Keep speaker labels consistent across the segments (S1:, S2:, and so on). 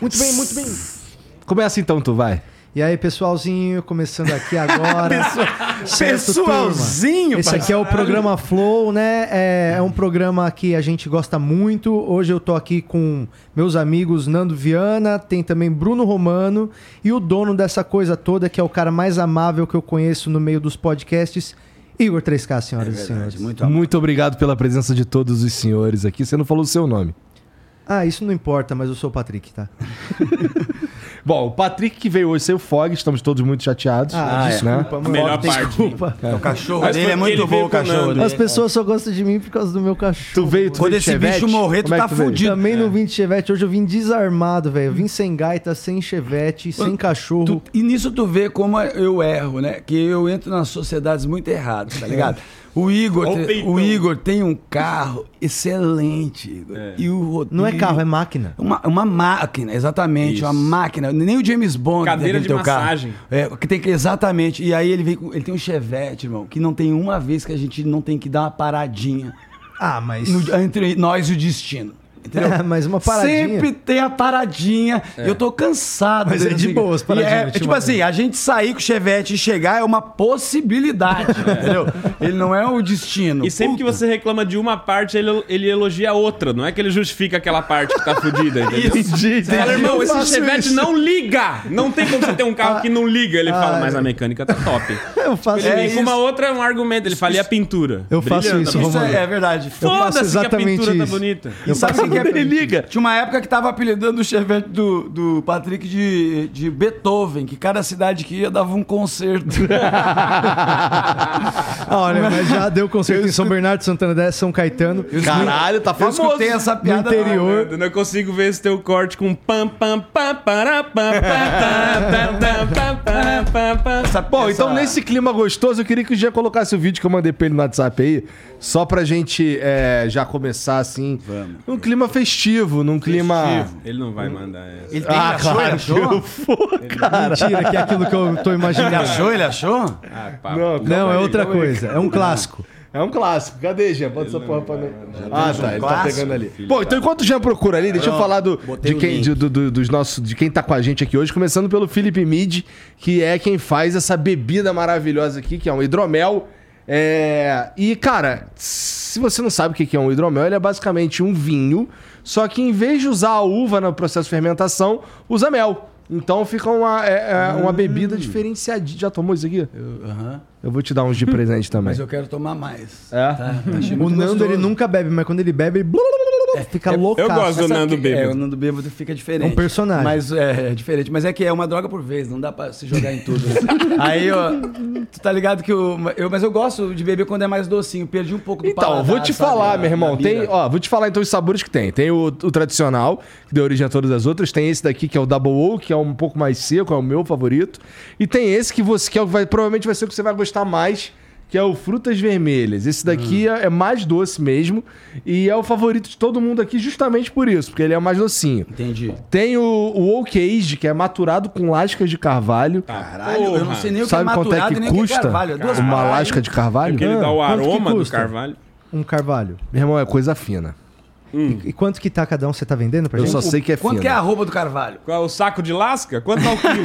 S1: Muito bem, muito bem.
S2: Começa então, tu vai.
S1: E aí, pessoalzinho, começando aqui agora. Certo, turma?
S3: Pessoalzinho,
S1: Esse aqui é o programa Flow, né? É, é um programa que a gente gosta muito. Hoje eu tô aqui com meus amigos Nando Viana, tem também Bruno Romano e o dono dessa coisa toda, que é o cara mais amável que eu conheço no meio dos podcasts, Igor 3K, senhoras e senhores.
S3: muito
S2: Muito obrigado pela presença de todos os senhores aqui. Você não falou o seu nome.
S1: Ah, isso não importa, mas eu sou o Patrick, tá?
S2: Bom, o Patrick que veio hoje ser o Fog, estamos todos muito chateados.
S1: Ah,
S2: né?
S1: desculpa, mano.
S4: Melhor parte.
S1: Desculpa.
S3: O cachorro
S4: Mas
S3: dele
S4: foi
S3: é
S4: porque
S3: muito
S4: ele
S3: bom,
S4: veio
S3: o cachorro
S4: com o
S3: dele.
S1: As pessoas só gostam de mim por causa do meu cachorro.
S2: Tu veio, tu
S3: Quando
S2: veio de
S3: esse
S2: Chevette?
S3: bicho morrer, tu
S2: Como é
S3: tá
S2: que veio?
S3: fudido.
S1: Também não vim de chevette. Hoje eu vim desarmado, velho. Eu vim sem gaita, sem chevette, sem cachorro.
S4: Tu- e nisso tu vê como eu erro, né? Que eu entro nas sociedades muito erradas, tá ligado? O Igor,
S3: Ó o
S4: te-
S3: peitão.
S4: o Igor tem um carro excelente, Igor. E o Rodrigo,
S1: Não é carro, é máquina.
S4: Uma, uma máquina, exatamente, uma máquina. Nem o James Bond tem
S5: Cadeira
S4: aquele
S5: de
S4: teu
S5: massagem.
S4: Carro. É, que tem que, exatamente. E aí ele vem com, ele tem um Chevette, irmão, que não tem uma vez que a gente não tem que dar uma paradinha
S1: Ah, mas.
S4: no- entre nós e o destino. Entendeu?
S1: É, mas uma paradinha.
S4: Sempre tem a paradinha.
S5: É.
S4: Eu tô cansado.
S1: Mas é
S4: desse-
S1: de boa as paradinhas,
S4: E É, é tipo
S1: ultimamente.
S4: assim, a gente sair com o Chevette e chegar é uma possibilidade,
S1: É.
S4: entendeu? Ele não é o destino.
S5: E sempre que você reclama de uma parte, ele, ele elogia a outra. Não é que ele justifica aquela parte que tá fudida, entendeu?
S2: Entendi,
S5: Você fala,
S2: entendi.
S5: irmão,
S2: Eu
S5: esse
S2: faço
S5: Chevette
S2: isso.
S5: não liga! Não tem como você ter um carro que não liga. Ele fala, mas a mecânica tá top.
S1: Eu faço
S5: Ele vem
S1: isso.
S5: com uma outra, um argumento. Ele fala, e a pintura?
S1: Eu faço
S5: Brilhando,
S1: isso,
S5: a
S4: Isso
S5: pintura.
S1: Romano.
S4: é, é verdade.
S1: faço
S5: Foda-se que a
S1: exatamente
S5: pintura tá
S1: isso.
S5: bonita.
S4: E sabe o que
S2: Ele
S4: é?
S2: liga.
S4: Tinha uma época que tava apelidando o Chevette do, do Patrick de, de Beethoven, que cada cidade que ia dava um concerto.
S1: Tá Ah, Olha, mas já deu concerto em São Bernardo, Santander, São Caetano.
S2: Caralho, tá
S4: Eu
S2: famoso.
S4: escutei essa
S1: No
S4: piada
S1: interior.
S5: Tá Eu não consigo ver esse teu corte com pam pam pam pará, pam pam tam, tam, tam, pará, pam pam
S4: Essa-
S2: Bom, então
S4: essa-
S2: nesse clima gostoso, eu queria que o Gia colocasse o vídeo que eu mandei pra ele no WhatsApp aí, só pra gente é, já começar assim. Vamos. Num clima festivo, num clima.
S5: Ele não vai mandar essa.
S4: Ele tem, ele achou, ele achou?
S1: Mentira, que Ah, é aquilo que eu tô
S4: Ele
S1: imaginando.
S4: achou, ele achou?
S5: Ah, pá,
S2: Não,
S5: puta.
S1: Não, é outra coisa.
S4: Ah,
S1: É um clássico.
S2: É um clássico. Cadê, Jean? Bota essa
S4: é
S2: porra pra mim.
S4: né?
S2: Ah, tá. Ele tá
S4: um clássico,
S2: pegando ali. Bom, então enquanto o Jean procura ali, deixa eu falar do, de, quem, de- do- do- dos nossos, de quem tá com a gente aqui hoje. Começando pelo Felipe Mid, que é quem faz essa bebida maravilhosa aqui, que é um hidromel. É, E, cara, se você não sabe o que que é um hidromel, ele é basicamente um vinho, só que em vez de usar a uva no processo de fermentação, usa mel. Então fica uma, é- é uma bebida
S4: Hum.
S2: diferenciadinha. Já tomou isso aqui?
S4: Aham.
S2: Eu vou te dar uns de presente também.
S4: Mas eu Tá. quero tomar mais.
S2: É?
S1: O Nando, ele nunca bebe, mas quando ele bebe, ele fica loucaço.
S5: eu gosto. do Nando
S4: É,
S5: bêbado.
S4: o Nando bêbado fica diferente.
S1: É um personagem.
S4: Mas é, é diferente. Mas é que é uma droga por vez, não dá pra se jogar em tudo. Aí, ó, tu tá ligado que o. Eu, mas eu gosto de beber quando é mais docinho. Perdi um pouco do
S2: Então,
S4: paladar,
S2: vou te
S4: sabe,
S2: falar,
S4: na-
S2: meu irmão.
S4: na bira.
S2: Tem, ó, vou te falar então os sabores que tem. Tem o, o tradicional, que deu origem a todas as outras. Tem esse daqui, que é o Double O, que é um pouco mais seco, é o meu favorito. E tem esse que você que é o que vai, provavelmente vai ser o que você vai gostar mais, que é o Frutas Vermelhas. Esse
S4: Hum.
S2: daqui é, é mais doce mesmo. E é o favorito de todo mundo aqui, justamente por isso, porque ele é mais docinho.
S4: Entendi.
S2: Tem o, o Oak Age, que é maturado com lascas de carvalho.
S4: Caralho, eu não sei Ah, nem o que
S2: Sabe
S4: é
S2: quanto é
S4: maturado
S2: que
S4: e nem o que é
S2: custa
S4: carvalho. É duas
S2: uma
S4: paradas.
S2: lasca de carvalho?
S5: Porque ele
S2: Ah.
S5: dá o
S1: quanto que
S5: aroma do
S1: custa?
S5: carvalho.
S1: Um carvalho.
S2: Meu irmão, é coisa fina.
S1: E quanto que tá cada um? Você tá vendendo pra
S2: Eu
S1: gente?
S2: só sei que é fina.
S4: Quanto que é a roupa do carvalho?
S5: Qual é o saco de lasca? Quanto tá o quilo?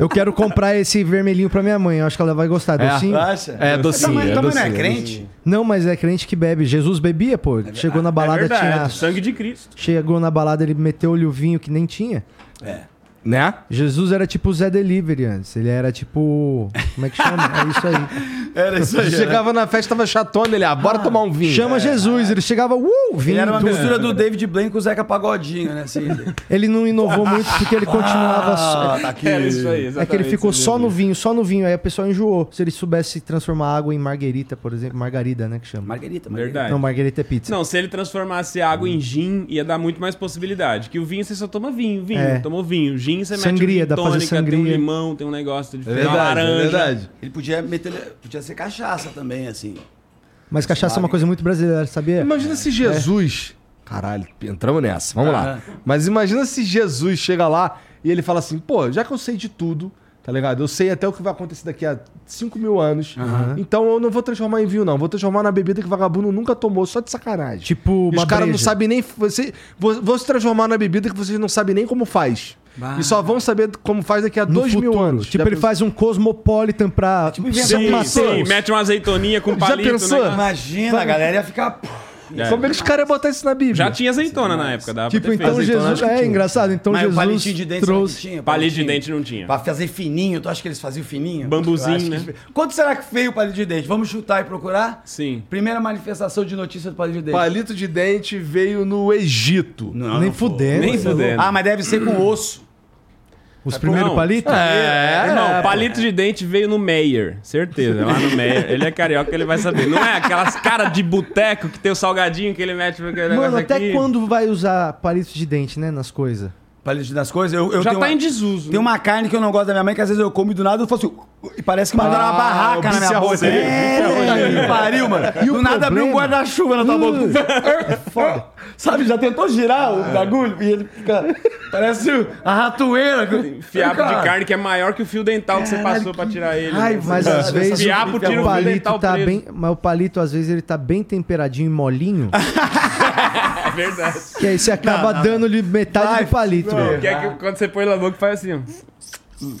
S1: Eu quero comprar esse vermelhinho pra minha mãe. Eu acho que ela vai gostar. Docinho?
S4: Acha?
S2: É docinho,
S4: Tamanho,
S2: é
S4: tamanho não é
S2: docinho.
S4: crente?
S1: Não, mas é crente que bebe. Jesus bebia, pô. Chegou na balada,
S5: é verdade,
S1: tinha.
S5: sangue de Cristo.
S1: Chegou na balada, ele meteu-lhe o vinho que nem tinha.
S5: É.
S2: Né?
S1: Jesus era tipo o Zé Delivery antes. Ele era tipo. Como é que chama? É isso aí.
S4: Era isso aí. né?
S2: Chegava na festa, tava chatona ele, ah, bora tomar um vinho.
S1: Chama Jesus. Ele chegava, uh,
S4: Ele
S1: vinho.
S4: era uma
S1: tudo.
S4: mistura do David Blaine com o Zeca Pagodinho, né? Assim,
S1: Ele não inovou muito porque ele continuava. só...
S4: tá aqui.
S5: Era isso aí,
S1: É
S5: exatamente.
S1: que ele ficou
S5: isso
S1: só
S5: mesmo.
S1: no vinho, só no vinho. Aí a pessoa enjoou. Se ele soubesse transformar água em marguerita, por exemplo. Margarida, né? Que chama.
S4: Margarita, Margarita.
S5: Verdade.
S1: Não, marguerita é pizza.
S5: Não, se ele transformasse água em gin, ia dar muito mais possibilidade. Que o vinho você só toma vinho, vinho,
S1: É.
S5: tomou vinho. Gin você
S1: Sangria,
S5: mete
S1: dá
S5: um
S1: pra
S5: gin
S1: fazer
S5: tônica, tem
S1: sangria.
S5: um limão, tem um negócio de
S2: É verdade, é verdade.
S4: Ele podia meter, podia ser cachaça também, assim.
S1: Mas cachaça é uma coisa muito brasileira, sabia?
S2: Imagina se Jesus. É. Caralho, entramos
S1: É.
S2: nessa, vamos lá.
S4: Aham.
S2: Mas imagina se Jesus chega lá e ele fala assim, pô, já que eu sei de tudo, Tá ligado? Eu sei até o que vai acontecer daqui a 5 mil anos. Então eu não vou transformar em vinho, não. Vou transformar na bebida que vagabundo nunca tomou, só de sacanagem.
S1: Tipo
S2: E
S1: uma
S2: os caras não
S1: breja.
S2: sabem nem. Você, vou, vou se transformar na bebida que vocês não sabem nem como faz.
S4: Bah.
S2: E só vão saber como faz daqui a
S1: No
S2: 2 mil
S1: futuro.
S2: anos.
S1: Tipo,
S2: Já
S1: ele
S2: pensou?
S1: faz um Cosmopolitan pra
S4: Tipo, inventar
S1: São
S4: um
S5: Sim, sim,
S1: Mateus.
S5: mete uma azeitoninha com palito.
S2: pensou?
S5: né?
S4: Imagina, a galera ia ficar. pô,
S5: É.
S2: Como é que os caras iam botar isso na Bíblia?
S5: Já tinha azeitona na época, dava pra
S1: Tipo,
S5: ter
S1: então
S5: feito.
S1: Jesus...
S2: acho que
S1: É
S2: tinha.
S1: engraçado, então
S4: mas o
S1: Jesus
S4: palitinho de dente
S1: trouxe...
S4: sabe o que tinha?
S5: Palito de dente não tinha.
S4: Pra fazer fininho, tu acha que eles faziam fininho?
S5: Bambuzinho,
S4: Eu acho que-
S5: né?
S4: Quanto será que veio o palito de dente? Vamos chutar e procurar?
S5: Sim.
S4: Primeira manifestação de notícia do palito de dente.
S2: Palito de dente veio no Egito.
S1: nem
S4: Não, não foi.
S1: fudendo.
S5: Nem Tá fudendo.
S4: Ah, mas deve ser com osso.
S1: Os primeiros
S5: Não.
S1: palitos?
S5: É, irmão, palito de dente veio no Meyer, certeza, lá no Meyer. Ele é carioca, ele vai saber. Não é aquelas caras de boteco que tem o salgadinho que ele mete pra aquele
S1: Mano,
S5: negócio
S1: até
S5: aqui.
S1: quando vai usar palito de dente, né? Nas coisas.
S4: Palito das coisas, eu, eu
S5: Já
S4: tenho
S5: tá
S4: uma-
S5: em desuso.
S1: um
S4: Tem uma carne que eu não gosto da minha mãe, que às vezes eu como e do nada eu faço. assim, E parece que mandaram uma
S2: o
S4: barraca na minha
S2: bicho
S4: boca.
S2: arrozeiro,
S4: É, que pariu, mano.
S1: E
S4: do
S1: o
S4: nada abriu um
S1: problema?
S4: guarda-chuva na tua
S1: Uh.
S4: boca. É Foda. Sabe, já tentou girar o bagulho e ele fica. Parece a ratoeira. que-
S5: Fiapo
S4: Cara,
S5: de carne que é maior que o fio dental que você passou pra tirar ele.
S4: Ai,
S5: né?
S1: Mas
S4: Cara,
S1: às vezes
S5: Fiapo
S1: o,
S5: tira o fio
S1: palito
S5: dental
S1: tá
S5: preso.
S1: bem. Mas o palito, às vezes, ele tá bem temperadinho e molinho.
S5: É verdade.
S1: que aí você acaba dando-lhe metade
S4: Vai,
S1: do palito.
S5: Que é que quando você põe na boca faz assim, ó,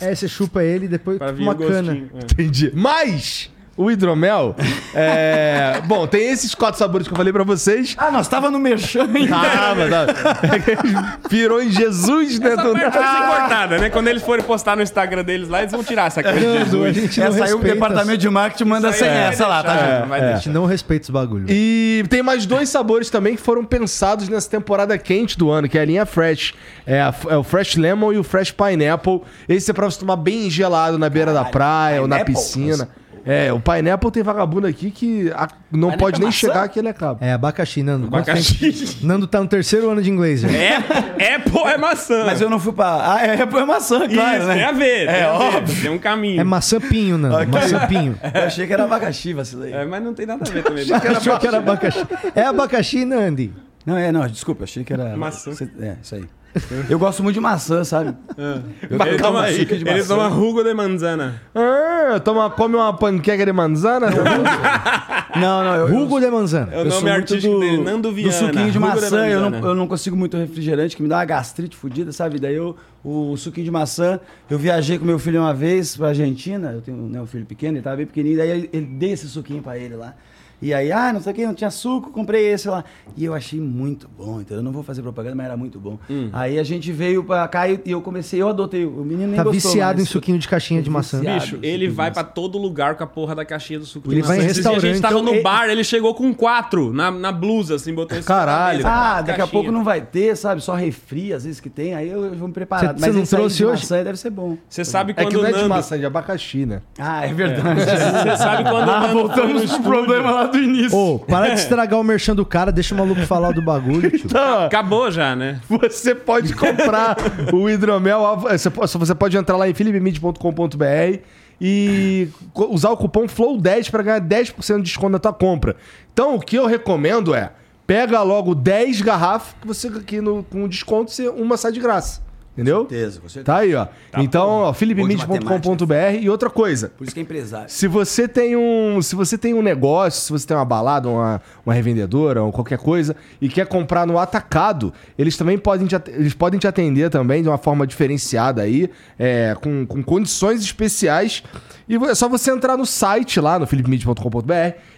S1: É, você chupa ele e depois
S5: pra
S1: tipo
S5: vir
S1: uma
S5: o
S1: cana.
S5: gostinho. É.
S2: Entendi. Mas o hidromel é. Bom, tem esses quatro sabores que eu falei pra vocês.
S4: Ah, nós tava no merchan ainda.
S2: Caramba, tá. Pirou em Jesus né,
S5: Essa
S2: dentro do.
S5: parte vai ser cortada, né? Quando eles forem postar no Instagram deles lá, eles vão tirar
S1: É,
S5: essa cara de
S1: Nando, a
S5: Jesus.
S1: gente não
S4: Essa aí o
S1: respeita.
S4: departamento de marketing manda sem
S5: é,
S4: essa lá, tá, gente?
S5: Vai
S1: A
S5: deixar.
S1: gente não respeita os bagulhos.
S2: E tem mais dois sabores também que foram pensados nessa temporada quente do ano, que é a linha Fresh. É, a- é o Fresh Lemon e o Fresh Pineapple. Esse é pra você tomar bem gelado na beira da praia ou na
S4: pineapple?
S2: piscina. É, o Pineapple tem vagabundo aqui que a- não
S4: Pineapple
S2: pode nem
S4: é maçã?
S2: chegar que ele acaba.
S1: É, abacaxi, Nando. quanto
S5: Abacaxi.
S1: tempo? Nando tá no terceiro ano de inglês, velho.
S5: É, é, pô, é maçã.
S4: Mas eu não fui pra. Ah, é, foi maçã,
S5: Isso,
S4: claro,
S5: tem
S4: né?
S5: a ver. Tem
S4: É
S5: a ver,
S4: óbvio.
S5: Tem um caminho.
S1: É maçã pinho, Nando. Maçã pinho.
S4: Eu achei que era abacaxi, vacilei.
S5: É, mas não tem nada a ver também.
S1: Achou que era abacaxi. É abacaxi, Nandi.
S4: Não, é, não, desculpa, achei que era.
S5: Maçã.
S4: Cê- É, isso aí. Eu gosto muito de maçã, sabe? Eu
S5: Ele
S4: tomo
S5: É. toma,
S4: açúcar de
S5: ele
S4: maçã.
S5: toma rugo de manzana.
S2: Ah, toma, come uma panqueca de manzana. tá também.
S4: Não, não, eu.
S1: Hugo de manzana.
S5: É o
S4: eu sou
S5: nome
S4: muito
S5: artístico
S4: do-
S5: dele, Nando Viana.
S4: Do suquinho de
S5: rugo
S4: maçã, eu não,
S5: manzana.
S4: eu não consigo muito refrigerante, que me dá uma gastrite fodida, sabe? Daí eu, o suquinho de maçã, eu viajei com meu filho uma vez pra Argentina, eu tenho né, um filho pequeno, ele tava bem pequenininho, daí ele, ele dei esse suquinho pra ele lá. E aí, ah, não sei o que, não tinha suco, comprei esse lá. E eu achei muito bom, então eu não vou fazer propaganda, mas era muito bom.
S5: Hum.
S4: Aí a gente veio pra cá e e eu comecei, eu adotei, o menino nem
S1: Tá
S4: gostou
S1: viciado em
S4: mais.
S1: suquinho de caixinha de maçã.
S4: viciado.
S5: Bicho,
S4: Suco de
S5: ele vai pra todo lugar com a porra da caixinha do suco
S1: Ele
S5: de
S1: vai em
S5: maçã. Esses dias A
S1: restaurante,
S5: gente tava
S1: então,
S5: no
S1: ele-
S5: bar, ele chegou com quatro na, na blusa, assim, botou esse
S2: Caralho.
S4: Ah, daqui a pouco não vai ter, sabe? Só refri, às vezes que tem, aí eu, eu vou me
S1: Cê-
S4: preparar.
S1: cê
S4: Mas
S1: não
S4: esse aí
S1: trouxe
S4: de
S1: hoje?
S4: maçã deve ser bom.
S5: Você sabe
S2: É
S5: quando
S2: que não é de
S5: o Nando...
S2: maçã, é de abacaxi, né? Tá
S4: Ah, é verdade.
S5: Você sabe quando o
S4: Ah,
S5: Nando
S4: voltamos pro problema lá do início.
S1: Ô, para de estragar o merchan do cara, deixa o maluco falar do bagulho, tio.
S4: Então,
S5: Acabou já, né?
S2: Você pode comprar o hidromel. à vo- Você po- você pode entrar lá em philipmid.com.br e co- usar o cupom FLOW10 para ganhar 10% de desconto na tua compra. Então, o que eu recomendo é pega logo 10 garrafas que você aqui no, com desconto você, uma sai de graça. Entendeu?
S4: certeza, com certeza.
S2: Tá aí, ó. então, ó,
S4: Bom de
S2: philipmid.com.br e outra coisa.
S4: Por isso que é empresário.
S2: Se você tem um, se você tem um negócio, se você tem uma balada, uma, uma revendedora ou qualquer coisa e quer comprar no atacado, eles também podem te, at- eles podem te atender também de uma forma diferenciada aí, é, com, com condições especiais. E vo- é só você entrar no site lá no philipmid.com.br,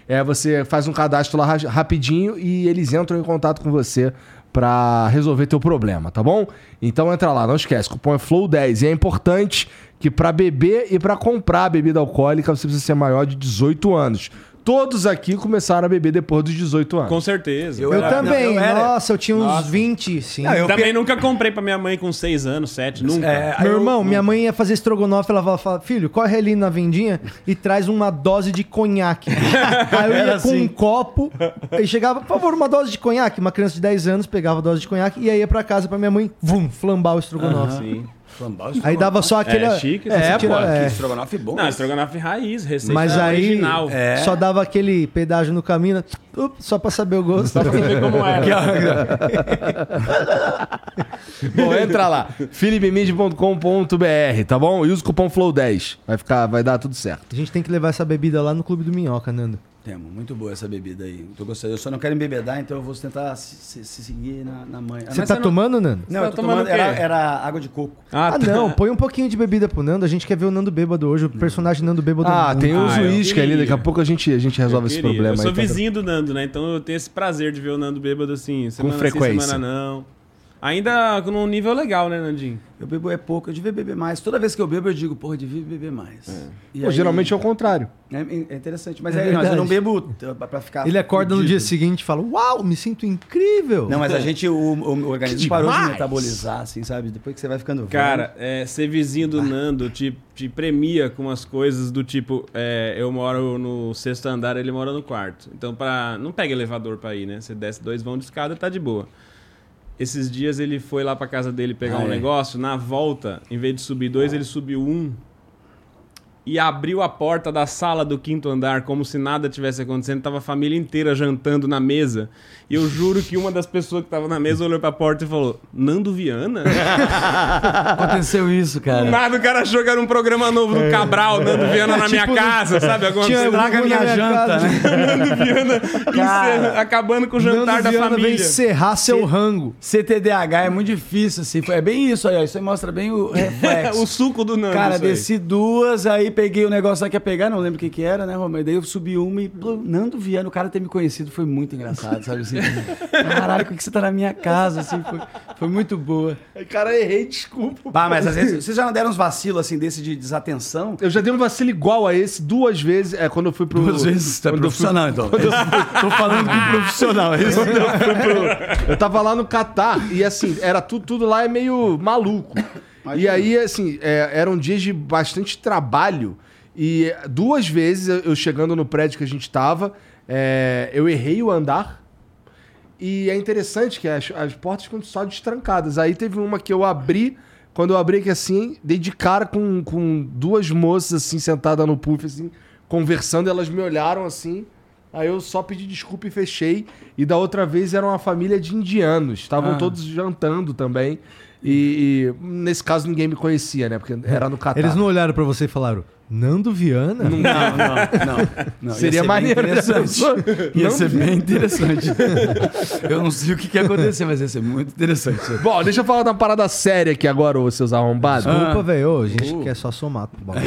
S2: é, você faz um cadastro lá ra- rapidinho e eles entram em contato com você para resolver teu problema, tá bom? Então entra lá, não esquece, o cupom é FLOW10 e é importante que pra beber e pra comprar bebida alcoólica você precisa ser maior de 18 anos. Todos aqui começaram a beber depois dos 18 anos.
S5: Com certeza.
S4: Eu
S1: Eu
S4: era-
S1: também,
S4: não, eu era.
S1: nossa, eu tinha uns 20, sim.
S4: Não, eu-
S5: Também nunca comprei pra minha mãe com seis anos, sete, nunca.
S4: É, aí
S1: Meu
S4: eu-
S1: irmão, minha mãe ia fazer estrogonofe, ela falava, filho, corre ali na vendinha e traz uma dose de conhaque. Aí eu ia
S4: Era
S1: com
S4: assim.
S1: um copo e chegava, por favor, uma dose de conhaque. Uma criança de 10 anos pegava a dose de conhaque e aí ia pra casa pra minha mãe, vum, flambar o estrogonofe.
S5: Sim.
S4: Framboesa,
S1: Aí
S4: estrogonofe.
S1: dava só aquele.
S5: É chique,
S1: você
S5: é,
S1: tira-
S5: pô,
S1: é.
S4: Que estrogonofe bom.
S5: Não,
S4: esse.
S5: estrogonofe raiz, receita
S1: Mas aí
S5: original.
S1: é. só dava aquele pedágio no caminho, né? Up, só pra saber o gosto.
S5: Sabe como era?
S2: Bom, entra lá, philipemid.com.br, tá bom? E usa o cupom FLOW10. Vai ficar, vai dar tudo certo.
S1: A gente tem que levar essa bebida lá no Clube do Minhoca, Nando.
S4: Temo, muito boa essa bebida aí. Tô gostando. Eu só não quero embebedar, então eu vou tentar se, se- se seguir na, na manha.
S1: Você
S4: Mas
S1: tá
S5: você não-
S1: tomando, Nando?
S4: Não,
S5: Você
S4: eu
S5: tá
S4: tô
S5: tomando
S4: tomando.
S5: o quê?
S4: Era, era água de coco.
S1: Ah,
S5: tá.
S1: não, põe um pouquinho de bebida pro Nando. A gente quer ver o Nando bêbado hoje, o personagem Nando bêbado.
S2: Ah,
S1: muito.
S2: tem uns
S5: Ah, eu
S2: uísque ali, daqui a
S5: queria.
S2: pouco a gente, a gente resolve esse
S5: Querido,
S2: problema
S5: Eu sou
S2: aí. tá?
S5: vizinho do Nando, né? Então eu tenho esse prazer de ver o Nando bêbado assim, semana sim,
S2: frequência.
S5: semana não. Ainda num nível legal, né, Nandinho?
S4: Eu bebo é pouco, eu devia beber mais. Toda vez que eu bebo, eu digo, porra, eu devia beber mais. E
S2: Pô,
S4: aí-
S2: geralmente é o contrário.
S4: É, é interessante, mas
S1: É
S4: é, mas eu
S1: verdade.
S4: não bebo t- pra ficar.
S1: Ele acorda no
S4: Ah, fudido.
S1: dia seguinte e fala: Uau, me sinto incrível!
S4: Não, mas a gente, o, o- o organismo parou de metabolizar, assim, sabe? Depois que você vai ficando velho.
S5: Cara, é, ser vizinho do Nando te, te premia com umas coisas do tipo: é, eu moro no sexto andar, ele mora no quarto. Então, pra, não pega elevador pra ir, né? Você desce dois vão de escada, tá de boa. Esses dias ele foi lá pra casa dele pegar
S4: Ah,
S5: um
S4: é. Ah.
S5: negócio, na volta, em vez de subir dois, ele subiu um. E abriu a porta da sala do quinto andar, como se nada tivesse acontecendo. Tava a família inteira jantando na mesa. E eu juro que uma das pessoas que tava na mesa olhou pra porta e falou: Nando Viana?
S4: aconteceu isso, cara.
S1: É,
S5: Do nada o cara achou que era um programa novo do Cabral, dando Viana Tá na minha casa, sabe? Alguma
S1: tipo, Tinha
S5: coisa.
S4: Estraga a
S1: Gugu na
S4: minha janta,
S1: casa.
S4: né?
S5: Nando Viana encerra- acabando com o
S1: Nando
S5: jantar da
S1: Viana vem
S5: família.
S1: encerrar seu rango.
S4: CTDH é muito difícil, assim. foi- É bem isso aí, ó. Isso aí mostra bem o reflexo.
S5: É, o suco do Nando.
S4: Cara,
S5: isso aí.
S4: desci duas, aí peguei o negócio lá que ia pegar, não lembro o que que era, né, Romero? Daí eu subi uma e, pô, Nando Viana, o cara ter me conhecido foi muito engraçado, sabe? Assim, caralho, por que você tá na minha casa, assim? Foi, foi muito boa.
S2: Cara,
S4: é
S2: errei, desculpa.
S4: Bah, mas às vezes, vocês já não deram uns vacilos, assim, desse de desatenção?
S2: Eu já dei um vacilo igual a esse duas vezes. É, quando eu fui pro.
S4: tu
S2: tá quando
S4: é
S2: eu fui-
S4: profissional, então. Tô falando com profissional, é isso?
S2: Eu tava lá no Catar e assim, era tudo, tudo lá é meio maluco. E aí, assim, é, eram dias de bastante trabalho. E duas vezes eu- eu chegando no prédio que a gente tava, é, eu errei o andar. E é interessante que as, as portas ficam só destrancadas. Aí teve uma que eu abri. Quando eu abri aqui assim, dei de cara com, com duas moças assim, sentadas no puff, assim, conversando, elas me olharam assim. Aí eu só pedi desculpa e fechei. E da outra vez era uma família de indianos. Estavam
S4: Ah.
S2: todos jantando também. E, e, nesse caso ninguém me conhecia, né? Porque era no Catar.
S1: Eles não olharam pra você e falaram: Nando Viana?
S4: Não, não, não. não.
S2: Seria
S4: Ia ser bem
S2: maneiro, né?
S4: interessante. Ia
S2: Não-
S4: ser bem interessante. Eu não sei o que, que ia acontecer, mas ia ser muito interessante.
S2: Bom, deixa eu falar da parada séria aqui agora, ô seus arrombados.
S1: Ah, Desculpa, velho. ô, A gente
S4: Uh.
S1: quer só somar pro bagulho.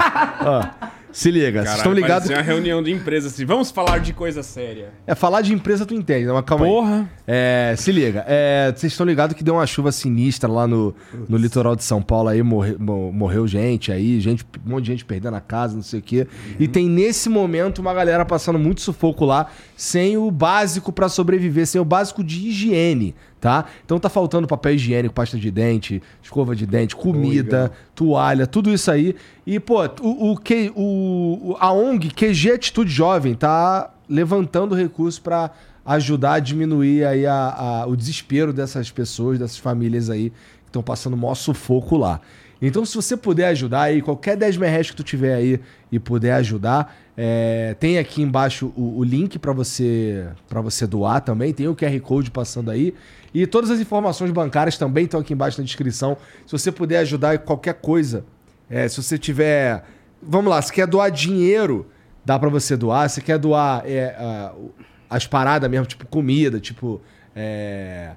S4: Ah.
S2: Se liga, vocês
S5: Caralho,
S2: estão ligados.
S5: parecia uma reunião de empresa assim. Vamos falar de coisa séria.
S2: É, falar de empresa tu entende, né? Mas calma aí.
S5: Porra.
S2: É, se liga. É, vocês estão ligados que deu uma chuva sinistra lá no, no litoral de São Paulo aí, morre- mo- morreu gente aí, gente, um monte de gente perdendo a casa, não sei o quê. E tem nesse momento uma galera passando muito sufoco lá, sem o básico pra sobreviver, sem o básico de higiene, tá? Então tá faltando papel higiênico, pasta de dente, escova de dente, comida, toalha, tudo isso aí. E, pô, o, o, que- o- o- a ONG QG Atitude Jovem tá levantando recurso pra ajudar a diminuir aí a, a- o desespero dessas pessoas, dessas famílias aí que estão passando o maior sufoco lá. Então, se você puder ajudar aí, qualquer 10 mil reais que tu tiver aí e puder ajudar, é, tem aqui embaixo o, o link para você para você doar também, tem o QR Code passando aí. E todas as informações bancárias também estão aqui embaixo na descrição. Se você puder ajudar em qualquer coisa, é, se você tiver. Vamos lá, se quer doar dinheiro, dá pra você doar. Se quer doar é, ah, o- as paradas mesmo, tipo comida, tipo. é,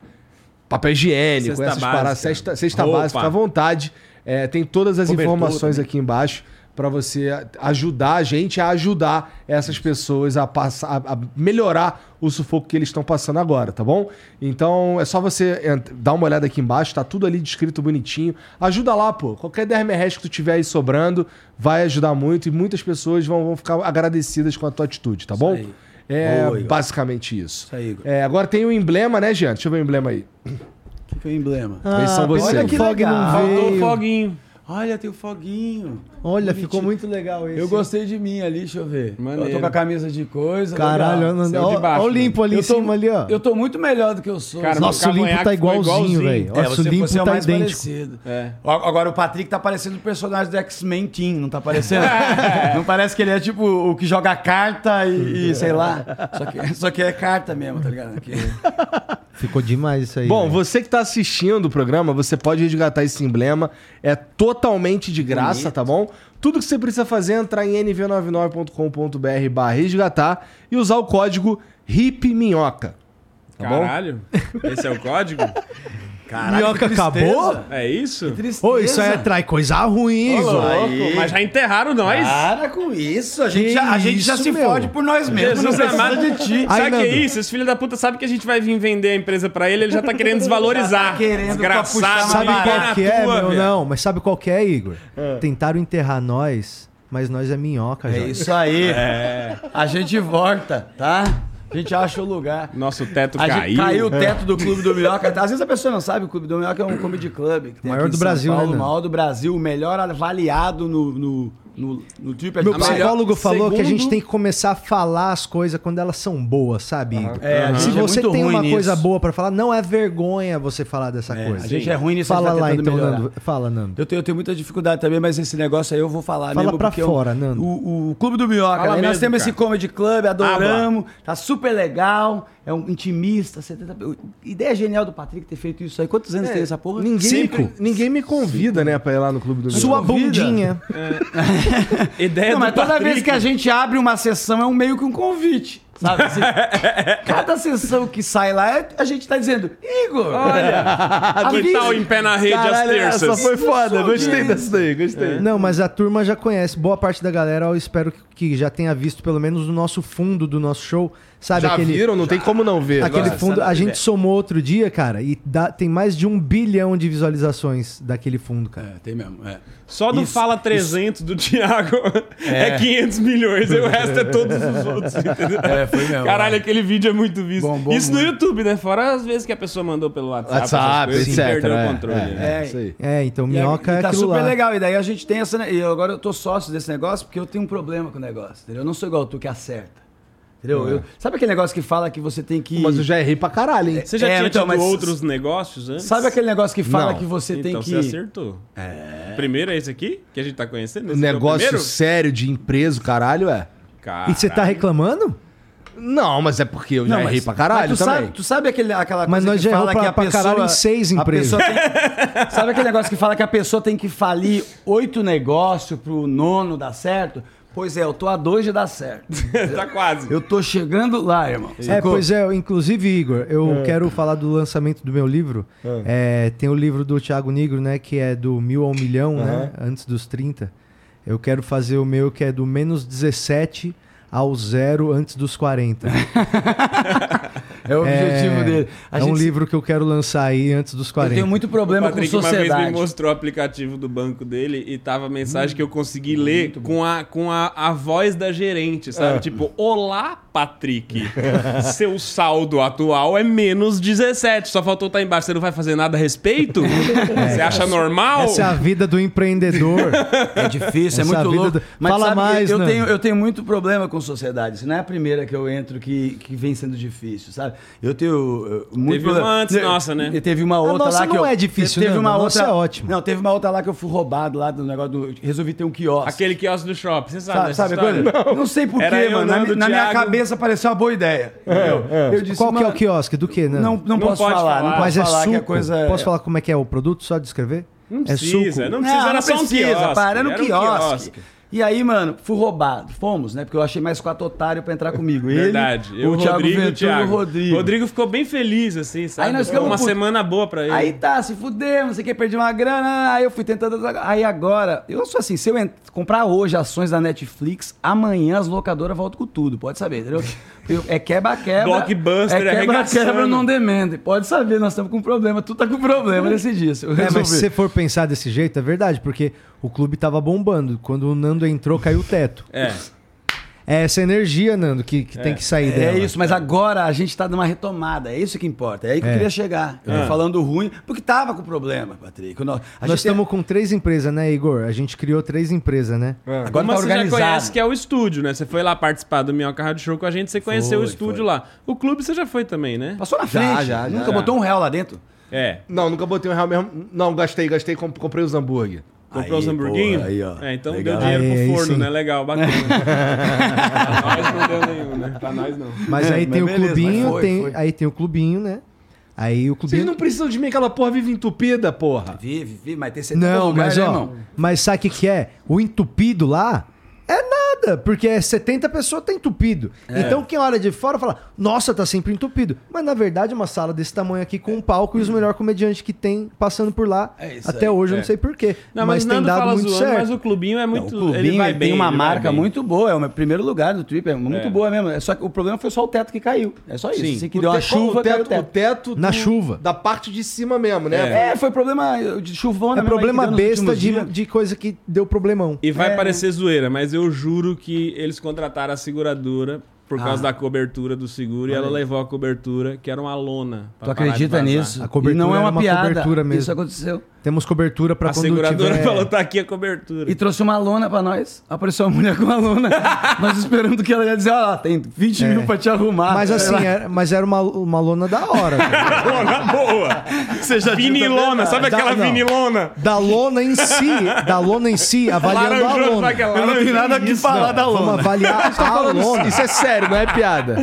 S2: papel higiênico,
S5: Cesta
S2: essas
S5: básica.
S2: paradas, cesta, cesta
S5: Roupa.
S2: básica, fica à vontade. É, tem todas as
S5: Cobertor
S2: informações
S4: né?
S2: aqui embaixo pra você a- ajudar a gente a ajudar essas pessoas a, passar, a- a melhorar o sufoco que eles estão passando agora, tá bom? Então é só você ent- dar uma olhada aqui embaixo, tá tudo ali descrito bonitinho. Ajuda lá, pô. Qualquer 10 mil reais que tu tiver aí sobrando vai ajudar muito e muitas pessoas vão, vão ficar agradecidas com a tua atitude, tá bom?
S4: aí.
S2: É
S4: Boa, Igor.
S2: basicamente isso.
S4: Isso aí, Igor.
S2: É, agora tem o emblema, né, Jean? Deixa eu ver o emblema aí.
S4: O que, que é o emblema?
S2: são vocês.
S1: Ah, Olha que o Fog
S4: legal.
S1: não
S5: Faltou o
S1: veio.
S5: foguinho.
S4: Olha, tem o foguinho.
S1: Olha,
S4: Bonitinho.
S1: ficou muito legal esse.
S4: Eu gostei de mim ali, deixa eu ver.
S5: Maneiro.
S4: Eu tô com a camisa de coisa.
S1: Caralho,
S4: legal.
S1: Ana-
S5: Saiu de
S1: ó,
S5: baixo, né?
S1: ó o limpo ali
S4: eu
S1: em cima ali, ó.
S4: Eu tô muito melhor do que eu sou.
S5: Cara,
S1: Nosso
S5: meu
S1: limpo tá
S5: cavanhaque ficou
S1: igualzinho,
S5: igualzinho.
S1: velho.
S4: É,
S1: Nosso
S4: você-
S1: limpo
S4: você é o
S1: tá
S4: mais
S1: idêntico.
S4: parecido.
S5: É.
S4: A- Agora o Patrick tá parecendo o personagem do X-Men Team, não tá parecendo? não parece que ele é tipo o que joga carta e, e sei lá. Só que, só que é carta mesmo, tá ligado? Que-
S1: Ficou demais isso aí.
S2: Bom,
S1: velho.
S2: você que tá assistindo o programa, você pode resgatar esse emblema. É totalmente de graça, tá bom? Tudo que você precisa fazer é entrar em nv99.com.br barra resgatar e usar o código HIPMINHOCA. Tá bom?
S5: Caralho, esse é o código?
S1: Minhoca
S4: que tristeza.
S1: acabou?
S5: É isso?
S4: Tristeza.
S1: Ô, isso é aí atrai coisa ruim,
S5: Ô,
S1: Igor.
S5: louco, mas já enterraram nós.
S4: Para com isso, a gente,
S1: Que
S4: já, a gente já
S1: isso,
S4: se
S1: meu?
S4: fode por nós mesmos. né?
S5: Jesus
S4: não precisa
S5: amado.
S4: de ti.
S1: Ai,
S5: Sabe o que é
S1: Nando.
S5: isso? Esse filho da puta sabe que a gente vai vir vender a empresa pra ele, ele já tá querendo desvalorizar.
S4: Já tá querendo pra puxar
S5: Desgraçado,
S4: mais
S1: Sabe
S5: me
S4: barato.
S5: quer
S1: qual
S5: na
S1: que é,
S5: tua,
S1: meu?
S5: velho.
S1: Não, mas sabe qual que é, Igor? Tentaram enterrar nós, mas nós é minhoca,
S4: É
S1: Jorge.
S4: isso aí. A gente volta, tá? A gente acha o lugar.
S5: Nosso teto
S4: A gente-
S5: caiu.
S4: o
S1: É.
S4: teto do Clube do Minhoca. Às vezes a pessoa não sabe, o Clube do Minhoca é um comedy club. Que tem
S1: Maior
S4: aqui em
S1: do
S4: São
S1: Brasil, né,
S4: Paulo,
S1: Nando?
S4: maior do Brasil, o melhor avaliado no, no, no, no Triple
S1: Meu
S4: A melhor-
S1: psicólogo falou que a gente
S4: é segundo-
S1: tem que começar a falar as coisas quando elas são boas, sabe? Igor?
S4: É, a
S1: Se
S4: gente é
S1: você
S4: muito
S1: tem
S4: ruim
S1: uma coisa
S4: nisso.
S1: boa pra falar, não é vergonha você falar dessa coisa.
S4: A gente é ruim nisso,
S1: Fala
S4: a gente tá
S1: lá
S4: tentando
S1: então,
S4: melhorar.
S1: Nando. Fala, Nando.
S4: Eu tenho, eu tenho muita dificuldade também, mas esse negócio aí eu vou falar
S1: Fala
S4: mesmo.
S1: pra
S4: porque é um-
S1: fora, Nando.
S4: O, o Clube do Minhoca,
S5: Fala
S4: né? nós
S5: mesmo,
S4: temos esse
S5: cara.
S4: comedy club, adoramos, tá super legal, é um intimista, 70... ideia genial do Patrick ter feito isso aí. Quantos
S5: É,
S4: anos tem essa porra?
S2: Ninguém, me,
S1: Cinco.
S2: con- ninguém me convida, né, pra ir lá no Clube do
S1: Sua
S2: Minhoca.
S4: convida.
S1: bundinha.
S4: Não,
S5: Ideia É do
S4: mas toda
S5: Patrick.
S4: vez que a gente abre uma sessão é um meio que um convite, sabe? Assim, cada sessão que sai lá, a gente tá dizendo, Igor, olha,
S5: Que tal em pé na rede às
S2: Caralho, essa
S5: terças?
S2: foi foda. Gostei dessa daí, gostei.
S1: Não, mas a turma já conhece. Boa parte da galera, eu espero que- que já tenha visto pelo menos o nosso fundo do nosso show. Sabe
S2: Já
S1: aquele,
S2: viram? Não tem como não ver.
S1: Aquele
S2: Nossa.
S1: fundo, a
S4: sabe,
S1: gente
S4: velho.
S1: somou outro dia, cara, e dá- tem mais de um bilhão de visualizações daquele fundo, cara.
S4: É, tem mesmo, é.
S5: Só do
S4: Isso,
S5: Fala 300 do Thiago é. 500 milhões, e o resto é todos os outros, entendeu?
S4: É, foi mesmo.
S5: Caralho, aquele vídeo é muito visto.
S4: Bombou
S5: Isso no
S4: muito.
S5: YouTube, né? Fora as vezes que a pessoa mandou pelo WhatsApp, essas
S2: WhatsApp,
S5: coisas,
S2: etc.
S5: e perdeu
S2: é,
S5: o controle.
S2: é,
S5: né?
S2: é, isso aí.
S1: É, então
S4: E
S1: minhoca
S4: aí-
S1: é
S4: e tá
S1: aquilo
S4: super
S1: lá.
S4: legal. E daí a gente tem essa. né, E agora eu tô sócio desse negócio porque eu tenho um problema com o negócio. Entendeu? Eu não sou igual tu que acerta.
S1: É.
S4: Entendeu? Eu- sabe aquele negócio que fala que você tem que.
S2: Mas eu já errei pra caralho, hein?
S5: Você já
S4: É,
S5: tinha
S4: então,
S5: tido
S4: mas-
S5: outros negócios antes?
S4: Sabe aquele negócio que fala
S2: Não.
S4: que você tem
S5: então
S4: que.
S5: você acertou. É. Primeiro é esse aqui, que a gente tá conhecendo. Esse
S2: Negócio
S5: aqui é o
S2: sério de empresa, caralho, é.
S5: primeiro?
S1: E você tá
S5: Caralho.
S1: reclamando?
S2: Não, mas é porque eu já
S4: mas-
S2: errei pra caralho
S4: mas tu
S2: também.
S4: Sabe, tu sabe aquele, aquela coisa
S1: Mas nós
S4: é que
S1: já
S4: fala
S1: errou
S4: que
S1: pra-
S4: a
S1: pra
S4: pessoa...
S1: caralho em seis
S4: a
S1: empresas.
S4: pessoa tem- sabe aquele negócio que fala que a pessoa tem que falir oito negócios pro nono dar certo? Pois é, eu tô a dois de dar certo.
S5: tá quase.
S4: Eu tô chegando lá, irmão.
S1: É, pois é, inclusive, Igor,
S4: É.
S1: eu quero falar do lançamento do meu livro. É, tem o livro do Thiago Nigro, né, que é do mil ao milhão, né, antes dos 30. Eu quero fazer o meu, que é do menos 17 ao zero antes dos 40.
S4: É o objetivo
S1: é,
S4: dele. A
S1: é um
S4: gente-
S1: livro que eu quero lançar aí antes dos
S4: Eu
S1: 40.
S4: tenho muito problema
S5: o Patrick
S4: com
S5: uma vez
S4: sociedade. Hum,
S5: me mostrou o aplicativo do banco dele e tava a mensagem que eu consegui ler com, a, com a, a voz da gerente,
S4: Ah.
S5: sabe? Tipo, olá, Patrick. Seu saldo atual é menos 17. Só faltou estar embaixo. Você não vai fazer nada a respeito?
S4: É,
S5: Você acha normal?
S1: Essa é a vida do empreendedor.
S4: É
S1: Essa
S4: difícil, é muito
S1: vida
S4: louco.
S1: do-
S4: Mas
S1: Fala
S4: sabe,
S1: mais, né?
S4: eu,
S1: Nando.
S4: tenho, eu tenho muito problema com sociedade. Isso não é a primeira que eu entro que, que vem sendo difícil, sabe? Eu tenho uh, muito
S5: Teve uma
S4: problema-
S5: antes
S4: Te-
S5: nossa, né?
S4: e Teve uma outra
S1: nossa
S4: lá que
S1: não
S4: eu...
S1: é difícil,
S4: teve
S1: Nando,
S4: uma
S1: a nossa
S4: outra...
S1: é ótima.
S4: Não, teve uma outra lá que eu fui roubado lá do negócio do... Resolvi ter um quiosque.
S5: Aquele quiosque do shopping. Você sabe,
S4: Sabe,
S5: dessa
S4: sabe a
S5: história?
S4: coisa? Não, sei porquê,
S5: Era eu,
S4: mano. Na,
S5: Nando,
S4: mi- na minha
S5: Thiago.
S4: cabeça pareceu uma boa ideia. entendeu? Eu disse,
S1: Qual que é o
S4: mano,
S1: quiosque? Do que, né?
S4: Não, não, posso
S5: pode
S4: falar,
S5: falar.
S4: não
S1: Mas
S4: posso
S1: é
S4: falar
S1: suco.
S4: que a coisa...
S1: Posso falar como é que é o produto, só descrever?
S5: Não precisa,
S1: é suco.
S5: não precisa, era só um quiosque.
S4: Para, era um
S5: era um
S4: quiosque.
S5: quiosque.
S4: E aí, mano, fui roubado. Fomos, né? Porque eu achei mais quatro otários pra entrar comigo. Ele,
S5: Verdade. Eu, o
S4: Thiago
S5: Rodrigo,
S4: Ventura
S5: o Thiago.
S4: e o Rodrigo.
S5: ficou bem feliz, assim, sabe?
S4: Aí nós
S5: Foi
S4: ficamos
S5: uma
S4: putos.
S5: semana boa pra ele.
S4: Aí tá, se fudemos, você quer perder uma grana. Aí eu fui tentando. Aí agora, eu sou assim, se eu ent- comprar hoje ações da Netflix, amanhã as locadoras voltam com tudo, pode saber, entendeu? Eu- É quebra-quebra.
S5: Blockbuster,
S4: é quebra-quebra
S5: arregaçando.
S4: não demanda. Pode saber, nós estamos com problema, tu tá com problema nesse dia. se eu
S1: É,
S4: resolver.
S1: mas se você for pensar desse jeito, é verdade, porque o clube tava bombando. Quando o Nando entrou, caiu o teto.
S5: É.
S1: é essa energia, Nando, que, que tem que sair
S4: É
S1: dela.
S4: isso, mas agora a gente tá numa retomada, é isso que importa, é aí que eu queria chegar. Eu
S5: Ah.
S4: tô falando ruim, porque tava com problema, Patrick. Nós, a
S1: Nós
S4: gente tem-
S1: estamos com três empresas, né, Igor? A gente criou três empresas, né?
S4: Agora
S5: Uma
S4: tá
S5: você já
S4: organizado.
S5: conhece que é o estúdio, né? Você foi lá participar do Minhoca Rádio Show com a gente, você conheceu o
S4: Foi,
S5: estúdio
S4: foi.
S5: lá. O clube você já foi também, né?
S4: Passou na
S2: Já,
S4: frente,
S2: já, já,
S4: nunca
S2: já.
S4: botou um real lá dentro.
S5: É.
S2: Não, nunca botei um real mesmo. Não, gastei, gastei, comp- comprei os hambúrguer.
S5: Comprou
S4: Aí,
S5: os hamburguinhos?
S4: pô, aí, ó.
S5: É, então
S4: Legal.
S5: deu dinheiro
S1: Aí,
S5: pro
S1: aí
S5: forno,
S1: sim.
S5: né? Legal, bacana. pra nós não deu nenhum, né? Pra nós não.
S1: Mas aí
S4: É, mas
S1: tem o
S4: beleza,
S1: clubinho,
S4: mas foi,
S1: tem,
S4: foi.
S1: aí tem o clubinho, né? Aí o
S2: Vocês
S1: clubinho.
S2: não precisam de mim, aquela porra vive entupida, porra.
S4: Vive, vive, mas tem 70
S1: Não,
S4: lugares,
S1: mas
S4: né,
S1: ó,
S4: irmão?
S1: mas sabe o que, que é? O entupido lá é nada, porque é 70 pessoas tá entupido. Então quem olha de fora fala, nossa, tá sempre entupido. Mas na verdade, é uma sala desse tamanho aqui com um palco e os melhores comediantes que tem passando por lá.
S4: É isso
S1: até
S4: aí,
S1: hoje eu não sei porquê.
S5: Não,
S1: mas
S5: mas,
S1: tem
S5: Nando
S1: dado
S5: fala
S1: muito
S5: zoando,
S1: certo.
S5: mas o clubinho é muito.
S4: o clubinho
S5: ele vai
S4: ele
S5: bem,
S4: tem uma
S5: ele vai
S4: marca
S5: bem.
S4: muito boa, é o meu primeiro lugar do Trip, é muito
S5: É.
S4: boa mesmo. É só que o problema foi só o teto que caiu. É só isso.
S5: Sim.
S4: Se que deu uma chuva,
S2: o teto,
S4: caiu o
S2: o
S4: teto.
S2: teto
S1: Na chuva.
S2: Da parte de cima mesmo, né?
S4: É, foi problema de chuvona.
S1: É
S4: mesmo aí que
S1: problema
S4: deu nos
S1: besta
S4: últimos
S1: de,
S4: dias.
S1: de coisa que deu problemão.
S5: E vai
S4: É.
S5: parecer zoeira, mas eu juro que eles contrataram a seguradora por causa
S4: Ah.
S5: da cobertura do seguro e ela levou a cobertura, que era uma lona. pra
S4: Tu
S5: parar de
S4: acredita
S5: vazar.
S4: nisso?
S1: A cobertura
S4: e não é
S1: era
S4: uma,
S1: uma
S4: piada.
S1: cobertura mesmo.
S4: Isso aconteceu.
S1: Temos cobertura pra
S5: A
S1: quando
S5: seguradora
S1: tiver...
S5: falou: tá aqui a cobertura.
S4: E trouxe uma lona pra nós. Apareceu uma mulher com uma lona. nós esperando que ela ia dizer, ó, lá, tem 20 mil pra te arrumar.
S1: É. Mas assim,
S4: Ela-
S1: era, mas era uma, uma lona da hora. cara.
S5: Lona boa! Você já vinilona, sabe
S1: Dá-
S5: aquela
S1: não.
S5: vinilona?
S1: da lona em si, da lona em si, avaliando a
S5: Laranjando,
S1: lona. né?
S5: sabe aquela
S4: Ela não tem nada que falar da
S1: Vamos
S4: lona.
S1: avaliar a lona.
S2: Isso é sério, não é piada.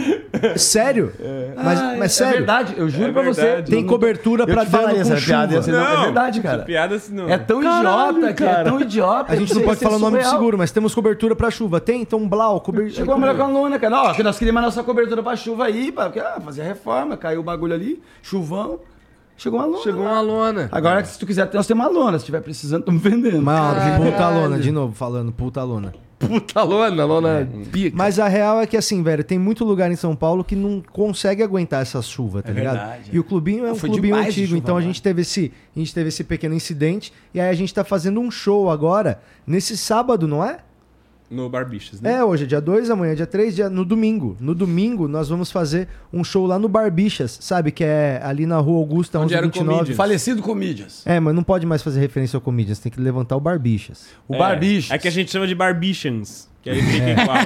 S1: Sério? Mas,
S4: Ah,
S1: mas sério.
S4: É verdade, eu juro pra você.
S5: verdade.
S1: Tem cobertura pra dano com
S4: essa
S1: chuva.
S4: piada. ia ser- não, é verdade,
S5: essa
S4: cara.
S5: piada assim não.
S4: É tão
S2: Caralho,
S4: idiota, cara. É
S2: cara.
S4: tão idiota.
S1: A gente não
S4: Isso
S1: pode
S4: é
S1: falar o nome do
S4: surreal.
S1: seguro, mas temos cobertura pra chuva. Tem? Então, Blau, cobertura.
S4: Chegou a mulher com a lona, cara. Ó, que nós queríamos a nossa cobertura pra chuva aí, pra, porque, ah, fazer reforma, caiu o bagulho ali, chuvão. Chegou uma lona.
S2: Chegou
S4: lá.
S2: uma lona.
S4: Agora, se tu quiser, nós temos uma lona. Se tiver precisando, estamos vendendo.
S1: Mas, ó, de puta
S2: Caralho.
S1: lona, de novo, falando, puta lona.
S2: Puta lona, lona pica.
S1: Mas a real é que, assim, velho, tem muito lugar em São Paulo que não consegue aguentar essa chuva, tá ligado?
S4: verdade,
S1: E o clubinho é um
S4: Foi
S1: clubinho
S4: demais de
S1: antigo,
S4: chuva,
S1: então a
S4: mano.
S1: gente, teve esse, a gente teve esse pequeno incidente e aí a gente tá fazendo um show agora, nesse sábado, não é?
S5: No Barbichas, né?
S1: É, hoje é dia 2, amanhã é dia 3, dia... no domingo. No domingo nós vamos fazer um show lá no Barbichas, sabe? Que é ali na Rua Augusta,
S5: Onde era o
S1: 1129.
S5: Comedians.
S4: Falecido comedians.
S1: É, mas não pode mais fazer referência ao Comedians, tem que levantar o Barbichas.
S4: O Barbichas.
S5: É que a gente chama de Barbichans, que aí fica igual.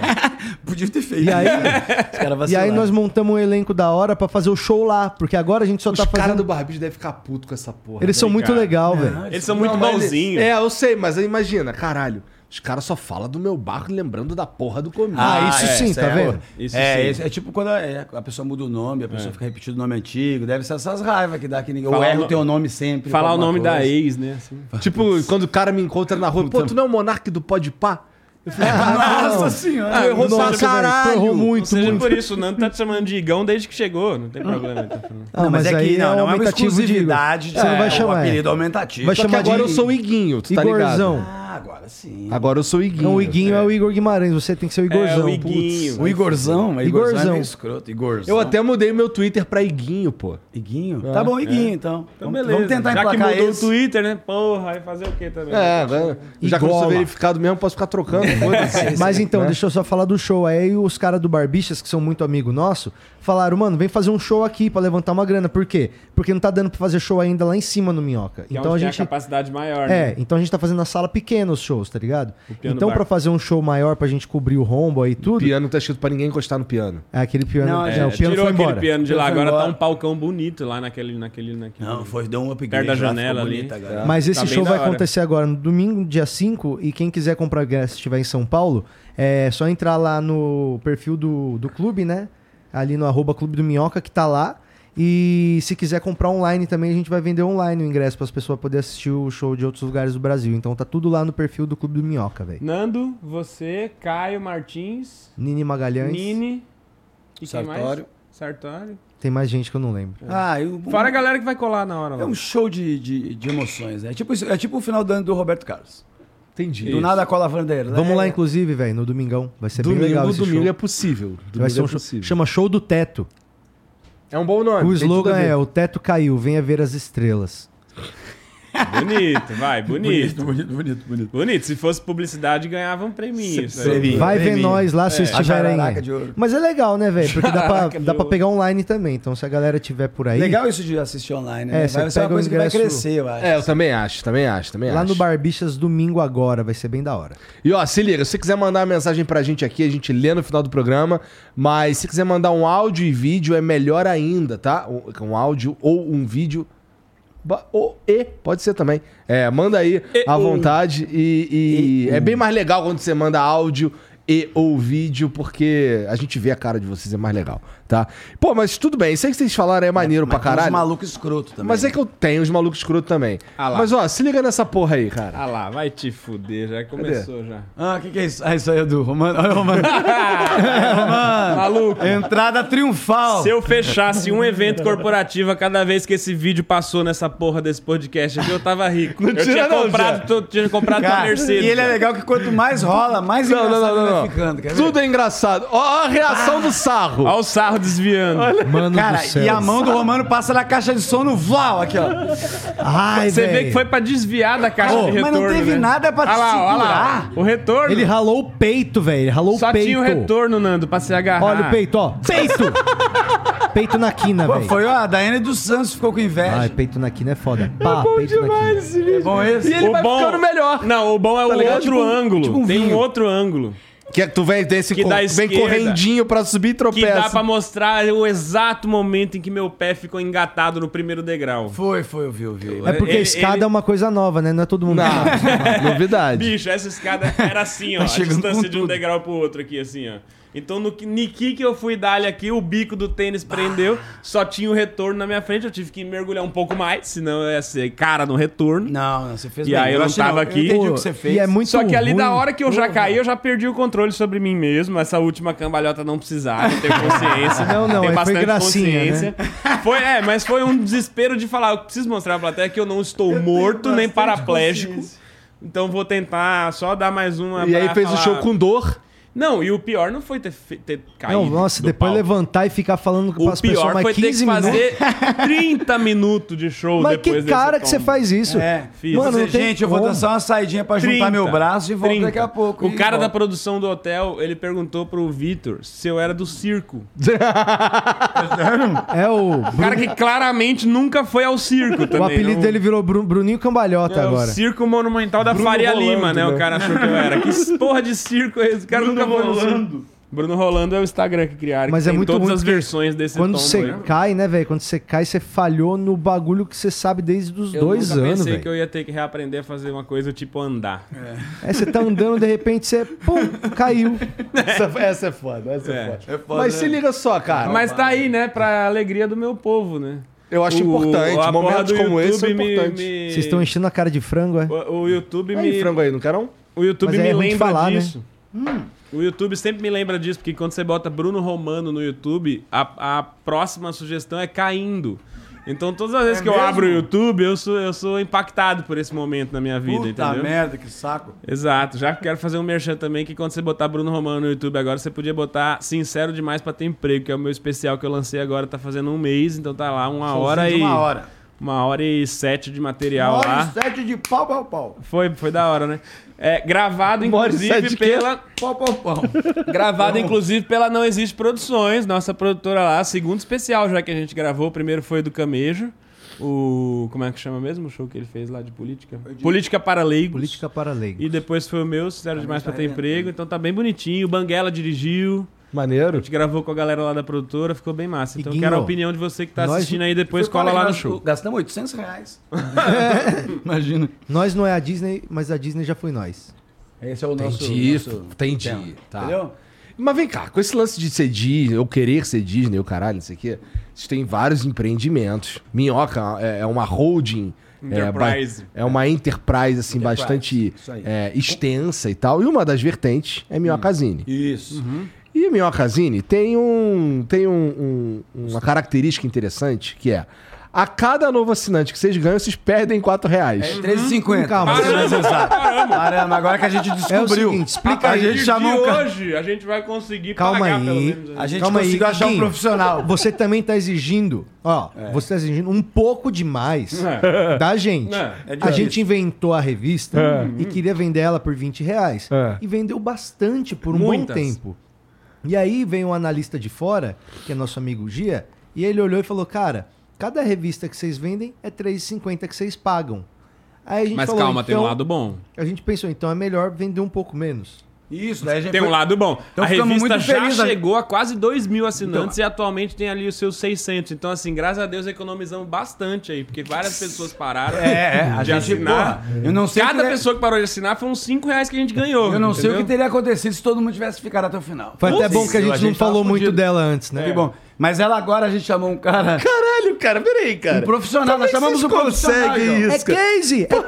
S4: Podia ter feito.
S1: E aí-
S4: Os caras
S1: E aí
S4: vacilaram.
S1: nós montamos um elenco da hora pra fazer o show lá, porque agora a gente só
S2: Os
S1: tá
S2: caras
S1: fazendo...
S2: do Barbicho devem ficar puto com essa porra.
S1: Eles são
S5: Vem
S1: muito
S5: cá.
S1: legal, velho.
S5: Eles são muito
S2: mas ele-
S5: bonzinhos.
S2: É, eu sei, mas aí imagina, caralho. Os caras só falam do meu barco lembrando da porra do comigo.
S1: Ah, isso sim, tá
S4: é,
S1: vendo?
S5: Isso
S4: é,
S5: sim.
S4: esse- é tipo quando a, é, a pessoa muda o nome, a pessoa fica repetindo o nome antigo. Deve ser essas raivas que dá que ninguém. Ou
S5: Falar
S4: erra
S5: o
S4: o
S5: no-
S4: teu nome sempre.
S5: Falar
S4: pra
S5: o nome
S4: alguma
S5: da
S4: coisa.
S5: ex, né? assim.
S2: Tipo, quando o cara me encontra na rua, pô, tu não é o monarca do pode pá? Eu falei,
S4: Nossa senhora.
S5: Ah,
S2: eu errou pra
S5: nossa,
S1: velho, tu
S2: caralho.
S1: errou
S5: Não
S1: muito,
S5: seja
S1: muito.
S5: por isso, o Nando tá te chamando de Igão desde que chegou, não tem problema. ele tá falando.
S1: Ah,
S4: Não, mas, é que não, não é uma
S1: aumentativo de Igor.
S4: exclusividade.
S1: Você não vai
S4: é, um
S1: chamar.
S4: apelido
S1: é.
S4: aumentativo.
S1: Vai
S2: Só que
S1: chamar de-
S2: agora eu sou o Iguinho, tu tá ligado? um
S1: Igorzão.
S4: Ah, agora sim.
S2: Agora eu sou o Iguinho.
S1: Não, o Iguinho é. o Igor Guimarães, você tem que ser o Igorzão.
S5: É, o
S1: putz.
S5: Iguinho.
S4: O Igorzão, mas Igorzão.
S1: Igorzão.
S4: é meio escroto. Igorzão.
S2: Eu até mudei meu Twitter pra Iguinho, pô.
S1: Ah,
S4: Iguinho? Tá
S1: é.
S4: bom, Iguinho, então.
S5: Então,
S4: Vamos-
S5: beleza.
S4: Vamos tentar
S5: Já que
S4: emplacar
S5: mudou
S4: esse.
S5: o Twitter, né? Porra, vai fazer o quê também?
S2: É, agora, já que eu
S1: Igola.
S2: sou verificado mesmo, posso ficar trocando. foda-se.
S1: Mas então,
S2: Né?
S1: deixa eu só falar do show. Aí os caras do Barbixas, que são muito amigo nosso, falaram, mano, vem fazer um show aqui pra levantar uma grana. Por quê? Porque não tá dando pra fazer show ainda lá em cima no Minhoca.
S5: Que é
S1: Então a
S5: onde tem
S1: gente.
S5: a capacidade maior,
S1: É,
S5: né?
S1: então a gente tá fazendo na sala pequena os shows, tá ligado?
S5: piano
S1: Então
S5: bar.
S1: pra fazer um show maior pra gente cobrir o rombo aí e tudo,
S2: Piano não tá escrito pra ninguém encostar no piano.
S1: é aquele piano.
S4: Não,
S1: é,
S4: gente,
S1: o piano
S5: Tirou
S1: foi
S5: aquele
S1: embora.
S5: piano de
S4: Ele
S5: lá,
S4: foi
S5: agora tá
S4: embora.
S5: um palcão bonito lá naquele, naquele, naquele.
S4: Não, foi, deu um upgrade.
S5: Perto da
S4: lá, ficou
S5: janela ali.
S4: bonito agora.
S1: Mas esse
S5: Tá bem
S1: show
S5: da
S1: vai
S5: hora.
S1: acontecer agora no domingo, dia 5, e quem quiser comprar ingresso, se estiver em São Paulo, é só entrar lá no perfil do, do clube, né? Ali no arroba Clube do Minhoca, que tá lá. E se quiser comprar online também, a gente vai vender online o ingresso para as pessoas poderem assistir o show de outros lugares do Brasil. Então tá tudo lá no perfil do Clube do Minhoca, velho.
S5: Nando, você, Caio Martins,
S1: Nini Magalhães.
S5: Nini. E quem mais?
S4: Sartório.
S5: Sartório.
S1: Tem mais gente que eu não lembro.
S4: Ah, eu...
S5: Fora a galera que vai colar na hora lá.
S4: É um show de, de, de emoções, né? É tipo, isso- é tipo o final do ano do Roberto Carlos.
S2: Entendi.
S4: Do nada cola né? a Vandeira.
S1: Vamos lá, então. inclusive, velho, no domingão. Vai ser
S2: Domingo,
S1: bem legal esse
S2: domingo
S1: show.
S2: é possível. Domingo
S1: Vai ser um
S2: é
S1: show.
S2: possível.
S1: Chama Show do Teto.
S2: É um bom nome.
S1: O
S2: tem tudo a
S1: slogan
S2: ver.
S1: é: O teto caiu, venha ver as estrelas.
S5: Bonito, vai,
S3: Bonito,
S5: bonito.
S3: bonito, bonito, bonito.
S5: Bonito, se fosse publicidade ganhava um preminho. isso aí.
S3: Preminho.
S1: Vai ver
S3: Preminho.
S1: nós lá se
S5: É,
S1: estiverem.
S4: jararaca de ouro.
S1: Mas é legal, né, velho? Porque dá pra,
S4: Jararaca de
S1: dá pra
S4: ouro.
S1: pegar online também. Então se a galera tiver por aí.
S4: Legal isso de assistir online, né?
S1: É, você
S4: vai ser uma
S1: pega o
S4: coisa que
S1: ingresso-
S4: vai crescer, eu acho.
S2: É, eu também acho, também acho, também
S1: Lá
S2: acho.
S1: no Barbixas, domingo agora, vai ser bem da hora.
S2: E ó, se liga, se você quiser mandar uma mensagem pra gente aqui, a gente lê no final do programa, mas se quiser mandar um áudio e vídeo é melhor ainda, tá? Um- Um áudio ou um vídeo. ba- Ou e, pode ser também. É, manda aí à vontade e, e é bem mais legal quando você manda áudio e ou vídeo, porque a gente vê a cara de vocês, é mais legal, tá? Pô, mas tudo bem, isso aí que vocês falaram é maneiro pra
S4: Mas tem uns
S2: caralho.
S4: malucos escroto também. né?
S2: Mas é que eu tenho os malucos escroto também.
S5: Ah lá.
S2: mas ó, se liga nessa porra aí, cara.
S5: Ah lá, vai te fuder, já começou já.
S4: Ah, o que, que é isso? Ah, isso aí é do Romano. Olha o Romano.
S5: Maluco.
S4: Entrada triunfal.
S5: Se eu fechasse um evento corporativo a cada vez que esse vídeo passou nessa porra desse podcast aqui, eu tava rico.
S2: Não
S5: eu
S2: tira
S5: tinha
S2: não, Zé.
S5: comprado, tô- tinha comprado pra
S4: Cara,
S5: Mercedes.
S4: E ele é
S5: cara.
S4: legal que quanto mais rola, mais
S2: Não, não,
S4: engraçado
S2: não,
S4: ele
S2: não.
S4: vai ficando. Quer ver?
S2: Tudo é engraçado. Ó a reação do sarro.
S5: Olha o sarro desviando.
S1: Mano
S4: Cara,
S1: do céu.
S4: e a mão do Romano passa na caixa de som no Vlau, aqui, ó.
S1: Ai,
S5: Você vê
S1: velho.
S5: que foi pra desviar da caixa
S4: Ô,
S5: de
S4: mas não
S5: retorno.
S4: teve
S5: né?
S4: nada pra te
S5: Olha lá, olha lá.
S4: segurar.
S5: O retorno.
S1: Ele ralou o peito, velho. Ele Ralou
S5: Só
S1: o peito.
S5: tinha o retorno, Ah. Nando, pra se agarrar.
S1: Olha o peito, ó. Peito! peito na quina,
S4: Pô,
S1: velho.
S4: foi ó, a Daiane dos Santos ficou com inveja.
S1: Ai, peito na quina é foda. Pá, peito na quina.
S4: é bom esse?
S2: E ele
S5: o
S2: vai
S5: bom...
S2: ficando melhor.
S5: Não, o bom é o
S2: ligado?
S5: outro
S2: Tipo um-
S5: ângulo.
S2: tipo um
S5: Tem um
S2: vinho.
S5: outro ângulo.
S2: Que é que tu vem, tem esse
S5: Que
S2: cor-
S5: da
S2: vem
S5: esquerda.
S2: correndinho pra subir e
S5: Que dá
S2: tropeça.
S5: pra mostrar o exato momento em que meu pé ficou engatado no primeiro degrau.
S4: Foi, foi, eu vi, eu vi.
S1: É porque
S5: Ele-
S1: a escada
S5: ele-
S1: é uma coisa nova, né? Não é todo mundo.
S2: Não, novidade.
S5: Bicho, essa escada era assim, ó.
S4: Tá
S5: a
S4: chegando
S5: distância
S4: com
S5: de um
S4: tudo.
S5: degrau pro outro aqui, assim, ó. Então, no que- Niki que eu fui dar-lhe aqui, o bico do tênis prendeu, só tinha o retorno na minha frente, eu tive que mergulhar um pouco mais, senão eu ia ser cara no retorno.
S4: Não, não, você fez
S5: E
S4: bem.
S5: aí eu não
S4: achei
S5: tava aqui.
S4: Eu entendi
S1: Pô,
S4: o que você fez.
S1: E é muito
S5: Só que ali
S1: ruim.
S5: da hora que eu já caí, eu já perdi o controle sobre mim mesmo. Essa última cambalhota não precisava, eu tenho consciência.
S1: Não, não,
S5: tenho
S1: aí foi
S5: bastante
S1: gracinha, né?
S5: consciência. Foi, é, mas foi um desespero de falar, eu preciso mostrar pra plateia que eu não estou morto nem
S4: bastante
S5: paraplégico.
S4: consciência.
S5: Então vou tentar só dar mais uma
S2: E
S5: pra
S2: aí fez o
S5: falar-
S2: show com dor.
S5: Não, e o pior não foi ter, fe- ter caído.
S1: Não, nossa,
S5: do
S1: depois
S5: palco.
S1: levantar e ficar falando com
S5: O
S1: as pessoas
S5: pior foi
S1: mais
S5: ter que
S1: 15 minutos.
S5: fazer 30 minutos de show
S1: Mas
S5: depois
S1: que
S5: desse
S1: cara que você
S5: tombo.
S1: faz isso?
S4: É,
S5: fiz.
S1: Mano,
S4: Você,
S1: não tem
S4: gente, eu vou
S1: como.
S4: dançar uma saidinha pra juntar
S5: 30,
S4: meu braço e volto
S5: 30.
S4: daqui a pouco.
S5: O
S4: E
S5: cara da
S4: volto.
S5: produção do hotel, ele perguntou pro Vitor se eu era do circo.
S1: É o.
S5: O cara que claramente nunca foi ao circo também.
S1: O apelido
S5: não-
S1: dele virou Bru- Bruninho Cambalhota
S5: É o
S1: agora.
S5: circo monumental da Faria
S3: Rolando,
S5: Lima, né?
S3: né?
S5: O cara achou que eu era. Que porra de circo é esse? O cara nunca foi no circo. Bruno Rolando é o Instagram que criaram.
S1: Mas
S5: que
S1: é
S5: tem
S1: muito
S5: todas
S1: ruim
S5: as
S1: porque
S5: versões desse
S1: Quando
S5: tombo
S1: você
S5: aí.
S1: cai, né, velho? Quando você cai, você falhou no bagulho que você sabe desde os
S5: Eu
S1: dois
S5: nunca
S1: anos,
S5: pensei que
S1: velho.
S5: eu ia ter que reaprender a fazer uma coisa tipo andar.
S1: Aí você tá andando, de repente você, pum, caiu.
S2: Essa, essa é foda, essa é,
S5: É.
S2: foda. Mas se liga só, cara.
S5: Mas tá aí, né? Pra alegria do meu povo, né?
S2: eu acho importante.
S5: a porra
S2: Momentos
S5: do
S2: como esse é são
S5: YouTube me-
S2: importantes.
S5: me-
S1: Vocês estão enchendo a cara de frango, é?
S5: O, o YouTube
S2: Aí,
S5: me
S2: frango aí, não quero um?
S5: O YouTube
S1: Mas aí
S5: me
S1: é ruim de
S5: lembra
S1: falar, né?
S5: disso. O YouTube sempre me lembra disso, porque quando você bota Bruno Romano no YouTube, a, a próxima sugestão é caindo. Então todas as vezes que eu
S4: mesmo?
S5: abro o YouTube, eu sou, eu sou impactado por esse momento na minha vida,
S4: Puta
S5: entendeu?
S4: merda, que saco.
S5: Exato. Já quero fazer um merchan também, que quando você botar Bruno Romano no YouTube agora, você podia botar Sincero Demais pra Ter Emprego, que é o meu especial que eu lancei agora, tá fazendo um mês, então tá lá uma hora
S4: Showzinho
S5: e...
S4: de Uma hora.
S5: Uma hora e sete de material
S4: Uma hora
S5: lá.
S4: e sete de pau, pau, pau.
S5: Foi, foi da hora, né? É, gravado,
S2: Uma hora e sete de
S5: inclusive,
S2: quê?
S5: pela...
S4: Pau, pau, pau.
S5: Gravado, inclusive, pela Não Existe Produções, nossa produtora lá, segundo especial já que a gente gravou. O primeiro foi do Camejo. O. Como é que chama mesmo? O show que ele fez lá de política? Política para leigos.
S1: Política para leigo.
S5: E depois foi o meu, Sincero Demais pra Ter Emprego. Então tá bem bonitinho. O Banguela dirigiu.
S2: Maneiro.
S5: A gente gravou com a galera lá da produtora, ficou bem massa. Então eu
S1: Iguinho,
S5: quero a
S1: ó,
S5: opinião de você que tá
S1: nós-
S5: assistindo aí depois,
S4: Foi
S5: cola
S4: quando
S5: lá no
S4: nós
S5: show. É.
S4: Gastamos 800 reais. Imagina.
S1: Nós não é a Disney, mas a Disney já foi nós.
S4: Esse é o nosso...
S2: Entendi,
S4: nosso
S2: entendi,
S4: tema.
S2: tá.
S4: Entendeu?
S2: Mas vem cá, com esse lance de ser Disney, eu querer ser Disney, o caralho, não sei o quê, vocês têm vários empreendimentos. Minhoca é, é uma holding. é, ba-
S5: Enterprise.
S2: É, uma enterprise, assim, bastante
S4: isso aí.
S2: é, extensa e tal. E uma das vertentes é Minhocazine.
S4: Isso.
S1: Uhum.
S2: E a Minhocazine tem, um, tem um- um- uma característica interessante, que é... A cada novo assinante que vocês ganham, vocês perdem 4 reais.
S4: É 13,50.
S1: Calma.
S4: pra ser mais
S5: Caramba,
S4: exato.
S5: caramba.
S4: Caramba, agora que a gente
S1: É o
S4: descobriu.
S1: seguinte, explica
S4: a
S1: aí.
S4: gente
S5: de
S4: chamou um cara.
S5: hoje, a gente vai conseguir
S1: Calma
S5: pagar
S1: aí.
S5: pelo menos. né?
S4: A gente
S1: Calma aí,
S4: conseguiu achar um
S1: Guinho.
S4: profissional.
S1: Você também tá exigindo, ó, você tá exigindo um pouco demais
S5: É.
S1: da gente.
S5: É, é
S1: a
S4: difícil.
S1: gente inventou a revista e queria vender ela por 20 reais.
S2: É.
S1: E vendeu bastante por um
S5: Muitas.
S1: bom tempo. E aí vem um analista de fora, que é nosso amigo Gia, e ele olhou e falou, cara, cada revista que vocês vendem é R$3,50 que vocês pagam. Aí a gente
S5: Mas
S1: falou,
S5: calma, tem um
S1: então-
S5: lado bom.
S1: A gente pensou, então é melhor vender um pouco menos.
S4: Isso, daí a gente
S5: Tem um
S4: foi-
S5: lado bom.
S4: Então
S5: a
S4: ficamos
S5: revista
S4: muito
S5: já
S4: felizes, Então, né?
S5: chegou a quase 2 mil assinantes e atualmente tem ali os seus 600. Então, assim, graças a Deus economizamos bastante aí, porque várias pessoas pararam
S4: É, é, a
S5: de
S4: gente,
S5: assinar.
S4: porra, eu não sei
S5: Cada
S4: o que-
S5: pessoa que parou de assinar foi uns 5 reais que a gente ganhou.
S4: Eu não sei o que
S5: entendeu?
S4: teria acontecido se todo mundo tivesse ficado até o final.
S1: Foi até
S5: Putz,
S1: bom que a gente, não
S4: tava
S1: falou muito
S4: fudido.
S1: dela antes,
S5: É.
S1: né?
S4: Que bom. Mas ela agora a gente chamou um cara,
S2: Caralho, cara, peraí, cara.
S4: um profissional.
S2: Como é
S4: nós
S2: que
S4: chamamos um
S2: vocês
S4: profissional.
S2: conseguem
S4: João.
S2: isso?
S1: É case! É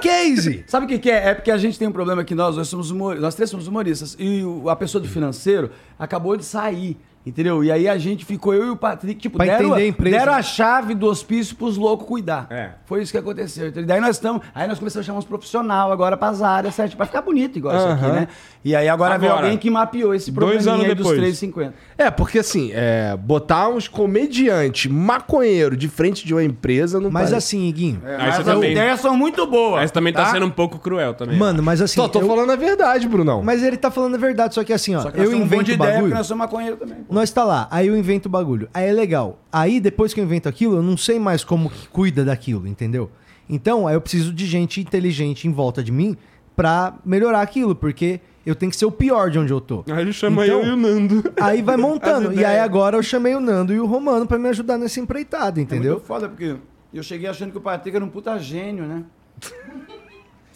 S1: case!
S4: Sabe o que, que é? É porque a gente tem um problema que nós, nós somos humor... nós três somos humoristas e o- a pessoa do financeiro acabou de sair. Entendeu? E aí a gente ficou, eu e o Patrick, tipo,
S1: Pra
S4: deram,
S1: entender a empresa.
S4: deram a chave do hospício pros loucos cuidar.
S5: É.
S4: Foi isso que aconteceu. Entendeu? Daí nós estamos, aí nós começamos a chamar uns profissional agora pras áreas, certo? Pra ficar bonito igual isso aqui, né? E aí agora, veio
S5: Agora,
S4: alguém que mapeou esse
S5: dois
S4: probleminha
S5: anos
S4: aí dos
S5: depois.
S4: 3,50.
S2: É, porque assim, é, botar uns comediante maconheiro de frente de uma empresa não
S1: Mas
S2: parece.
S1: assim, Iguinho.
S5: Aí
S4: Mas
S5: você
S4: as
S5: também-
S4: ideias são muito boas.
S5: Essa também tá,
S4: tá?
S5: sendo um pouco cruel também.
S1: Mano, mas assim.
S2: Só tô
S1: eu-
S2: falando a verdade, Brunão.
S1: Mas ele tá falando a verdade, só que assim, ó,
S4: Só que nós
S1: eu
S4: temos um monte
S1: invento
S4: de
S1: o
S4: ideia
S1: bagulho.
S4: porque
S1: Nós...
S4: nós somos maconheiro também. pô.
S1: tá lá, aí eu invento o bagulho. Aí é legal. Aí depois que eu invento aquilo, eu não sei mais como que cuida daquilo, entendeu? Então, aí eu preciso de gente inteligente em volta de mim pra melhorar aquilo, porque eu tenho que ser o pior de onde eu tô. Então,
S5: Aí ele chama
S4: então-
S5: eu e o Nando.
S1: Aí vai montando.
S5: As
S1: E aí
S5: ideias.
S1: agora eu chamei o Nando e o Romano pra me ajudar nessa empreitada,
S4: É
S1: entendeu?
S4: muito foda, porque eu cheguei achando que o Patrick era um puta gênio, né?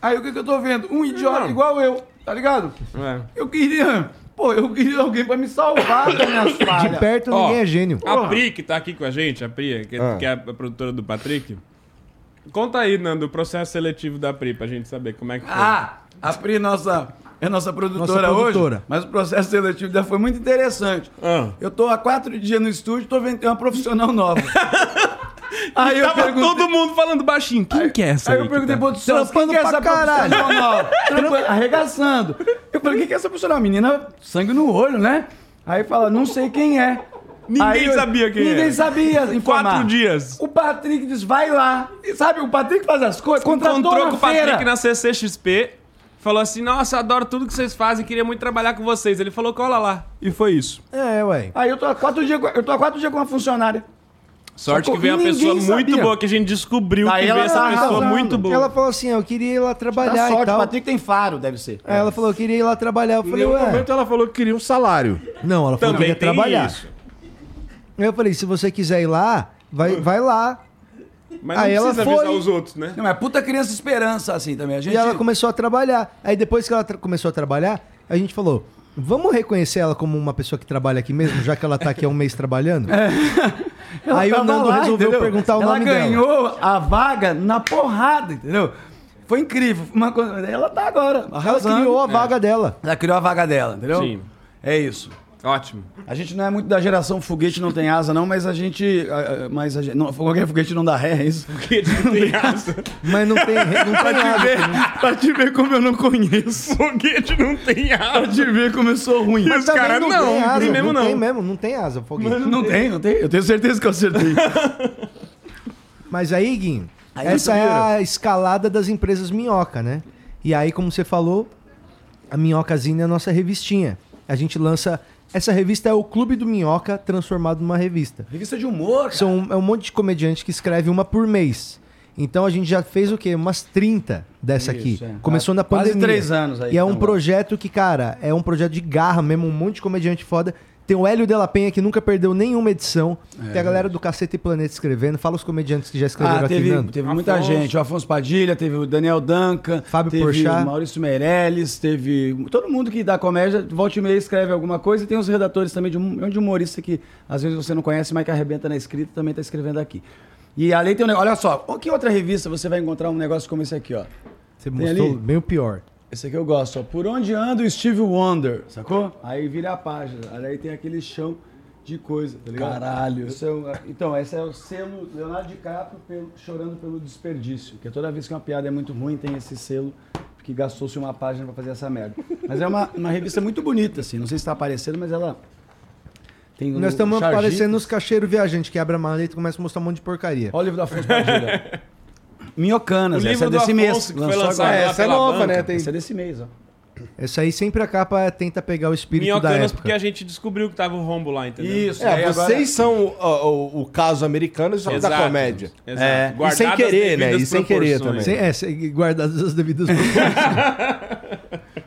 S4: Aí o que, que eu tô vendo? Um idiota
S5: Não.
S4: igual eu, tá ligado?
S5: É.
S4: Eu queria. Pô, eu queria alguém pra me salvar das minhas
S1: De
S4: falhas.
S1: perto
S5: Ó,
S1: ninguém é gênio.
S5: A Pri, que tá aqui com a gente, a Pri, que,
S4: Ah.
S5: que é a produtora do Patrick. Conta aí, Nando, o processo seletivo da Pri, pra gente saber como é que foi.
S4: Ah, a Pri nossa, é nossa produtora,
S1: Nossa produtora.
S4: hoje, mas o processo seletivo dela foi muito interessante.
S5: Ah.
S4: Eu tô há quatro dias no estúdio, tô vendo que tem uma profissional nova. Aí eu
S5: Tava
S4: perguntei...
S5: todo mundo falando baixinho. Quem que é essa
S4: Aí
S5: aí
S4: eu
S5: que
S4: perguntei
S5: tá?
S4: pro outro Santos, quem que é
S1: pra
S4: essa
S1: caralho.
S4: profissional nova? Trampando, arregaçando. Eu falei, quem que é essa profissional? Menina, sangue no olho, né? Aí fala, não sei quem é.
S5: Ninguém
S4: Aí
S5: sabia quem
S4: Ninguém
S5: era.
S4: sabia informar.
S5: Quatro dias.
S4: O Patrick diz, vai lá. E sabe, o Patrick faz as coisas, contratou
S5: Encontrou
S4: na
S5: com o
S4: feira.
S5: Patrick na CCXP. Falou assim, nossa, adoro tudo que vocês fazem, queria muito trabalhar com vocês. Ele falou, cola lá. E foi isso.
S1: É, ué.
S4: Aí eu tô há quatro dias, com- eu tô há quatro dias com uma funcionária.
S5: Sorte
S4: Só
S5: que veio uma
S4: ninguém
S5: pessoa muito
S4: sabia.
S5: boa, que a gente descobriu
S4: Daí
S5: que veio
S4: ela
S5: essa
S4: tá
S5: pessoa
S4: arrasando.
S5: muito boa.
S1: Ela falou assim, ó, eu queria ir lá trabalhar
S4: Dá Tá sorte,
S1: e tal.
S4: o Patrick tem faro, deve ser.
S1: Aí ela falou, eu queria ir lá trabalhar. Eu
S2: Em
S1: falei,
S2: nenhum
S1: ué.
S2: momento ela falou que queria um salário.
S1: Não, ela falou que queria
S5: Também tem
S1: trabalhar.
S5: isso.
S1: Aí eu falei, se você quiser ir lá, vai, vai lá.
S5: Mas
S1: Aí
S5: não
S1: ela
S5: precisa
S1: foi.
S5: avisar os outros, né?
S4: Não, é puta criança esperança, assim, também. A gente...
S1: E ela começou a trabalhar. Aí depois que ela tra- começou a trabalhar, a gente falou, vamos reconhecer ela como uma pessoa que trabalha aqui mesmo, já que ela tá aqui há um mês trabalhando?
S4: Ela
S1: Aí o
S4: tava
S1: Nando
S4: lá,
S1: resolveu
S4: entendeu?
S1: perguntar o
S4: ela
S1: nome dela.
S4: ganhou a vaga na porrada, entendeu? Foi incrível. Uma coisa, ela tá agora.
S1: Ela
S4: arrasando.
S1: criou a vaga dela.
S4: Ela criou a vaga dela, entendeu?
S5: Sim.
S4: É isso.
S5: Ótimo.
S4: A gente não é muito da geração foguete não tem asa, não, mas a gente. a- a- Mas a gente não, qualquer foguete não dá ré, é isso.
S5: Porque não tem asa.
S1: Mas não tem, não tem nada.
S4: pra te ver como eu não conheço.
S5: Foguete não tem
S4: Pra
S5: asa.
S4: te ver como eu sou ruim.
S5: Mas os
S1: Também
S5: caras não,
S1: tem asa,
S5: tem mesmo
S1: não. Tem
S5: não.
S1: mesmo, não tem asa, foguete.
S4: Não tem, não tem. Eu tenho certeza que eu acertei.
S1: Mas aí, Guinho,
S4: Aí
S1: essa
S4: eu
S1: é
S4: sabia.
S1: a escalada das empresas minhoca, né? E aí, como você falou, a Minhocazinha é a nossa revistinha. A gente lança. Essa revista é o Clube do Minhoca transformado numa revista.
S4: Revista de humor, cara.
S1: São, é um monte de comediante que escreve uma por mês. Então a gente já fez o quê? Umas 30 dessa aqui.
S4: Isso, é.
S1: Começou
S4: Quase-
S1: na
S4: quase
S1: pandemia.
S4: três anos aí
S1: E é um
S4: que tamo lá.
S1: projeto que, cara, é um projeto de garra mesmo, um monte de comediante foda. Tem o Hélio de la Penha que nunca perdeu nenhuma edição. Tem a galera do Cacete e Planeta escrevendo. Fala os comediantes que já escreveram
S4: É. Ah,
S1: aqui,
S4: teve,
S1: Nando.
S4: teve muita
S5: Afonso.
S4: gente. O Afonso Padilha, teve o Daniel Duncan,
S1: Fábio
S4: teve
S1: Porchat.
S4: o Maurício Meirelles, teve todo mundo que dá comédia, volta e meia escreve alguma coisa. E tem os redatores também de um de humorista que às vezes você não conhece, mas que arrebenta na escrita também está escrevendo aqui. E além tem um negócio, olha só, o que outra revista você vai encontrar um negócio como esse aqui, ó.
S1: Você
S4: Tem
S1: mostrou
S4: ali?
S1: bem o pior.
S4: Esse aqui eu gosto, ó. Por onde anda o Steve Wonder, sacou? Aí vira a página. Aí tem aquele chão de coisa, tá ligado?
S2: Caralho.
S4: Esse é o- então, esse é o selo Leonardo DiCaprio pelo- chorando pelo desperdício. Que toda vez que uma piada é muito ruim, tem esse selo que gastou-se uma página pra fazer essa merda. Mas é uma, uma revista muito bonita, assim. Não sei se tá aparecendo, mas ela. Tem um no-
S1: Nós estamos
S4: Chargitos.
S1: aparecendo os cacheiros viajantes que abre a maleta e começa a mostrar um monte de porcaria.
S4: Olha o livro da Afonso Padilha. Minhocanas,
S5: O
S4: essa
S5: livro
S4: é
S5: do
S4: desse
S5: Afonso
S4: mês.
S5: que foi lançado
S4: agora.
S5: lá
S4: É,
S2: essa é
S5: pela
S2: nova,
S5: banca.
S2: né? Tem-
S4: Essa é desse mês, ó.
S1: Essa aí sempre a capa é, tenta pegar o espírito da
S5: Minhocanas
S1: época.
S5: porque
S4: é
S5: a gente descobriu que tava o rombo lá, entendeu?
S4: Isso,
S2: É,
S4: aí agora-
S2: vocês são o, o- o caso americano só que da comédia.
S5: Exato.
S2: É, e
S5: Guardadas
S2: sem querer, né?
S5: devidas
S2: E sem querer
S5: proporções.
S1: Sem, é, sem- guardadas as devidas proporções.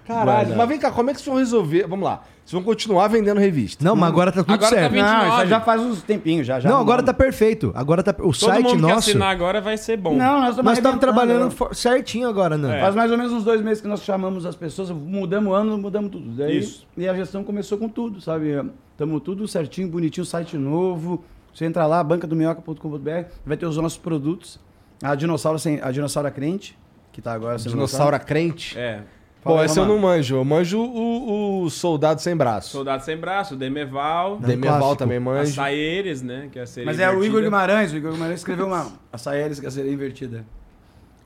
S2: Caralho, mas vem cá, como é que vocês vão resolver? Vamos lá. Vocês vão continuar vendendo revista.
S1: Não, mas agora tá tudo
S5: Agora tá
S1: certo.
S5: vendo-
S4: Não,
S5: 29.
S4: isso Ah, já faz uns tempinhos já. já
S1: não, agora tá
S4: mudamos.
S1: perfeito. Agora tá o
S5: Todo
S1: site
S5: mundo que
S1: nosso.
S5: assinar agora vai ser bom.
S4: Não, nós
S1: Nós
S4: estamos
S1: estamos trabalhando
S4: arrebentando.
S1: fo- certinho agora,
S5: É.
S1: né?
S4: Faz mais ou menos uns dois meses que nós chamamos as pessoas, mudamos o ano, mudamos tudo. Daí-
S5: Isso.
S4: E a gestão começou com tudo, sabe? Estamos tudo certinho, bonitinho, site novo. Você entra lá, bancadominhoca.com.br, vai ter os nossos produtos. A Dinossauro, sem, a dinossauro crente, que tá agora sendo
S2: Dinossauro crente.
S5: É.
S2: Pô,
S4: Fala aí,
S2: essa eu
S4: Romano.
S2: não manjo. Eu manjo o, o Soldado Sem Braço.
S5: Soldado Sem Braço, Demeval,
S1: Não.
S2: Demerval
S1: Clássico.
S2: também manjo.
S5: Açaeires, né? Que é a sereia
S4: Mas é o Igor
S5: invertida.
S4: Guimarães, o Igor Guimarães escreveu uma. A Saeres que a sereia invertida.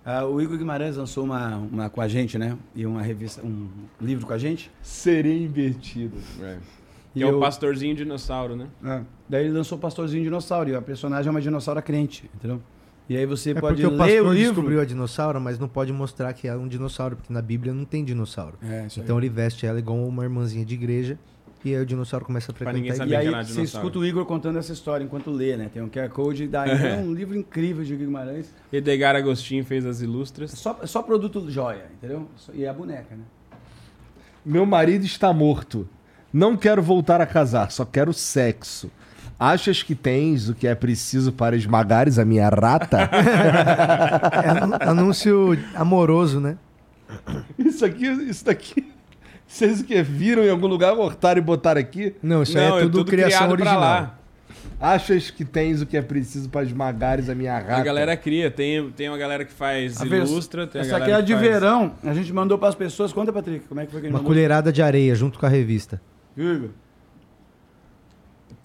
S4: Ah, o Igor Guimarães lançou uma, uma com a gente, né? E uma revista, um livro com a gente.
S2: Seria invertido.
S5: Que
S4: E
S5: é o
S4: eu-
S5: pastorzinho dinossauro, né?
S4: É. Daí ele lançou o Pastorzinho Dinossauro, e a personagem é uma dinossauro crente, entendeu? E aí você
S1: É
S4: pode
S1: porque o
S4: ler
S1: pastor
S4: o livro.
S1: descobriu a dinossauro, mas não pode mostrar que é um dinossauro, porque na Bíblia não tem dinossauro.
S4: É, isso aí.
S1: Então ele veste ela igual uma irmãzinha de igreja e aí o dinossauro começa a frequentar
S5: ninguém
S1: a
S5: saber
S4: e
S1: igreja.
S4: aí
S5: que era
S4: você
S5: dinossauro.
S4: escuta o Igor contando essa história enquanto lê, né? Tem um QR Code, daí é um livro incrível de Guimarães.
S5: Edgar Agostinho fez as ilustras.
S4: Só, só produto joia, entendeu? Só- E a boneca, né?
S2: Meu marido está morto. Não quero voltar a casar, só quero sexo. Achas que tens o que é preciso para esmagares a minha rata?
S1: É anu- anúncio amoroso, né?
S2: isso aqui, isso daqui. Vocês o que viram em algum lugar, cortaram e botaram aqui?
S1: Não, isso aí é tudo, criação
S5: criado pra
S1: original.
S5: lá.
S2: Achas que tens o que é preciso para esmagares a minha rata?
S5: A galera cria. Tem, tem uma galera que faz
S4: A vers-
S5: ilustra. Tem
S4: essa
S5: a galera
S4: aqui é a
S5: que
S4: de
S5: faz-
S4: verão. A gente mandou pras pessoas. Conta, Patrick, como é que foi que a gente
S1: Uma
S4: mandou?
S1: colherada de areia junto com a revista.
S4: Igor.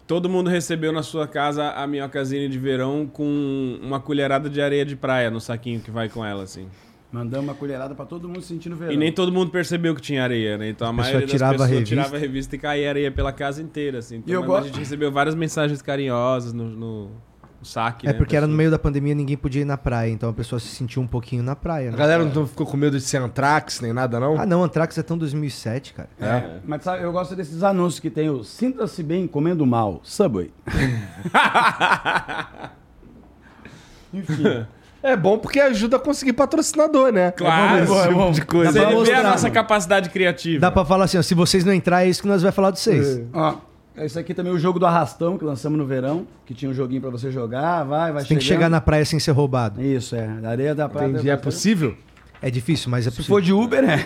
S5: Todo mundo recebeu na sua casa a minhocazine de verão com uma colherada de areia de praia no saquinho que vai com ela, assim.
S4: Mandamos uma colherada pra todo mundo sentindo verão.
S5: E nem todo mundo percebeu que tinha areia, né? Então a
S1: pessoa
S5: maioria das
S1: tirava a
S5: pessoas
S1: revista.
S5: tirava a revista e caía areia pela casa inteira, assim. Então,
S4: E eu
S5: mas
S4: go-
S5: a gente recebeu várias mensagens carinhosas no, no- no saque,
S1: é
S5: né,
S1: porque era no
S5: pessoal?
S1: meio da pandemia ninguém podia ir na praia, então a pessoa se sentiu um pouquinho na praia.
S2: A
S1: Né?
S2: galera não ficou com medo de ser antrax nem nada, não?
S1: Ah, não, Antrax é tão 2007, cara.
S2: É.
S4: Mas sabe, eu gosto desses anúncios que tem o Sinta-se bem comendo mal, Subway. Enfim.
S2: É bom porque ajuda a conseguir patrocinador, né?
S5: Claro.
S2: É bom esse
S4: É
S2: tipo
S4: bom, é
S2: de
S4: bom.
S2: coisa.
S5: Você
S1: Dá pra
S5: vê a
S1: mostrar,
S5: nossa
S1: mano.
S5: capacidade criativa.
S1: Dá pra falar assim, ó, se vocês não entrarem, é isso que nós vai falar de vocês.
S4: Ó, esse aqui também é o jogo do arrastão que lançamos no verão, que tinha um joguinho pra você jogar, vai, vai
S1: Tem que chegar na praia sem ser roubado.
S4: Isso, é. Na areia da praia.
S2: Entendi, é possível?
S1: É difícil, mas é
S4: Se
S1: possível.
S4: for de Uber, é.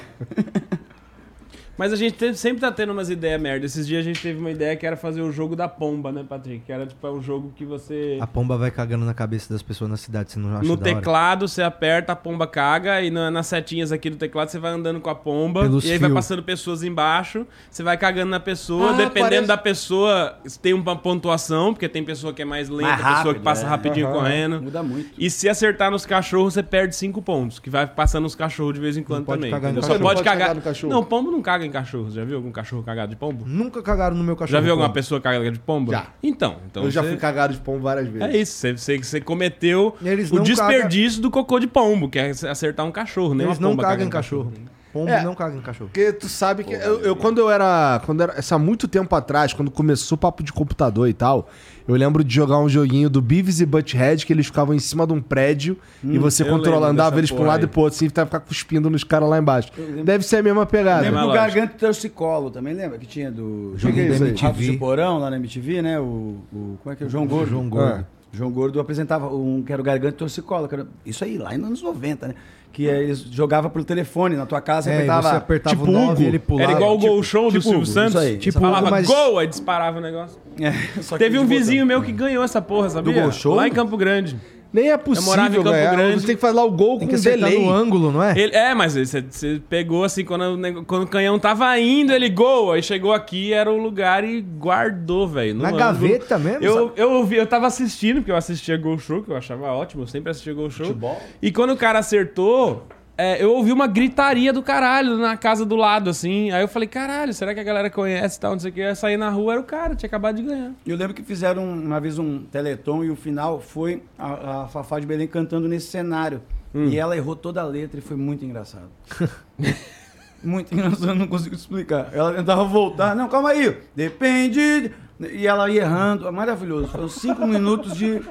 S5: Mas a gente te- sempre tá tendo umas ideias merda. Esses dias a gente teve uma ideia que era fazer o jogo da pomba, né, Patrick? Que era tipo é um jogo que você.
S1: A pomba vai cagando na cabeça das pessoas na cidade, você não acha
S5: No
S1: da hora?
S5: teclado você aperta, a pomba caga, e na- nas setinhas aqui do teclado você vai andando com a pomba,
S1: Pelos
S5: e aí vai
S1: fios.
S5: passando pessoas embaixo, você vai cagando na pessoa,
S2: Ah,
S5: dependendo
S2: parece-
S5: da pessoa, tem uma pontuação, porque tem pessoa que é mais lenta,
S4: Mais
S5: pessoa que
S4: rápido,
S5: passa
S4: é.
S5: rapidinho
S2: Aham.
S5: correndo.
S4: Muda muito.
S5: E se acertar nos cachorros, você perde cinco pontos, que vai passando nos cachorros de vez em quando
S1: pode
S5: também.
S1: cagar no
S5: entendeu? Só
S1: cachorro.
S5: pode
S2: Não pode
S5: cagar
S2: cagar no cachorro.
S5: Não, pombo não caga em cachorro. Já viu algum cachorro cagado de pombo?
S1: Nunca cagaram no meu cachorro.
S5: Já viu alguma
S1: pomba.
S5: pessoa cagada de pomba?
S2: Já.
S5: Então, então
S2: Eu já
S5: você-
S2: fui cagado de pombo várias vezes.
S5: É isso, você, você, você cometeu
S1: Eles
S5: o
S1: não
S5: desperdício do cocô de pombo, que é acertar um cachorro, né?
S1: Eles não cagam em cachorro. Pombo
S2: É.
S1: não caga em cachorro.
S2: Porque tu sabe que eu,
S5: é.
S2: eu- quando eu era, quando era, isso há muito tempo atrás, quando começou o papo de computador e tal, eu lembro de jogar um joguinho do Beavis e Butthead que eles ficavam em cima de um prédio e você
S5: Hum, eu
S2: controla,
S5: lembro
S2: andava
S5: dessa
S2: eles pra um
S5: porra
S2: lado e
S5: aí.
S2: pro outro, assim, pra ficar cuspindo nos caras lá embaixo. Deve ser a mesma pegada.
S4: Lembra
S5: Mas
S4: do
S5: É lógico.
S4: Garganta Torcicolo também, lembra? Que tinha do
S1: Joguinho
S2: da
S4: do
S2: MTV.
S4: Rafa de Porão lá na MTV, né? O, o- como é que é? O João Gordo.
S1: João Gordo.
S4: Ah. João Gordo apresentava um que era o Garganta Torcicolo. que era- isso aí, lá nos anos 90, né? Que é, eles jogavam pelo telefone na tua casa,
S1: É, e
S4: apertava,
S1: você apertava
S4: tipo
S1: o nove,
S4: Hugo.
S1: ele pulava.
S5: Era igual o gol show do
S4: tipo
S5: Silvio
S4: Hugo,
S5: Santos.
S4: isso aí.
S5: Tipo,
S1: Tipo
S5: falava
S1: Hugo, mas-
S5: gol, aí disparava o negócio.
S4: É, só que
S5: Teve
S4: de
S5: um
S4: botão.
S5: vizinho meu que ganhou essa porra, sabia?
S4: gol show?
S5: Lá em Campo Grande.
S2: Nem é possível.
S5: morava em Campo
S2: ganhar.
S5: Grande.
S2: Você tem que falar o gol com um
S1: Tem que acertar
S2: delay.
S1: no ângulo, não é?
S5: Ele- é, mas você, você pegou assim, quando, o nego- quando o canhão tava indo, ele gol. Aí chegou aqui, era o lugar e guardou, velho. no
S1: Na
S5: ângulo.
S1: gaveta mesmo?
S5: Eu, eu, ouvi- eu tava assistindo, porque eu assistia Gol Show, que eu achava ótimo, eu sempre assistia Gol Show.
S2: Futebol.
S5: E quando o cara acertou, é, eu ouvi uma gritaria do caralho na casa do lado, assim. Aí eu falei, caralho, será que a galera conhece e tal, não sei o que. Aí eu saí na rua, era o cara, tinha acabado de ganhar.
S4: Eu lembro que fizeram um- uma vez um teleton e o final foi a, a Fafá de Belém cantando nesse cenário.
S5: Hum.
S4: E ela errou toda a letra e foi muito engraçado. muito engraçado, eu não consigo explicar. Ela tentava voltar, não, calma aí, depende. de-" E ela ia errando, É maravilhoso. Foram cinco minutos de.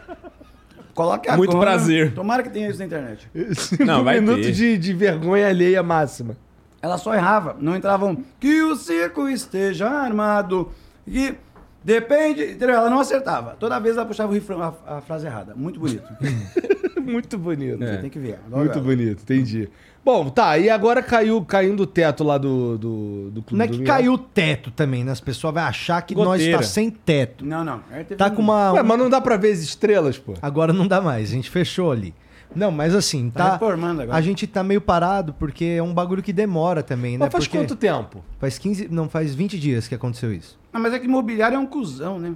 S4: Coloque a
S5: Muito
S4: cona.
S5: prazer.
S4: Tomara que tenha isso na internet.
S2: Cinco
S1: Um
S5: Não, vai
S2: minutos
S5: ter.
S2: de, de vergonha alheia máxima.
S4: Ela só errava, não entravam. Que o circo esteja armado. Que depende. entendeu? Ela não acertava. Toda vez ela puxava o refrão, a, a frase errada. Muito bonito.
S2: Muito bonito.
S5: É.
S4: Tem que ver. adoro
S2: Muito
S4: ela.
S2: bonito, entendi. Bom, tá, e agora caiu caindo o teto lá do, do, do clube.
S1: Não é
S2: do
S1: que
S2: Mingau.
S1: caiu o teto também, né? As pessoas vão achar que nós
S5: Goteira.
S1: está sem teto.
S4: Não, não. Ela teve
S1: Tá
S4: um-
S1: com uma.
S2: Ué, mas não dá pra ver as estrelas, pô.
S1: Agora não dá mais, a gente fechou ali. Não, mas assim,
S4: Tá
S1: tá.
S4: reformando agora.
S1: A gente tá meio parado porque é um bagulho que demora também, né?
S2: mas faz
S1: Porque
S2: quanto tempo?
S1: Faz 15. Não, faz 20 dias que aconteceu isso.
S4: Ah, mas é que imobiliário é um cuzão, né?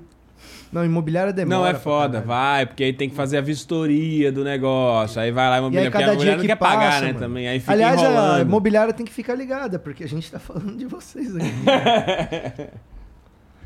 S1: Não, imobiliária demora.
S5: não, é
S1: pra
S5: foda,
S1: caralho.
S5: vai, porque aí tem que fazer a vistoria do negócio. Aí vai lá a
S1: E
S5: imobiliária,
S1: aí,
S5: porque a
S1: cada dia que
S5: imobiliária não quer
S1: passa,
S5: pagar, né,
S1: mano.
S5: também. Aí fica
S1: Aliás, é, a
S5: enrolando.
S1: imobiliária tem que ficar ligada, porque a gente tá falando de vocês aqui.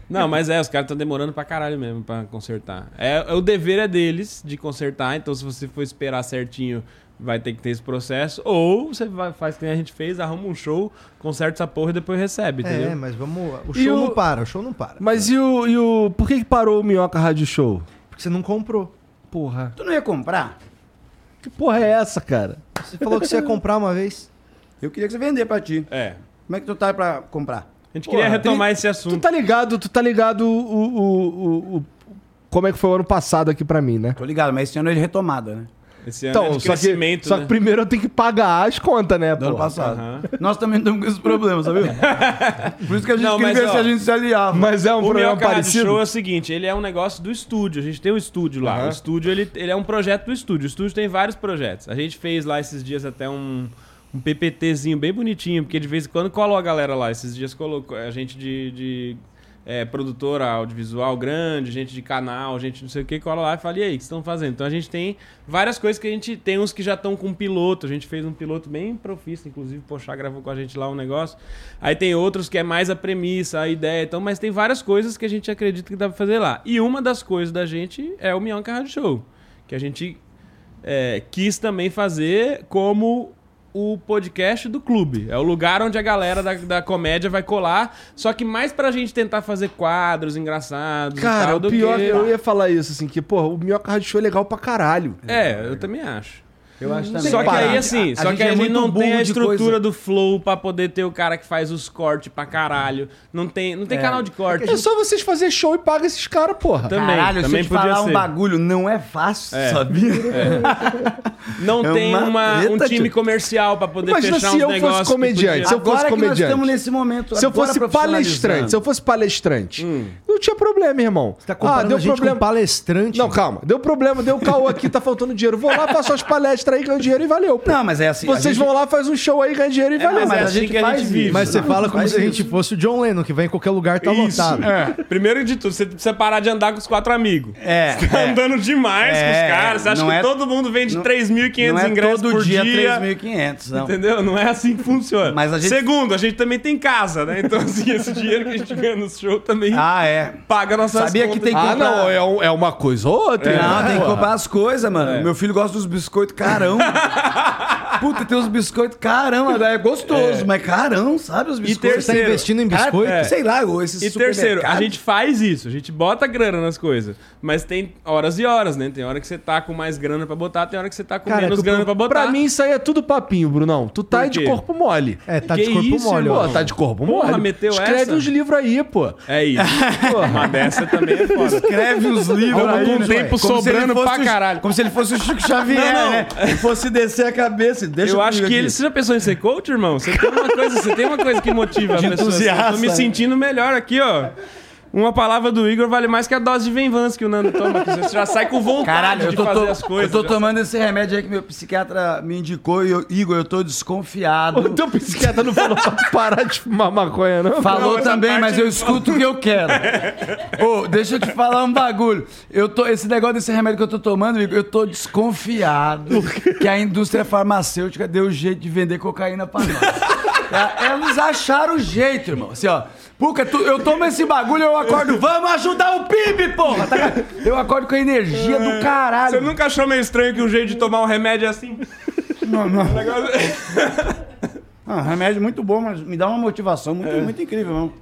S5: Não, mas é, os caras estão demorando pra caralho mesmo pra consertar. É, é- o dever é deles de consertar, então se você for esperar certinho, vai ter que ter esse processo. Ou você vai- faz que nem a gente fez, arruma um show, conserta essa porra e depois recebe, entendeu?
S1: é, mas vamos. O
S2: E
S1: show
S2: o-
S1: não para, o show não para.
S2: Mas e o. E o por que, que parou o Minhoca Rádio Show?
S1: Porque você não comprou.
S2: Porra.
S4: Tu não ia comprar?
S2: Que porra é essa, cara?
S1: Você falou que você ia comprar uma vez.
S4: Eu queria que você vender pra ti.
S5: É.
S4: Como é que tu tá pra comprar?
S5: A gente
S2: Porra,
S5: queria retomar
S2: tem-
S5: esse
S2: Tu
S5: assunto.
S2: tá ligado, tu tá ligado o. o, o- o- como é que foi o ano passado aqui pra mim, né?
S4: Tô ligado, mas esse ano é de retomada, né?
S5: Esse ano é
S2: Então,
S5: de
S2: só que,
S5: crescimento,
S2: só
S5: né?
S2: que primeiro eu tenho que pagar as contas, né,
S4: Do ano
S2: pô?
S4: passado.
S5: aham.
S4: Nós também estamos com esse problema, sabe? Por isso que a gente
S5: Não,
S4: queria
S5: mas,
S4: ver
S5: ó,
S4: se a gente se
S1: Ah,
S4: aliava.
S2: Mas é um
S5: O meu
S2: problema
S5: Rádio Show
S2: parecido.
S5: é o seguinte, ele é um negócio do estúdio, a gente tem um estúdio lá.
S2: Aham.
S5: O estúdio, ele, ele é um projeto do estúdio. O estúdio tem vários projetos. A gente fez lá esses dias até um, um PPTzinho bem bonitinho, porque de vez em quando colou a galera lá. Esses dias colocou a gente de... de, é, produtora audiovisual grande, gente de canal, gente não sei o que, cola lá e fala, e aí, o que vocês estão fazendo? Então a gente tem várias coisas que a gente tem, uns que já estão com piloto, a gente fez um piloto bem profissa, inclusive, Pochá gravou com a gente lá um negócio. Aí tem outros que é mais a premissa, a ideia, então, mas tem várias coisas que a gente acredita que dá pra fazer lá. E uma das coisas da gente é o Minhoca Rádio Show, que a gente é, quis também fazer como o podcast do clube. É o lugar onde a galera da, da comédia vai colar, só que mais pra gente tentar fazer quadros engraçados e
S2: Cara,
S5: tal
S2: o
S5: do
S2: pior é
S5: que...
S2: eu ia falar isso, assim, que, porra, o Minhoca Rádio Show é legal pra caralho.
S5: É, eu também acho.
S4: Então, Eu acho também.
S5: Só que
S2: parar.
S5: aí, assim, só
S4: é
S5: que aí a gente não tem a estrutura do flow pra poder ter o cara que faz os cortes pra caralho. Não tem, não tem
S4: É.
S5: canal de corte.
S2: É só vocês fazerem show e pagar esses caras, porra.
S5: Também,
S4: Caralho,
S5: também
S4: se eu te
S5: podia
S4: falar
S5: ser.
S4: um bagulho, não é fácil,
S5: É.
S4: sabia?
S5: Não
S4: É
S5: tem
S4: uma
S5: uma- um
S4: treta,
S5: time
S4: tio.
S5: comercial pra poder
S2: Imagina
S5: fechar
S2: se
S5: uns
S2: eu fosse
S5: negócios. que
S2: comediante,
S5: podia-
S2: se eu fosse
S4: Agora que nós
S2: comediante.
S4: estamos nesse momento.
S2: Se eu
S4: agora
S2: fosse
S4: profissionalizando.
S2: palestrante, se eu fosse palestrante,
S5: Hum.
S2: não tinha problema, irmão. Ah,
S1: Você tá comprando a gente com palestrante.
S2: Não, calma. Deu problema, deu caô aqui, tá faltando dinheiro. Vou lá, faço as palestras aí, ganho dinheiro e valeu. pô.
S4: Não, mas é assim. a
S2: Vocês
S4: gente-
S2: vão lá, faz um show aí, ganha dinheiro e valeu.
S5: mas
S4: mas
S5: é
S4: a
S5: assim
S4: gente
S5: que a
S4: faz
S5: gente
S4: isso.
S5: vive.
S1: Mas você
S4: Não,
S1: fala como
S4: faz
S1: se a gente fosse o John Lennon, que vai em qualquer lugar, tá
S5: Isso. É.
S1: lotado.
S5: Primeiro de tudo, você precisa parar de andar com os quatro amigos.
S4: É,
S5: Você tá
S4: é.
S5: andando demais com
S4: É,
S5: os caras. Você acha
S4: não
S5: que
S4: é-
S5: todo mundo vende
S4: não-
S5: 3.500
S4: não é
S5: ingressos
S4: todo
S5: por dia.
S4: dia, 3.500, não.
S5: Entendeu? Não é assim que funciona.
S4: Mas a gente-
S5: Segundo, a gente também tem casa, né? Então, assim, esse dinheiro que a gente ganha no show também
S4: Ah, é.
S5: paga nossas
S4: Sabia que
S5: contas.
S4: tem
S2: Ah,
S4: comprar.
S2: não, é, um- é uma coisa ou outra.
S5: É.
S4: Não,
S2: né?
S4: tem que comprar as coisas, mano. Meu filho gosta dos biscoitos carão. Puta, tem uns biscoitos caramba, é gostoso, mas carão, sabe os
S1: Você
S4: biscoitos?
S1: tá
S5: Terceiro.
S1: investindo em biscoito?
S5: É.
S4: Sei lá, ou esses
S5: E terceiro, a
S4: supermercados.
S5: gente faz isso, a gente bota grana nas coisas, mas tem horas e horas, né? Tem hora que você tá com mais grana pra botar, tem hora que você tá com
S2: é
S1: Cara,
S5: menos
S1: tu-
S5: grana pra botar.
S2: Pra mim, isso aí é tudo papinho, Brunão. Tu tá
S5: Por
S2: de
S5: quê?
S2: corpo mole.
S1: É, tá de
S5: Que
S1: corpo
S5: isso,
S1: mole.
S5: irmão?
S1: ó.
S2: Pô, tá de corpo
S5: Porra,
S2: mole.
S5: meteu
S2: Escreve
S5: essa?
S2: uns livros aí, pô.
S5: É isso. Uma dessa também é foda.
S4: Escreve os livros
S5: Como
S4: aí,
S5: com
S4: né? Como
S5: tempo
S4: se ele
S5: sobrando
S4: fosse
S5: pra
S4: o-
S5: caralho.
S4: Como se ele fosse o Chico Xavier,
S5: Não, não.
S4: né? Ele fosse descer a cabeça. Deixa
S5: eu acho
S4: comigo
S5: que
S4: aqui.
S5: ele. Você já pensou em ser coach, irmão? Você tem uma coisa, você tem uma coisa que motiva a pessoa. assim, eu tô me
S4: entusiasta, né?
S5: sentindo melhor aqui, ó. Uma palavra do Igor vale mais que a dose de Venvans que o Nando toma. que Você já sai com vontade
S4: Caralho, eu
S5: de
S4: tô,
S5: fazer
S4: to-
S5: as coisas.
S4: eu tô tomando esse remédio aí que meu psiquiatra me indicou e eu, Igor, eu tô
S2: O
S4: desconfiado.
S2: teu psiquiatra não falou pra tu parar de fumar maconha, não?
S4: Falou
S5: essa
S4: também,
S5: parte
S4: mas eu escuto o que eu quero. Ô, deixa eu te falar um bagulho. Eu tô, esse negócio desse remédio que eu tô tomando, Igor, eu tô desconfiado que a indústria farmacêutica deu jeito de vender cocaína pra nós. É, Eles acharam o jeito, irmão. Assim, ó. Puca, tu- eu tomo esse bagulho, eu acordo. Vamos ajudar o PIB, porra! tá ligado? Eu acordo com a energia do caralho.
S5: É, Você nunca achou meio estranho que o jeito de tomar um remédio é assim?
S4: Não, não.
S5: Negócio-
S4: Ah, remédio muito bom, mas me dá uma motivação muito,
S5: É.
S4: muito incrível, não.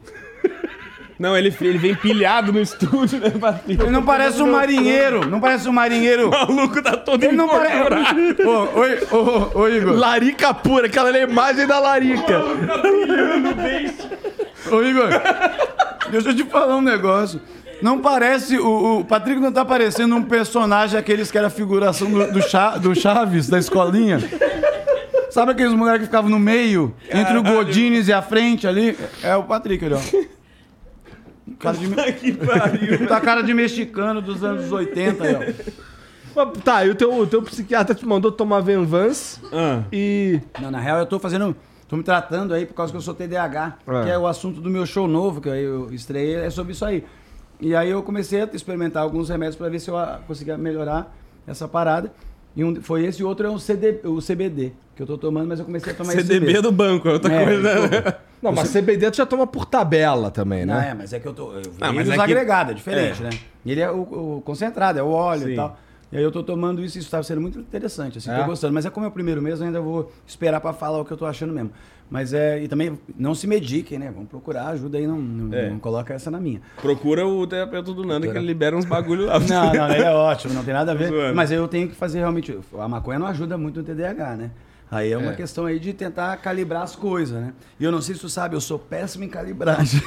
S5: Não, ele, ele vem pilhado no estúdio, né, Patrícia?
S4: Ele não parece um marinheiro, não parece um marinheiro.
S5: O maluco tá todo
S4: Ele não
S5: empolgado.
S4: parece. um Ô, oi, ô, ô, ô, Igor.
S2: Larica pura, aquela ali é a imagem da larica.
S4: Ô, Igor. Deixa eu te falar um negócio. Não parece. O, o Patrick não tá parecendo um personagem aqueles que era figuração do, do, Cha- do Chaves, da escolinha. Sabe aqueles moleques que ficavam no meio, entre o Godines e a frente ali? É o Patrick, olha. ó. Cara de, me-
S5: Que pariu.
S4: tá cara de mexicano dos anos 80, olha. ó.
S2: Mas Tá, e o teu, o teu psiquiatra te mandou tomar Venvance
S5: Ah.
S2: e.
S4: Não, na real eu tô fazendo. Tô me tratando aí por causa que eu sou TDAH,
S2: É.
S4: que é o assunto do meu show novo, que aí eu estreiei, é sobre isso aí. E aí eu comecei a experimentar alguns remédios pra ver se eu ah, conseguia melhorar essa parada. E um foi esse e o outro é o, CD, o CBD, que eu tô tomando, mas eu comecei a tomar esse
S5: CDB do banco, é outra
S4: É,
S5: coisa. né?
S2: Não, mas CBD tu já toma por tabela também,
S4: Não,
S2: né?
S4: é, mas é que eu tô. Eu
S5: Ah,
S4: ele
S5: mas
S4: usa
S5: é que-
S4: agregado, é diferente, né? Ele é o, o concentrado, é o óleo
S5: Sim.
S4: e tal. E aí eu tô tomando isso e isso tá sendo muito interessante, assim,
S2: É?
S4: tô gostando. Mas é como é o primeiro mês, eu ainda vou esperar pra falar o que eu tô achando mesmo. Mas é. E também não se mediquem, né? Vamos procurar ajuda aí, não, não,
S5: É.
S4: não coloca essa na minha.
S5: Procura o terapeuta do Nando que ele libera uns bagulho lá.
S4: Não, não, ele é ótimo, não tem nada a ver.
S5: Zoando.
S4: Mas eu tenho que fazer realmente. A maconha não ajuda muito no TDAH, né? Aí é uma
S2: É.
S4: questão aí de tentar calibrar as coisas, né? E eu não sei se tu sabe, eu sou péssimo em calibragem.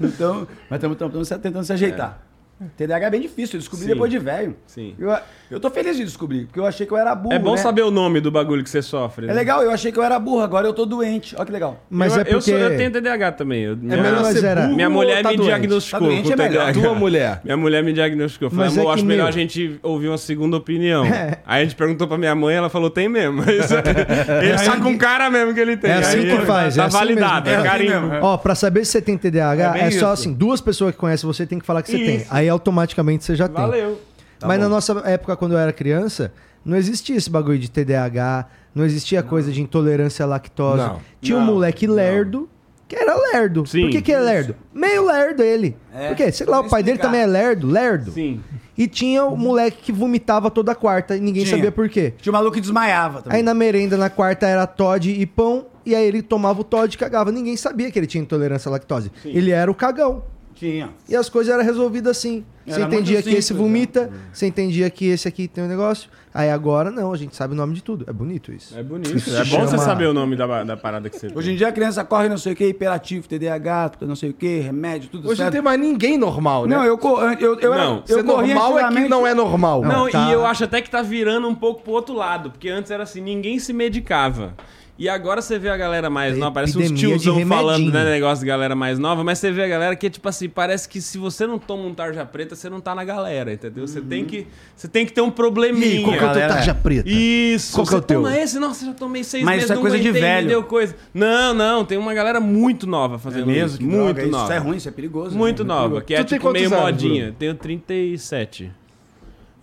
S4: então, mas estamos tentando se ajeitar. TDAH é bem difícil, eu descobri
S5: Sim.
S4: depois de velho.
S5: Sim.
S4: Eu, eu tô feliz de descobrir, porque eu achei que eu era burro.
S5: É bom
S4: né?
S5: saber o nome do bagulho que você sofre.
S4: É
S5: né?
S4: legal, eu achei que eu era burro, agora eu tô doente. Olha que legal.
S1: Mas
S5: eu,
S1: é porque. É
S5: eu, sou- eu tenho TDAH também. eu- minha,
S1: melhor
S5: minha
S1: ser burro
S5: minha mulher
S2: ou tá
S5: me
S2: doente?
S5: diagnosticou
S4: Tá doente
S5: com
S4: é melhor.
S5: TDAH.
S2: Tua mulher.
S5: Minha mulher me diagnosticou. Falei,
S1: Mas é
S5: amor,
S1: que, É.
S5: acho melhor
S1: meu-
S5: a gente ouvir uma segunda opinião. Aí a gente perguntou pra minha mãe, ela falou, tem mesmo. Isso- ele tá com cara mesmo que ele tem.
S1: É assim
S5: Aí,
S1: que faz,
S5: Tá
S1: é assim
S5: validado,
S1: mesmo.
S5: é
S1: É assim
S5: carinho.
S1: Ó, pra saber se você tem TDAH,
S4: É
S1: é,
S4: bem isso.
S1: só assim, duas pessoas que conhecem você tem que falar que você tem.
S5: Isso.
S1: Aí automaticamente você já tem.
S5: Valeu.
S1: Mas na nossa época, quando eu era criança, não existia esse bagulho de TDAH, não existia coisa de intolerância à lactose.
S2: Não.
S1: Tinha um
S5: Não,
S1: moleque lerdo, que era lerdo.
S5: Sim.
S1: Por que, que é lerdo? Meio lerdo ele.
S4: É,
S1: Por quê? Sei lá, o
S4: vou
S1: pai dele
S4: explicar.
S1: também é lerdo, lerdo.
S5: Sim.
S1: E tinha o moleque que vomitava toda quarta e ninguém
S4: Tinha.
S1: sabia por quê.
S4: Tinha um maluco que desmaiava também.
S1: Aí na merenda, na quarta, era Todd e pão, e aí ele tomava o Todd e cagava. Ninguém sabia que ele tinha intolerância à lactose. Ele era o cagão.
S4: Tinha.
S1: E as coisas eram resolvidas assim. Você
S4: Era muito
S1: entendia que esse
S4: simples,
S1: vomita,
S2: né? É.
S1: você entendia que esse aqui tem um negócio. Aí agora não, a gente sabe o nome de tudo. É bonito isso.
S5: É bonito. é bom você
S1: chama-
S5: saber o nome da, da parada que você tem.
S4: Hoje em dia a criança corre não sei o que, hiperativo, TDAH, não sei o que, remédio, tudo
S2: Hoje não
S4: certo.
S2: tem mais ninguém normal, né?
S4: Não, eu, co- eu, eu,
S5: Não,
S4: eu,
S2: Ser
S4: eu corri
S2: normal é que não é normal.
S5: Não,
S1: tá.
S5: e eu acho até que tá virando um pouco pro outro lado, porque antes era assim, ninguém se medicava. E agora você vê a galera mais
S1: Tem
S5: nova, parece uns
S1: epidemia de
S5: tiozão
S1: remedinho.
S5: falando, né, negócio de galera mais nova, mas você vê a galera que, tipo assim, parece que se você não toma um tarja preta, você não tá na galera, entendeu? Você tem que você tem que ter um probleminha.
S2: Qual que é o teu
S4: Galera,
S2: tarja preta?
S5: Isso,
S2: Qual que é o
S5: você toma
S2: teu?
S5: esse? Nossa, já tomei seis
S4: Mas
S5: meses,
S4: isso é
S5: não
S4: coisa de
S5: aguentei,
S4: velho.
S5: me deu coisa. Não, não, tem uma galera muito nova fazendo isso. muito
S4: isso,
S5: nova.
S4: é ruim, isso é perigoso.
S5: Muito
S4: né?
S5: nova, que é
S2: Tu tem
S5: tipo meio
S2: quantos anos,
S5: modinha. Tenho 37.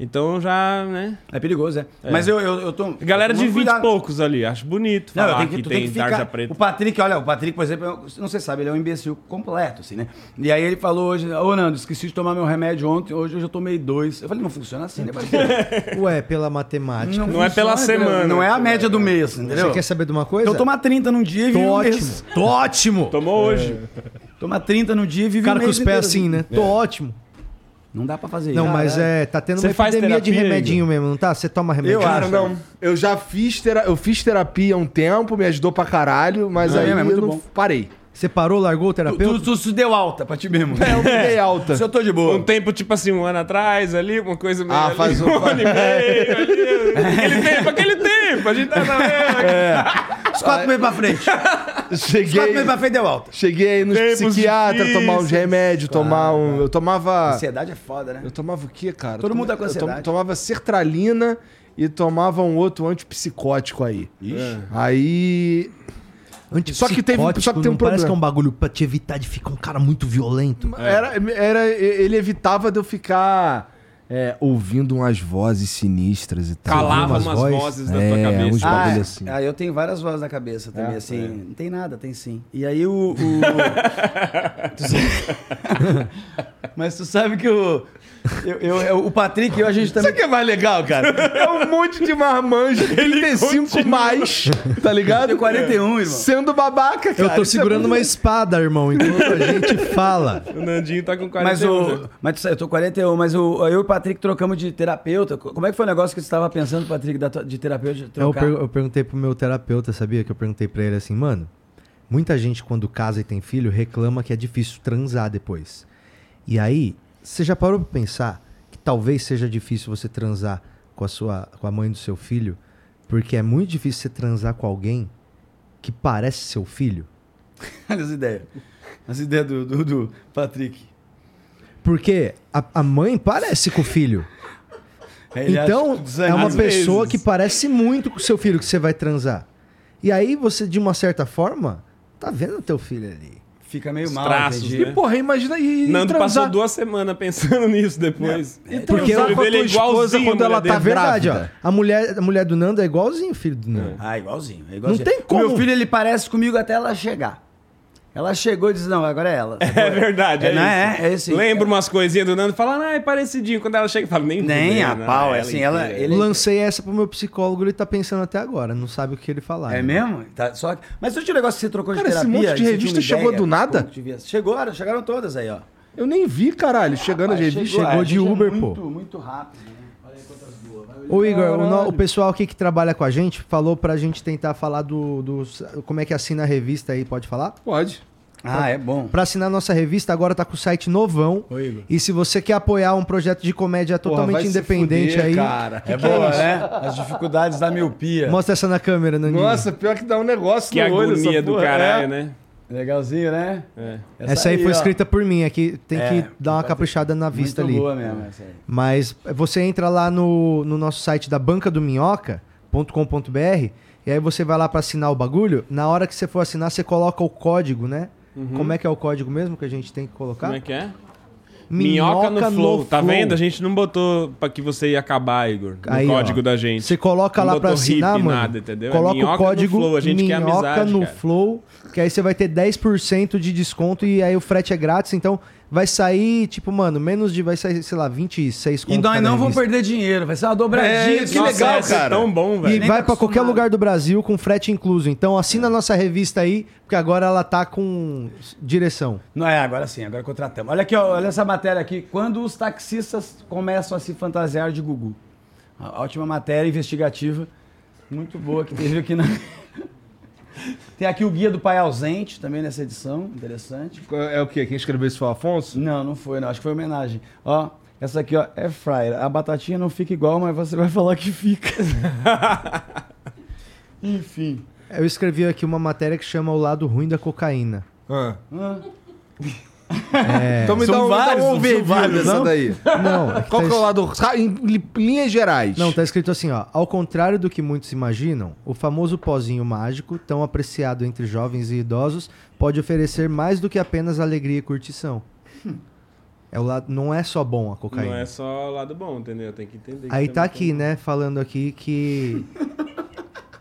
S5: Então já, né?
S4: É perigoso, é. Mas eu, eu, eu tô.
S5: Galera de
S4: tomando
S5: 20 e
S4: cuidado.
S5: poucos ali, acho bonito
S4: Não, eu
S5: falar
S4: tenho
S5: que,
S4: que, tu
S5: tem,
S4: tem que
S5: tarja
S4: ficar. um
S5: preta.
S4: O Patrick, olha, o Patrick, por exemplo, é um- não sei se sabe, ele é um imbecil completo, assim, né? E aí ele falou hoje, ô Nando, esqueci de tomar meu remédio ontem, hoje eu já tomei dois. Eu falei, não funciona assim, né? Mas, pô,
S1: Ué, pela matemática.
S5: Não é pela
S4: funciona, entendeu?
S5: semana. é
S4: Não é a média do mês, entendeu?
S1: Você quer saber de uma coisa?
S4: Então toma 30 num dia e
S1: Tô
S4: vive um mês.
S1: ótimo. Tô ótimo.
S5: Tomou hoje.
S4: Toma 30 num dia e vive
S1: O cara
S4: um
S1: com
S4: mês
S1: os pés
S4: inteiro,
S1: assim, né?
S2: É.
S1: Tô ótimo.
S4: Não dá pra fazer
S1: Não,
S4: isso.
S1: mas
S4: Caralho.
S1: é. Tá tendo
S5: Você
S1: uma
S5: faz
S1: epidemia de
S5: terapia,
S1: remedinho mesmo, não tá? Você toma remédio?
S4: Eu acho.
S2: Cara, não. Eu já fiz, tera... eu fiz terapia há um tempo, me ajudou pra caralho, mas
S4: Não,
S2: aí
S4: é mesmo, é
S2: eu
S4: muito
S2: não
S4: bom.
S2: parei.
S1: Você parou, largou o
S4: Tu, tu,
S1: terapeuta?
S4: tu se deu alta pra ti mesmo.
S2: É, eu fiquei alta.
S4: Se eu tô de boa.
S5: Um tempo, tipo assim, um ano atrás ali, uma coisa meio.
S2: Ah,
S5: ali,
S2: faz um-
S5: ano e meio. ali, Aquele tempo, aquele tempo. A gente tá na mesma.
S4: Os quatro meses pra frente. Quatro
S2: Cheguei,
S4: meses pra frente deu alta.
S2: cheguei aí no
S5: Tempos
S2: psiquiatra, tomar uns
S5: difíceis.
S2: remédios, tomar um. Eu tomava.
S4: Ansiedade é foda, né?
S2: Eu tomava o quê, cara?
S4: Todo
S2: Eu
S4: mundo tá com
S2: eu
S4: ansiedade.
S2: tom- tomava sertralina e tomava um outro antipsicótico aí.
S5: Ixi.
S2: Aí. Só que teve- só que
S1: Antipsicótico,
S2: tem um
S1: não Parece
S2: problema.
S1: que é um bagulho pra te evitar de ficar um cara muito violento.
S5: É.
S2: Era, era, ele evitava de eu ficar é, ouvindo umas vozes sinistras e tal.
S5: Calava
S1: umas
S5: umas
S1: vozes?
S5: vozes da
S2: É,
S5: tua cabeça.
S2: uns
S4: Ah,
S2: bagulho
S4: é.
S2: assim.
S4: Ah, eu tenho várias vozes na cabeça também,
S2: É?
S4: assim. Não tem nada, tem sim. E aí o. o- Tu sabe- Mas tu sabe que o. eu- eu- eu- o Patrick e eu, a gente também.
S2: Sabe o que é mais legal, cara? É um monte de marmanjo, 35 mais, tá
S4: Eu
S2: ligado?
S4: tenho 41, irmão.
S2: Sendo babaca, cara.
S1: Eu tô
S2: Isso é
S1: segurando
S2: muito-
S1: uma espada, irmão, enquanto a gente fala.
S5: O Nandinho tá com 41.
S4: Mas,
S5: já.
S4: o, mas tu sabe, eu tô 41, mas o, eu e o Patrick trocamos de terapeuta. Como é que foi o negócio que você estava pensando, Patrick, da tua- de terapeuta? de
S1: Eu,
S4: trocar?
S1: per- eu perguntei pro meu terapeuta, sabia? Que eu perguntei pra ele assim, mano, muita gente quando casa e tem filho reclama que é difícil transar depois. E aí, você já parou pra pensar que talvez seja difícil você transar com a sua, com a mãe do seu filho, porque é muito difícil você transar com alguém que parece seu filho.
S4: Olha as ideias. As ideias do, do, do Patrick.
S1: Porque a, a mãe parece com o filho.
S4: Ele acha
S1: então,
S4: que
S1: é
S4: desanima
S1: uma
S4: às vezes.
S1: pessoa que parece muito com o seu filho que você vai transar. E aí você, de uma certa forma, tá vendo teu filho ali.
S4: Fica meio
S5: Os
S4: mal,
S5: traços,
S4: entendi.
S5: né?
S2: Porra, imagina aí.
S5: Nando passou duas semanas pensando nisso depois.
S1: Porque
S5: transar
S1: eu-
S5: com a tua esposa
S2: quando ela
S1: Tá
S2: tá
S1: verdade,
S2: grávida.
S1: ó. A mulher, a mulher do Nando é igualzinho o filho do Nando.
S4: Ah, igualzinho, é igualzinho.
S1: tem como.
S4: O meu filho, ele parece comigo até ela chegar. Ela chegou e disse, não, agora é ela.
S5: É verdade, é,
S4: É, não é?
S5: isso.
S4: É esse-
S5: Lembra umas coisinhas do Nando e fala, ah, é parecidinho. Quando ela chega, fala, nem
S4: Nem a
S5: fudendo,
S4: pau,
S5: né?
S4: é assim, ela...
S5: inteira.
S4: Ele...
S1: Lancei essa pro meu psicólogo, ele tá pensando até agora, não sabe o que ele falar. né?
S4: É mesmo? Tá, só... que- Mas o negócio que você trocou
S2: Cara,
S4: de
S2: esse monte de
S4: terapia... e você tinha
S2: revista
S4: uma
S2: chegou do nada?
S4: como devia ser. Chegaram, chegaram todas aí, ó.
S2: Eu nem vi, caralho. Chegando, já vi.
S1: chegou
S4: a
S1: de
S4: gente
S1: Uber,
S4: é muito,
S1: pô.
S4: Muito rápido, né? Olha aí quantas boas. Vai olhando.
S1: Ô Igor, o, no-
S2: Caralho.
S1: o pessoal aqui que trabalha com a gente falou pra gente tentar falar do, do- como é que assina a revista aí, pode falar?
S2: Pode.
S4: Ah, é bom.
S1: Pra assinar nossa revista, agora tá com o site novão.
S4: Ô, Igor.
S1: E se você quer apoiar um projeto de comédia totalmente independente aí,
S2: Cara.
S4: É boa, né? As dificuldades da miopia.
S1: mostra essa na câmera, Nandinho.
S2: Nossa, pior que dá um negócio
S5: Que
S2: no olho
S5: agonia
S2: essa
S5: do
S2: porra.
S5: caralho,
S2: É.
S5: né?
S4: Legalzinho, né?
S5: É.
S1: essa, aí foi
S4: ó.
S1: escrita por mim, aqui tem
S4: É,
S1: que dar uma caprichada na
S4: Muito
S1: vista ali.
S4: boa mesmo essa aí.
S1: Mas você entra lá no, no nosso site da banca do minhoca.com.br e aí você vai lá pra assinar o bagulho. Na hora que você for assinar, você coloca o código, né? Como é que é o código mesmo que a gente tem que colocar?
S5: Uhum. Como é que é? Minhoca, no, flow. Tá vendo? A gente não botou pra que você ia acabar, Igor. No
S1: Aí, ó.
S5: código da gente.
S1: Você coloca
S5: Não
S1: lá pra
S5: botou
S1: assinar,
S5: hippie,
S1: mano.
S5: nada, entendeu? É
S1: Coloca
S5: minhoca
S1: o
S5: no
S1: código
S5: Flow, a gente quer
S1: minhoca
S5: amizade,
S1: no
S5: cara.
S1: flow, que aí você vai ter 10% de desconto e aí o frete é grátis, então vai sair, tipo, mano, menos de vai sair, sei lá, 26
S4: E
S1: conto
S4: nós
S1: cada
S4: não vamos
S1: revista.
S4: perder dinheiro, vai ser uma dobradinha.
S2: É,
S4: de
S2: que
S4: nossa,
S2: legal,
S5: essa é
S2: cara.
S5: tão bom,
S1: E
S4: nem
S5: velho.
S1: vai
S4: tá
S1: pra qualquer
S4: acostumado.
S1: lugar do Brasil com frete incluso. Então assina a nossa revista aí, porque agora ela tá com direção.
S4: Não é, agora sim, agora contratamos. Olha aqui, ó, olha essa matéria aqui. Quando os taxistas começam a se fantasiar de Gugu. A última matéria investigativa, muito boa, que teve aqui na. Tem aqui o guia do pai ausente também nessa edição, interessante.
S2: É o quê? Quem escreveu isso foi o Afonso?
S4: Não, não foi, não. Acho que foi homenagem. Ó, essa aqui, ó, é fryer. A batatinha não fica igual, mas você vai falar que fica. Enfim.
S1: Eu escrevi aqui uma matéria que chama O Lado Ruim da Cocaína.
S2: Ah.
S4: Hã?
S2: Então me
S4: São
S2: dá um,
S4: vários,
S2: dá um
S4: são
S2: overview
S4: vários,
S2: dessa
S4: não?
S2: daí.
S1: Não, é que
S2: Qual
S1: tá
S2: que é o
S1: es-
S2: lado? Ra- Em li- linhas gerais.
S1: Não, tá escrito assim, ó. Ao contrário do que muitos imaginam, o famoso pozinho mágico, tão apreciado entre jovens e idosos, pode oferecer mais do que apenas alegria e curtição. É o lado, não é só bom a cocaína.
S5: Não é só é o lado bom, entendeu? Tem que entender. que
S1: Aí
S5: também
S1: tá
S5: tem-
S1: aqui, né, falando aqui que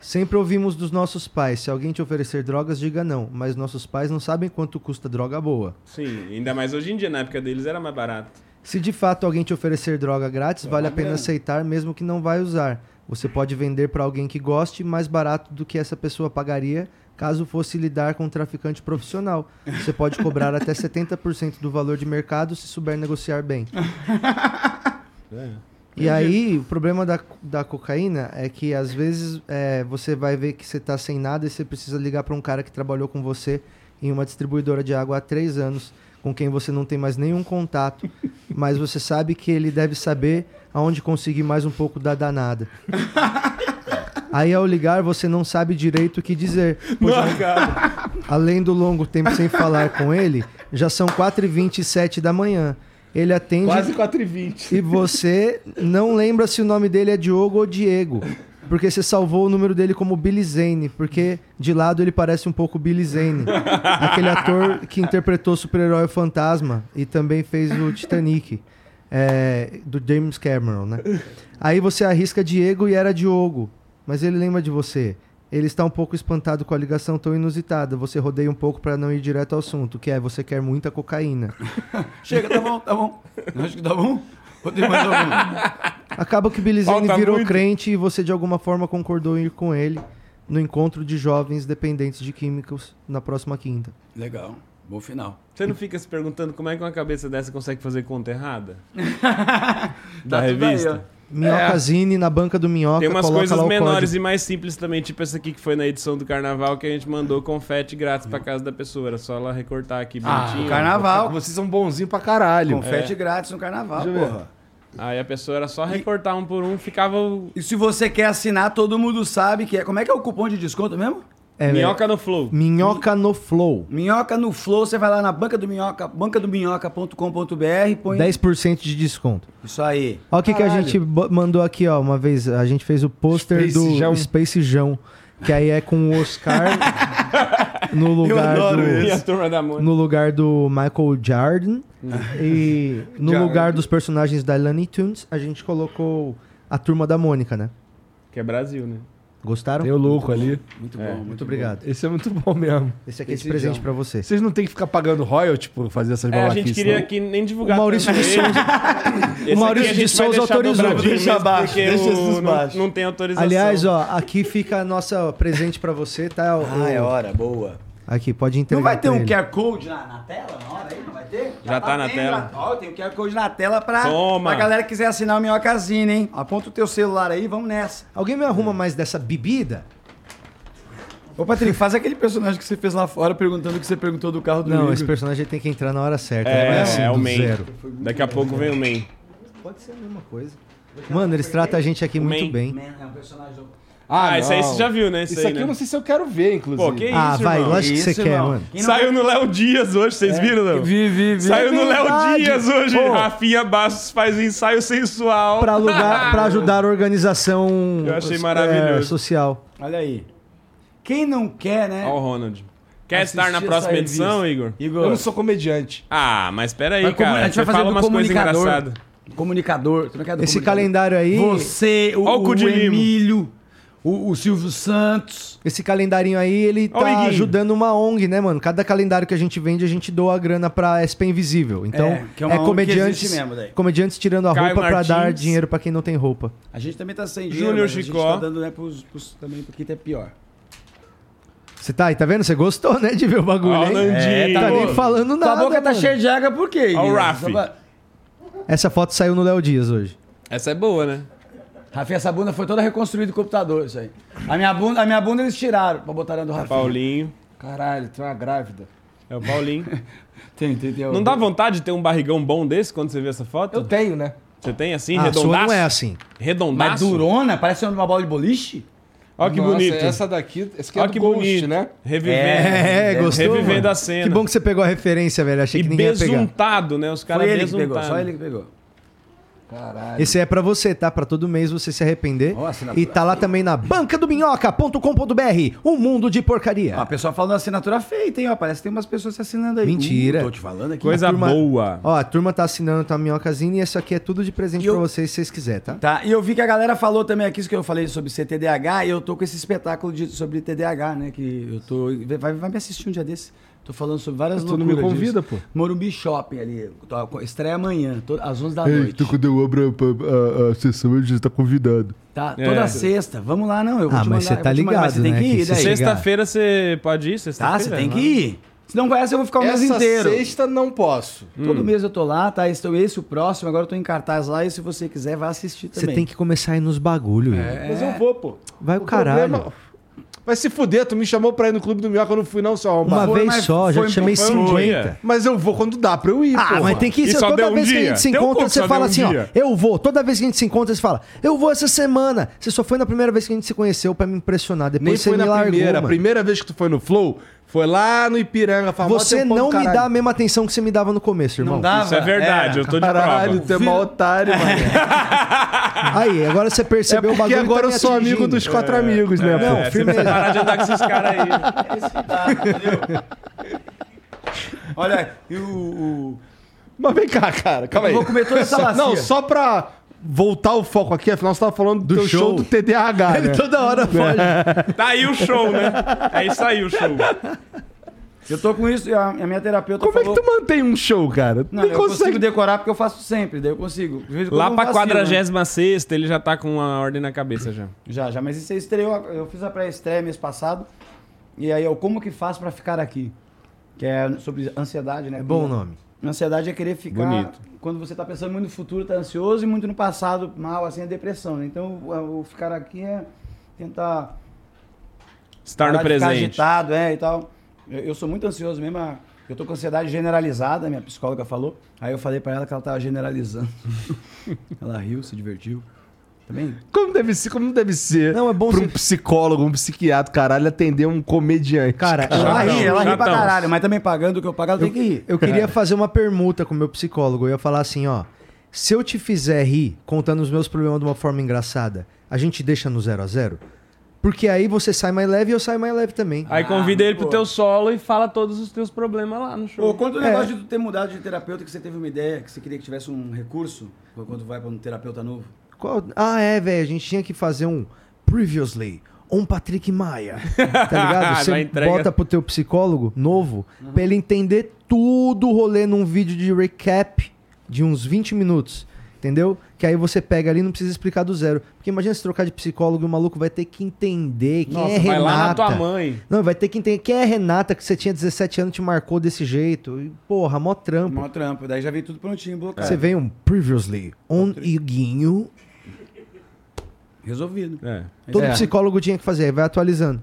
S1: sempre ouvimos dos nossos pais, se alguém te oferecer drogas, diga não, mas nossos pais não sabem quanto custa droga boa.
S5: Sim, ainda mais hoje em dia, na época deles era mais barato.
S1: Se de fato alguém te oferecer droga grátis, vale a pena aceitar mesmo que não vai usar. Você pode vender pra alguém que goste mais barato do que essa pessoa pagaria caso fosse lidar com um traficante profissional. Você pode cobrar até 70% do valor de mercado se souber negociar bem. E aí, o problema da, da cocaína é que às vezes é, você vai ver que você tá sem nada e você precisa ligar pra um cara que trabalhou com você em uma distribuidora de água há três anos, com quem você não tem mais nenhum contato, mas você sabe que ele deve saber aonde conseguir mais um pouco da danada. Aí ao ligar, você não sabe direito o que dizer, pois, é.
S5: Não acaba.
S1: Além do longo tempo sem falar com ele, já são 4h27 da manhã. Ele atende.
S2: Quase 4,20.
S1: E você não lembra se o nome dele é Diogo ou Diego. Porque você salvou o número dele como Billy Zane, porque de lado ele parece um pouco Billy Zane. aquele ator que interpretou o super-herói Fantasma e também fez o Titanic. é, do James Cameron, né? Aí você arrisca Diego e era Diogo. Mas ele lembra de você. Ele está um pouco espantado com a ligação tão inusitada. Você rodeia um pouco para não ir direto ao assunto, que é você quer muita cocaína.
S4: Chega, tá bom, tá bom. Eu acho que tá bom. Vou ter mais algum.
S1: Acaba que Billy Zane
S5: Falta
S1: virou
S5: muito.
S1: crente e você de alguma forma concordou em ir com ele no encontro de jovens dependentes de químicos na próxima quinta.
S4: Legal. Bom final.
S5: Você não fica se perguntando como é que uma cabeça dessa consegue fazer conta errada?
S4: Tá
S5: da
S4: tudo aí,
S5: revista?
S4: ó.
S1: Minhocazine na banca do Minhoca.
S5: É. Tem umas
S1: coloca
S5: coisas
S1: lá o
S5: menores
S1: código.
S5: e mais simples também, tipo essa aqui que foi na edição do carnaval que a gente mandou confete grátis pra casa da pessoa. Era só ela recortar aqui
S4: Ah,
S5: bonitinho.
S4: o carnaval.
S2: Vocês são bonzinhos pra caralho.
S4: Confete grátis no carnaval,
S2: Deixa eu ver.
S4: porra.
S5: Aí a pessoa era só recortar um por um, ficava o
S4: E se você quer assinar, todo mundo sabe que é. Como é que é o cupom de desconto mesmo?
S1: É,
S5: minhoca no flow.
S1: Minhoca no Flow.
S4: Minhoca no Flow, você vai lá na banca do minhoca, bancadominhoca.com.br, põe
S1: 10% de desconto.
S4: isso aí.
S1: Olha o que, que a
S2: Caralho.
S1: gente bo- mandou aqui, ó. Uma vez a gente fez o pôster
S2: Space
S1: do
S2: Jam.
S1: Space Jam, que aí é com o Oscar no lugar
S4: adoro
S1: do,
S5: E a turma da Mônica.
S1: no lugar do Michael Jordan e no
S2: Jordan.
S1: lugar dos personagens da Looney Tunes, a gente colocou a turma da Mônica, né?
S5: Que é Brasil, né?
S1: Gostaram?
S2: É. Tem o louco ali.
S4: Muito bom,
S1: Muito obrigado.
S2: Esse é muito bom mesmo.
S1: Esse aqui é esse
S2: Space
S1: presente
S2: Jam.
S1: pra você.
S2: Vocês não tem que ficar pagando royalty por fazer essas
S5: É, a
S2: babaquices,
S5: gente queria
S2: não?
S5: aqui nem divulgar.
S1: O Maurício
S5: tanto
S1: de
S5: ele. Esse
S1: o Maurício
S5: aqui a
S1: de
S5: gente vai
S1: Souza
S5: deixar
S1: autorizou.
S5: dobradinho
S4: Deixa
S5: mesmo,
S4: abaixo,
S5: porque
S4: deixa
S5: o-
S4: esses
S5: não-
S4: baixo.
S5: Não, tem autorização.
S1: Aliás, ó, aqui fica a nossa presente pra você, tá? O-
S4: Ah, é hora, boa.
S1: Aqui, pode entregar.
S4: Não vai ter
S1: pra
S4: um
S1: ele.
S4: QR Code na, na tela na hora aí? Não vai ter?
S5: Já tá na
S4: tem,
S5: tela.
S4: já- Ó, tem o QR Code na tela pra,
S5: Toma.
S4: pra galera que quiser assinar o Minhocazine, hein? Aponta o teu celular aí, vamos nessa.
S1: Alguém me arruma mais dessa bebida?
S4: Ô, Patrick, faz aquele personagem que você fez lá fora perguntando o que você perguntou do carro do
S1: Não,
S4: Igor.
S1: esse personagem tem que entrar na hora certa.
S5: É,
S1: não é assim,
S5: é o
S1: do
S5: main.
S1: zero.
S5: Daqui a pouco vem o main.
S1: Pode ser a mesma coisa. Mano, eles tratam a gente aqui muito
S5: main.
S1: bem.
S4: Man, é um personagem do-
S5: Ah, esse aí você já viu, né? Esse
S2: Isso
S5: aí,
S2: aqui
S5: né?
S2: eu não sei se eu quero ver, inclusive.
S5: Pô, que isso,
S1: ah, vai,
S5: irmão?
S1: lógico que é- você
S2: Isso,
S1: quer,
S2: irmão.
S1: mano.
S4: Quem não
S5: Saiu no Léo Dias hoje, vocês viram, não?
S2: Vi, vi,
S4: é
S2: vi.
S5: Saiu no Léo
S1: verdade.
S5: Dias hoje.
S1: Pô.
S5: Rafinha Bastos faz ensaio sensual.
S1: Pra, alugar, pra ajudar a organização
S5: Eu achei
S1: é,
S5: maravilhoso.
S1: social.
S4: Olha aí. Quem não quer, né?
S5: Ó o Ronald. Quer
S4: Assistir
S5: estar na próxima
S4: essa
S5: edição,
S4: revista.
S5: Igor?
S4: Igor.
S2: Eu não sou comediante.
S5: Ah, mas peraí,
S4: Vai comu-
S5: cara.
S4: a gente vai
S5: Você
S4: fazer
S5: fala
S4: do
S5: umas coisas
S4: comunicador.
S5: engraçadas.
S4: Comunicador. Você não quer do
S1: Esse
S4: comunicador?
S1: calendário aí.
S4: Você, o,
S5: Ó o cu
S4: o
S5: de limo.
S4: Emílio, o, o Silvio Santos.
S1: Esse calendarinho aí, ele
S5: Ó o
S1: tá
S5: Iguinho.
S1: ajudando uma ONG, né, mano? Cada calendário que a gente vende, a gente doa a grana pra SP Invisível. Então, é,
S4: É, que é uma ONG que
S1: comediantes,
S4: existe mesmo daí.
S1: comediantes tirando a
S5: Caio
S1: roupa
S5: Martins.
S1: pra dar dinheiro pra quem não tem roupa.
S4: A gente também tá sem dinheiro,
S5: Júnior
S4: mas a gente
S5: Chicó.
S4: tá dando né, pros, pros, também porque é pior.
S1: Você tá aí, tá vendo? Você gostou, né, de ver o bagulho,
S5: Ó o
S1: hein?
S4: É,
S5: Nandinho.
S1: Tá
S5: Pô,
S1: nem falando nada,
S4: Tua boca tá
S1: mano.
S4: cheia de água por quê?
S5: Ó o
S4: Guilherme?
S5: Rafi.
S4: Só pra-
S1: Essa foto saiu no Léo Dias hoje.
S5: Essa é boa, né?
S4: Rafi, essa bunda foi toda reconstruída do computador, isso aí. A minha bunda, a minha bunda eles tiraram pra botar na do Rafi.
S5: Paulinho.
S2: Caralho, tem uma grávida.
S5: É o Paulinho.
S4: Tem, tem, tem.
S5: Não dá vontade de ter um barrigão bom desse quando você vê essa
S2: Eu
S5: foto?
S2: tenho, né?
S5: Você tem assim,
S1: Ah, a sua
S5: redondaço?
S1: não é assim.
S5: Redondaço.
S4: Mas durona? Parece uma bola de boliche?
S5: Olha que
S2: Nossa,
S5: bonito.
S2: Essa daqui, essa aqui é
S5: Olha
S2: do
S5: que
S2: Ghost,
S5: bonito.
S2: né?
S5: Revivendo.
S1: É, gostou,
S5: Revivendo
S1: mano?
S5: a cena.
S1: Que bom que você pegou a referência, velho. Achei
S5: E
S1: que ninguém ia pegar.
S5: besuntado, né? Os caras
S4: foi ele que pegou,
S5: besuntados.
S4: só ele que pegou.
S2: Caralho.
S1: Esse é pra você, tá? Pra todo mês você se arrepender.
S4: Ó, assinatura.
S1: e tá lá também na bancadominhoca.com.br. Um mundo de porcaria.
S4: Ó, a pessoa falando assinatura feita, hein? Ó, parece que tem umas pessoas se assinando aí.
S1: Mentira.
S4: Uh, tô te falando aqui.
S5: Coisa boa.
S1: Ó, a turma tá assinando tá, a minhocazinha e isso aqui é tudo de presente
S4: E eu-
S1: pra vocês, se vocês quiserem, tá?
S4: Tá, e eu vi que a galera falou também aqui, isso que eu falei sobre CTDH, e eu tô com esse espetáculo de- sobre TDAH, né? Que eu tô. Vai, vai me assistir um dia desse. Tô falando sobre várias
S2: Tu não
S4: loucuras.
S2: me convida,
S4: disso.
S2: pô.
S4: Morumbi Shopping ali. tá, co- Estreia amanhã, to- às 11 da
S3: Ei,
S4: noite.
S3: então quando eu abro a, a- a sessão, ele já está convidado.
S4: Tá,
S5: É.
S4: toda sexta. Vamos lá, não. Eu vou
S1: Ah,
S4: te
S1: mas
S4: mandar-
S1: você
S4: eu
S1: tá
S4: vou te mandar, mas
S1: ligado,
S4: Você
S1: né,
S4: tem que
S1: que
S4: ir daí.
S1: se-
S5: Sexta-feira você pode ir? Sexta-feira?
S4: Tá, você tem que ir. Se não conhece, eu vou ficar o mês
S2: né? Essa
S4: inteiro.
S2: sexta não posso.
S4: Todo mês eu tô lá, tá? Esse, esse o próximo, agora eu tô em cartaz lá, e se você quiser, vai assistir
S1: Você
S4: também.
S1: tem que começar a ir nos bagulho.
S5: É.
S1: Igor.
S2: Mas eu vou, pô.
S1: Vai o caralho.
S2: Vai se fuder, tu me chamou pra ir no Clube do Minhoca, eu não fui não, seu
S1: Uma
S2: arrombado.
S4: Foi,
S1: vez
S4: mas
S1: só, já
S4: foi
S1: te
S4: um-
S1: chamei
S5: foi um
S1: 50.
S5: dia.
S2: Mas eu vou quando dá pra eu ir,
S1: Ah,
S2: pô.
S1: mas tem que
S5: E
S1: ir.
S5: só
S1: Toda
S5: deu um
S1: vez que a
S5: dia.
S1: gente se
S5: Tem um
S1: encontra,
S5: pouco,
S1: você
S5: só
S1: fala
S5: deu um
S1: assim, ó.
S5: dia.
S1: Eu vou. Toda vez que a gente se encontra, você fala, eu vou essa semana. Você só foi na primeira vez que a gente se conheceu pra me impressionar. Depois
S2: Nem
S1: você
S2: foi
S1: me
S2: na
S1: largou,
S2: primeira.
S1: mano.
S2: A primeira vez que tu foi no Flow Foi lá no Ipiranga, famosa.
S1: Você
S2: tempão do
S1: não me
S2: caralho.
S1: dá a mesma atenção que você me dava no começo, irmão.
S4: Não dava.
S5: Isso é verdade, eu tô de
S2: Caralho,
S5: prova.
S2: tu é mó otário, mano.
S1: Aí, agora você
S2: É
S1: percebeu o
S2: porque
S1: bagulho.
S2: agora
S1: tá
S2: eu
S1: me
S2: sou amigo
S1: atingindo.
S2: dos quatro amigos, né,
S1: Não,
S2: pô?
S5: É, você
S1: firmeza.
S5: precisa parar de andar com esses caras aí.
S4: Olha, e o. o-
S2: Mas vem cá, cara, calma aí.
S4: Eu vou comer toda essa
S2: Só-
S4: bacia.
S2: Não, só pra voltar o foco aqui, afinal você tava falando do, teu show.
S1: show
S2: do TDAH, né?
S1: Toda hora foge.
S5: Tá aí o show, né? Aí saiu o show.
S4: Eu tô com isso e a, a minha terapeuta
S2: Como é que
S4: falou...
S2: tu mantém um show, cara? Tu
S4: Não,
S2: nem
S4: eu consigo
S2: consegue...
S4: decorar porque eu faço sempre, daí eu consigo. De vez em quando
S5: Lá
S4: eu
S5: pra
S4: vacilo, né?
S5: 46 ele já tá com a ordem na cabeça já.
S4: Já, já, mas isso aí estreou, eu fiz a pré-estreia mês passado. E aí é o Como que faz pra ficar aqui? Que é sobre ansiedade, né?
S1: É bom o nome.
S4: Ansiedade é querer ficar.
S5: Bonito.
S4: Quando você tá pensando muito no futuro, tá ansioso e muito no passado, mal, assim, é depressão. né? Então, o, o ficar aqui é tentar
S5: Estar no
S4: parar de ficar
S5: presente.
S4: agitado, é, e tal. Eu, eu sou muito ansioso mesmo. a- Eu tô com ansiedade generalizada, minha psicóloga falou. Aí eu falei pra ela que ela tava generalizando. ela riu, se divertiu. Também?
S2: Como deve ser, como deve ser
S1: Não, é bom
S2: pra um
S1: você-
S2: psicólogo, um psiquiatra, caralho, atender um comediante.
S1: Cara, eu,
S4: Ela ri, ela ri pra
S5: Tá chatão.
S4: caralho, mas também pagando o que eu pago, ela tem que rir.
S1: eu queria fazer uma permuta com o meu psicólogo. Eu ia falar assim, ó. Se eu te fizer rir contando os meus problemas de uma forma engraçada, a gente deixa no zero a zero? Porque aí você sai mais leve e eu saio mais leve também.
S5: Aí convida ele pro teu solo e fala todos os teus problemas lá
S4: Pô,
S5: no show.
S4: conta o negócio de tu ter mudado de terapeuta, que você teve uma ideia, que você queria que tivesse um recurso quando vai pra um terapeuta novo.
S1: Qual- Ah, é, velho. A gente tinha que fazer um previously. Um Patrick Maia. Tá ligado?
S5: Na
S1: Você
S5: entrega.
S1: bota pro teu psicólogo novo pra ele entender tudo o rolê num vídeo de recap de uns 20 minutos. Entendeu? Que aí você pega ali e não precisa explicar do zero. Porque imagina se trocar de psicólogo e o maluco vai ter que entender quem é
S5: Nossa, vai
S1: Renata.
S5: lá na tua mãe.
S1: Não, vai ter que entender quem é Renata que você tinha 17 anos e te marcou desse jeito. E, porra, mó trampo.
S4: Mó trampo, daí já veio tudo prontinho, blocado.
S5: É.
S1: Você vem um previously, on iguinho,
S4: Resolvido.
S5: É.
S1: Todo
S2: É.
S1: psicólogo tinha que fazer, aí vai atualizando.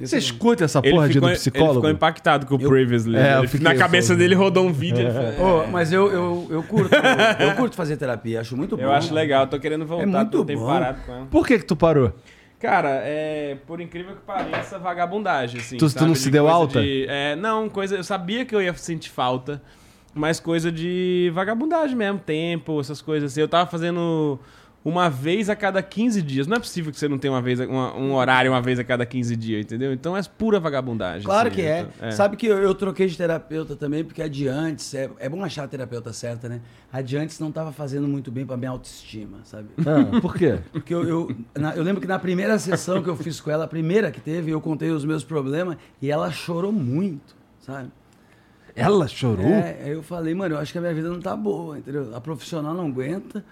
S2: Você escuta essa
S5: Ele
S2: porra de
S5: ficou,
S2: do
S5: ele
S2: psicólogo?
S5: ficou impactado com o Previously.
S2: É, eu
S5: Ele-
S2: fiquei-
S5: na cabeça
S2: eu falei-
S5: dele rodou um vídeo. ele falou,
S4: Ô, mas eu, eu, eu curto, eu curto fazer terapia, acho muito bom.
S5: Eu acho legal, eu tô querendo voltar,
S4: É muito
S5: não tenho
S4: bom.
S5: parado com ela.
S2: Por que que tu parou?
S5: Cara, é, por incrível que pareça, vagabundagem, assim.
S2: Tu- tu
S5: sabe?
S2: não
S5: De
S2: se deu
S5: coisa
S2: alta?
S5: de- é, não, coisa. Eu sabia que eu ia sentir falta, mas coisa de vagabundagem mesmo, tempo, essas coisas assim. Eu tava fazendo uma vez a cada 15 dias. Não é possível que você não tenha uma vez, uma- um horário uma vez a cada 15 dias, entendeu? Então é pura vagabundagem.
S4: Claro
S5: assim,
S4: que é.
S5: então,
S4: Sabe que eu, eu troquei de terapeuta também, porque adiante, é, é bom achar a terapeuta certa, né? Adiante não tava fazendo muito bem pra minha autoestima, sabe?
S2: Ah, por quê?
S4: Porque eu, eu, na- eu lembro que na primeira sessão que eu fiz com ela, a primeira que teve, eu contei os meus problemas e ela chorou muito, sabe?
S2: Ela chorou?
S4: É, aí eu falei, mano, eu acho que a minha vida não tá boa, entendeu? A profissional não aguenta.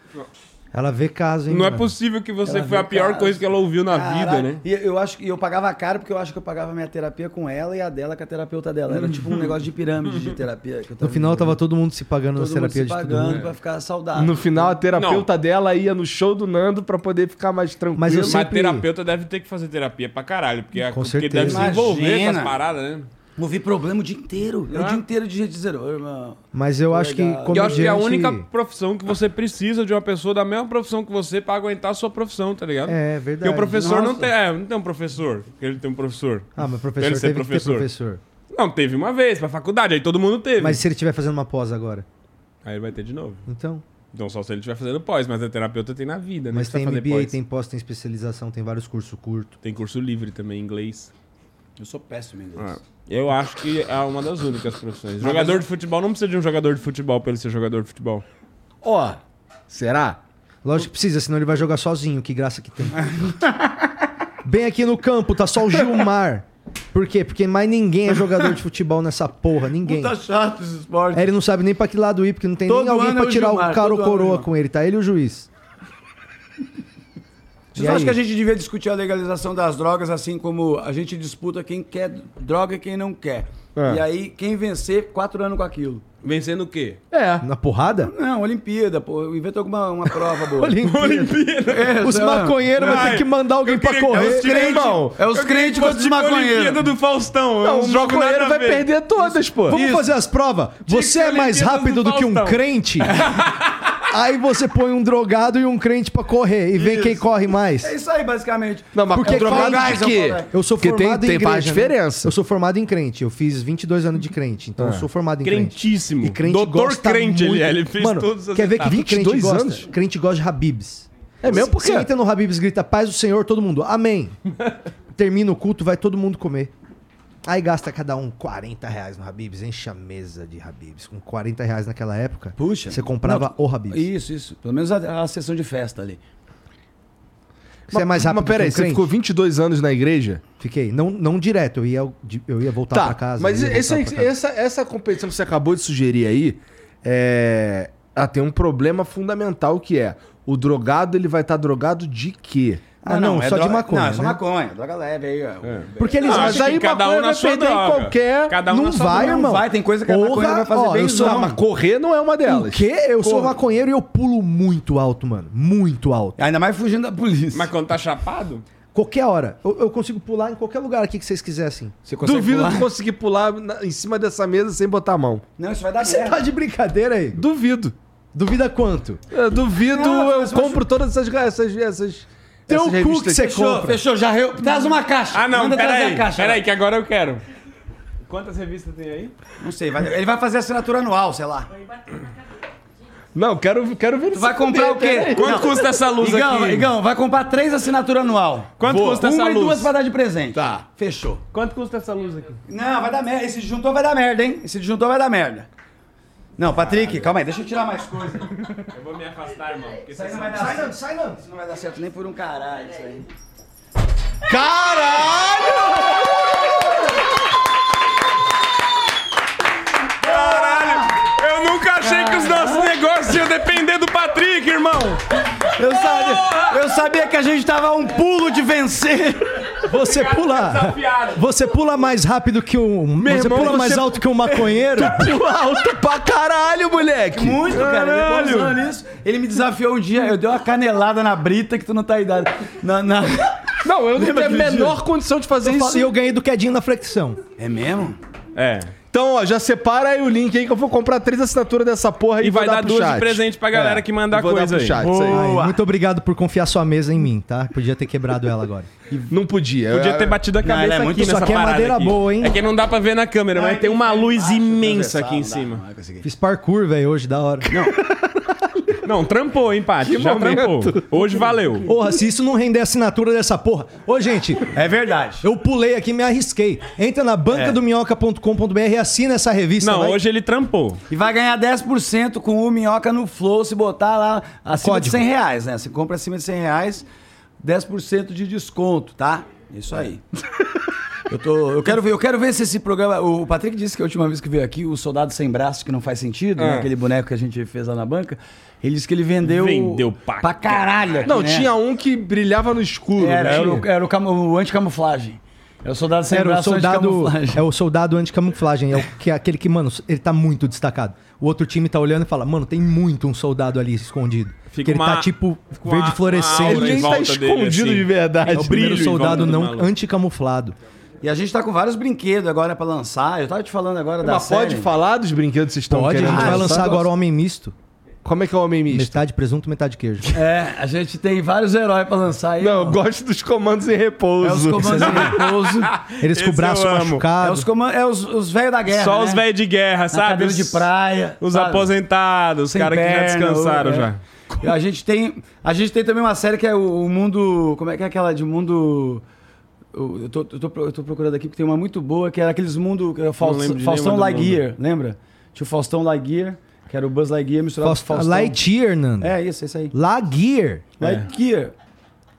S1: Ela vê caso, hein?
S5: Não é
S1: mano?
S5: possível que você
S4: Ela
S5: foi a
S4: vê
S5: pior
S4: casos.
S5: coisa que ela ouviu na vida,
S4: Caralho.
S5: né?
S4: E eu acho que eu pagava caro porque eu acho que eu pagava minha terapia com ela e a dela com a terapeuta dela. Era tipo um negócio de pirâmide de terapia. que eu
S1: No final tava
S4: envolvido.
S1: todo mundo se pagando
S4: todo
S1: nas
S4: mundo se
S1: terapias de né? todo mundo.
S4: pagando pra ficar saudável.
S2: No final, a terapeuta dela ia no show do Nando pra poder ficar mais tranquilo.
S1: Mas eu
S5: Mas
S1: sempre-
S5: terapeuta deve ter que fazer terapia pra caralho, porque, a-
S1: Com
S5: porque
S1: certeza.
S5: deve se envolver com as
S4: Imagina.
S5: paradas, né?
S4: Ouvi problema o dia inteiro. Eu
S5: Ah.
S4: o dia inteiro de gente dizer, ô irmão.
S1: Mas eu acho que
S4: Legal.
S1: comediante...
S5: E eu acho que é a única profissão que você precisa de uma pessoa da mesma profissão que você pra aguentar a sua profissão, tá ligado?
S1: É,
S5: Porque
S1: verdade.
S5: o professor não
S4: Nossa.
S5: tem, é, não tem um professor, porque ele tem um professor.
S1: Ah, mas
S5: Pra
S1: professor
S5: ele ser
S1: teve
S5: professor.
S1: que ter professor.
S5: Não, teve uma vez pra faculdade, aí todo mundo teve.
S1: Mas se ele estiver fazendo uma pós agora?
S5: Aí ele vai ter de novo.
S1: Então?
S5: Então só se ele estiver fazendo pós, mas a terapeuta tem na vida, né?
S1: Mas
S5: Não
S1: tem
S5: precisa
S1: MBA,
S5: fazer pós.
S1: tem pós, tem especialização, tem vários cursos curtos.
S5: Tem curso livre também, em inglês.
S4: Eu sou péssimo em inglês.
S5: Ah, Eu acho que é uma das únicas profissões. Jogador de futebol não precisa de um jogador de futebol pra ele ser jogador de futebol.
S2: Ó, será?
S1: Lógico que precisa, senão ele vai jogar sozinho, que graça que tem. Bem aqui no campo, tá só o Gilmar. Por quê? Porque mais ninguém é jogador de futebol nessa porra, ninguém.
S4: chato esse esporte.
S1: Aí É, ele não sabe nem pra que lado ir, porque não tem
S4: Todo
S1: nem alguém
S4: ano é
S1: pra
S4: o
S1: tirar o
S4: Gilmar,
S1: cara ou
S4: todo ano é o
S1: coroa
S4: Gilmar.
S1: com ele, tá? Ele e o juiz.
S4: Vocês
S1: E aí?
S4: acham que a gente devia discutir a legalização das drogas assim como a gente disputa quem quer droga e quem não quer? E aí, quem vencer, quatro anos com aquilo.
S5: Vencendo o quê?
S2: É.
S1: Na porrada?
S4: Não, Olimpíada, pô. Inventa alguma uma prova boa.
S5: Olimpíada!
S4: É,
S1: Os
S4: sei lá.
S1: maconheiros vão ter que mandar alguém pra correr.
S2: Irmão,
S4: É os crentes
S5: Tipo
S4: contra os
S5: tipo Olimpíada
S4: maconheiros.
S5: do Faustão.
S2: não,
S5: os
S2: o maconheiro vai perder todas, pô.
S1: Vamos fazer as provas.
S5: Tinha que
S1: Você
S5: ser
S1: é mais
S5: Olimpíadas
S1: rápido
S5: do
S1: do que um
S5: Faustão.
S1: crente? Aí você põe um drogado e um crente pra correr e vê quem corre mais.
S4: É isso aí, basicamente. é
S2: Não, mas
S1: Porque
S2: com drogado
S1: faz-
S2: de quê?
S1: É. Eu sou
S2: É. Porque tem-
S1: formado em
S2: tem
S1: igreja,
S2: parte de
S1: né?
S2: diferença. Ah.
S1: Eu sou formado em crente. Eu fiz 22 anos de crente, então eu sou formado em crente.
S5: Crentíssimo.
S1: E crente
S5: Doutor
S1: gosta
S5: crente
S1: muito...
S5: ele é. Ele fez
S1: Mano,
S5: todas as
S1: quer ver que, que
S2: 22
S1: crente gosta?
S2: anos?
S1: Crente gosta de Habibs.
S2: É mesmo porque...
S1: Você entra no Habibs, grita paz do Senhor, todo mundo, amém. Termina o culto, vai todo mundo comer. Aí gasta cada um 40 reais no Habibs, enche a mesa de Habibs. Com 40 reais naquela época,
S4: Puxa.
S1: você comprava o Habibs.
S4: Isso, isso. Pelo menos a, a sessão de festa ali.
S1: Você é mais rápido
S2: Mas peraí,
S1: que um
S2: você
S1: crente?
S2: ficou 22 anos na igreja?
S1: Fiquei, não, não direto, eu ia, eu ia voltar Tá pra casa.
S2: Tá, mas
S1: eu ia
S2: esse-
S1: voltar pra casa.
S2: essa, essa competição que você acabou de sugerir aí, é... ela tem um problema fundamental que é, o drogado ele vai estar drogado de quê?
S1: Ah, não, só de maconha,
S4: Não, é só
S1: né?
S4: maconha. Droga leve aí, ó.
S1: Porque eles
S5: Não,
S1: acham
S5: mas aí cada um na sua
S2: perder em
S5: droga.
S2: qualquer-
S5: Cada um
S1: não
S5: na sua
S1: vai,
S5: droga.
S1: irmão.
S4: vai, tem coisa que a
S1: Porra,
S4: maconha vai fazer
S1: ó,
S4: bem
S1: eu sou
S4: zão.
S1: ma-
S2: Mas correr não é uma
S1: O
S2: delas.
S1: quê? Eu sou
S2: Porra. É.
S1: maconheiro e eu pulo muito alto, mano. Muito alto.
S4: Ainda mais fugindo da polícia.
S5: Mas quando tá chapado,
S1: Qualquer hora. Eu, eu consigo pular em qualquer lugar aqui que vocês quisessem.
S4: Você consegue
S2: Duvido
S4: pular?
S2: tu conseguir pular na- em cima dessa mesa sem botar a mão.
S4: Não, isso vai dar
S1: Você
S2: É.
S4: merda.
S1: tá de brincadeira aí?
S2: Duvido.
S1: Duvida quanto?
S2: Eu duvido,
S5: Ah,
S4: Não,
S2: eu
S4: mas-
S2: compro todas essas... essas, essas
S1: Teu
S4: um
S2: essas
S1: um cu
S2: revistas
S1: que você
S2: aqui.
S4: Fechou,
S1: compra.
S4: fechou. Já reu... Traz uma caixa.
S5: Ah, não,
S4: Manda trazer
S5: peraí.
S4: a caixa.
S5: Peraí, que agora eu quero. Quantas revistas tem aí?
S4: Não sei, vai- ele vai fazer assinatura anual, sei lá.
S2: Não, quero, quero ver
S4: Tu vai comprar o quê?
S5: Quanto custa essa luz
S4: Igão,
S5: aqui?
S4: Igão, vai comprar três assinaturas anual.
S5: Quanto
S4: Vou.
S5: custa
S4: Uma
S5: essa
S4: e
S5: luz?
S4: duas pra dar de presente.
S2: Tá.
S4: Fechou.
S5: Quanto custa essa luz aqui?
S4: Não, vai dar merda. Esse disjuntor vai dar merda, hein? Esse disjuntor vai dar merda. Não, Patrick, calma aí, deixa eu tirar mais coisa.
S5: Eu vou me afastar, irmão. Porque
S4: Isso aí não vai dar certo. Sai não, Isso não vai dar certo nem por um caralho, isso aí.
S5: Eu nunca achei que os nossos negócios iam depender do Patrick, irmão.
S4: Eu sabia, eu sabia que a gente tava a um pulo de vencer.
S1: Você pula.
S5: Desafiado.
S1: Você pula mais rápido que um. você
S2: irmão,
S1: pula mais
S2: você-
S1: alto que um maconheiro?
S2: Pula alto pra caralho, moleque.
S4: Muito, cara. Ele, é bonzão nisso. ele me desafiou um dia, eu dei uma canelada na Brita que tu não tá idade. Na, na-
S2: Não, eu não tenho a menor condição de fazer
S1: Eu falo-
S2: isso.
S1: E eu ganhei do quedinho na flexão.
S4: É mesmo?
S5: É.
S2: Então, ó, já separa aí o link aí que eu vou comprar três assinaturas dessa porra aí
S5: E vai dar
S2: pro
S5: duas de
S2: chat.
S5: presente pra galera
S2: É,
S5: que mandar
S2: vou dar
S5: coisa
S2: pro
S5: aí.
S2: chat, isso aí.
S1: Ai, muito obrigado por confiar sua mesa em mim, tá? Podia ter quebrado ela agora.
S2: Não podia.
S5: Podia ter batido a
S4: Não, ela
S5: cabeça
S4: é muito-
S5: aqui
S1: Isso
S5: nessa
S1: aqui é
S5: parada
S1: madeira
S5: aqui.
S1: boa, hein?
S5: É que não dá pra ver na câmera, mas tem uma luz imensa aqui em cima.
S1: Fiz parkour, velho, hoje, da hora.
S5: Não, trampou, hein, Paty? Já trampou.
S2: momento.
S5: Hoje valeu.
S1: Porra, se isso não render a assinatura dessa porra. Ô, gente,
S4: É verdade.
S1: eu pulei aqui, me arrisquei. Entra na banca do minhoca.com.br e assina essa revista.
S5: É. Não,
S1: vai.
S5: hoje ele trampou.
S4: E vai ganhar 10% com o Minhoca no Flow se botar lá acima
S1: Código.
S4: de 100 reais, né? Se compra acima de 100 reais, 10% de desconto, tá? Isso aí. Eu, tô, eu, quero ver, eu quero ver se esse programa. O Patrick disse que a última vez que veio aqui, o Soldado Sem Braço, que não faz sentido, né? aquele boneco que a gente fez lá na banca, ele disse que ele vendeu.
S5: Vendeu pra
S4: caralho. aqui,
S2: Não,
S4: né?
S2: tinha um que brilhava no escuro.
S4: Era,
S2: né?
S4: era o, era o, camu- o anticamuflagem. É o Soldado Sem
S1: Era o
S4: Braço
S1: soldado,
S4: anticamuflagem.
S1: é o soldado anticamuflagem, é, o, que é aquele que, mano, ele tá muito destacado. O outro time tá olhando e fala, mano, tem muito um soldado ali escondido.
S5: Fica
S1: que ele
S5: uma-
S1: tá tipo
S5: com
S1: verde
S5: a- uma
S1: fluorescente.
S5: aura
S2: Ele
S5: em
S2: nem tá
S5: volta dele,
S2: escondido
S5: assim.
S2: de verdade.
S1: É o primeiro
S5: brilho em
S1: soldado
S5: volta do
S1: não
S5: maluco.
S1: anticamuflado.
S4: E a gente tá com vários brinquedos agora pra lançar. Eu tava te falando agora da
S2: Mas pode
S4: série.
S2: falar dos brinquedos que vocês estão
S1: Pode, a
S2: querendo
S1: gente vai
S4: Ah,
S1: lançar
S4: só
S1: agora
S4: gosto.
S1: o Homem Misto.
S2: Como é que é o homem misto?
S1: Metade presunto, metade queijo.
S4: É, a gente tem vários heróis pra lançar aí.
S2: Não, eu
S4: ó.
S2: gosto dos comandos em repouso.
S4: É os comandos em repouso.
S1: Eles com o
S5: Esse
S1: braço
S5: eu amo.
S4: É
S1: machucado.
S4: os, coman- é os, os velhos da guerra.
S5: Só
S4: né?
S5: os velhos de guerra,
S4: Na
S5: sabe?
S4: cadeira
S5: Os-
S4: de praia.
S5: Os
S4: sabe?
S5: aposentados, os
S4: Sem
S5: caras que já
S4: perna,
S5: descansaram
S4: ou- é.
S5: já.
S4: E A gente tem. A gente tem também uma série que é o, o mundo. Como é que é aquela de mundo. Eu eu tô, eu, tô, pro- eu tô procurando aqui porque tem uma muito boa, que era aqueles mundo. que era Faust-
S5: lembro de
S4: Faustão
S5: nenhuma do
S4: Lightyear, lembra? Tinha o Faustão Lightyear, que era o Buzz Lightyear misturado
S1: Faust-
S4: com o Faustão.
S1: Lightyear, Nando.
S4: É isso, é isso aí.
S1: Lagear.
S4: Lightyear.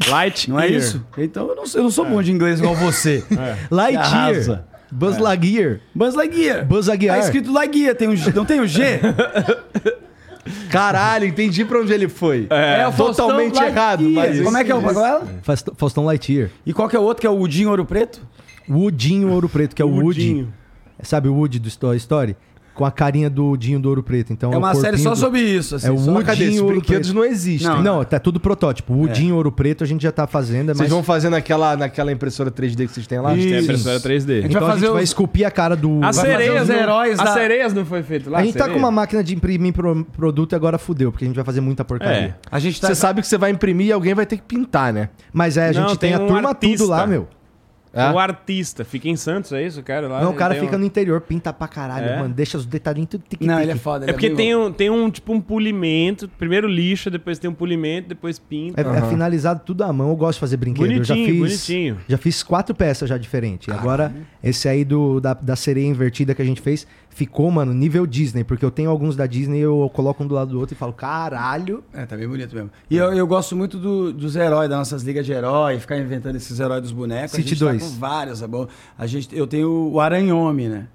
S5: Light
S4: Não é
S5: Year.
S4: isso? Então eu não, eu não sou bom de inglês igual você.
S1: Lightyear.
S4: Arrasa.
S1: Buzz
S5: É.
S1: Lightyear.
S4: Buzz Lightyear.
S1: Buzz Lightyear.
S4: Tá escrito Lightyear, tem um G, não tem um G?
S2: Caralho, entendi pra onde ele foi.
S4: É, Faustão
S2: totalmente
S4: Lightyear.
S2: errado, mas
S4: Como é que é o agora?
S1: Faust- Faustão Lightyear.
S4: E qual que é o outro que é o Udinho Ouro Preto?
S1: Woodinho Ouro Preto, que é o Woody.
S5: Woodinho.
S1: Sabe o Woody do Toy Story? com a carinha do Dinho do Ouro Preto. Então,
S4: É uma
S1: o
S4: série
S1: corpinho
S4: só
S1: do-
S4: sobre isso. Assim,
S1: É o
S4: só-
S1: Woody-
S2: Cadê? Esses
S1: Dinho, ouro
S2: brinquedos
S1: preto.
S2: não existem.
S4: Não.
S1: Não, tá tudo protótipo. O Dinho Ouro Preto a gente já tá fazendo, é
S2: Vocês
S1: mais...
S2: vão fazer naquela, naquela impressora 3D que vocês têm lá?
S5: A gente tem a
S2: Isso.
S5: impressora
S1: Então
S5: 3D.
S1: a gente
S6: vai
S1: vai,
S6: fazer os-
S1: esculpir a cara do...
S5: As
S1: Vai-
S5: sereias,
S4: os
S5: né?
S4: heróis
S5: As
S4: da-
S5: sereias não foi feito lá?
S1: A gente tá
S5: sereia?
S1: com uma máquina de imprimir pro- produto e agora fudeu, porque a gente vai fazer muita porcaria.
S5: É.
S4: A gente tá.
S2: Você sabe que você vai imprimir e alguém vai ter que pintar, né?
S1: Mas é, a gente
S5: Não,
S1: tem,
S5: tem
S1: a
S5: um
S1: turma
S5: artista.
S1: tudo lá, meu.
S2: É?
S5: O artista. Fica em Santos, é isso? O cara lá.
S1: Não, o
S5: ele
S1: cara
S5: tem
S1: fica
S5: um-
S1: no interior, pinta pra caralho,
S5: É?
S1: mano. Deixa os detalhinhos tudo tique,
S4: Não,
S1: tique.
S4: ele é foda.
S5: É porque tem
S4: o.
S5: um, tem um, tipo, um polimento. Primeiro lixa, depois tem um polimento, depois pinta.
S1: É, é finalizado tudo à mão. Eu gosto de fazer brinquedo. eu já
S5: Bonitinho,
S1: fiz,
S5: bonitinho.
S1: Já fiz quatro peças já diferentes. E Agora, esse aí do, da, da sereia invertida que a gente fez, ficou, mano, nível Disney. Porque eu tenho alguns da Disney, eu coloco um do lado do outro e falo, caralho.
S4: É, tá bem bonito mesmo. E eu, eu gosto muito do- dos heróis, das nossas ligas de herói, ficar inventando esses heróis dos bonecos.
S1: City
S4: a gente
S1: dois.
S4: tá com vários, tá bom? A gente, eu tenho o Aranhome, né?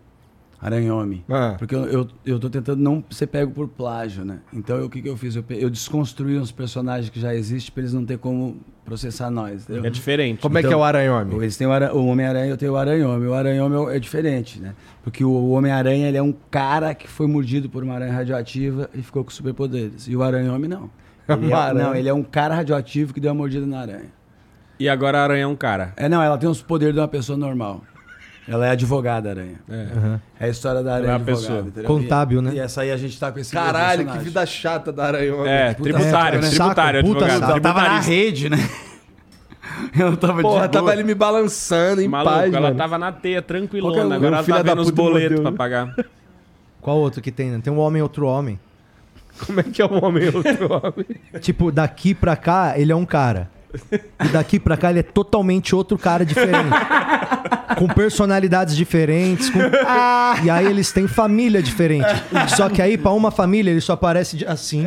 S4: Aranhome.
S2: Ah.
S4: Porque eu, eu, eu tô tentando não ser pego por plágio, né? Então, eu- o que, que eu fiz? Eu, pe- eu desconstruí uns personagens que já existem pra eles não ter como processar nós, entendeu?
S5: É diferente.
S2: Como é que é o aranhome?
S4: Eles têm o, ara- o Homem-Aranha, eu tenho o Aranhome. O Aranhome é o- é diferente, né? Porque o Homem-Aranha ele é um cara que foi mordido por uma aranha radioativa e ficou com superpoderes. E o Aranhome não. Ele é-
S2: O aranha.
S4: não, ele é um cara radioativo que deu uma mordida na aranha.
S5: E agora a aranha é um cara.
S4: É, não, ela tem os poderes de uma pessoa normal. Ela é advogada aranha.
S5: É.
S4: É a história da
S5: é
S4: aranha
S5: uma
S4: advogada,
S5: pessoa.
S4: entendeu?
S1: Contábil,
S4: E-
S1: né?
S4: E essa aí a gente tá com esse
S2: Caralho, que
S4: personagem.
S2: vida chata da aranhome.
S5: É,
S4: puta
S1: saco,
S5: tributário,
S1: né?
S5: tributário,
S1: Saco, puta
S5: advogado,
S1: saco.
S4: Eu tava Tá na
S5: tributarista.
S4: rede, né? Eu tava de
S2: Porra, tava
S4: boa.
S2: ali me balançando em
S5: Maluco,
S2: paz,
S5: ela
S2: mano.
S5: tava na teia,
S2: Qual que
S5: tranquilona.
S2: é o-
S5: Agora
S2: o
S5: ela
S2: filho
S5: tá
S2: da
S5: vendo os
S2: puta me
S5: boletos
S2: mordeu,
S5: pra
S2: né?
S5: pagar.
S1: Qual outro que tem? né? Tem um homem, outro homem.
S2: Como é que é o homem outro homem?
S1: Tipo, daqui pra cá, ele é um cara. E daqui pra cá, ele é totalmente outro cara diferente. com personalidades diferentes. com- E aí eles têm família diferente. Só que aí, pra uma família, ele só aparece de- assim.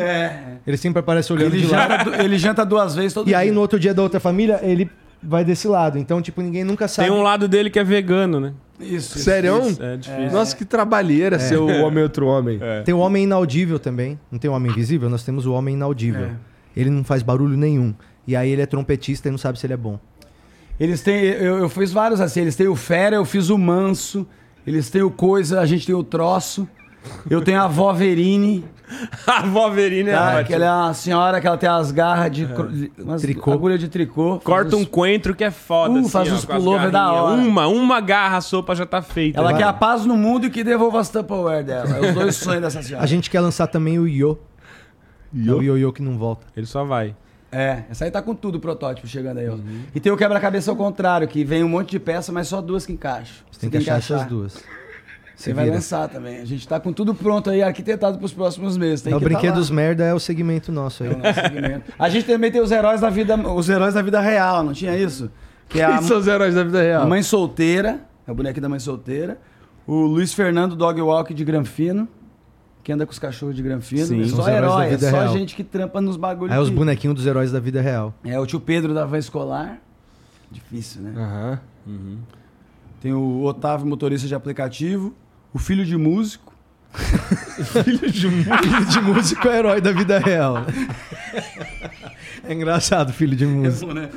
S1: Ele sempre aparece olhando
S4: Ele é
S1: de lado.
S4: janta, du- ele janta duas vezes todo
S1: E aí,
S4: dia.
S1: no outro dia da outra família, ele vai desse lado. Então, tipo, ninguém nunca sabe.
S2: Tá
S5: Tem um lado dele que é vegano, né?
S4: Isso, isso.
S2: Sério? É.
S5: É difícil. É.
S2: Nossa, que trabalheira ser o homem outro homem.
S1: Tem o homem inaudível também. Não tem o homem invisível? Nós temos o homem inaudível. Ele não faz barulho nenhum. E aí ele é trompetista e não sabe se ele é bom.
S4: Eles têm. Eu, eu fiz vários assim. Eles têm o Fera, eu fiz o Manso. Eles têm o Coisa, a gente tem o Troço. Eu tenho a vó Verine,
S5: A Wolverine é
S4: tá?
S5: ótima.
S4: que ela é uma senhora que ela tem as garras de cro- de- umas
S1: É. Tricô.
S4: agulha de tricô.
S5: Corta
S4: Faz
S5: um
S4: uns-
S5: coentro que é foda,
S4: Uh,
S5: assim,
S4: faz
S5: ó,
S4: uns
S5: com as
S4: pullover da
S5: garrinhas.
S4: hora.
S5: Uma, uma garra, a sopa já tá feita.
S4: Ela
S5: Vai.
S4: quer a paz no mundo e que devolva as Tupperware dela. É os dois sonhos dessa senhora.
S1: A gente quer lançar também o Yo. É o Yo-Yo que não volta.
S5: Ele só vai.
S4: É, essa aí tá com tudo o protótipo chegando aí, ó.
S1: Uhum.
S4: E tem o quebra-cabeça ao contrário, que vem um monte de peça, mas só duas que encaixam.
S1: Você tem que achar essas duas.
S4: Você
S1: Se
S4: vai
S1: vira.
S4: lançar também. A gente tá com tudo pronto aí, arquitetado pros próximos meses. Tem
S1: É, o
S4: que tá
S1: Brinquedos
S4: lá.
S1: Merda é o segmento nosso aí.
S4: É o nosso segmento. A gente também tem os heróis da vida, os heróis da vida real, não tinha isso? Que é a,
S2: Quem são os heróis da vida
S4: a
S2: real?
S4: mãe solteira, é o bonequinho da mãe solteira, o Luiz Fernando Dog Walk de Granfino, que anda com os cachorros de Granfino,
S5: Sim,
S4: é
S1: são os
S4: só
S1: heróis da
S4: herói, é
S1: vida
S4: só
S1: real.
S4: gente que trampa nos bagulhos.
S1: Aí É os bonequinhos dos heróis da vida real.
S4: É o tio Pedro da van escolar. Difícil, né?
S2: Aham.
S1: É.
S4: Tem o Otávio motorista de aplicativo, o filho de músico,
S1: filho de músico é herói da vida real. É engraçado, filho de músico.
S4: né?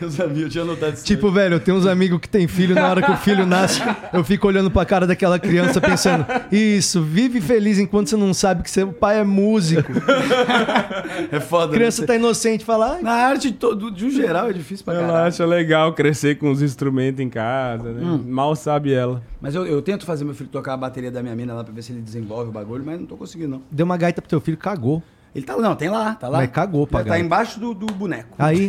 S4: Eu sabia, eu tinha anotado isso.
S1: Tipo, velho, eu tenho uns amigos que tem filho, na hora que o filho nasce, eu fico olhando pra cara daquela criança pensando, isso, vive feliz enquanto você não sabe que seu pai é músico.
S4: é foda.
S1: A criança tá inocente, fala, "Ai,
S4: Na arte de, todo, de um geral é difícil pra caralho.
S5: Ela acha legal crescer com os instrumentos em casa, né?
S2: Hum.
S5: Mal sabe ela.
S4: Mas eu, eu tento fazer meu filho tocar a bateria da minha mina lá pra ver se ele desenvolve o bagulho, mas não tô conseguindo, não.
S1: deu uma gaita pro teu filho, cagou.
S4: Ele tá lá, não, tem lá, tá lá.
S1: Mas cagou pra
S4: Tá
S1: gaita.
S4: embaixo do, do boneco.
S1: Aí,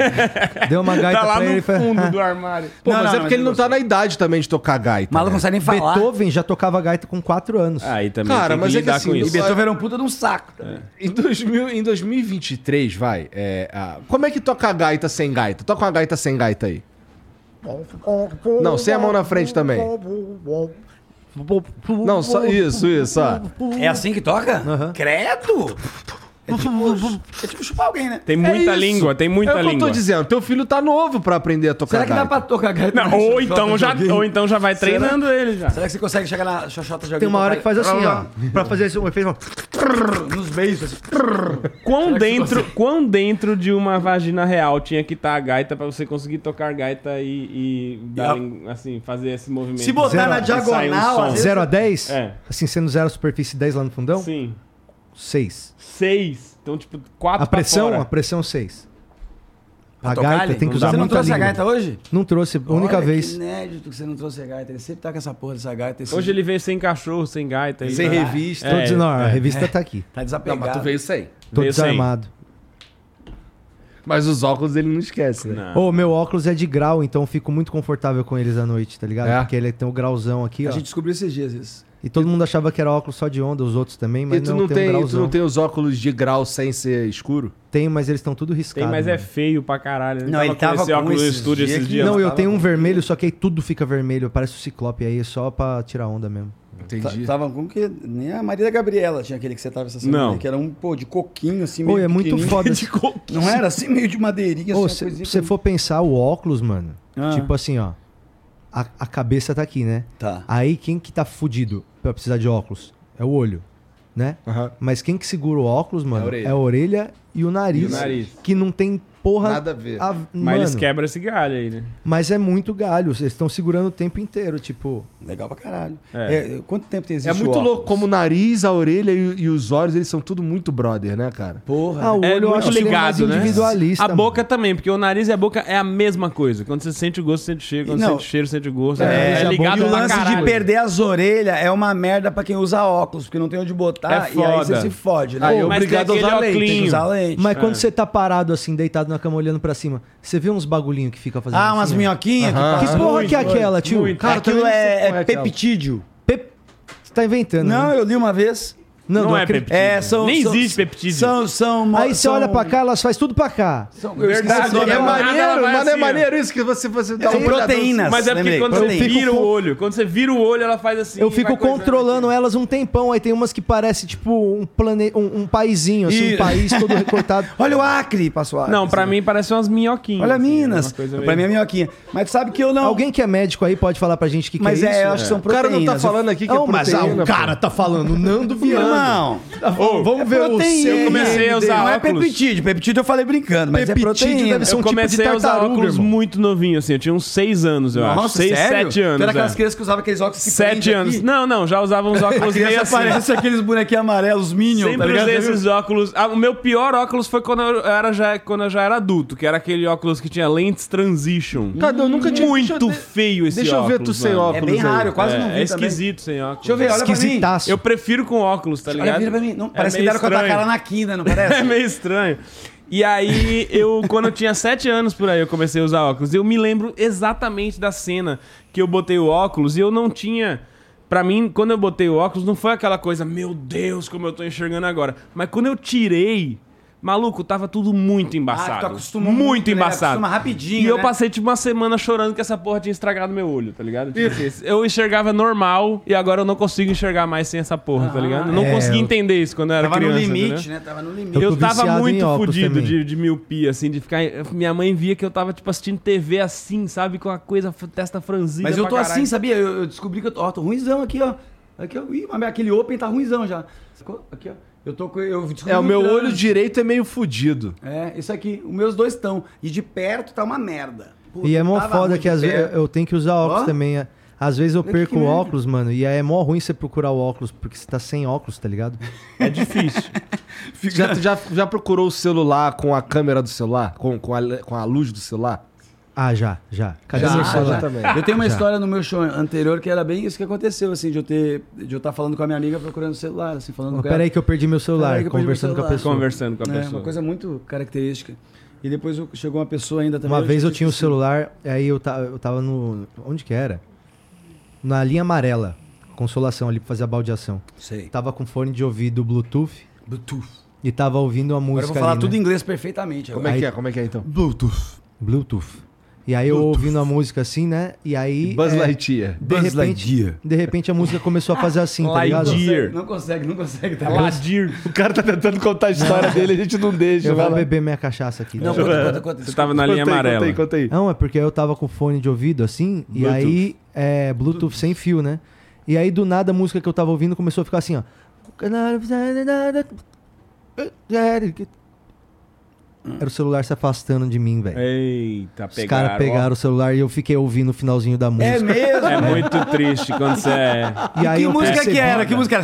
S1: deu uma gaita
S5: tá lá
S1: pra
S5: no
S1: ele e "Ah,
S5: fundo
S1: fala,
S5: do armário.
S2: Pô,
S4: Não,
S2: mas
S4: não,
S2: é
S4: não,
S2: porque ele não
S4: mas eu
S2: tá na idade também de tocar gaita.
S4: O maluco não
S2: né?
S4: consegue nem
S1: "Ah,
S4: falar. Ah,
S1: Beethoven já tocava gaita com 4 anos.
S5: Aí Ah, também
S2: Cara,
S5: tem que
S2: mas é que
S5: lidar
S2: assim,
S5: com
S2: eu-
S4: E
S5: isso.
S4: Beethoven era um puta de um saco. também.
S1: É.
S2: Em, 2000, em 2023, vai. é, a- Como é que toca a gaita sem gaita? Toca uma gaita sem gaita aí. Não, sem a mão na frente também. Não, só isso, isso, ó.
S4: É assim que toca? Credo! É tipo, é tipo chupar alguém, né?
S5: Tem
S2: É
S5: muita
S2: isso.
S5: língua, tem muita
S2: é o que
S5: língua.
S2: eu tô dizendo. Teu filho tá novo pra aprender a tocar
S4: Será que dá pra
S2: gaita.
S4: tocar gaita?
S5: Não, ou, então já, ou então já vai treinando ele já.
S4: Será que você consegue chegar na xoxota de alguém?
S1: Tem uma
S4: e
S1: hora que
S4: tocar-
S1: faz assim, ó. Pra fazer esse um efeito.
S4: Nos beijos, assim.
S5: Quão
S4: Será que
S5: dentro, quão dentro de uma vagina real tinha que estar a gaita pra você conseguir tocar gaita e, e dar,
S4: E a-
S5: lin- assim, fazer esse movimento?
S4: Se botar
S1: Zero.
S4: na
S1: E
S4: diagonal,
S5: sai um som.
S4: às vezes...
S1: 0 a 10?
S5: É.
S1: Assim, sendo 0 a superfície e 10 lá no fundão?
S5: Sim.
S1: 6.
S5: Seis. Então, tipo, quatro
S1: A pressão,
S5: pra
S1: a
S5: fora.
S1: pressão 6. A
S4: tocar
S1: gaita
S4: ali?
S1: tem que usar
S4: Você não
S1: muita
S4: trouxe a
S1: língua.
S4: gaita hoje?
S1: Não trouxe, a única
S4: Olha,
S1: vez.
S4: Que inédito que você não trouxe a gaita. Ele sempre tá com essa porra dessa gaita. esse- tá
S5: Hoje ele veio sem cachorro, sem gaita. ele
S2: Sem
S5: tá-
S2: revista.
S1: Tô
S5: É,
S1: dizendo, ó, a
S5: é.
S1: revista tá aqui.
S4: Tá
S2: Não,
S4: desapegado.
S2: mas tu veio sem.
S1: Tô
S5: Veio sem.
S1: desarmado.
S2: Mas os óculos ele não esquece, né?
S5: Não.
S1: Ô, meu óculos é de grau, então eu fico muito confortável com eles à noite, tá ligado?
S2: É?
S1: Porque ele tem o grauzão aqui,
S4: A
S1: ó.
S4: gente descobriu esses dias isso.
S1: E todo mundo achava que era óculos só de onda, os outros também, mas
S2: e tu não,
S1: não, tem,
S2: tem,
S1: um Tá,
S2: e tu
S1: grauzão.
S2: não tem os óculos de grau sem ser escuro?
S1: Tem, mas eles estão tudo riscados.
S5: Tem, mas é
S1: mano.
S5: feio pra caralho.
S4: Não, ele tava
S5: esse
S4: com
S5: óculos do
S4: esses
S5: estúdio
S4: dias
S5: esses
S4: que-
S5: dias.
S1: Não, eu tenho um
S4: tava-
S1: vermelho, só que aí tudo fica vermelho. Parece o Ciclope aí, só pra tirar onda mesmo.
S2: Entendi.
S4: Estavam Tá, com que nem a Maria Gabriela tinha aquele que você tava essa
S5: Não.
S4: né, Que era um, pô, de coquinho, assim,
S1: Pô, é muito
S4: pequenininho.
S1: foda.
S4: Não era assim, meio de madeirinha,
S1: Ô,
S4: uma
S1: se
S4: coisinha
S1: você
S4: que-
S1: for pensar o óculos, mano,
S4: Ah.
S1: tipo assim, ó. A, a cabeça tá aqui, né?
S4: Tá.
S1: Aí quem que tá fudido pra precisar de óculos? É o olho, né?
S2: Aham.
S1: Mas quem que segura o óculos, mano,
S2: É a orelha.
S1: é a orelha e o nariz.
S5: E o nariz.
S1: Que não tem porra.
S2: Nada a ver.
S1: mas,
S5: Mas eles quebram esse galho aí, né?
S1: mas é muito galho. Eles estão segurando o tempo inteiro, tipo.
S4: Legal pra caralho.
S5: É.
S4: É, quanto tempo tem existe
S2: É muito
S4: o óculos?
S2: louco como o nariz, a orelha e, e os olhos, eles são tudo muito brother, né, cara?
S4: Porra.
S1: Ah, o olho
S5: É
S1: eu
S5: muito
S1: acho que ele é mais
S5: ligado, né?
S1: individualista.
S5: A
S1: mano.
S4: é
S5: boca também, porque o nariz e a boca é a mesma coisa. Quando você sente o gosto, sente o cheiro. Quando
S4: Não.
S5: sente o cheiro, sente o gosto.
S1: É,
S5: É,
S1: e a
S5: ligado
S4: e o
S5: pra
S4: lance de
S5: caralho.
S4: perder as orelhas é uma merda pra quem usa óculos, porque não tem onde botar e
S5: É
S4: aí
S5: foda. Ah,
S4: você se fode, né?
S2: Aí
S4: Pô,
S5: Mas
S2: Obrigado
S5: tem
S2: a usar
S5: aquele
S2: lente,
S4: tem que
S5: óculos.
S4: usar lente.
S1: Mas quando você tá parado assim, deitado na cama, olhando pra cima, você vê uns bagulhinho que fica fazendo.
S4: Ah, umas
S1: assim, ó?
S4: minhoquinhas.
S2: Aham.
S1: Que
S4: Que
S1: porra
S4: porra
S1: que é aquela, tio?
S5: muito.
S1: Cara,
S4: Aquilo
S2: também não sei
S4: é,
S2: qual é
S4: é
S2: aquela.
S4: peptídio.
S1: Pep- Você tá inventando.
S4: Não,
S1: né?
S4: eu li uma vez.
S5: Não, é
S1: acredito.
S5: peptídeo.
S4: É, são,
S5: Nem
S4: são-
S5: existe peptídeo.
S4: São, são,
S1: Aí você
S4: são-
S1: olha pra cá, elas faz tudo pra cá.
S4: São, eu esqueci
S5: Verdade,
S4: o nome
S5: é
S2: É
S4: agora.
S5: uma-
S2: maneiro,
S5: Nada
S2: mas
S5: vai
S2: é
S5: assim,
S2: maneiro isso que você... você dá
S4: São
S2: uma olhada-
S4: proteínas.
S5: Mas é porque
S4: lembrei,
S5: quando você
S4: proteínas.
S5: vira
S1: fico
S5: o
S1: com-
S5: olho, quando você vira o olho, ela faz assim.
S1: Eu fico
S5: vai
S4: né,
S5: coisando.
S1: controlando elas um tempão, aí tem umas que parece tipo um, plane... um, um paizinho, assim,
S4: E-
S1: um país todo recortado.
S4: Olha o Acre, passou o Acre.
S5: Não, pra mim parece umas minhoquinhas.
S4: Olha
S5: assim,
S4: Minas.
S5: uma coisa
S4: Pra
S5: meio-
S4: mim é minhoquinha. Mas sabe que eu não...
S1: Alguém que é médico aí pode falar pra gente o que, que
S4: Mas
S1: é,
S4: é,
S1: isso?
S4: eu acho que são
S2: O cara não tá
S4: proteínas.
S2: falando aqui que
S1: Não,
S2: é
S1: mas ah,
S2: proteína.
S1: o cara tá falando, Nando Viana.
S4: Não.
S2: Tá
S5: Ô,
S2: É
S1: Vamos ver o
S4: Proteína.
S1: seu.
S5: Eu comecei a usar
S4: Não é
S5: óculos.
S4: peptídeo. Peptídeo eu falei brincando, mas
S1: Peptídeo
S4: é proteína.
S1: deve ser
S5: Eu
S1: um tipo de
S5: comecei a usar
S1: tartaruga,
S5: óculos
S1: irmão.
S5: muito novinho, assim. Eu tinha uns seis anos, eu acho.
S4: Nossa,
S5: Seis,
S4: sério?
S5: sete anos.
S4: Tu era aquelas
S5: é.
S4: crianças que usavam aqueles óculos que se prende
S5: Sete anos.
S4: aqui?
S5: Não, não, já usava uns
S4: A
S5: óculos meio
S4: criança
S5: assim.
S4: parece aqueles bonequinhos amarelos, os Minions, tá
S5: Sempre
S4: ligado?
S5: usei esses óculos. Ah, o meu pior óculos foi quando eu, era já, quando eu já era adulto, que era aquele óculos que tinha lentes transition.
S2: Cara, eu nunca tinha...
S5: Muito
S2: deixa eu-
S5: feio esse
S2: Deixa eu
S5: óculos.
S2: ver tu sem
S5: mano.
S2: óculos
S4: É bem
S2: aí.
S4: raro, eu quase
S5: É,
S4: não vi também.
S5: é esquisito sem óculos.
S4: Deixa eu ver, olha pra mim.
S1: Esquisitaço.
S5: Eu prefiro com óculos, tá ligado?
S4: Olha, vira pra mim. Não,
S5: É
S4: parece que
S5: meio
S4: deram com a tua
S5: estranho.
S4: cara na quina, não parece?
S5: É meio estranho. E aí, eu, quando eu tinha 7 anos por aí, eu comecei a usar óculos. Eu me lembro exatamente da cena que eu botei o óculos e eu não tinha. Pra mim, quando eu botei o óculos, não foi aquela coisa, meu Deus, como eu tô enxergando agora. Mas quando eu tirei, maluco, tava tudo muito
S4: Ah,
S5: embaçado.
S4: tu acostuma
S5: muito,
S4: muito, né?
S5: embaçado.
S4: Acostuma rapidinho,
S5: E eu
S4: né?
S5: passei tipo uma semana chorando que essa porra tinha estragado meu olho, tá ligado? Tipo assim, eu enxergava normal e agora eu não consigo enxergar mais sem essa porra, tá ligado? Eu não
S1: é,
S5: conseguia
S1: eu-
S5: entender isso quando eu era
S4: Ah, Tava
S5: criança.
S4: no
S5: entendeu?
S4: limite, né? Tava no limite.
S1: Eu
S5: Eu,
S1: tô
S5: tava
S1: viciado em
S5: muito
S1: óculos
S5: fudido
S1: também.
S5: de, de miopia, assim, de ficar. Minha mãe via que eu tava, tipo, assistindo TV assim, sabe? Com a coisa, f- testa franzida.
S4: Mas eu
S5: pra
S4: tô
S5: caralho.
S4: assim, sabia? Eu, eu descobri que eu tô, ó, tô ruimzão aqui, ó. Aqui, ó. Ih, mas aquele open tá ruimzão já. Ficou? Aqui, ó. Eu tô com. Eu descobri
S2: É, o
S4: no
S2: meu olho
S4: trânsito.
S2: direito é meio fudido.
S4: É, isso aqui. Os meus dois estão. E de perto tá uma merda. Puta,
S1: E é mó
S4: tava
S1: foda
S4: ruim
S1: que
S4: de
S1: às vezes
S4: perto.
S1: eu tenho que usar óculos
S4: Ó.
S1: também. é. Às vezes eu
S4: que
S1: perco o
S4: merda.
S1: óculos, mano, e aí é mó ruim você procurar o óculos, porque você tá sem óculos, tá ligado?
S5: É difícil.
S2: Já, já, já procurou o celular com a câmera do celular? Com, com, a, le- com a luz do celular?
S1: Ah, já, já. Cadê
S4: Já,
S1: meu
S4: já.
S1: celular?
S2: também.
S4: Eu tenho uma
S1: Já.
S4: história no meu show anterior que era bem isso que aconteceu, assim, de eu ter. De eu estar falando com a minha amiga procurando o celular, assim, falando com ela.
S1: Peraí que eu perdi meu celular,
S4: Peraí que eu perdi meu
S1: conversando com a
S4: celular.
S1: pessoa.
S5: Conversando com a
S4: É,
S5: pessoa.
S4: uma coisa muito característica. E depois eu- chegou uma pessoa ainda também.
S1: Uma vez eu tinha o
S4: esqueci.
S1: celular, aí eu tava, eu tava no. Onde que era? Na linha amarela. Consolação ali pra fazer a baldeação.
S4: Sei.
S1: Tava com fone de ouvido Bluetooth
S4: Bluetooth.
S1: e tava ouvindo a
S4: Agora
S1: música.
S4: eu vou falar
S1: ali,
S4: tudo
S1: né?
S4: em inglês perfeitamente.
S2: Como é que é? Como é que é, então?
S1: Bluetooth. Bluetooth. E aí eu ouvindo a música assim, né? E aí.
S2: Buzz
S1: é,
S2: Lightyear.
S1: de
S6: Buzz
S1: repente,
S6: Lightyear.
S1: de repente a música começou a fazer assim, tá ligado? É
S5: Lightyear.
S4: Não consegue, não consegue. Tá bom.
S5: É Ladir.
S2: O cara tá tentando contar a história dele, a gente não deixa.
S1: Eu
S2: vai
S1: vou
S2: lá.
S1: beber minha cachaça aqui.
S4: Não, conta, conta, conta.
S5: Você tava na
S2: Conta
S5: linha
S2: aí,
S5: amarela.
S2: Conta aí, conta aí.
S1: Não, é porque eu tava com fone de ouvido assim, e aí é Bluetooth, sem fio, né? E aí do nada a música que eu tava ouvindo começou a ficar assim, ó. Era o celular se afastando de mim,
S4: É,
S1: velho.
S5: Eita,
S1: Os
S5: pegaram.
S1: caras pegaram o celular e eu fiquei ouvindo o finalzinho da
S4: É
S1: música.
S5: ó.
S4: mesmo?
S5: É muito triste quando você é...
S1: e aí
S4: que
S1: eu
S4: música
S1: percebi-
S4: que era? Que música era?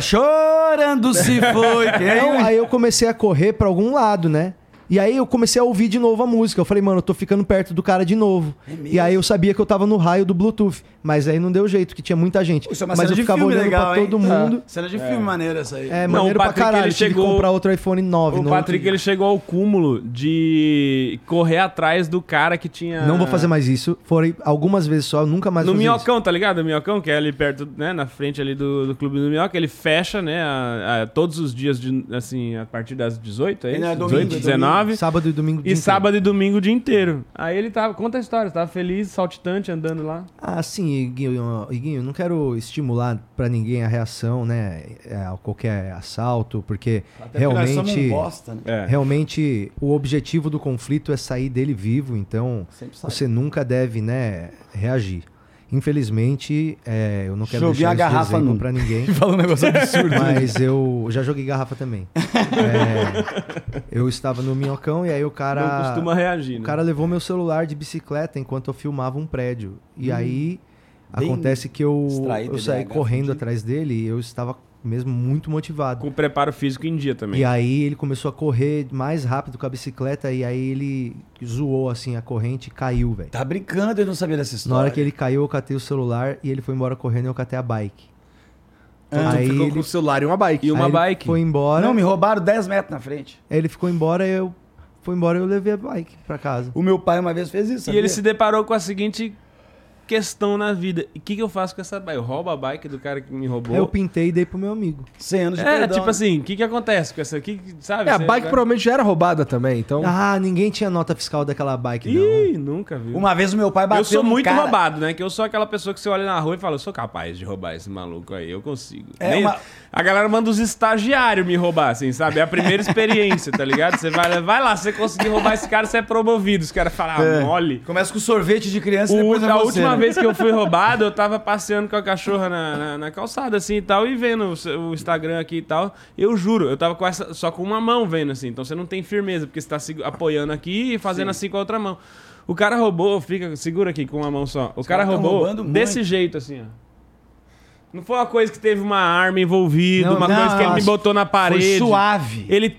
S4: Chorando se foi. é um
S1: Então,
S4: Quem?
S1: aí eu comecei a correr pra algum lado, né? E aí eu comecei a ouvir de novo a música. Eu falei, mano, eu tô ficando perto do cara de novo. e aí eu sabia que eu tava no raio do Bluetooth. Mas aí não deu jeito, que tinha muita gente.
S4: Isso é uma
S1: mas
S4: cena
S1: eu
S4: de
S1: ficava
S4: filme
S1: olhando
S4: legal,
S1: pra todo
S4: hein? Ah. Tá.
S1: mundo.
S4: Cena de filme maneira essa aí.
S1: É,
S5: Não,
S1: maneiro
S5: o
S1: pra
S5: Patrick,
S1: caralho.
S5: ele
S1: Tive que
S5: chegou-
S1: comprar outro iPhone 9.
S5: O
S1: não,
S5: Patrick, ele chegou ao cúmulo de correr atrás do cara que tinha...
S1: não vou fazer mais isso. Forem algumas vezes só, eu nunca mais
S5: No
S1: vou fazer isso.
S5: Minhocão, tá ligado? O Minhocão, que é ali perto, né? Na frente ali do, do Clube do Minhoca, ele fecha, né? a- a- todos os dias, de, assim, a partir das 18, é isso?
S4: Ele é domingo,
S5: 18,
S4: é domingo.
S5: 19.
S1: Sábado e domingo. o dia
S5: E
S1: inteiro.
S5: sábado e domingo o dia inteiro. Aí ele tava. Conta a história, você tava feliz, saltitante, andando lá.
S1: Ah, sim, Iguinho, Iguinho, não quero estimular pra ninguém a reação, né, a qualquer assalto, porque
S4: Nós somos um
S1: realmente,
S4: bosta, né?
S5: É.
S1: realmente o objetivo do conflito é sair dele vivo, então
S4: Sempre sai.
S1: você nunca deve, né, reagir. Infelizmente, é, eu não quero
S4: Joguei
S1: deixar
S4: a
S1: isso de
S4: garrafa
S1: exemplo
S4: no-
S1: pra ninguém.
S4: Fala um negócio absurdo.
S1: Mas eu já joguei garrafa também. É, eu estava no minhocão e aí o cara.
S5: Não costuma reagir,
S1: O
S5: né?
S1: cara levou meu celular de bicicleta enquanto eu filmava um prédio. E aí
S4: Hum. Bem
S1: acontece que eu,
S4: distraído,
S1: eu saí
S4: DH,
S1: correndo
S4: fudido.
S1: atrás dele e eu estava mesmo muito motivado.
S5: Com o preparo físico em dia também.
S1: E aí ele começou a correr mais rápido com a bicicleta e aí ele zoou assim a corrente e caiu, velho.
S4: Tá brincando, eu não sabia dessa
S1: Na
S4: história.
S1: hora que ele caiu, eu catei o celular e ele foi embora correndo e eu catei a bike.
S5: Ah,
S2: Tu
S1: aí
S2: ficou
S1: ele,
S2: com o celular e uma bike.
S5: E uma
S1: aí ele
S5: bike.
S1: foi embora.
S4: Não, me roubaram 10 metros na frente.
S1: Aí ele ficou embora, eu foi embora eu levei a bike pra casa.
S4: O meu pai uma vez fez isso.
S5: E
S4: sabia?
S5: ele se deparou com a seguinte questão na vida. E o que, que eu faço com essa bike? Eu roubo a bike do cara que me roubou?
S1: Aí eu pintei e dei pro meu amigo.
S4: 100 anos de
S5: É,
S4: perdão,
S5: tipo
S4: né?
S5: assim, o que, que acontece com essa? Que, que- sabe?
S2: É, a
S5: Você
S2: bike
S5: vai-
S2: provavelmente já era roubada também, então.
S1: Ah, ninguém tinha nota fiscal daquela bike, não.
S5: Ih, nunca viu.
S4: Uma vez o meu pai bateu
S5: eu sou
S4: num
S5: muito
S4: cara-
S5: roubado, né? Que eu sou aquela pessoa que você olha na rua e fala, eu sou capaz de roubar esse maluco aí, eu consigo.
S4: É
S5: Nem-
S4: uma-
S5: A galera manda os estagiários me roubar, assim, sabe? É a primeira experiência, tá ligado? Você vai, lá- vai lá, você conseguir roubar esse cara, você é promovido. Os caras falam, ah,
S4: É.
S5: mole.
S4: Começa com sorvete de criança e
S5: O-
S4: depois é
S5: a
S4: você,
S5: última
S4: né?
S5: vez que eu fui roubado, eu tava passeando com a cachorra na, na- na calçada, assim e tal, e vendo o, seu- o Instagram aqui e tal. Eu juro, eu tava com essa, só com uma mão vendo, assim. Então você não tem firmeza, porque você tá se apoiando aqui e fazendo assim com a outra mão. O cara roubou, fica, segura aqui com uma mão só. O cara
S4: caras tão
S5: roubou
S4: roubando muito.
S5: desse jeito, assim, ó. Não foi uma coisa que teve uma arma envolvida,
S1: Não,
S5: uma
S1: não,
S5: coisa que ele me
S1: acho-
S5: botou na parede.
S4: Foi suave.
S5: Ele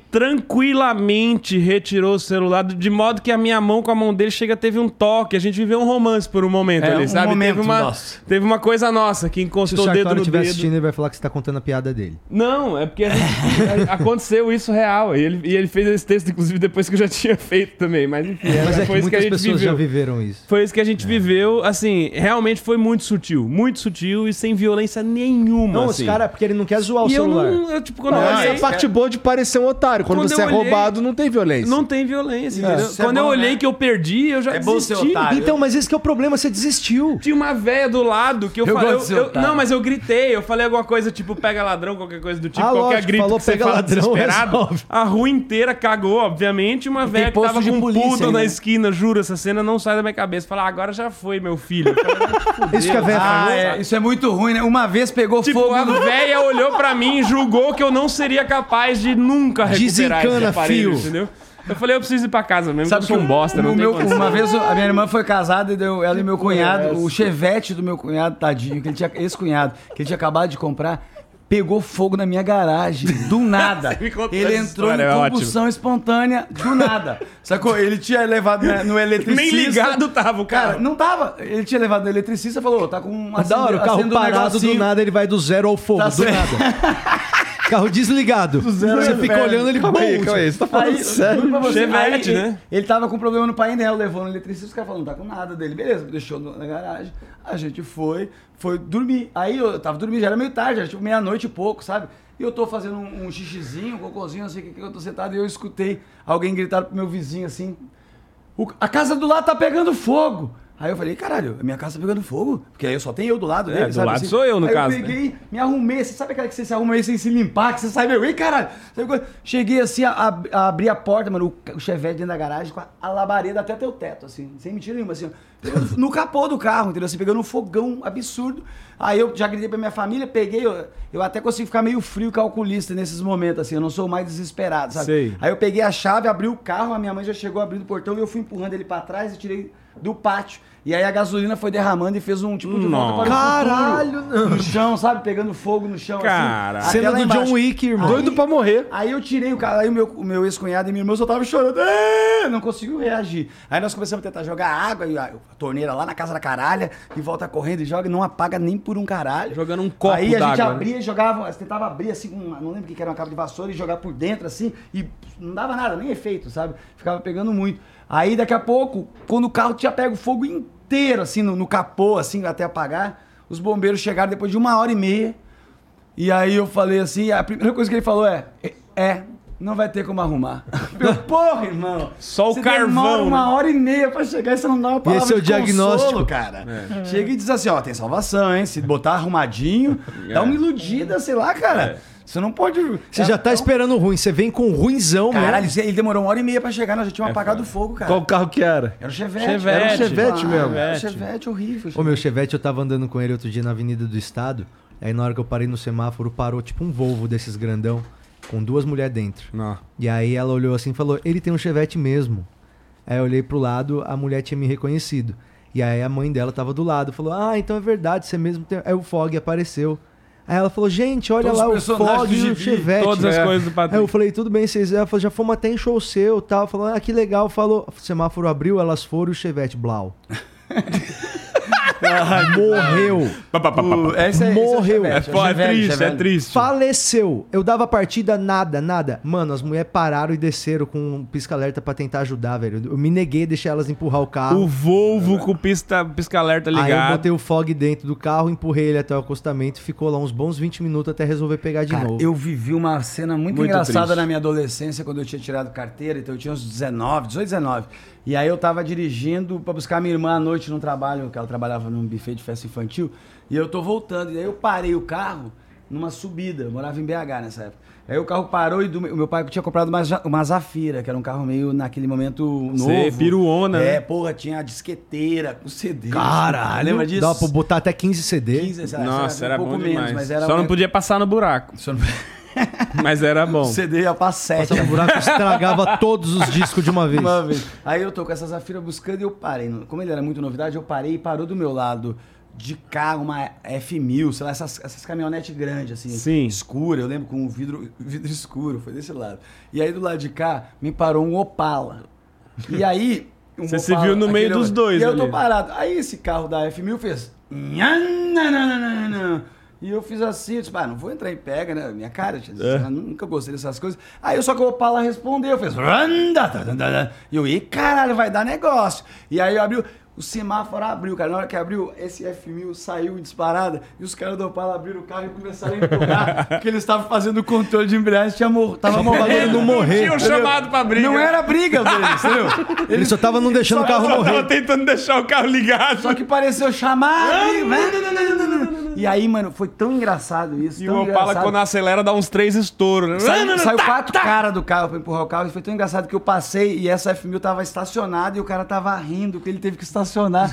S5: tranquilamente retirou o celular, de modo que a minha mão com a mão dele chega, teve um toque. A gente viveu um romance por um momento
S4: É,
S5: ali,
S4: um
S5: sabe?
S4: momento
S5: teve, uma,
S4: nosso.
S5: teve uma coisa nossa que
S1: Se o
S5: encostou o dedo
S1: Sartori
S5: no
S1: estiver
S5: dedo.
S1: assistindo, ele vai falar que você tá contando a piada dele.
S5: Não, é porque a gente- a- aconteceu isso real. E ele, e ele fez esse texto, inclusive, depois que eu já tinha feito também. Mas enfim,
S1: Mas é que
S5: foi isso que a
S1: muitas
S5: gente
S1: pessoas
S5: viveu.
S1: já É. viveram isso.
S5: Foi isso que a gente viveu, assim, realmente foi muito sutil, muito sutil e sem violência nenhuma.
S1: Não,
S5: assim.
S1: os caras, porque ele não quer zoar o
S5: E eu
S1: celular.
S5: não, eu, tipo, quando
S2: Não,
S5: eu
S2: essa é
S5: olhei,
S2: a parte boa de parecer um otário. Quando,
S5: Quando
S2: você é
S5: eu olhei-
S2: roubado, não tem violência.
S5: Não tem violência,
S4: Isso,
S5: entendeu?
S4: isso é
S5: Quando eu
S4: bom,
S5: olhei
S4: né?
S5: que eu perdi, eu já
S4: É bom ser
S5: desisti.
S2: Ah,
S4: otário.
S1: Então, mas esse que é o problema, você desistiu.
S5: Tinha uma véia do lado que eu,
S4: Eu
S5: falei.
S4: gosto de ser
S5: eu- eu-
S4: otário.
S5: não, mas eu gritei, eu falei alguma coisa tipo pega ladrão, qualquer coisa do tipo,
S1: Ah,
S5: qualquer
S1: lógico,
S5: grito
S1: falou
S5: que você
S1: pega
S5: fala
S1: ladrão,
S5: desesperado.
S1: resolve.
S5: A rua inteira cagou, obviamente, uma véia que
S4: posto
S5: tava
S4: de
S5: com um
S4: polícia
S5: pudo
S4: ainda,
S5: na
S4: né?
S5: esquina, juro, essa cena não sai da minha cabeça. Falar, agora já foi, meu filho. Eu falei,
S1: Isso que a velha
S4: Ah,
S1: falou.
S4: é, isso é muito ruim, né? Uma vez pegou
S5: tipo,
S4: fogo
S5: a
S4: no...
S5: véia olhou pra mim e julgou que eu não seria capaz de nunca recuperar esse
S1: Desencana,
S5: aparelho,
S1: fio.
S5: entendeu? Eu falei, eu preciso ir pra casa mesmo, Sabe
S4: Sabe
S5: que eu sou um
S4: que
S5: bosta, não
S4: o
S5: tem
S4: meu,
S5: condição.
S4: Uma vez a minha irmã foi casada e deu ela e meu cunhado, o chevette do meu cunhado, tadinho, que ele tinha, esse cunhado, que ele tinha acabado de comprar, pegou fogo na minha garagem, do nada.
S5: me contou
S4: ele
S5: essa
S4: entrou
S5: história, é
S4: em
S5: ótimo.
S4: combustão espontânea, do nada. Sacou? Ele tinha levado né, no eletricista.
S5: Nem ligado tava o
S4: Cara,
S5: cara.
S4: não tava. Ele tinha levado no eletricista e falou: "Ô, tá com um
S1: da hora, o carro
S4: acende um
S1: parado do
S4: negocinho."
S1: nada, ele vai do zero ao fogo,
S4: Tá
S1: do
S4: certo.
S1: nada. carro desligado. você fica olhando, ele
S2: Calma aí,
S1: bom,
S2: calma aí. Você tá falando
S4: Aí,
S2: sério?
S4: juro pra você,
S5: Chevette,
S4: aí,
S5: né?
S4: ele- Ele tava com problema no painel, levou no eletricista, os caras falaram, não tá com nada dele. Beleza, deixou no- na garagem. A gente foi, foi dormir. Aí eu tava dormindo, já era meio tarde, já era tipo meia-noite e pouco, sabe? E eu tô fazendo um, um xixizinho, um cocôzinho, não sei o que, que eu tô sentado, e eu escutei alguém gritar pro meu vizinho assim, "O- a casa do lado tá pegando fogo. Aí eu falei, caralho, a minha casa tá pegando fogo. Porque aí só tem eu do lado
S5: É,
S4: dele,
S5: do
S4: sabe assim?
S5: lado sou eu, no
S4: aí
S5: caso,
S4: eu
S5: né?
S4: peguei, me arrumei. Você sabe aquela que você se arruma aí sem se limpar, que você sai meio, ei, caralho. Sabe quando- Cheguei assim, a, a- a abrir a porta, mano, o, ca- o chevette dentro da garagem com a, a labareda até teu teto, assim, sem mentira nenhuma, assim, ó. Pegando no capô do carro, entendeu? Assim, pegando um fogão absurdo. Aí eu já gritei pra minha família, peguei, eu, eu até consigo ficar meio frio e calculista nesses momentos, assim, eu não sou mais desesperado, sabe?
S5: Sei.
S4: Aí eu peguei a chave, abri o carro, a minha mãe já chegou abrindo o portão e eu fui empurrando ele pra trás e tirei do pátio. E aí a gasolina foi derramando e fez um tipo de
S5: Nossa.
S4: volta para o
S1: Caralho,
S4: futuro. No chão, sabe? Pegando fogo no chão.
S5: Cara.
S4: assim, até
S1: Cena
S4: lá
S1: do
S4: embaixo.
S1: John Wick, irmão.
S2: Doido pra morrer.
S4: Aí eu tirei o cara, aí o meu, o meu ex-cunhado e minha irmã só tava chorando, "Ah!" não conseguiu reagir. Aí nós começamos a tentar jogar água, e a a torneira lá na casa da caralha, e volta correndo e joga, e não apaga nem por um caralho.
S5: Jogando um copo
S4: Aí a gente
S5: d'água, né?
S4: abria e jogava, tentava abrir assim, com uma- não lembro o que que era, uma cabo de vassoura, e jogar por dentro assim, e não dava nada, nem efeito, sabe? Ficava pegando muito. Aí daqui a pouco, quando o carro tinha pego fogo inteiro, assim, no, no capô, assim, até apagar, os bombeiros chegaram depois de uma hora e meia, e aí eu falei assim, a primeira coisa que ele falou é, é, não vai ter como arrumar. Eu, Porra, irmão.
S5: Só o
S4: você
S5: carvão,
S4: Demora
S5: né?
S4: uma hora e meia pra chegar e você não dá uma palavra
S1: esse é o
S4: de
S1: diagnóstico.
S4: consolo, cara. Chega e diz assim, ó, tem salvação, hein? Se botar arrumadinho,
S5: É.
S4: dá uma iludida, sei lá, cara. Você não pode...
S1: Você já tá esperando o ruim, você vem com um né? o ruinzão
S4: É. Caralho,
S1: mesmo.
S4: ele demorou uma hora e meia pra chegar, nós já tínhamos apagado o fogo, cara.
S2: Qual carro que era?
S4: Era um chevette.
S5: É Chevette.
S4: Era um chevette
S5: Ah,
S4: mesmo. Era um
S5: Chevette.
S4: chevette horrível.
S1: Ô, meu chevette, eu tava andando com ele outro dia na Avenida do Estado. Aí na hora que eu parei no semáforo, parou tipo um Volvo desses grandão, com duas mulheres dentro.
S5: Não.
S1: E aí ela olhou assim e falou: Ele tem um chevette mesmo. Aí eu olhei pro lado, a mulher tinha me reconhecido. E aí a mãe dela tava do lado, falou: Ah, então é verdade, você mesmo tem. Aí o Fog apareceu. Aí ela falou: Gente, olha
S4: Todos
S1: lá
S4: os
S1: o
S4: personagens
S1: Fog
S4: do
S1: e o
S4: gibi,
S1: chevette.
S5: todas as
S1: né?
S5: coisas do Patrick.
S1: Aí eu falei: Tudo bem, vocês. Ela falou: Já fomos até em show seu tal. Falou: Ah, que legal. Falou: o Semáforo abriu, elas foram e o chevette, Blau. Morreu.
S4: O- esse é- esse é o
S1: Morreu.
S4: Chevette,
S5: Pô, é
S4: Chevette,
S5: triste, é
S4: Chevette.
S5: triste.
S1: Faleceu. Eu dava partida, nada, nada. Mano, as mulheres pararam e desceram com um pisca-alerta pra tentar ajudar, velho. Eu me neguei a deixar elas empurrar o
S5: O
S1: carro.
S5: Volvo com pista, pisca-alerta
S4: Ah,
S1: Aí eu
S5: ligado.
S1: botei o fog dentro do carro, empurrei ele até o acostamento e ficou lá uns bons 20 minutos até resolver pegar de
S4: Cara,
S1: novo.
S4: eu vivi uma cena muito,
S5: Muito
S4: engraçada
S5: triste.
S4: na minha adolescência, quando eu tinha tirado carteira, então eu tinha uns 19, 18, 19. E aí eu tava dirigindo pra buscar minha irmã à noite no trabalho, que ela trabalhava num buffet de festa infantil, e eu tô voltando. E aí eu parei o carro numa subida, eu morava em BH nessa época. Aí o carro parou e do, o meu pai tinha comprado uma, Ja- uma Zafira, que era um carro meio naquele momento novo.
S5: Sei, piruona, né?
S4: É, porra, tinha a disqueteira com CD.
S1: Caralho,
S4: lembra disso?
S1: Dava pra botar até 15 CD.
S4: 15, sei lá,
S5: Nossa, era,
S4: um pouco
S5: bom
S4: menos,
S5: demais.
S4: mas era
S5: Só não
S4: uma-
S5: podia passar no buraco,
S4: Só não-
S5: mas era bom.
S4: CD ia pra sete.
S1: Passava um buraco, estragava todos os discos de uma vez.
S4: Uma vez. Aí eu tô com essa Zafira buscando e eu parei. Como ele era muito novidade, eu parei e parou do meu lado de cá uma F1000, sei lá, essas, essas caminhonetes grandes, assim,
S5: Sim.
S4: escura. Eu lembro com o vidro, vidro escuro, foi desse lado. E aí do lado de cá me parou um Opala. E aí. um
S5: Você se viu no meio
S4: aquele-
S5: dos dois
S4: E eu tô
S5: ali.
S4: parado. Aí esse carro da F1000 fez. "Nhananananana". E eu fiz assim, eu disse, ah, não vou entrar em pega, né? Minha cara, tinha-
S1: É.
S4: eu nunca gostei dessas coisas. Aí eu só que o Opala respondeu, fez. "Randa, tá, tá, tá, tá". E eu, e caralho, vai dar negócio. E aí eu abriu, o semáforo abriu, cara. Na hora que abriu, esse F1000 saiu em disparada e os caras do Opala abriram o carro e começaram a empurrar, porque eles estavam fazendo o controle de embreagem, tinha mor tava morrendo, não morrer.
S5: Tinha um chamado pra briga.
S4: Não era briga deles, entendeu?
S1: Ele só tava não deixando o carro
S5: Só
S1: morrer.
S5: tava tentando deixar o carro ligado.
S4: Só que pareceu chamar. ali, né? e aí, mano, foi tão engraçado isso.
S5: E
S4: tão
S5: o Opala,
S4: engraçado.
S5: quando acelera, dá uns três estouros. né?
S4: Saiu, saiu quatro caras do carro pra empurrar o carro. E foi tão engraçado que eu passei e essa F1000 tava estacionada e o cara tava rindo que ele teve que estacionar.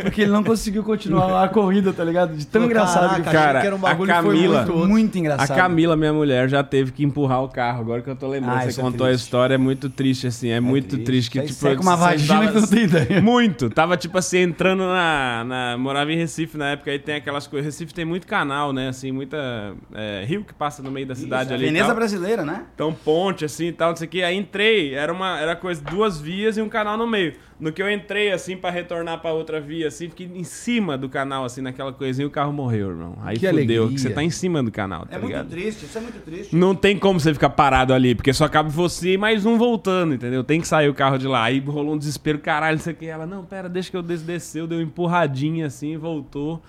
S4: porque ele não conseguiu continuar a corrida, tá ligado? De tão engraçado
S1: Caraca,
S4: que foi.
S1: achei
S5: Cara,
S1: que era um
S5: a
S1: bagulho que foi
S5: Camila-
S1: muito
S4: Foi muito engraçado.
S5: A Camila, minha mulher, já teve que empurrar o carro. Agora que eu tô lembrando,
S4: Ah,
S5: você
S4: isso é
S5: contou a
S4: triste.
S5: história, é muito triste, assim. É, muito triste. que,
S4: Isso aí seca
S5: tipo,
S4: uma
S5: você
S4: vagina que não tem ideia.
S5: Muito. Tava, tipo assim, entrando na, na- Morava em Recife na época, aí tem aquelas coisas... Recife tem muito canal, né? Assim, muita... é, rio que passa no meio da cidade
S4: Isso, a
S5: ali e
S4: Veneza
S5: tal.
S4: brasileira, né?
S5: Então, ponte, assim e tal, não sei o que. Aí entrei, era uma era coisa, duas vias e um canal no meio. No que eu entrei, assim, pra retornar pra outra via, assim, fiquei em cima do canal, assim, naquela coisinha, e o carro morreu, irmão. Aí
S2: Que
S5: fudeu,
S2: alegria.
S5: que você tá em cima do canal, tá
S4: É muito
S5: ligado?
S4: triste, isso é muito triste.
S5: Não tem como você ficar parado ali, porque só cabe você e mais um voltando, entendeu? Tem que sair o carro de lá. Aí rolou um desespero, caralho, não sei o que. Ela, não, pera, deixa que eu des desceu, deu uma empurradinha assim, voltou.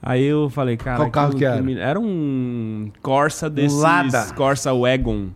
S5: Aí eu falei, cara,
S2: Qual carro que era?
S5: mil- Era um Corsa desses.
S4: Lada.
S5: Corsa Wagon.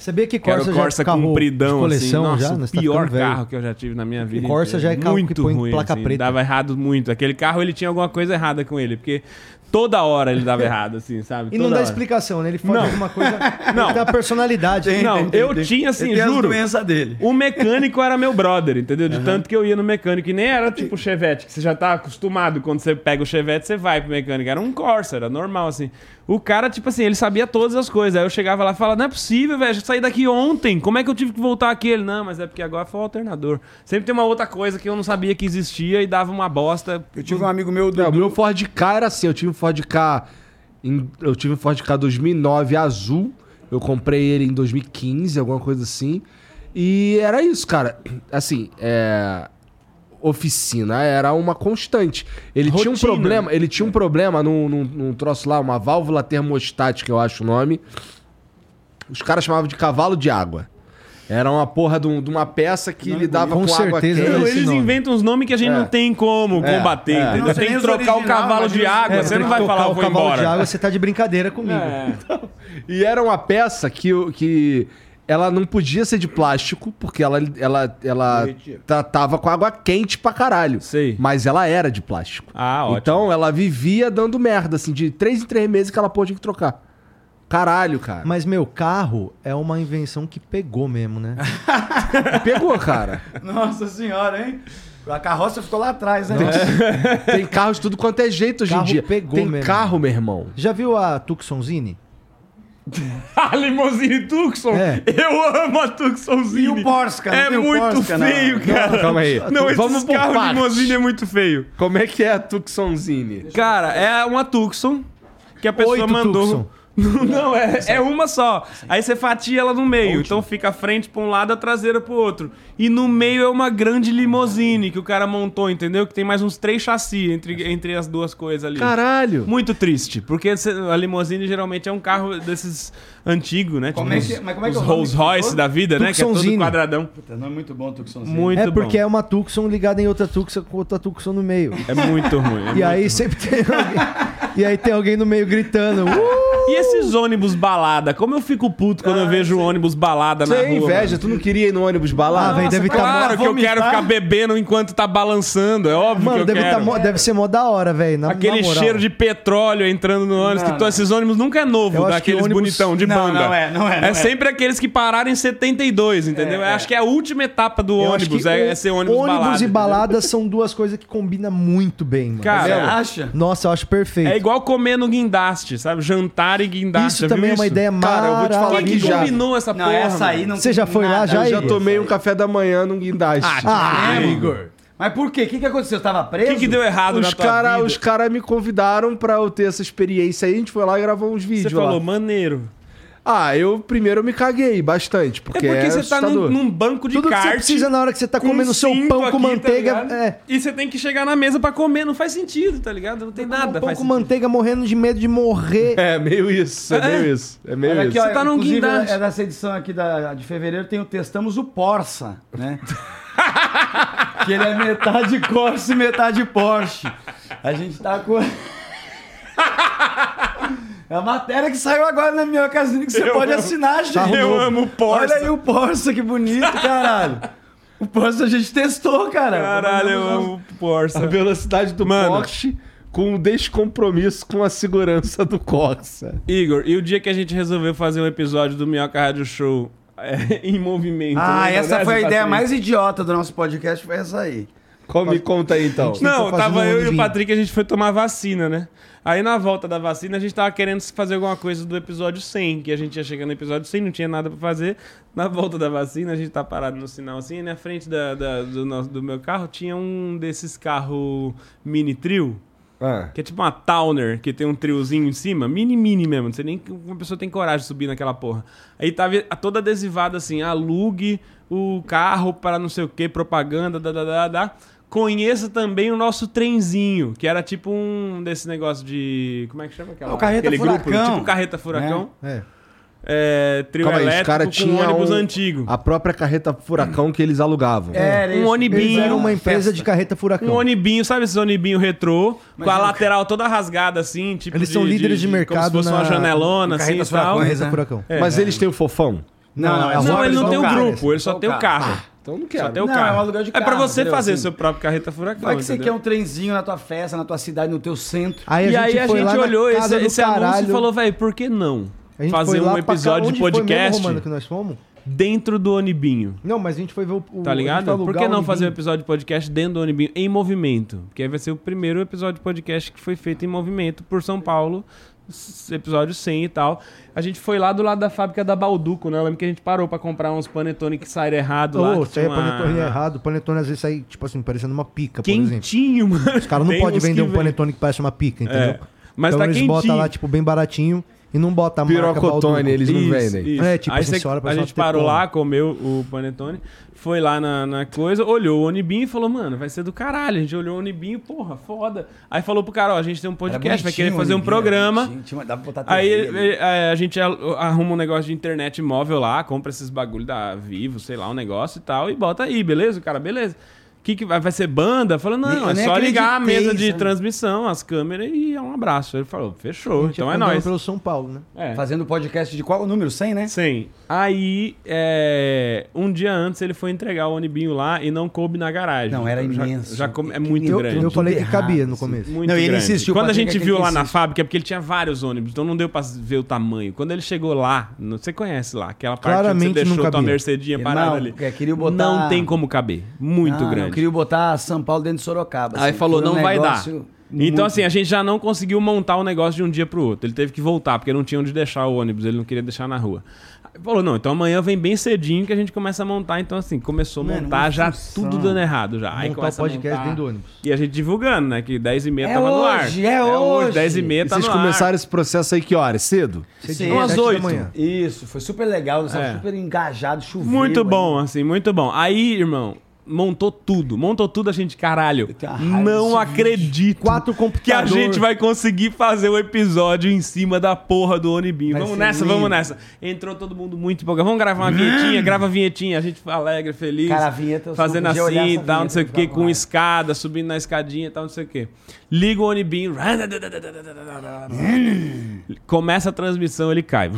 S1: Sabia que
S5: Quero
S1: Corsa,
S5: Corsa
S1: já é carro
S5: compridão,
S1: de coleção
S5: assim. Nossa,
S1: já?
S5: o
S1: Né? Você tá
S5: pior
S1: ficando velho.
S5: carro que eu já tive na minha vida.
S1: Corsa
S5: inteira.
S1: já é carro que
S5: muito
S1: põe
S5: ruim,
S1: placa
S5: assim,
S1: preta.
S5: Dava errado muito. Aquele carro, ele tinha alguma coisa errada com ele, porque toda hora ele dava errado, assim, sabe?
S1: E não
S5: Toda
S1: dá
S5: hora.
S1: explicação, né? Ele faz
S5: Não.
S1: alguma coisa.
S5: Não. É,
S1: Ele tem uma personalidade. né?
S5: Não, eu tinha,
S4: Ele
S5: assim,
S4: tem
S5: juro...
S4: as doenças dele.
S5: O mecânico era meu brother, entendeu? De tanto que eu ia no mecânico. E nem era tipo Chevette, que você já tá acostumado. Quando você pega o Chevette, você vai pro mecânico. Era um Corsa, era normal, assim. O cara, tipo assim, ele sabia todas as coisas. Aí eu chegava lá e falava, não é possível, velho. Eu saí daqui ontem. Como é que eu tive que voltar aqui? Ele, não, mas é porque agora foi o alternador. Sempre tem uma outra coisa que eu não sabia que existia e dava uma bosta.
S4: Eu tive um amigo meu,
S2: É, o
S4: Dudu,
S2: meu Ford K era assim, eu tive um Ford K. em- eu tive um Ford K 2009 azul. Eu comprei ele em 2015, alguma coisa assim. E era isso, cara. Assim, é, oficina era uma constante. Ele tinha um
S5: Rotina.
S2: problema, ele tinha um problema num, num, num troço lá, uma válvula termostática, eu acho o nome. Os caras chamavam de cavalo de água. Era uma porra de, um- de uma peça que lidava
S1: Com
S2: com, água
S1: certeza
S2: quente.
S1: era esse
S5: Eles
S1: nome.
S5: inventam uns nomes que a gente
S2: É.
S5: não tem como
S2: É,
S5: combater,
S2: é.
S5: entendeu?
S4: Não,
S5: tem
S4: nem
S5: que
S4: os
S5: trocar o
S4: original,
S5: cavalo
S4: mas
S5: de
S4: eles-
S5: água,
S4: É,
S5: você
S1: tem
S5: não
S1: que
S5: vai
S1: tocar
S5: falar, eu
S1: o
S5: vou
S1: cavalo de
S5: embora.
S1: água, você tá de brincadeira comigo.
S5: É.
S2: E era uma peça que, o- que ela não podia ser de plástico, porque ela, ela, ela tratava com água quente pra caralho.
S5: Sei.
S2: Mas ela era de plástico.
S5: Ah, ótimo.
S2: Então ela vivia dando merda, assim, de três em três meses que ela pôde trocar. Caralho, cara.
S1: Mas, meu, carro é uma invenção que pegou mesmo, né?
S2: Pegou, cara.
S4: Nossa senhora, hein? A carroça ficou lá atrás,
S1: É.
S4: né?
S2: Tem carro de tudo quanto é jeito hoje
S1: Carro
S2: em dia.
S1: pegou
S2: Tem
S1: mesmo.
S2: carro, meu irmão.
S1: Já viu a Tucsonzini?
S5: A Ah, Limousine Tucson?
S1: É.
S5: Eu amo a Tucsonzine.
S4: E o Porsca, não
S5: É
S4: tem o
S5: muito
S4: Porsca, não.
S5: feio, cara.
S2: Calma aí.
S5: Não, esse
S2: Vamos por
S5: carro
S2: partes.
S5: Limousine é muito feio.
S2: Como é que é a Tucsonzine?
S5: Cara, é uma Tucson que a pessoa
S1: Oito
S5: mandou.
S1: Tucson.
S5: Não, não, é, é uma só. Aí você fatia ela no meio. Então fica a frente pra um lado, a traseira pro outro. E no meio é uma grande limousine que o cara montou, entendeu? Que tem mais uns três chassis entre, entre as duas coisas ali.
S2: Caralho.
S5: Muito triste, porque cê- a limousine geralmente é um carro desses antigos, né?
S4: Como é que- mas como é que
S5: os
S4: é o nome
S5: Rolls
S4: que você
S5: Royce
S4: falou?
S5: da vida, né? Que é todo
S1: Tucsonzine.
S5: quadradão.
S4: Puta, Não é muito bom o Tucsonzinho.
S5: Muito
S1: é porque
S5: bom.
S1: é uma Tucson ligada em outra Tucson com outra Tucson no meio.
S5: É muito ruim. é
S1: E
S5: muito
S1: aí
S5: ruim.
S1: sempre tem alguém, E aí tem alguém no meio gritando. "Uh!"
S5: E esses ônibus balada? Como eu fico puto quando eu
S4: Ah,
S5: vejo ônibus balada na
S2: Você
S5: rua?
S2: é inveja,
S5: mano?
S2: tu não queria ir no ônibus
S1: Ah,
S2: balada?
S1: velho, deve estar.
S5: Claro que eu quero ficar bebendo enquanto tá balançando, é óbvio
S1: Mano,
S5: que eu
S1: deve, tá
S5: quero.
S1: mó- deve ser mó da hora, velho. na- na
S5: Aquele
S1: moral.
S5: cheiro de petróleo entrando no ônibus. que
S4: Não,
S5: to-
S4: não.
S5: Esses ônibus nunca é novo,
S1: Eu acho
S5: daqueles
S1: que ônibus-
S5: bonitão, de
S4: Não,
S5: banda.
S4: não é, não é, não é.
S5: sempre aqueles que pararam em 72, entendeu?
S4: É,
S5: Eu Acho que é a última etapa do
S1: Eu acho
S5: ônibus,
S1: que
S5: é,
S1: o-
S5: é ser ônibus, balada.
S1: e baladas são duas coisas que combinam muito bem, mano.
S5: Cara,
S4: Você
S5: é,
S4: acha?
S1: Nossa, eu acho perfeito.
S5: é igual comer no guindaste, sabe? Jantar e guindaste.
S1: isso
S5: já viu
S1: também é uma ideia
S2: Cara, eu vou te
S1: maravilhosa.
S2: falar
S5: Quem que
S2: que já-
S5: combinou essa
S4: Não,
S5: porra?
S4: essa aí não
S1: Você
S4: tem
S1: já foi lá,
S4: nada.
S1: já,
S2: Eu já
S1: Igor?
S2: tomei um café da manhã num guindaste.
S4: é,
S1: Ah,
S5: Ah,
S1: Igor.
S4: Mas por quê? O que, que aconteceu? Você tava
S5: O
S4: preso?
S5: que, que deu errado
S2: Os
S5: na tua
S2: cara,
S5: vida?
S2: os cara me convidaram pra eu ter essa experiência aí, a gente foi lá e gravou uns
S5: Você
S2: vídeos
S5: falou,
S2: lá.
S5: maneiro.
S2: Ah, eu primeiro me caguei bastante,
S5: É
S2: porque
S5: porque
S2: é,
S5: você tá num,
S2: assustador.
S5: num banco de
S1: Tudo que
S5: kart.
S1: você precisa na hora que você tá
S5: com
S1: comendo seu
S5: cinto
S1: pão
S5: aqui,
S1: com
S5: tá
S1: manteiga.
S5: ligado?
S1: é.
S5: E você tem que chegar na mesa pra comer, não faz sentido, tá ligado? Não tem nada.
S1: pão
S5: faz
S1: com
S5: sentido.
S1: Um manteiga morrendo de medo de morrer.
S2: É, meio isso, é, meio isso, é meio
S4: Olha
S2: isso.
S4: aqui, ó,
S5: Você tá num
S4: inclusive,
S5: guindaste.
S4: É dessa edição aqui da, de fevereiro, tem o Testamos o Porça, né? que ele é metade Corsa e metade Porsche. A gente tá com... É a matéria que saiu agora na minha casinha que você
S5: Eu
S4: pode
S5: amo.
S4: assinar, gente.
S5: Eu amo o Porsche.
S4: Olha aí o Porsche, que bonito, caralho. O Porsche a gente testou, cara.
S5: Caralho, eu amo
S2: A
S5: Porsche.
S2: velocidade do
S5: Mano.
S2: Porsche com o descompromisso com a segurança do Corsa.
S5: Igor, e o dia que a gente resolveu fazer um episódio do Minhoca Rádio Show é, em movimento?
S4: Ah,
S5: lembra
S4: essa
S5: dessa?
S4: foi a ideia
S5: Patrick?
S4: mais idiota do nosso podcast, foi essa aí.
S2: Qual me conta aí, então?
S5: Não,
S1: Tô fazendo
S5: tava
S1: um
S5: eu e o
S1: vinho.
S5: Patrick, a gente foi tomar vacina, né? Aí na volta da vacina, a gente tava querendo fazer alguma coisa do episódio 100, que a gente ia chegando no episódio 100, não tinha nada pra fazer. Na volta da vacina, a gente tá parado no sinal assim, e na frente da- da- do, nosso- do meu carro tinha um desses carros mini trio,
S2: Ah,
S5: que é tipo uma Towner, que tem um triozinho em cima, mini mini mesmo, não sei nem que uma pessoa tem coragem de subir naquela porra. Aí tava toda adesivada assim, alugue o carro para não sei o que, propaganda, da, da, da, da. Conheça também o nosso trenzinho, que era tipo um desse negócio de. Como é que chama aquela?
S4: O Carreta
S5: aquele
S4: Furacão.
S5: tipo carreta furacão.
S1: É.
S5: É, trio
S2: calma aí, os
S5: elétrico
S2: caras
S5: com
S2: tinham
S5: ônibus
S2: um-
S5: antigo.
S2: a própria carreta furacão que eles alugavam.
S4: Era
S5: Um
S1: É,
S4: isso.
S1: Eles
S5: onibinho.
S1: eram uma empresa
S4: Festa.
S1: de carreta furacão.
S5: Um onibinho, sabe esses onibinho retrô,
S4: Mas
S5: com a
S4: não-
S5: lateral toda rasgada assim, tipo
S1: Eles são líderes de mercado
S5: como se fosse uma
S1: na-
S5: janelona
S4: em
S5: assim e
S4: carretas
S5: tal.
S4: furacões,
S1: Carreta
S4: né?
S1: furacão.
S5: É,
S2: Mas eles têm o fofão?
S4: Não, não, é
S1: a
S4: só-
S1: roda
S5: não, ele
S1: eles
S5: não tem
S1: dão
S5: o
S1: cara.
S5: grupo, ele só tem o carro.
S1: Ah,
S2: Então não
S5: Só
S2: quero.
S5: tem o
S4: Não,
S5: carro.
S4: é um aluguel de
S5: pra
S4: carro,
S5: você
S4: entendeu?
S5: fazer
S4: Assim.
S5: seu próprio carreta furacão.
S4: Vai que você quer
S5: entendeu?
S4: um trenzinho na tua festa, na tua cidade, no teu centro.
S1: Aí a
S5: e
S1: gente
S5: aí a
S1: foi lá
S5: gente
S1: na
S5: olhou
S1: casa
S5: esse,
S1: do
S5: esse anúncio
S1: caralho.
S5: e falou, velho, por que não
S1: A gente
S5: fazer
S1: foi lá
S5: um
S1: pra cá.
S5: episódio
S1: Onde
S5: de
S1: foi mesmo,
S5: podcast
S1: Romano, que nós fomos?
S5: dentro do Onibinho?
S1: Não, mas a gente foi ver o. o-
S5: Tá
S1: a gente foi
S5: ligado? Por
S1: alugar o
S5: que não fazer um
S1: Nibim.
S5: episódio de podcast dentro do Onibinho em movimento? Porque aí vai ser o primeiro episódio de podcast que foi feito em movimento por São Paulo, s- episódio 100 e tal. A gente foi lá do lado da fábrica da Balduco, né? Eu lembro que a gente parou pra comprar uns panetone que saíram errado lá.
S1: Ô,
S5: que
S1: isso aí é
S5: tinha uma-
S1: panetone errado. Panetone às vezes sai, tipo assim, parecendo uma pica, por exemplo.
S5: Quentinho, mano.
S1: Os caras não
S5: Tem
S1: podem
S5: uns que
S1: vender um
S5: vem.
S1: panetone que parece uma pica, entendeu?
S5: Mas
S1: então
S5: tá
S1: eles
S5: quentinho.
S1: botam lá, tipo, bem baratinho e não botam a marca Balduco.
S2: Pirocotone, eles não
S5: Isso,
S2: vendem.
S5: isso.
S1: É, tipo,
S5: Aí
S1: assim,
S5: você-
S1: você olha pra
S5: a
S1: só
S5: gente
S1: ter
S5: parou
S1: como.
S5: lá, comeu o panetone, foi lá na, na coisa, olhou o Onibim e falou, mano, vai ser do caralho. A gente olhou o Onibim, porra, foda. Aí falou pro cara, ó, a gente tem um
S4: Era
S5: podcast, vai
S4: bonitinho
S5: querer fazer
S4: o
S5: um
S4: Olimpíada,
S5: programa.
S4: bonitinho. Tinha- dava pra botar
S5: Aí
S4: TV ali.
S5: ele- a, a gente al- arruma um negócio de internet móvel lá, compra esses bagulho da Vivo, sei lá, um negócio e tal, e bota aí, beleza? O cara, beleza. Que que vai, vai ser banda? Falou, não,
S4: Nem- eu
S5: é
S4: nem
S5: só ligar a
S4: acreditei,
S5: mesa de
S4: sabe?
S5: transmissão, as câmeras e é um abraço. Ele falou, fechou, então é
S1: andando
S5: nóis.
S1: pelo São Paulo, né?
S5: É.
S4: Fazendo podcast de qual o número? 100, né?
S5: Sim. Aí, é, um dia antes, ele foi entregar o Onibinho lá e não coube na garagem.
S4: Não, era
S5: Já-
S4: imenso.
S5: Já, come- é muito
S1: Eu,
S5: grande.
S1: eu falei que
S4: errado,
S1: cabia no
S4: assim.
S1: começo.
S5: Muito
S4: Não, e ele
S5: grande.
S4: insistiu,
S5: Quando a
S4: Patrick é
S5: gente
S4: quem
S5: viu lá na
S4: insiste.
S5: fábrica, é porque ele tinha vários ônibus, então não deu pra ver o tamanho. Quando ele chegou lá, não- você conhece lá, aquela parte
S1: Claramente
S5: onde você
S1: não
S5: deixou tua
S1: cabia.
S5: Mercedinha
S4: Irmão,
S5: parada ali.
S4: é, queria botar-
S5: Não tem como caber. Muito
S4: Ah, não,
S5: grande.
S4: queria botar São Paulo dentro de Sorocaba.
S5: Aí
S4: assim.
S5: falou,
S4: Foi um
S5: não vai dar.
S4: negócio muito-
S5: Então, assim, a gente já não conseguiu montar o negócio de um dia pro outro. Ele teve que voltar, porque não tinha onde deixar o ônibus, ele não queria deixar na rua. Aí Falou, não, então amanhã vem bem cedinho que a gente começa a montar. Então, assim, começou a
S4: Mano,
S5: montar,
S4: uma
S5: já
S4: função.
S5: tudo dando errado já. Aí
S1: Montar o
S5: começa a
S1: podcast
S5: montar. um
S1: dentro do ônibus.
S5: E a gente divulgando, né? Que 10 e meia
S4: É
S5: tava no ar.
S4: hoje, é hoje.
S5: 10 e meia
S2: E
S5: tá
S2: vocês
S5: no ar.
S2: começaram esse processo aí que horas? Cedo?
S4: Sim,
S5: assim, umas
S1: sete da
S5: oito.
S1: manhã.
S4: Isso, foi super legal, nós tava
S5: É.
S4: super engajado, choveu.
S5: Muito
S4: aí.
S5: bom, assim, muito bom. Aí, irmão, montou tudo. Montou tudo, a gente, caralho.
S4: tenho uma raiva
S5: Não
S4: desse vídeo.
S5: acredito.
S1: Quatro
S5: que a
S1: computadores.
S5: gente vai conseguir fazer o episódio em cima da porra do Onibinho.
S4: Vai
S5: Vamos
S4: ser
S5: nessa,
S4: lindo.
S5: vamos nessa. Entrou todo mundo muito empolgado. Vamos gravar uma vinhetinha, grava a vinhetinha, a gente alegre, feliz.
S4: Cara, a vinheta, eu
S5: fazendo
S4: só podia olhar
S5: assim e
S4: essa
S5: tal, não
S4: vinheta
S5: sei o
S4: pra
S5: que,
S4: gravar.
S5: com escada, subindo na escadinha e tal, não sei o que. Liga o Onibinho. Começa a transmissão, ele cai.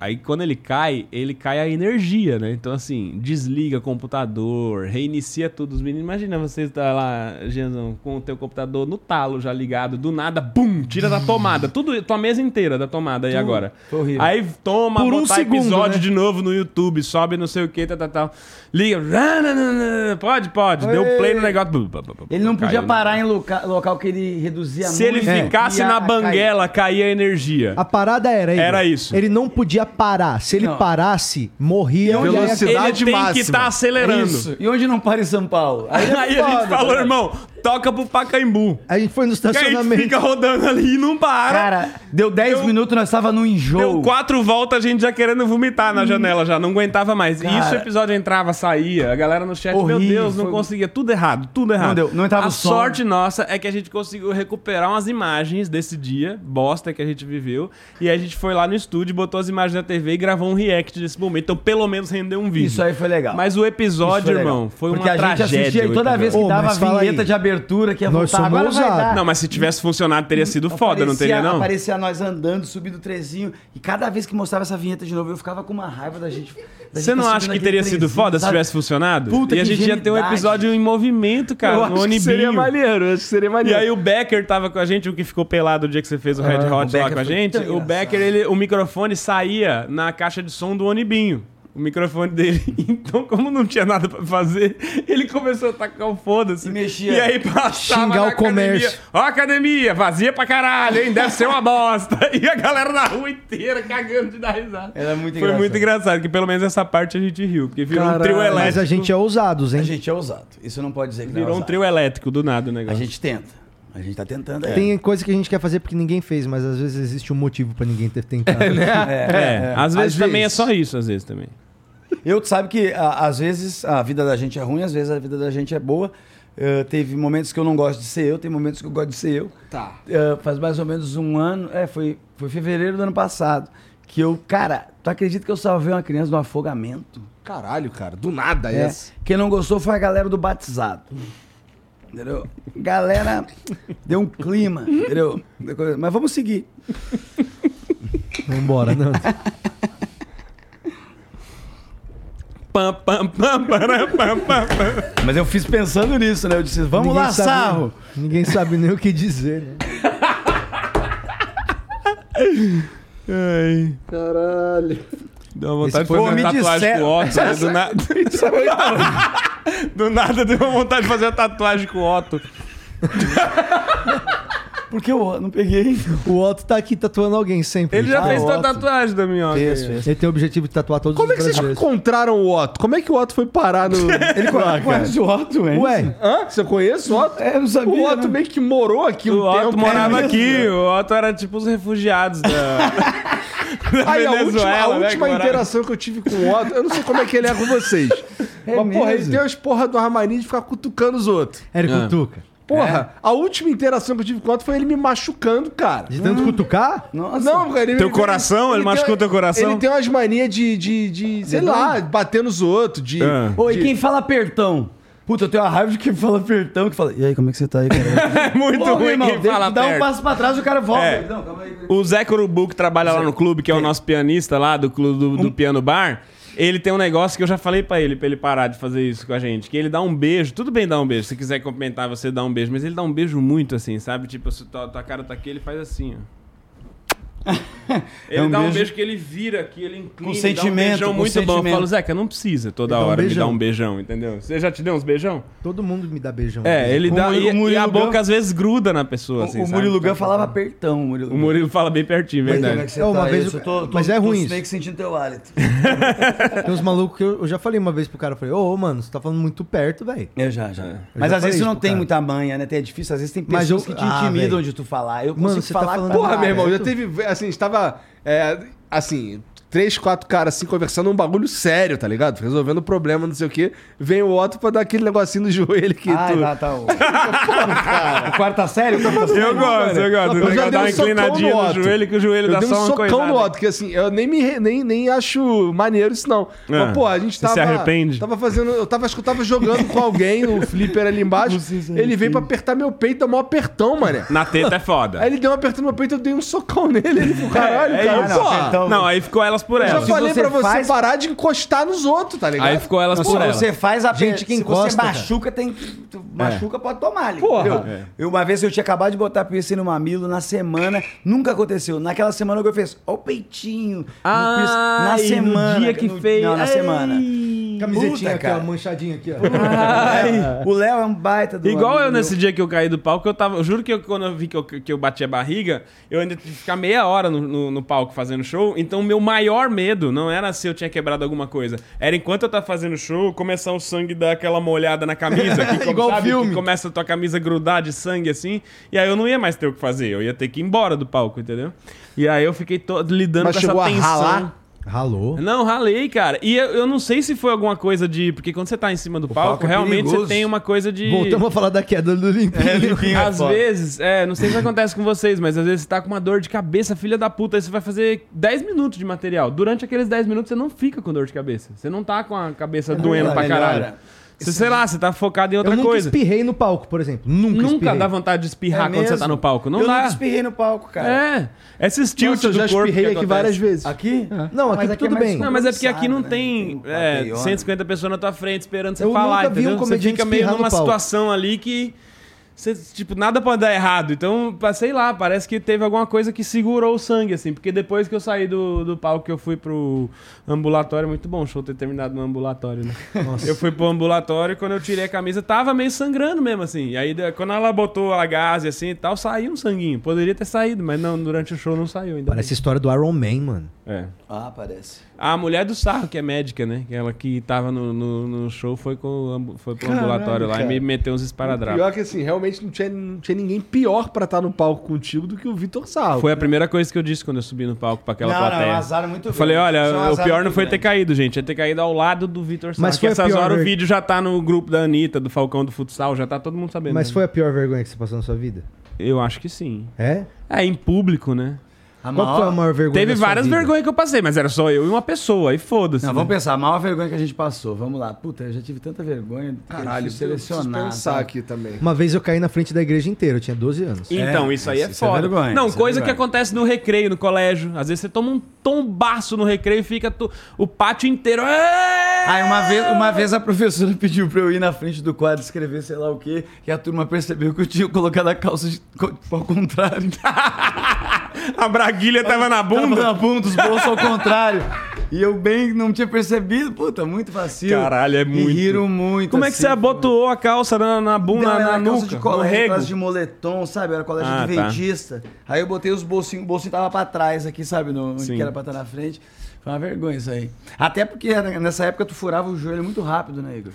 S5: Aí quando ele cai, ele cai a energia, né? Então assim, desliga computador, reinicia tudo. Os meninos, imagina você estar lá, Gianzão, com o teu computador no talo já ligado, do nada, bum, tira da tomada, tudo, tua mesa inteira da tomada aí agora.
S4: foi horrível.
S5: Aí toma,
S1: Por um
S5: botar
S1: segundo, né?
S5: episódio de novo no YouTube, sobe não sei o que, tal, tal, tal. Liga, rananana, pode, pode, deu play no negócio. bum, bum, bum, bum,
S4: Ele não podia
S5: caiu. né?
S4: parar em loca- local que ele reduzia
S5: Se ele
S4: muito. É. ia
S5: ficasse na
S4: cair.
S5: banguela, caía a energia.
S1: A parada era Igor.
S5: Era isso.
S1: Ele não podia parar. Se ele
S4: Não.
S1: parasse, morria.
S2: Eu-
S1: E aí-
S2: Velocidade-
S5: Ele tem que
S2: máxima.
S5: estar acelerando.
S4: É Isso. E onde não para em São Paulo? Aí, é
S5: Aí a
S4: foda,
S5: gente falou,
S4: né?
S5: irmão, toca pro Pacaembu.
S1: A gente foi no
S5: Que a gente
S1: estacionamento.
S5: fica rodando ali e não para.
S4: Cara, deu 10
S5: Deu-
S4: minutos, nós tava num
S5: Deu
S4: enjoo.
S5: quatro voltas, a gente já querendo vomitar
S4: Hum.
S5: na janela, já não aguentava mais. E isso o episódio entrava, saía, a galera no chat, meu
S4: Horrível,
S5: Deus, não
S4: foi-
S5: conseguia, tudo errado, tudo errado.
S4: deu, não entrava
S5: A
S4: o som.
S5: sorte nossa é que a gente conseguiu recuperar umas imagens desse dia, bosta que a gente viveu, e a gente foi lá no estúdio, botou as imagens na TV e gravou um react desse momento, então pelo menos rendeu um vídeo.
S4: Isso aí foi legal.
S5: Mas o episódio,
S4: Isso foi legal.
S5: irmão, foi
S4: Porque
S5: uma
S4: a gente
S5: tragédia.
S4: assistia e
S5: o
S4: toda vez que
S1: Ô,
S4: dava a
S1: mas fala
S4: vinheta
S1: aí.
S4: de abertura que ia
S1: Nós
S4: voltar,
S1: somos
S4: agora vai
S1: ousados.
S4: dar.
S5: Não, mas se tivesse funcionado teria sido foda, não teria não?
S4: Aparecia nós andando, subindo o trezinho. E cada vez que mostrava essa vinheta de novo, eu ficava com uma raiva da gente. da gente
S5: Você não
S4: tá
S5: acha
S4: subindo
S5: que
S4: aquele
S5: teria sido
S4: trezinho,
S5: foda se
S4: sabe?
S5: tivesse funcionado?
S4: Puta
S5: e a
S4: que
S5: gente ia ter um
S4: genialidade.
S5: episódio em movimento, cara, no Onibinho.
S2: maneiro, acho que seria
S5: E aí o Becker tava com a gente, o que ficou pelado o dia que você fez o Red
S4: o
S5: Hot lá
S4: Becker
S5: com
S4: foi
S5: a gente.
S4: tão
S5: O
S4: engraçado.
S5: Becker, ele, o microfone saía na caixa de som do Onibinho. O microfone dele. Então, como não tinha nada pra fazer, ele começou a tacar o foda-se.
S4: E mexia.
S5: E aí passava
S1: Xingar
S5: na
S1: o comércio.
S5: Academia. Ó, academia, vazia pra caralho, hein? Deve ser uma bosta. E a galera na rua inteira cagando de dar risada.
S4: Era muito
S5: Foi muito
S4: engraçado.
S5: engraçado, que pelo menos essa parte a gente riu, porque virou um trio elétrico.
S1: Mas a gente é ousados,
S4: A
S1: hein?
S4: gente é ousado. Isso não pode dizer que não é
S5: Virou um
S4: ousado.
S5: trio elétrico do nada o
S4: A
S5: negócio.
S4: gente tenta. A gente tá tentando aí.
S1: Tem coisa que a gente quer fazer porque ninguém fez, mas às vezes existe um motivo pra ninguém ter tentado.
S4: né?
S5: É, às vezes
S2: Às
S5: também
S2: vezes.
S5: é só isso, às vezes também.
S4: Eu, tu sabe que a- às vezes a vida da gente é ruim, às vezes a vida da gente é boa. Eh, teve momentos que eu não gosto de ser eu, tem momentos que eu gosto de ser eu. Tá. faz mais ou menos um ano, é, foi, foi fevereiro do ano passado, que eu, cara, tu acredita que eu salvei uma criança do afogamento?
S2: Caralho, cara, do nada
S4: É.
S2: essa.
S4: Quem não gostou foi a galera do batizado. Entendeu? Galera, deu um clima, entendeu? Deu coisa- Mas vamos seguir.
S1: Vambora, não.
S5: Pam, pam, pam, param, pam, pam, pam.
S4: Mas eu fiz pensando nisso, né? Eu disse, vamos
S1: Ninguém
S4: lá,
S1: sabe-
S4: sarro.
S1: Ninguém sabe nem o que dizer, né?
S5: Ai.
S2: Caralho.
S5: Deu uma vontade
S4: Esse foi
S5: de fazer
S4: me
S5: uma tatuagem
S4: disseram-
S5: com Otto. né? Do, na- do nada deu uma vontade de fazer uma tatuagem com Otto.
S4: Porque eu não peguei.
S1: O Otto tá aqui tatuando alguém sempre.
S5: Ele já
S4: Ah,
S5: fez tua
S4: Otto.
S5: tatuagem da minhoca.
S1: Ele tem o objetivo de tatuar todos
S2: Como é
S1: os
S2: que vocês
S1: brasileiros.
S2: encontraram o Otto? Como é que o Otto foi parar no. Ah, Ele
S4: Ué, Mas o Otto, hein?
S1: Ué,
S2: Hã? Você conhece o Otto?
S4: É, eu não sabia,
S2: O Otto
S4: né?
S2: meio que morou aqui um
S5: O Otto
S2: tempo.
S5: morava
S2: É mesmo?
S5: aqui. O Otto era tipo os refugiados da, da
S2: Aí, a última,
S5: Venezuela.
S2: a
S5: né,
S2: última
S5: que morava-
S2: interação que eu tive com o Otto, eu não sei como é que ele é com vocês. mas, porra, ele
S4: mesmo?
S2: tem as porra do armarinho de ficar cutucando os outros.
S1: Érico
S5: Ah.
S1: Tuca.
S2: Porra, a última interação que eu tive com o Otto foi ele me machucando, cara.
S1: De
S5: Hum.
S1: tanto cutucar?
S4: Nossa.
S2: Não, cara, ele
S5: Teu coração? Ele machucou teu coração?
S2: Ele tem umas manias de, de, de, sei lá, bater nos outros, de...
S5: Ah.
S4: Ô, e quem fala apertão? Puta, eu tenho a raiva de quem fala apertão, que fala, e aí, como é que você tá aí, cara?
S5: É muito
S4: Ô, meu
S5: ruim quem
S4: dê-
S5: fala
S4: Dá um
S5: perto.
S4: passo pra trás e o cara volta.
S5: É.
S4: Não, calma aí.
S5: O Zé Corubu, que trabalha lá no clube, que é o nosso pianista lá do clube do,
S4: Um-
S5: do Piano Bar, ele tem um negócio que eu já falei pra ele, pra ele parar de fazer isso com a gente. Que ele dá um beijo, tudo bem dar um beijo, se quiser cumprimentar, você dá um beijo, mas ele dá um beijo muito assim, sabe? Tipo, se tua, tua cara tá aqui, ele faz assim, ó. Ele
S4: um
S5: dá um
S4: beijo-
S5: beijo que ele vira aqui, ele
S4: Com
S5: inclina, e
S4: sentimento,
S5: dá um beijão
S4: com
S5: muito bom. Eu
S4: sentimento.
S5: falo, Zeca, não precisa toda
S1: dá um
S5: hora me dar
S1: beijão.
S5: um beijão, entendeu? Você já te deu uns beijão?
S1: Todo mundo me dá beijão.
S5: É, ele
S4: O
S5: dá.
S4: Mu-
S5: E,
S4: o Murilo
S5: e a boca
S4: Gun-
S5: às vezes gruda na pessoa, assim.
S4: o
S5: sabe?
S4: Murilo Gun falava apertão, então tá o Murilo
S5: O Murilo fala bem pertinho, verdade.
S4: Como é que você
S1: É, uma
S4: tá?
S1: vez
S4: Isso,
S1: o- mas é ruim
S4: meio
S1: isso.
S4: que sentindo teu hálito.
S1: Tem uns malucos que eu, eu já falei uma vez pro cara, eu falei, ô, mano, você tá falando muito perto, velho.
S4: Eu já, já.
S1: Eu
S4: Mas
S1: já
S4: às
S1: falei
S4: vezes tu
S1: isso
S4: não
S1: pro
S4: tem
S1: cara.
S4: muita manha, né? Tem- É difícil. Às vezes tem
S1: Mas
S4: pessoas
S1: eu-
S4: que te
S1: Ah,
S4: intimidam
S1: velho.
S4: onde tu falar. Eu
S1: Mano,
S4: consigo
S1: você tá
S4: falar
S1: falando-
S4: pra
S2: Porra,
S4: nada.
S2: meu irmão, já teve, assim, estava, é, assim, três, quatro caras, assim, conversando um bagulho sério, tá ligado? Resolvendo um problema, não sei o quê. Vem o Otto pra dar aquele negocinho no joelho que
S4: Ah,
S2: tu...
S4: tá, tá. O, o quarta série? O tá quarta série?
S5: Eu gosto, eu gosto.
S2: é Eu
S5: Eu
S2: já
S5: gosto
S2: dei
S5: dar
S2: um
S5: uma
S2: socão
S5: inclinadinha
S2: no
S5: no,
S2: Otto.
S5: joelho que o joelho
S2: Eu
S5: dá
S2: dei um
S5: só uma coisa.
S2: socão no Otto, que assim, eu nem, me, re- nem, nem acho maneiro isso não. Mas, pô, a gente
S5: É. você
S2: tava.
S5: se arrepende?
S2: Tava fazendo. Eu tava, acho que eu tava jogando com alguém, o Flipper ali embaixo. Ele veio pra apertar meu peito, dá um apertão, mané.
S5: Na teta é foda.
S2: Aí ele deu um apertão no meu peito, eu dei um socão nele. Ele falou, caralho,
S5: é
S2: cara,
S5: isso,
S2: pô,
S4: apertão.
S5: Não, aí ficou elas por
S2: Então. Eu já
S5: elas.
S2: falei
S4: você
S2: pra você
S4: faz-
S2: parar de encostar nos outros, tá ligado?
S5: Aí ficou elas
S4: Se
S5: por elas.
S4: você faz a
S1: Gente
S4: gente que
S1: que
S4: você
S1: encosta,
S4: machuca, tem que. tu Machuca, pode tomar ali.
S2: Porra.
S4: entendeu?
S2: É.
S4: Eu, uma vez eu tinha acabado de botar piercing no mamilo na semana, nunca aconteceu. Naquela semana eu fiz, ó o peitinho. no piercing. na
S5: e no
S4: semana.
S5: dia que
S4: no-
S5: fez.
S4: Não, na
S5: Ai.
S4: semana. Puta,
S1: Camisetinha aqui,
S4: cara.
S1: ó, manchadinha aqui, ó.
S4: O Léo é um baita do.
S5: Igual
S4: amigo
S5: eu
S4: meu.
S5: nesse dia que eu caí do palco, eu tava. Eu juro que eu- quando eu vi que eu, que eu bati a barriga, eu ainda tive que ficar meia hora no, no- no palco fazendo show. Então o meu maior medo não era se eu tinha quebrado alguma coisa. Era enquanto eu tava fazendo show, começar o sangue dar aquela molhada na camisa. Que,
S1: Igual
S5: sabe,
S1: filme.
S5: Que começa a tua camisa grudar de sangue assim. E aí eu não ia mais ter o que fazer. Eu ia ter que ir embora do palco, entendeu? E aí eu fiquei to- lidando
S2: Mas
S5: com essa
S2: chegou a
S5: tensão.
S2: ralar?
S1: Ralou.
S5: Não, ralei, cara. E eu, eu não sei se foi alguma coisa de. Porque quando você tá em cima do palco,
S4: palco é
S5: realmente
S4: perigoso.
S5: você tem uma coisa de.
S1: Voltamos a falar da queda do É limpinho.
S5: É, Às vezes, é, não sei se acontece com vocês, mas às vezes você tá com uma dor de cabeça, filha da puta, aí você vai fazer 10 minutos de material. Durante aqueles 10 minutos você não fica com dor de cabeça. Você não tá com a cabeça doendo pra
S4: melhora.
S5: caralho. Você, sei lá, você tá focado em
S1: Eu
S5: outra
S1: nunca
S5: coisa.
S1: espirrei no palco, por exemplo. Nunca,
S5: Nunca
S1: espirrei.
S5: dá vontade de espirrar
S4: É
S5: quando você
S4: mesmo?
S5: tá no palco. Não
S4: eu
S5: dá.
S4: nunca espirrei no palco, cara.
S5: É. Esses tilt
S2: Nossa, eu
S5: do
S2: já
S5: corpo.
S2: espirrei
S5: que
S2: aqui
S5: acontece.
S2: várias vezes.
S4: Aqui?
S1: Não,
S4: Mas
S1: aqui
S4: aqui é
S1: tudo
S4: mais
S1: bem.
S5: Não, mas é porque
S4: Sabe,
S5: aqui não
S4: né?
S5: tem
S4: Tem
S5: é,
S4: bateiona.
S5: 150 pessoas na tua frente esperando você
S1: um né? Eu
S5: falar,
S1: nunca vi um
S5: entendeu? você
S1: comediante
S5: fica meio
S1: espirrar no
S5: numa
S1: palco.
S5: situação ali que. você, tipo, nada pode dar errado. Então, pa- sei lá, parece que teve alguma coisa que segurou o sangue, assim. Porque depois que eu saí do, do palco, que eu fui pro ambulatório, muito bom o show ter terminado no ambulatório, né? Eu fui pro ambulatório, quando eu tirei a camisa, tava meio sangrando mesmo, assim. E aí, da- quando ela botou a gás e assim e tal, saiu um sanguinho. Poderia ter saído, mas não, durante o show não saiu ainda.
S1: Parece a história do Iron Man, mano.
S5: bem. É.
S4: Ah, parece.
S5: A mulher do sarro, que é médica, né? Que Ela que tava no, no, no show foi, com, o ambu- foi pro ambulatório lá
S2: cara.
S5: e me meteu uns esparadrapos.
S2: Pior que assim, realmente não tinha, não tinha ninguém pior pra estar no palco contigo do que o Vitor Sarro.
S5: Foi a primeira coisa que eu disse quando eu subi no palco pra aquela
S4: é Não, não,
S5: plateia.
S4: é um azar muito
S5: eu falei,
S4: grande. Isso é um
S5: olha, o
S4: azar
S5: pior
S4: muito
S5: não foi ter
S4: grande.
S5: caído, gente. É ter caído ao lado do Vitor Sarro.
S1: Mas
S5: Mas
S1: foi
S5: que
S1: a
S5: essas
S1: pior
S5: horas
S4: né?
S5: o
S1: ver-
S5: vídeo já tá no grupo da Anitta, do Falcão do Futsal, já tá todo mundo sabendo.
S1: Mas
S5: né?
S1: foi a pior vergonha que você passou na sua vida?
S5: Eu acho que sim.
S1: É?
S5: É, em público, né?
S4: A
S1: Qual foi a maior vergonha?
S5: Teve
S1: da sua
S5: várias
S1: vida?
S5: vergonhas que eu passei, mas era só eu e uma pessoa, e foda-se.
S4: Não,
S5: né?
S4: vamos pensar, a maior vergonha que a gente passou. Vamos lá. Puta, eu já tive tanta vergonha.
S2: Caralho,
S4: de selecionar.
S2: preciso pensar
S4: sabe?
S2: aqui também.
S1: Uma vez eu caí na frente da igreja inteira, eu tinha 12 anos.
S5: Então,
S4: É,
S5: isso aí é
S4: isso é
S5: foda.
S4: vergonha,
S5: não,
S4: isso é
S5: coisa que
S4: vergonha.
S5: acontece no recreio, no colégio. Às vezes você toma um tombaço no recreio e fica tu- o pátio inteiro. "É!"
S4: Aí Ah, uma vez, uma vez a professora pediu pra eu ir na frente do quadro escrever sei lá o quê, e a turma percebeu que eu tinha colocado a calça de co- ao contrário.
S5: A braguilha tava na
S4: Tava
S5: bunda.
S4: na bunda, os bolsos ao contrário. E eu bem não tinha percebido. Puta, muito vacilo.
S5: Caralho, é muito.
S4: E riram muito.
S5: Como é que
S4: assim,
S5: você
S4: foi-
S5: abotoou a calça na, na bunda,
S4: Não,
S5: na,
S4: era
S5: na
S4: calça
S5: nuca,
S4: de
S5: no
S4: colégio,
S5: rego?
S4: calça de moletom, sabe? Era colégio
S5: Ah, tá.
S4: adventista. Aí eu botei os bolsinhos, o bolsinho tava pra trás aqui, sabe? No, onde
S5: Sim.
S4: que era pra estar na frente. Foi uma vergonha isso aí. Até porque era- nessa época tu furava o joelho muito rápido, né, Igor?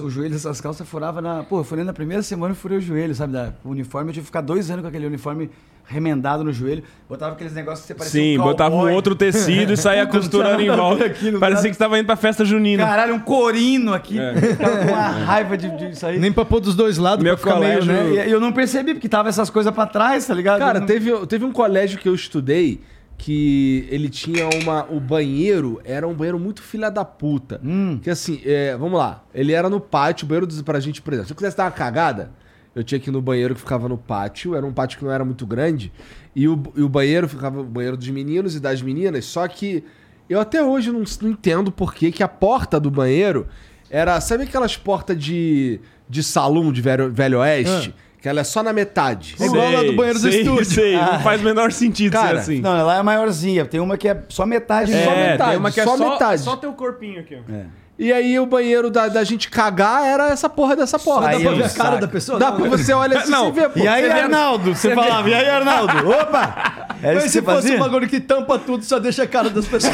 S4: O joelho dessas calças furava na. Pô, eu furei na primeira semana e furei o joelho, sabe? Da, o uniforme, eu tive que ficar dois anos com aquele uniforme remendado no joelho. Botava aqueles negócios que você parecia
S5: Sim,
S4: um cowboy.
S5: botava um outro tecido e saía
S4: Puta, não tinha
S5: costurando em
S4: nada a ver
S5: volta.
S4: aqui, não
S5: Parecia
S4: dava-
S5: que você tava indo pra festa junina.
S4: Caralho, um corino aqui. Ficava com uma raiva de, de isso aí.
S1: Nem pra pôr dos dois lados,
S5: É. Meu
S1: pra ficar
S5: colégio-
S1: meio, né?
S4: E eu não percebi, porque tava essas coisas pra trás, tá ligado?
S2: Cara,
S4: Eu não-
S2: teve, teve um colégio que eu estudei que ele tinha uma. O banheiro era um banheiro muito filha da puta. Que assim, é, vamos lá. Ele era no pátio, o banheiro dos, pra gente, por exemplo. Se eu quisesse dar uma cagada, eu tinha que ir no banheiro que ficava no pátio. Era um pátio que não era muito grande. E o, e o banheiro ficava o banheiro dos meninos e das meninas. Só que eu até hoje não, não entendo por que que a porta do banheiro era. Sabe aquelas portas de, de salão de velho, velho oeste? Que ela é só na metade.
S5: Sei,
S1: Igual lá do banheiro do
S5: sei,
S1: estúdio.
S5: sei, não faz o menor sentido ser
S2: Cara,
S5: assim.
S4: Ah. Não, lá é maiorzinha. Tem uma que é só metade.
S2: É,
S4: só
S2: tem
S4: metade.
S2: uma que é só- só
S5: teu corpinho aqui, ó.
S2: E aí o banheiro da, da gente cagar era essa porra dessa porra.
S4: Aí
S2: Dá pra,
S4: eu-
S2: ver,
S1: a cara
S4: saco.
S1: da pessoa?
S2: dá
S1: Não,
S2: pra
S1: né?
S2: você olha assim
S5: Não,
S2: e vê, pô.
S4: E aí,
S2: Você vê-
S4: Arnaldo? Você falava, e aí, Arnaldo? Opa! É
S1: Mas
S4: isso
S1: se
S4: que você
S1: fosse
S4: fazia?
S1: um bagulho que tampa tudo, só deixa a cara das pessoas.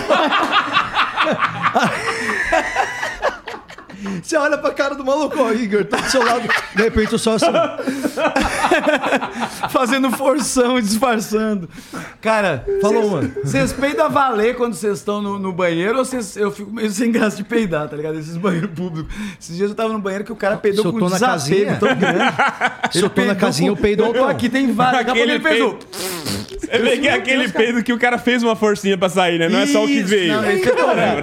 S1: Você olha pra cara do maluco, ó, Igor, tá do seu lado. De repente eu só assim.
S4: Fazendo forção, disfarçando. Cara,
S1: Falou
S4: cês-
S1: uma.
S4: Vocês peidam a valer quando vocês estão no, no banheiro ou vocês. Eu fico meio sem graça de peidar, tá ligado? Esses banheiros públicos. Esses dias eu tava no banheiro que o cara peidou
S1: Se eu
S4: com
S1: tô
S4: um
S1: na
S4: desapego
S1: casinha.
S4: tão grande.
S1: Se eu tô na
S4: peidou
S1: casinha, eu
S4: com-
S1: peido
S4: Eu tô
S1: altão.
S4: aqui, tem vários. Daqui a pouco ele
S5: Aquele
S4: fez o-
S5: peido. Eu peguei aquele peido que o cara fez uma forcinha pra sair, né? Não é só o que
S4: Isso,
S5: veio.
S4: não, esse é teu
S5: né?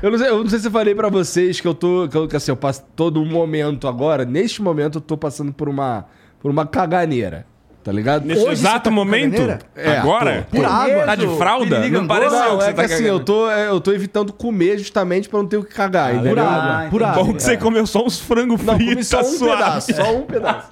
S2: Eu não, sei, eu não sei se eu falei pra vocês que eu tô. Que, eu- que assim, eu passo todo um momento agora. Neste momento eu tô passando por uma, por uma caganeira. Tá ligado?
S5: Nesse
S1: Hoje você
S5: exato
S1: tá com
S5: momento?
S1: caganeira?
S2: É,
S5: Agora?
S2: tô. Por
S5: água? Tá de fralda?
S4: Perigo,
S5: Não pareceu
S4: não,
S5: que
S2: Não,
S5: você
S2: é que
S5: tá
S2: assim,
S5: cagando.
S2: eu tô, é, eu tô evitando comer justamente pra não ter o que cagar. entendeu?
S1: Por
S4: legal.
S1: água,
S4: Ah,
S1: por
S4: entendi.
S1: água.
S5: Bom que você comeu só uns frango
S2: Não, comi
S5: frito,
S2: só
S5: tá
S2: um
S5: suave.
S2: pedaço. Só um pedaço.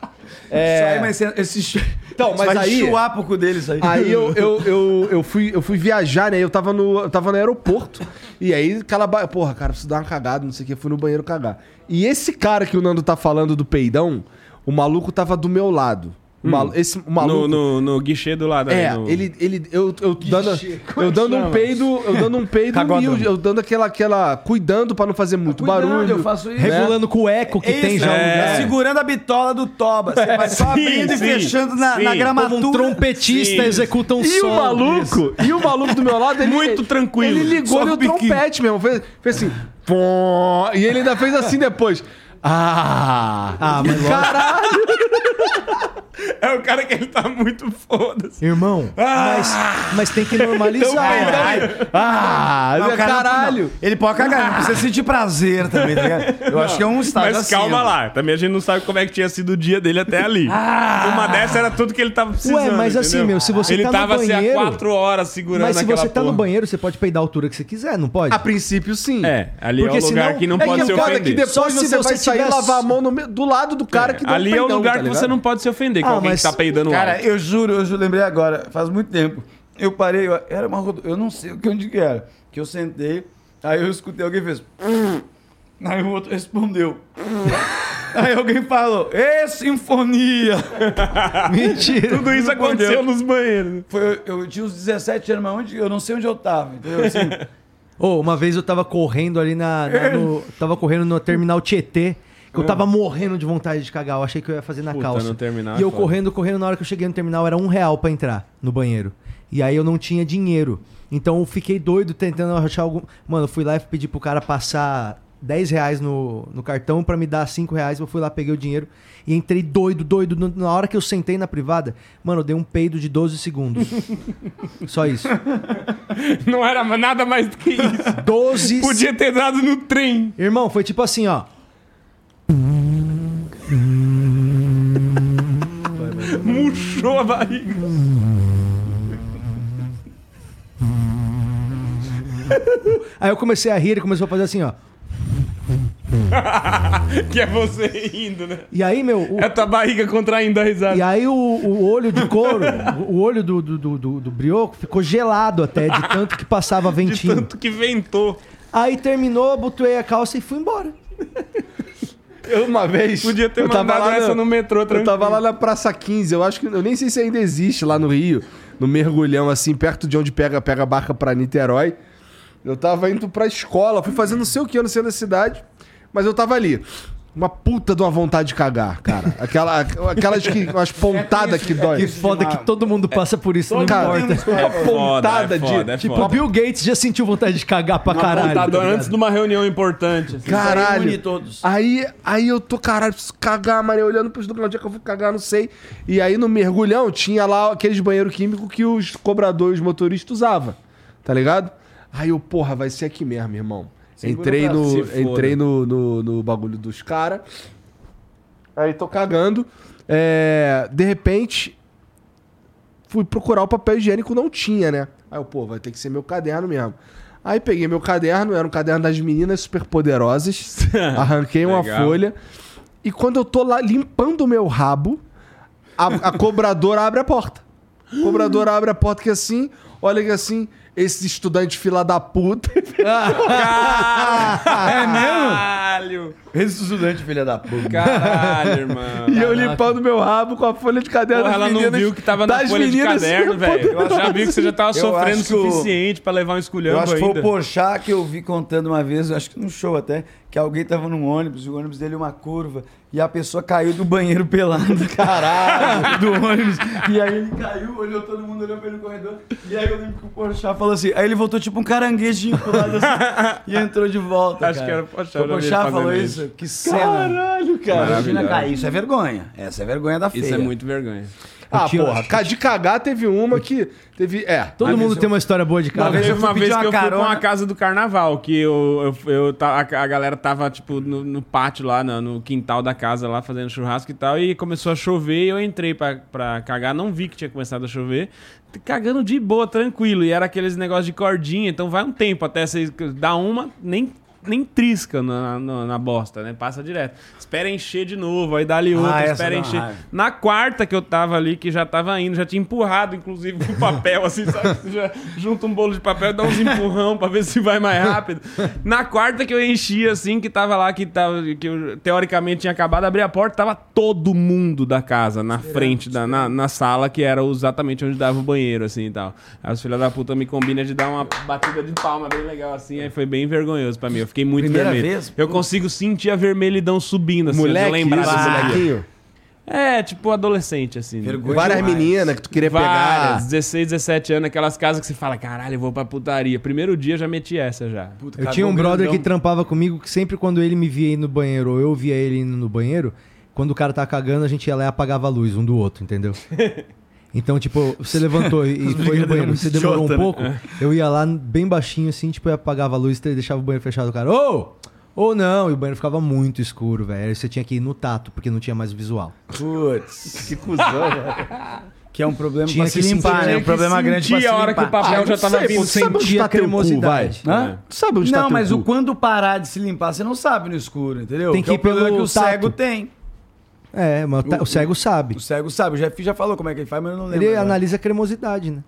S4: Isso aí,
S2: É,
S4: mas esse- esse chu-
S2: Então, mas
S4: vai
S2: aí-
S4: chuar pro cu deles aí.
S2: Aí eu, eu, eu, eu, fui, eu fui viajar, né? Eu tava no, eu tava no aeroporto. E aí, aquela. Ba... Porra, cara, preciso dar uma cagada, não sei o que. Fui no banheiro cagar. E esse cara que o Nando tá falando do peidão, o maluco tava do meu lado. O malu- Esse o maluco.
S5: Hum. No, no, no guichê do lado. ali,
S2: É,
S5: no-
S2: ele, ele, eu, eu dando,
S1: como é
S2: eu
S1: que
S2: dando um
S1: chama?
S2: peido, eu dando um peido
S4: Cagodão.
S2: humilde, eu dando aquela, aquela, cuidando pra não fazer muito
S4: Cuidado,
S2: barulho.
S4: eu faço isso.
S1: Regulando com o eco que
S4: Isso, né?
S1: tem já.
S5: é.
S1: um-
S4: Segurando a bitola do toba. Você vai só
S5: Sim,
S4: abrindo e
S5: sim,
S4: fechando na,
S5: sim.
S4: na
S1: Como
S4: gramatura.
S1: um trompetista
S5: Sim.
S1: executa um
S2: E
S1: som.
S2: o maluco, e o maluco do meu lado, ele,
S5: Muito tranquilo.
S2: Ele ligou
S5: Só
S2: no
S5: o biquinho.
S2: trompete mesmo, fez, fez assim, pom, e ele ainda fez assim depois. Ah!
S1: Ah, mas lógico.
S2: Caralho!
S5: É o cara que ele tá muito foda-se.
S1: Irmão, mas, mas tem que normalizar.
S2: Ah!
S4: Não, o cara não-
S2: caralho!
S4: não, ele pode cagar, não precisa sentir prazer também, tá ligado? Eu acho que é um estágio
S5: Mas
S4: assim,
S5: calma
S4: né?
S5: lá, também a gente não sabe como é que tinha sido o dia dele até ali. Uma dessa era tudo que ele tava precisando.
S1: Ué, mas assim,
S5: entendeu?
S1: meu, se você
S5: ele
S1: tá no
S5: tava assim há
S1: banheiro-
S5: quatro horas segurando
S1: Mas se
S5: aquela
S1: você tá no
S5: porra.
S1: banheiro, você pode peidar a altura que você quiser, não pode?
S2: A princípio, sim.
S5: É, ali é o lugar que não
S2: é
S5: pode
S2: que
S5: se
S2: o cara que
S5: ofender.
S2: depois
S1: Só
S2: você,
S1: se
S2: vai
S1: você
S2: sair e
S1: tivesse-
S2: lavar a mão no meio- do lado do cara que deu
S5: Ali é o
S2: peidão,
S5: lugar
S2: tá
S5: que você
S2: ligado?
S5: não pode se ofender com
S1: Ah,
S5: alguém
S1: mas-
S5: que tá peidando lá.
S4: Cara, eu juro, eu ju- lembrei agora, faz muito tempo. Eu parei, eu, era uma rodo... eu não sei o que onde que era, que eu sentei, aí eu escutei alguém fez. Aí o outro respondeu. Aí alguém falou: "Ê, sinfonia".
S1: Mentira.
S5: Tudo isso aconteceu nos banheiros.
S4: Foi eu, eu tinha uns 17 anos, mas onde eu não sei onde eu tava, entendeu? Assim,
S1: Ô, uma vez eu tava correndo ali na. na- no- tava correndo no terminal Tietê. que Eu tava morrendo de vontade de cagar. Eu achei que eu ia fazer na
S5: Puta,
S1: calça.
S5: no terminal
S1: e
S5: é
S1: eu
S5: foda.
S1: correndo, correndo. Na hora que eu cheguei no terminal, era um real pra entrar no banheiro. E aí eu não tinha dinheiro. Então eu fiquei doido tentando achar algum. Mano, eu fui lá e pedi pro cara passar 10 reais no, no cartão pra me dar 5 reais. Eu fui lá, peguei o dinheiro e entrei doido, doido. No- Na hora que eu sentei na privada, mano, eu dei um peido de 12 segundos. Só isso.
S5: Não era nada mais do que isso.
S1: 12
S5: Podia ter dado no trem.
S1: Irmão, foi tipo assim, ó.
S5: Murchou a barriga.
S1: Aí eu comecei a rir, ele começou a fazer assim, ó.
S5: Que é você rindo, né?
S1: E aí, meu, o-
S5: É a tua barriga contraindo a
S1: E
S5: risada.
S1: aí o, o olho de couro, o olho do, do, do, do- do brioco ficou gelado até, de tanto que passava
S5: De
S1: ventinho.
S5: tanto que ventou.
S1: Aí terminou, botuei a calça e fui embora.
S2: Eu, uma vez.
S5: Podia ter
S2: eu tava
S5: mandado
S2: lá
S5: essa no metrô
S2: Eu
S5: tranquilo.
S2: tava lá na Praça 15, eu acho que. Eu nem sei se ainda existe lá no Rio, no mergulhão, assim, perto de onde pega, pega a barca pra Niterói. Eu tava indo pra escola, fui fazendo não sei o que, eu não sei da cidade, mas eu tava ali. Uma puta de uma vontade de cagar, cara. Aquela, aquelas que, umas pontadas que dói.
S1: Que foda que todo mundo passa por isso, não
S2: Cara,
S5: um
S1: importa.
S2: uma pontada
S5: é foda, é
S2: de. tipo,
S1: O Bill Gates já sentiu vontade de cagar pra caralho.
S5: Tá dando
S1: tá
S5: antes de uma reunião importante. assim.
S4: Isso aí
S2: Caralho.
S4: une todos.
S2: Aí, aí eu tô, caralho, preciso cagar, mano. Eu olhando pros lugares onde é que eu vou cagar, não sei. E aí no mergulhão tinha lá aqueles banheiro químico que os cobradores, os motoristas usavam. Tá ligado? Aí eu, porra, vai ser aqui mesmo, irmão. entrei
S5: pra-
S2: no,
S5: se foda.
S2: entrei no, no, no bagulho dos caras. Aí tô cagando. É, de repente, fui procurar o papel higiênico, não tinha, né? Aí eu, pô, vai ter que ser meu caderno mesmo. Aí peguei meu caderno, era um caderno das meninas superpoderosas. arranquei uma
S5: Legal.
S2: folha. E quando eu tô lá limpando o meu rabo, a, a cobradora abre a porta. A cobradora abre a porta que assim, olha que assim, esse estudante fila da puta.
S5: É Caralho!
S4: Esse estudante, filha da puta.
S5: Caralho, irmão.
S2: e eu limpando meu rabo com a folha de caderno
S5: Porra, ela
S2: das
S5: não
S2: meninas.
S5: viu que tava na
S2: das
S5: folha de
S2: meninas
S5: caderno, velho. Eu já vi que você já tava
S4: Eu
S5: sofrendo o
S4: acho que o-
S5: suficiente pra levar um
S4: Eu
S5: esculhambo
S4: acho que foi o
S5: ainda.
S4: Porchat que eu vi contando uma vez, eu acho que num show até, que alguém tava num ônibus e o ônibus dele é uma curva e a pessoa caiu do banheiro pelado, caralho, do ônibus. E aí ele caiu, olhou todo mundo, olhou pra ele no corredor. E aí eu lembro que o Porchat falou assim, aí ele voltou tipo um caranguejinho pro lado assim e entrou de volta.
S5: Acho
S4: cara.
S5: que era o Porchat,
S4: Foi
S5: eu
S4: O
S5: já vi ele
S4: Porchat falou
S5: fazendo
S4: isso. Que cena.
S2: cara.
S4: Imagina
S5: Maravilhoso.
S4: cair, isso é vergonha. Essa é vergonha da feia.
S5: Isso é muito vergonha.
S2: Ah,
S1: tinha-
S2: porra, ca- de cagar teve uma que teve, é,
S1: Todo mundo tem uma história boa de
S4: Uma
S1: cagar.
S4: vez
S5: Teve
S4: eu fui
S5: uma
S4: pedir
S5: vez
S4: uma
S5: que eu fui pra
S4: carona.
S5: uma casa do carnaval, que eu, eu, eu ta- a, a galera tava, tipo, no, no pátio lá, na- no, quintal da casa lá, fazendo churrasco e tal, e começou a chover e eu entrei pra, pra cagar, não vi que tinha começado a chover, cagando de boa, tranquilo, e era aqueles negócios de cordinha, então vai um tempo até você dar uma, nem... Nem trisca na, na, na bosta, né? Passa direto. Espera encher de novo, aí dá-lhe outra,
S4: Ah, essa
S5: espera
S4: dá uma
S5: encher.
S4: raiva.
S5: Na quarta que eu tava ali, que já tava indo, já tinha empurrado, inclusive, com papel, assim, sabe? Você Já junta um bolo de papel, dá uns empurrão pra ver se vai mais rápido. Na quarta que eu enchi, assim, que tava lá, que, tava, que eu teoricamente tinha acabado, abri a porta, tava todo mundo da casa, na frente, da, na, na sala, que era exatamente onde dava o banheiro, assim, e tal. Aí os filhos da puta me combinam de dar uma batida de palma bem legal, assim, aí foi bem vergonhoso pra mim, eu fiquei muito
S4: Primeira
S5: vermelho.
S4: vez?
S5: eu consigo sentir a vermelhidão subindo, assim, de
S2: moleque,
S5: lembrar
S2: isso,
S5: desse dia.
S2: molequinho.
S5: É, tipo adolescente, assim. né?
S4: Vergonha
S2: Várias
S4: demais.
S2: meninas que tu queria
S5: Várias,
S2: pegar.
S5: 16, 17 anos, aquelas casas que você fala, caralho, eu vou pra putaria. Primeiro dia eu já meti essa já.
S1: Eu tinha um brother que trampava comigo que sempre quando ele me via indo no banheiro ou eu via ele indo no banheiro, quando o cara tava cagando, a gente ia lá e apagava a luz um do outro, entendeu? Então, tipo, você levantou e foi no banheiro, você demorou
S4: né?
S1: um pouco,
S4: É.
S1: eu ia lá bem baixinho assim, tipo, eu apagava a luz e deixava o banheiro fechado, o cara, ô! Ou não, e o banheiro ficava muito escuro, velho. Aí Você tinha que ir no tato, porque não tinha mais visual.
S4: Putz.
S2: Que cuzão.
S4: Que é um problema
S1: Tinha
S4: pra se
S1: que limpar,
S4: limpar,
S1: né?
S4: né? Um
S1: Tinha
S4: problema grande pra se
S5: Senti a hora que
S4: limpar.
S5: o papel
S2: Ah,
S5: já
S2: não
S5: tava
S2: sei,
S5: vindo.
S2: pô, sabe onde
S1: sentia
S2: tá teu cu, vai?
S1: cremosidade.
S4: Hã?
S2: Tu sabe onde tá
S4: não,
S2: teu
S4: mas
S2: cu?
S4: o quando parar de se limpar, você não sabe no escuro, entendeu?
S1: Tem que
S4: é
S1: ir
S4: o problema
S1: pelo
S4: que o
S1: tato.
S4: cego tem.
S1: É, mas o ta- o cego sabe.
S4: O cego sabe, o Jeff já falou como é que ele faz, mas eu não lembro.
S1: Ele
S4: agora.
S1: analisa a cremosidade, né?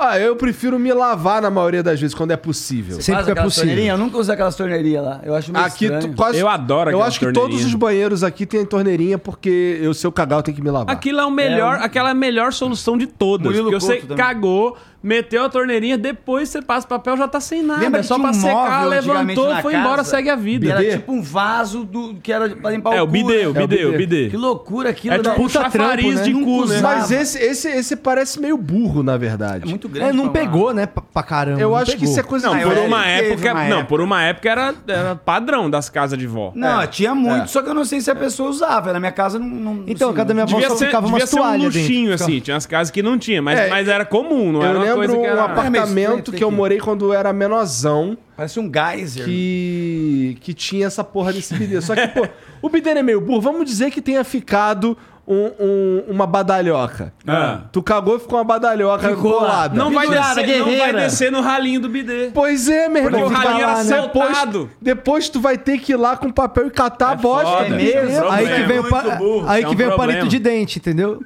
S2: Ah, eu prefiro me lavar na maioria das vezes, quando é possível.
S1: Sempre
S4: Faz
S1: que é
S4: aquelas
S1: possível.
S4: torneirinhas? Eu nunca usei aquelas torneirinhas lá. Eu acho é meio
S2: Aqui tu
S4: estranho.
S2: quase.
S5: Eu adoro
S2: Eu
S5: aquela
S2: acho que
S5: torneirinha.
S2: todos os banheiros aqui tem torneirinha, porque eu, se eu cagar, eu tenho que me lavar.
S5: Aquilo é o melhor,
S4: um É,
S5: aquela é a melhor solução de todas.
S4: Murilo
S5: porque você
S4: Couto também.
S5: cagou, Meteu a torneirinha, depois você passa o papel, já tá sem nada.
S4: Lembra
S5: é
S4: que
S5: só
S4: tinha
S5: pra
S4: um
S5: secar,
S4: móvel antigamente
S5: levantou,
S4: na
S5: foi
S4: casa?
S5: embora, segue a vida.
S4: Era
S2: Bidê?
S4: tipo um vaso do, que era pra limpar
S5: É,
S4: o
S5: o
S4: cu,
S5: bidê,
S4: né?
S5: o bidê, o bidê.
S4: Que loucura aquilo.
S5: É
S4: né?
S5: tipo um
S4: Puta
S5: chafariz
S4: trampo, né?
S5: de
S4: Nunca
S5: cu, né?
S4: usava.
S2: Mas esse, esse, esse parece meio burro, na verdade.
S4: É muito grande.
S1: É, não
S4: pra uma-
S1: pegou, né? Pra- Pra caramba.
S2: Eu
S1: não
S2: acho que
S1: pegou.
S2: isso é coisa
S5: Não,
S2: de
S5: por
S2: velho.
S5: uma
S4: teve
S5: época.
S4: uma
S5: não,
S4: época.
S5: por uma época era, era padrão das casas de vó.
S4: Não, tinha muito,
S2: É.
S4: só que eu não sei se a pessoa usava. Na minha casa não. não
S1: Então,
S4: assim,
S1: cada minha avó
S5: Devia
S1: só
S5: ser,
S1: ficava
S5: devia
S1: umas
S5: ser um
S1: toalhas dentro.
S5: luxinho, assim. Tinha as casas que não tinha, mas,
S2: É,
S5: mas era comum, não
S2: Eu
S5: era uma coisa
S2: lembro
S5: que
S2: um
S5: era...
S2: apartamento que eu morei quando eu era menorzão,
S4: Parece um geyser.
S2: que, que tinha essa porra desse bidê. Só que, pô, o bidê é meio burro. Vamos dizer que tenha ficado um- um- uma badalhoca.
S5: Ah.
S2: Tu cagou e ficou uma badalhoca
S4: Ficou lá.
S2: colada.
S5: Não vai,
S4: Pendurada,
S5: descer, não vai
S4: guerreira.
S5: descer no ralinho do bidê.
S2: Pois é, meu
S5: Porque
S2: irmão.
S5: o ralinho era
S2: né? depois,
S5: saltado.
S2: depois tu vai ter que ir lá com papel e catar a bosta.
S5: foda,
S2: desse
S5: é
S2: bidê.
S5: um
S1: Aí que
S5: problema.
S1: vem o, pa-
S5: Muito burro.
S1: aí
S5: É
S1: que
S5: um
S1: vem o
S5: problema.
S1: palito de dente, entendeu?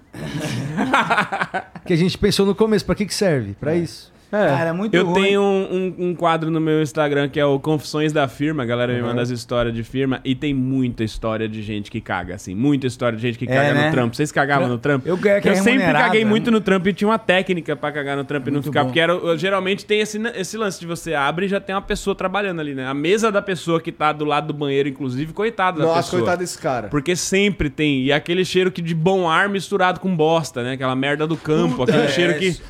S1: que a gente pensou no começo, pra que que serve? Pra isso.
S4: Cara, é muito
S5: Eu
S4: ruim.
S5: tenho um, um- um quadro no meu Instagram que é o Confissões da Firma. A galera me manda as histórias de firma. E tem muita história de gente que caga, assim. Muita história de gente que caga
S4: né?
S5: no trampo. Vocês cagavam no trampo?
S4: eu ganho que é
S5: sempre
S4: remunerado,
S5: caguei
S4: né?
S5: muito no trampo e tinha uma técnica pra cagar no trampo e não ficar. Porque era, eu- geralmente tem esse, esse lance de você abre e já tem uma pessoa trabalhando ali, né? A mesa da pessoa que tá do lado do banheiro, inclusive, coitada da
S2: Nossa,
S5: pessoa.
S2: coitado desse cara.
S5: Porque sempre tem. E é aquele cheiro que de bom ar misturado com bosta, né? Aquela merda do campo. aquele
S1: é
S5: cheiro que.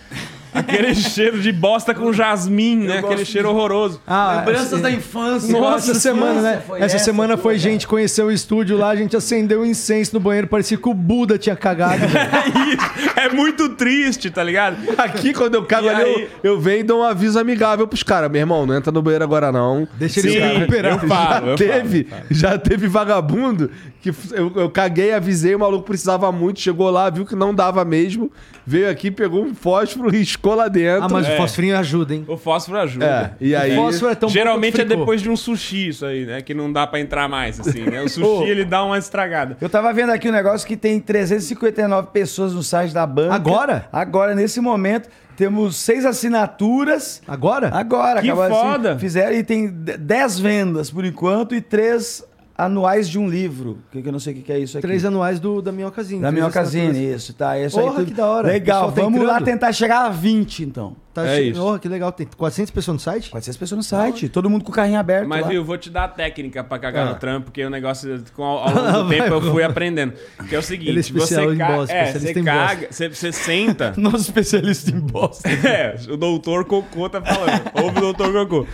S5: Aquele cheiro de bosta com jasmim, né? Aquele cheiro horroroso.
S1: Ah,
S4: Lembranças da infância.
S1: essa semana, né? essa, semana foi gente conheceu o estúdio lá, a gente acendeu o incenso no banheiro, parecia que o Buda tinha cagado. velho.
S5: É muito triste, tá ligado?
S2: Aqui, quando eu cago
S5: E
S2: ali,
S5: aí?
S2: eu, eu venho e dou um aviso amigável pros caras. Meu irmão, não entra no banheiro agora, não.
S1: Deixa ele se
S5: Sim,
S1: recuperar.
S5: eu falo, eu
S2: teve, já teve vagabundo que f- eu, eu caguei, avisei, o maluco precisava muito, chegou lá, viu que não dava mesmo, veio aqui, pegou um fósforo, riscou lá dentro.
S1: Ah, mas
S5: É.
S1: o fosforinho ajuda, hein?
S5: O fósforo
S2: É,
S5: ajuda.
S2: e aí...
S1: O fósforo é tão bom
S5: Geralmente
S1: quanto
S5: é
S1: fricô.
S5: depois de um sushi isso aí, né? Que não dá pra entrar mais, assim, né? O sushi, ele dá uma estragada.
S4: Eu tava vendo aqui um negócio que tem 359 pessoas no site da banca.
S1: Agora?
S4: Agora, nesse momento, temos seis assinaturas.
S5: Ah,
S1: Agora?
S4: Agora,
S5: Que
S4: acabaram
S5: foda.
S4: fizeram e tem de- 10 vendas por enquanto e três anuais de um livro. Que, que eu não sei o que, que é isso aqui.
S1: Três anuais do, da Minhocasine.
S4: Da
S1: três
S4: minha
S1: assinaturas.
S4: casine, isso, tá. Isso aí
S1: Porra,
S4: tudo.
S1: que da hora. O
S4: Legal,
S1: pessoal tá
S4: vamos lá
S1: entrando.
S4: tentar chegar a 20, então.
S1: Tá
S5: É
S1: che-
S5: isso.
S1: Oh, que legal, tem 400 pessoas no site?
S4: 400 pessoas no site, todo mundo com o carrinho aberto
S5: Mas,
S4: lá.
S5: viu, vou te dar a técnica pra cagar
S1: Ah.
S5: no trampo, porque o negócio, com, ao, ao longo do tempo, eu fui aprendendo. Que é o seguinte,
S1: Ele é especial
S5: você,
S1: em
S5: ca-
S1: bosta,
S5: é,
S1: especialista
S5: você
S1: em
S5: caga, você, você senta...
S4: Nosso especialista em bosta.
S5: É, o doutor Cocô tá falando. Ouve o doutor Cocô.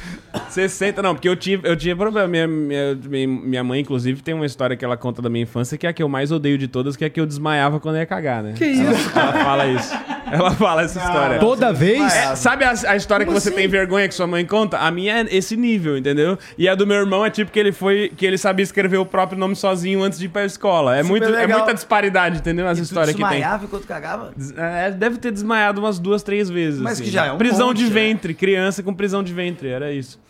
S5: Você senta, não, porque eu tinha, eu tinha problema. Minha, minha, minha- minha mãe, inclusive, tem uma história que ela conta da minha infância, que é a que eu mais odeio de todas, que é a que eu desmaiava quando ia cagar, né? Que isso? Ela fala isso. Ela fala essa história.
S1: Toda vez?
S5: É, sabe a, a história que você tem vergonha que sua mãe conta? A minha é esse nível, entendeu? E a do meu irmão é tipo que ele foi que ele sabia escrever o próprio nome sozinho antes de ir pra escola. É, muito, é
S4: legal.
S5: muita disparidade, entendeu? As histórias que tem.
S4: Desmaiava enquanto cagava?
S5: É, deve ter desmaiado umas duas, três vezes. assim,
S4: Mas que já é um
S5: Prisão
S4: monte,
S5: de
S4: né?
S5: ventre, criança com prisão de ventre, era isso.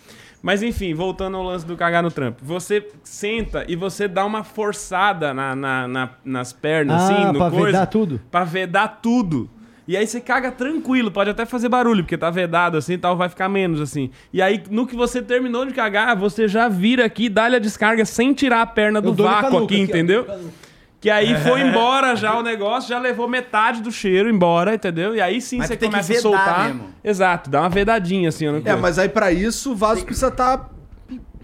S5: Mas enfim, voltando ao lance do cagar no trampo. Você senta e você dá uma forçada na, na- na- nas pernas,
S1: Ah,
S5: assim, no
S1: pra
S5: coisa.
S1: vedar tudo?
S5: Pra vedar tudo. E aí você caga tranquilo, pode até fazer barulho, porque tá vedado assim e tal, vai ficar menos assim. E aí, no que você terminou de cagar, você já vira aqui e dá-lhe a descarga sem tirar a perna do
S1: dou no
S5: vácuo
S1: canuco
S5: aqui,
S1: aqui, ó.
S5: entendeu? Que aí foi embora já o negócio, já levou metade do cheiro embora, entendeu? E aí sim
S4: Mas
S5: você
S4: tem que
S5: começa a
S4: vedar
S5: soltar.
S4: mesmo.
S5: Exato, dá uma vedadinha assim, ó, no
S2: É,
S5: coisa.
S2: mas aí pra isso o vaso precisa estar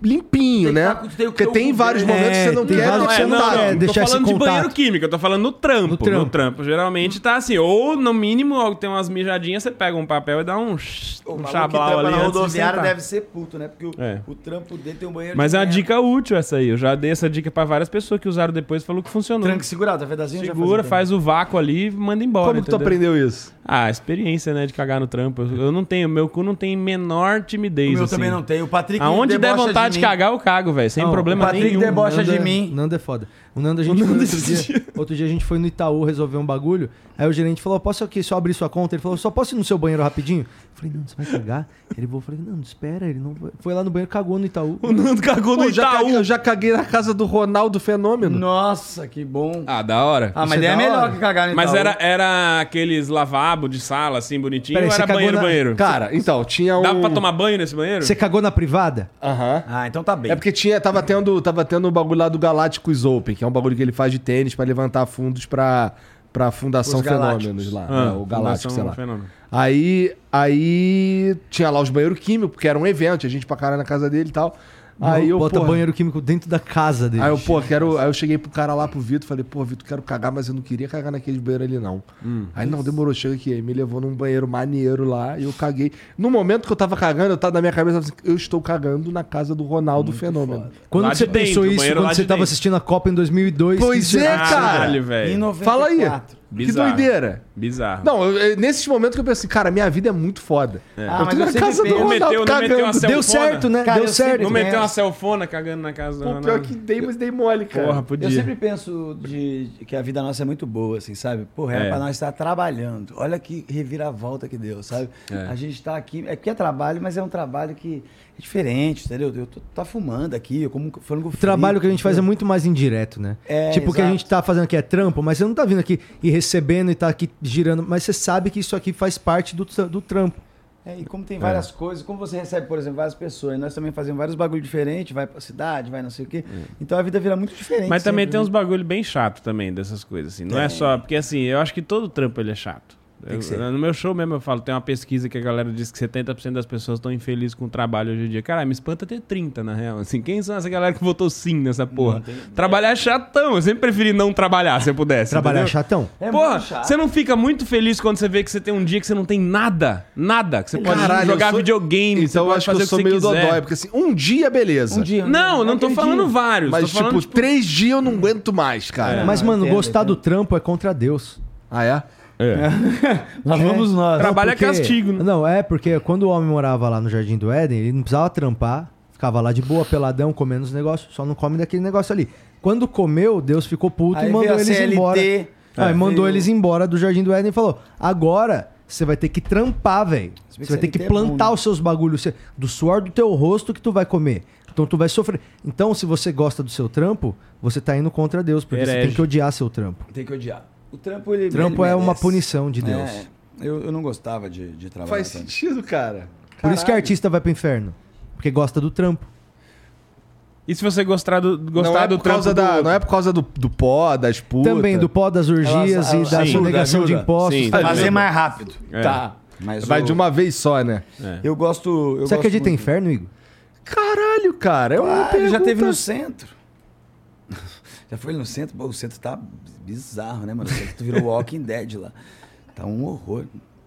S2: limpinho,
S4: Tem que
S2: né?
S4: tá com- tem que
S2: Porque
S4: ter
S2: tem
S4: um-
S2: vários momentos que você não
S1: tem
S2: quer,
S1: vários
S2: não,
S1: que
S5: É,
S2: você
S1: você
S2: não
S5: não, não,
S2: tá.
S1: quer.
S5: não
S1: deixar
S5: tô
S1: esse
S5: falando de
S1: contato.
S5: banheiro químico, eu tô falando no trampo, no
S1: No
S5: trampo.
S1: trampo.
S5: Geralmente tá assim, ou no mínimo, ó, tem umas mijadinhas, você pega um papel e dá um,
S4: O
S5: um
S4: maluco que
S5: chablau
S4: trampa
S5: ali.
S4: na
S5: antes de
S4: rodoviária
S5: sentar.
S4: deve ser puto, né? Porque o,
S5: É.
S4: o trampo dele tem um banheiro.
S5: Mas
S4: de
S5: é uma
S4: merda.
S5: dica útil essa aí. Eu já dei essa dica pra várias pessoas que usaram depois e falou que funcionou.
S4: Tranque segurado, tá vedazinho? já
S5: Segura,
S4: fazia
S5: faz o vácuo ali e manda embora.
S2: Como que tu
S5: entendeu?
S2: aprendeu isso?
S5: Ah, experiência, né, de cagar no trampo. Eu eu não tenho, meu cu não tem menor timidez.
S4: tempo. O meu
S5: assim.
S4: também não tem. O Patrick
S5: Aonde der
S4: debocha
S5: vontade de,
S4: mim.
S5: cagar, eu cago, velho. Sem
S1: Não,
S5: problema
S4: o Patrick
S5: nenhum.
S4: debo- Bocha
S1: Nando
S4: de
S1: é-
S4: mim.
S1: Nando é foda. O Nando a gente foi outro dia, outro dia a gente foi no Itaú resolver um bagulho. Aí o gerente falou: "Posso aqui só abrir sua conta?" Ele falou: "Só posso ir no seu banheiro rapidinho?" Eu falei: "Não, você vai cagar?" Ele vou falei: "Não, espera, ele não vai." foi lá no banheiro cagou no Itaú.
S5: O Nando cagou
S2: Pô,
S5: no
S2: eu
S4: tá
S2: já
S5: Itaú.
S4: um
S2: caguei- eu já caguei na casa do Ronaldo Fenômeno.
S4: Nossa, que bom.
S5: Ah, da hora.
S1: isso
S4: Ah,
S1: é
S4: mas daí é
S1: da
S4: melhor
S1: hora.
S4: que cagar no
S5: Mas
S4: Itaú.
S5: era, era aqueles lavabo de sala, assim, bonitinho,
S1: Peraí,
S5: ou
S1: você
S5: era
S1: cagou
S5: banheiro,
S1: na-
S5: banheiro?
S2: Cara, então, tinha um...
S5: Dava pra tomar banho nesse banheiro?
S1: Você cagou na privada?
S2: Aham.
S4: Ah, então tá bem.
S2: É porque tinha, tava tendo, tava tendo o bagulho lá do Galácticos Open, que é um bagulho que ele faz de tênis pra levantar fundos pra pra Fundação
S4: Os Galácticos.
S2: Fenômenos lá,
S5: Ah,
S2: né, o Galáctico,
S5: Fundação
S2: sei lá.
S5: Fenômeno.
S2: Aí, aí tinha lá os banheiros químicos, porque era um evento, tinha gente pra caralho na casa dele e tal. Aí eu,
S1: Bota
S2: porra,
S1: banheiro químico dentro da casa dele.
S2: Aí eu, pô, quero. Aí eu cheguei pro cara lá pro Vitor, falei, pô, Vitor, quero cagar, mas eu não queria cagar naquele banheiro ali, não.
S5: Hum.
S2: aí não, demorou, chega aqui. Aí me levou num banheiro maneiro lá e eu caguei. No momento que eu tava cagando, eu tava na minha cabeça, eu tava assim, eu estou cagando na casa do Ronaldo Fenômeno.
S1: Quando
S5: Lá de
S1: você
S5: dentro,
S1: pensou
S5: o
S1: isso,
S5: banheiro
S1: quando
S5: lá
S1: você
S5: de
S1: tava
S5: dentro.
S1: assistindo a Copa em 2002...
S2: Pois
S1: que você-
S2: é, cara.
S5: Caralho,
S4: Em
S5: velho.
S4: 94.
S2: Fala aí.
S5: Bizarro.
S2: Que doideira.
S5: Bizarro.
S2: Não, eu- eu- nesses momentos que eu penso assim, cara, minha vida é muito foda.
S4: Ah,
S2: eu
S4: mas
S2: tô
S4: eu
S2: na
S4: sempre
S2: casa do
S4: penso-
S5: Não
S2: Ronaldo
S5: meteu- não meteu
S2: cagando.
S5: uma
S1: Deu
S5: selfie.
S1: certo, né?
S4: Cara,
S1: Deu
S4: eu sempre-
S1: certo.
S5: Não meteu uma
S4: Pensa.
S5: selfona cagando na casa do
S2: Pô,
S5: Ronaldo.
S2: pior que dei, mas dei mole, cara.
S5: Porra,
S4: Eu
S5: podia.
S4: sempre penso de, de que a vida nossa é muito boa, assim, sabe? Porra, era
S5: É.
S4: pra nós estar trabalhando. Olha que reviravolta que deu, sabe? A gente tá aqui. É que é trabalho, mas é um trabalho que é diferente, entendeu? Eu tô tá fumando aqui, eu como frango
S1: O trabalho que a gente faz é muito mais indireto, né?
S4: É,
S1: tipo, o que a
S4: exato.
S1: gente tá fazendo aqui é trampo, mas você não tá vindo aqui e recebendo e tá aqui girando, mas você sabe que isso aqui faz parte do, tra- do trampo.
S4: É, e como tem várias coisas, como você recebe, por exemplo, várias pessoas, nós também fazemos vários bagulho diferentes, vai pra cidade, vai não sei o quê. Então a vida vira muito diferente.
S5: Mas também
S2: é
S4: sempre,
S5: tem
S4: né?
S5: uns bagulho bem chato também dessas coisas, assim. Não é, só... Porque, assim, eu acho que todo trampo ele é chato.
S4: Tem que ser.
S5: Eu- no meu show mesmo eu falo, tem uma pesquisa que a galera diz que 70% das pessoas estão infelizes com o trabalho hoje em dia. Caralho, me espanta ter 30, na real. Assim, quem são essa galera que votou sim nessa porra? Trabalhar é chatão. Eu sempre preferi não trabalhar, se eu pudesse.
S1: Trabalhar é
S5: entendeu?
S1: chatão.
S4: É
S5: Porra,
S4: muito chato.
S5: você não fica muito feliz quando você vê que você tem um dia que você não tem nada, nada, que você pode
S2: Caralho, eu
S5: jogar
S2: sou-
S5: videogame, você
S2: Então eu
S5: pode
S2: acho que
S5: fazer
S2: eu sou
S5: o que
S2: meio
S5: você quiser.
S2: dodói, porque assim, um dia, beleza.
S4: Um dia,
S5: Não,
S4: né?
S5: não tô
S4: Aquele
S5: falando
S4: dia.
S5: vários,
S2: Mas,
S5: tô
S2: tipo,
S5: falando
S2: três dias eu não aguento mais, cara.
S1: Mas,
S4: É, não,
S1: mano,
S4: entendo,
S1: gostar
S4: entendo.
S1: do trampo é contra Deus.
S2: Ah, é?
S4: Lá vamos nós.
S5: Trabalho é
S1: Porque-
S5: castigo, né?
S1: Não, é porque quando o homem morava lá no Jardim do Éden, ele não precisava trampar, ficava lá de boa, peladão, comendo os negócios, só não come daquele negócio ali. Quando comeu, Deus ficou puto
S4: Aí
S1: e
S4: veio
S1: mandou
S4: a
S1: eles
S4: CLT,
S1: embora.
S4: aí
S1: Aí mandou
S4: é, veio-
S1: eles embora do Jardim do Éden e falou: agora você vai ter que trampar, velho.
S4: Se bem
S1: Você vai ter
S4: que
S1: que
S4: CLT é bom,
S1: plantar
S4: né?
S1: os seus bagulhos você- do suor do teu rosto que tu vai comer. Então tu vai sofrer. Então, se você gosta do seu trampo, você tá indo contra Deus, porque você
S5: Herege.
S1: tem que odiar seu trampo.
S4: Tem que odiar. O trampo, ele.
S1: Trampo
S4: ele
S1: é uma
S4: merece.
S1: punição de Deus.
S4: É, eu, eu não gostava de, de trabalhar.
S2: Faz
S4: tanto.
S2: sentido, cara.
S1: Por isso que artista vai pro inferno. Porque gosta do trampo.
S5: E se você gostar do, gostar
S2: não é
S5: do
S2: por causa
S5: trampo do
S2: da,
S5: outro?
S2: Não é por causa do, do pó, das putas.
S1: Também do pó das orgias
S4: Elas-
S1: e da
S4: sim.
S1: sonegação de
S4: Ajuda, ajuda.
S1: impostos.
S5: Sim,
S1: tá ligado?
S4: Fazer mais rápido.
S5: É.
S2: Tá.
S4: Mas
S2: Vai
S4: o-
S2: de uma vez só, né?
S4: Eu gosto. Eu
S1: Você
S4: gosto
S1: acredita em
S4: muito.
S1: inferno, Igor?
S2: Caralho, cara. É uma
S4: Ah, ele
S2: pergunta-
S4: já teve no centro. Já foi no centro? Pô, o centro tá bizarro, né, mano? O centro virou Walking Dead lá. Tá um horror.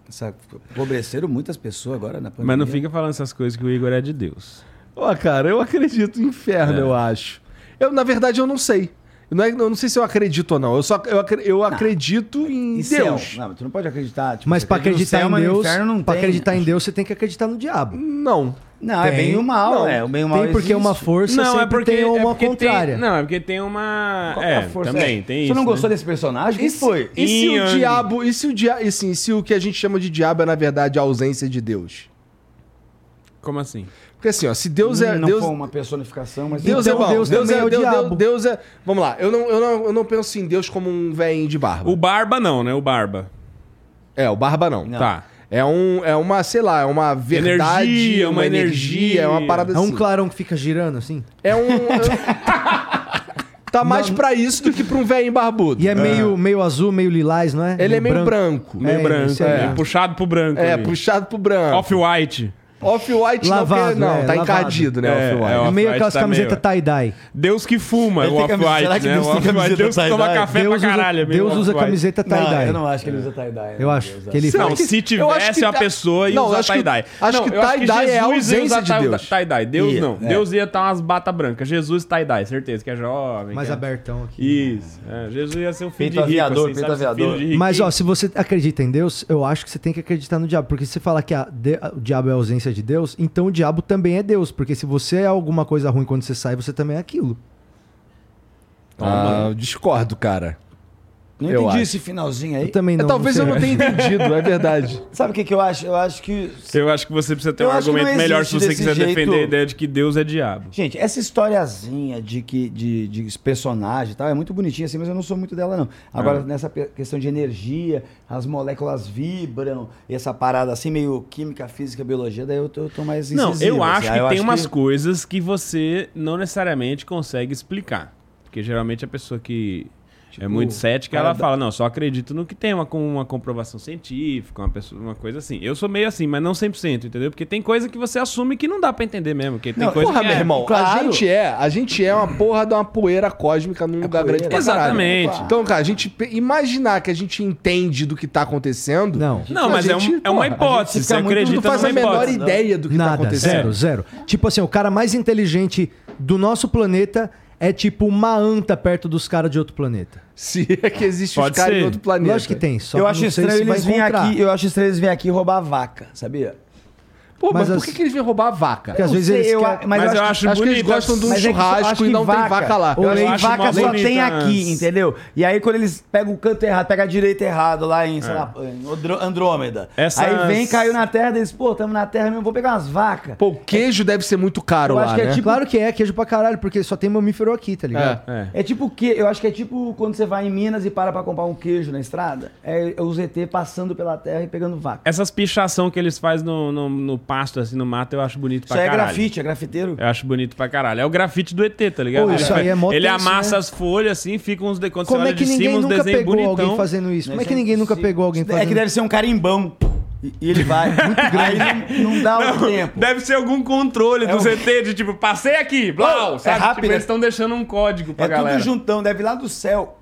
S4: Essa, empobreceram muitas pessoas agora na pandemia.
S5: Mas não fica falando essas coisas que o Igor é de Deus.
S2: Ó, cara, eu acredito no
S5: É.
S2: inferno, eu acho. Eu, na verdade, eu não sei. Não é- eu não sei se eu acredito ou não. Eu só eu, acre- eu acredito em
S4: em
S2: Deus.
S4: Deus. Não, mas tu não pode acreditar. tipo,
S1: Mas
S4: você
S1: pra
S4: acredita
S1: acreditar
S4: no céu,
S1: em
S4: mas no
S1: Deus,
S4: inferno não
S1: pra
S4: tem.
S1: acreditar em Deus, você tem que acreditar no
S2: um-
S1: diabo.
S2: Não.
S4: Não, é
S1: Tem.
S4: bem o mal, é. O bem e o mal
S1: tem porque
S4: existe.
S1: uma força sempre tem uma
S5: é porque
S1: contrária.
S5: Tem, não, é porque tem uma.
S4: Qual que
S5: é,
S4: a força?
S5: também,
S4: É.
S5: tem
S4: Você
S5: isso.
S4: não gostou
S5: né?
S4: desse personagem?
S2: E
S4: Quem
S2: se-
S4: foi?
S2: E se
S5: Yin
S2: o
S5: Yang.
S2: diabo, e se o dia, e sim, se o que a gente chama de diabo é na verdade a ausência de Deus?
S5: Como assim?
S2: Porque assim, ó, se Deus é
S4: Hum, não
S2: Deus,
S4: foi uma personificação, mas
S2: Deus
S1: Então
S2: é bom,
S1: Deus
S2: Deus,
S1: também
S2: é,
S1: é o
S2: Deus,
S1: diabo.
S2: Deus, Deus é. Vamos lá, eu não, eu não, eu não penso em Deus como um velhinho de barba.
S5: O Barba não, né? O Barba.
S2: É, o barba não.
S5: Tá.
S2: É um, é uma, sei lá, é uma verdade,
S5: Energia,
S2: uma
S5: uma
S2: energia, é uma
S5: energia.
S2: parada
S1: É
S2: assim.
S1: um clarão que fica girando assim.
S2: É um. tá mais pra isso do que pra um velhinho barbudo.
S1: E é meio, meio azul, meio lilás, não é?
S2: Ele é meio branco.
S5: Meio
S1: É,
S5: branco.
S1: isso aí.
S5: é. Puxado pro branco.
S2: É,
S5: ali.
S2: puxado pro branco.
S5: Off-white.
S2: Off-white não, porque-
S1: Lavado,
S2: não,
S1: é,
S2: tá
S1: lavado.
S2: encardido, né?
S5: É,
S2: Off-white.
S5: é,
S1: É
S5: ó.
S1: meio
S5: Off-white
S1: aquelas
S5: tá
S1: camisetas
S5: meio-
S1: tie-dye.
S5: Deus que fuma,
S4: Ele
S5: o
S4: tem camisa- será
S5: off-white,
S4: que
S5: né?
S4: Deus
S5: O
S4: tem
S5: off-white.
S4: camiseta
S5: Deus que toma
S4: tie-dye?
S5: café
S1: Deus
S5: pra
S1: usa,
S5: caralho.
S1: Deus usa camiseta
S4: Não,
S1: tie-dye.
S4: é eu não acho que ele usa tie-dye.
S1: Eu
S4: né?
S1: acho
S4: Deus,
S1: que ele
S2: que-
S5: Não, se
S2: eu acho
S5: tivesse
S2: que- tá
S5: a pessoa ia
S2: Não,
S5: usar
S2: acho que-
S5: tie-dye.
S2: acho
S5: Não,
S2: que
S5: eu acho
S2: tie-dye é a
S5: Jesus ia usar
S2: ausência de
S5: tie-
S2: Deus.
S5: Tie-dye. Deus
S4: Ia,
S5: não.
S4: é.
S5: Deus ia estar umas batas brancas. Jesus tie-dye, certeza, que é jovem.
S1: Mais
S5: que é-
S1: abertão aqui.
S5: Isso. É, Jesus ia ser um filho
S4: Peito
S5: de rico,
S4: aviador,
S5: assim,
S4: peito
S5: sabe?
S4: aviador.
S5: Filho de rico.
S1: Mas, ó, se você acredita em Deus, eu acho que você tem que acreditar no diabo. Porque se você falar que a de- o diabo é a ausência de Deus, então o diabo também é Deus. Porque se você é alguma coisa ruim quando você sai, você também é aquilo.
S2: Ah, eu discordo, cara.
S4: Não
S2: Eu
S4: entendi
S2: acho.
S4: esse finalzinho aí.
S1: Eu também
S2: É,
S1: não.
S2: talvez
S1: sei.
S2: eu não tenha entendido, é verdade.
S4: Sabe o que, que eu acho? Eu acho que.
S5: Eu acho que você precisa ter
S4: Eu
S5: um
S4: acho que
S5: argumento
S4: não
S5: melhor se
S4: existe
S5: você quiser
S4: desse jeito.
S5: defender a ideia de que Deus é diabo.
S4: Gente, essa historiazinha de que de, de personagem e tal é muito bonitinha assim, mas eu não sou muito dela, não. Agora,
S5: Ah.
S4: nessa pe- questão de energia, as moléculas vibram, e essa parada assim, meio química, física, biologia, daí eu tô, eu tô mais
S5: Não,
S4: incisivo,
S5: eu
S4: assim.
S5: acho
S4: Ah,
S5: que tem umas
S4: que-
S5: coisas que você não necessariamente consegue explicar. Porque geralmente a pessoa que
S1: Tipo,
S5: é muito cética, ela fala, não, só acredito no que tem uma, com uma comprovação científica, uma, pessoa, uma coisa assim. Eu sou meio assim, mas não 100%, entendeu? Porque tem coisa que você assume que não dá pra entender mesmo. Que tem
S2: Não,
S5: coisa
S2: porra,
S5: que
S2: meu
S5: é-
S2: irmão, a
S4: claro.
S2: gente é, a gente é uma porra de uma poeira cósmica num lugar
S4: É poeira.
S2: grande pra caralho.
S5: Exatamente.
S2: Então, cara, a gente pe- imaginar que a gente entende do que tá acontecendo.
S1: Não.
S5: Não,
S2: A
S5: mas é,
S2: gente,
S5: um- é uma
S2: porra,
S5: hipótese,
S4: fica
S5: você
S4: muito-
S2: Tu não
S5: acredita
S2: faz a
S5: numa
S2: menor
S5: hipótese.
S2: ideia do que tá
S1: Nada, zero,
S2: acontecendo.
S1: zero. Tipo assim, o cara mais inteligente do nosso planeta é tipo uma anta perto dos caras de outro planeta.
S2: Se é que existe
S5: Pode
S2: os caras em
S5: ser.
S2: outro planeta.
S1: Lógico que tem, só
S4: eu
S1: que
S4: acho
S1: não sei
S4: estranho
S1: se vai
S4: eles virem
S1: encontrar.
S4: aqui, eu acho estranho eles virem aqui roubar vaca, sabia?
S2: Pô, mas,
S1: Mas
S2: por
S1: as-
S2: que, que eles vêm roubar a vaca?
S1: Porque às
S4: Eu
S1: vezes
S4: sei,
S1: eles
S4: eu
S1: querem-
S4: a- mas, eu acho
S2: acho que eles
S5: bonita.
S2: gostam de um
S4: mas é que eu acho
S2: churrasco
S4: que
S2: e não tem vaca lá.
S1: Eu
S4: Eu
S1: leite
S4: acho que vaca
S5: mó
S4: só
S5: bonita
S4: tem aqui,
S5: antes.
S4: entendeu? E aí quando eles pegam o canto errado, pegam a direita errado lá em, sei lá, em Odro- Andrômeda.
S5: Essas-
S4: Aí vem, caiu na terra, eles, pô, tamo na terra mesmo, vou pegar umas vacas.
S2: Pô, o queijo deve ser muito caro
S4: Eu
S2: lá,
S4: acho que é
S2: né?
S4: tipo-
S1: Claro que é, queijo pra caralho, porque só tem mamífero aqui, tá ligado?
S2: É.
S5: É.
S4: É tipo o quê? Eu acho que é tipo quando você vai em Minas e para pra comprar um queijo na estrada. É é os ET passando pela terra e pegando vaca.
S5: Essas pichação que eles fazem no, no, no pasto, assim, no mato, eu acho bonito
S4: Isso
S5: pra
S4: aí é
S5: caralho.
S4: grafite, é grafiteiro.
S5: Eu acho bonito pra caralho. É o grafite do ET, tá ligado?
S1: Pô, isso
S5: ele
S1: aí é mó
S5: ele
S1: tenso,
S5: amassa
S1: né?
S5: as folhas, assim, fica uns de... Quando você
S1: Como
S5: olha
S1: é que
S5: de
S1: ninguém
S5: cima, uns
S1: nunca
S5: desenhos
S1: pegou
S5: bonitão.
S1: alguém fazendo
S4: Né,
S1: isso? Como é que
S2: Né,
S1: ninguém nunca pegou alguém fazendo
S4: É que deve ser um carimbão. E e ele vai. Muito grande. Aí não, não dá o tempo.
S5: Deve ser algum controle do
S4: um-
S5: ZT de tipo, passei aqui,
S4: É
S5: blau, sabe?
S4: rápido,
S5: Tipo,
S4: né?
S5: eles estão deixando um código pra
S4: É
S5: galera.
S4: tudo juntão, deve ir lá do céu.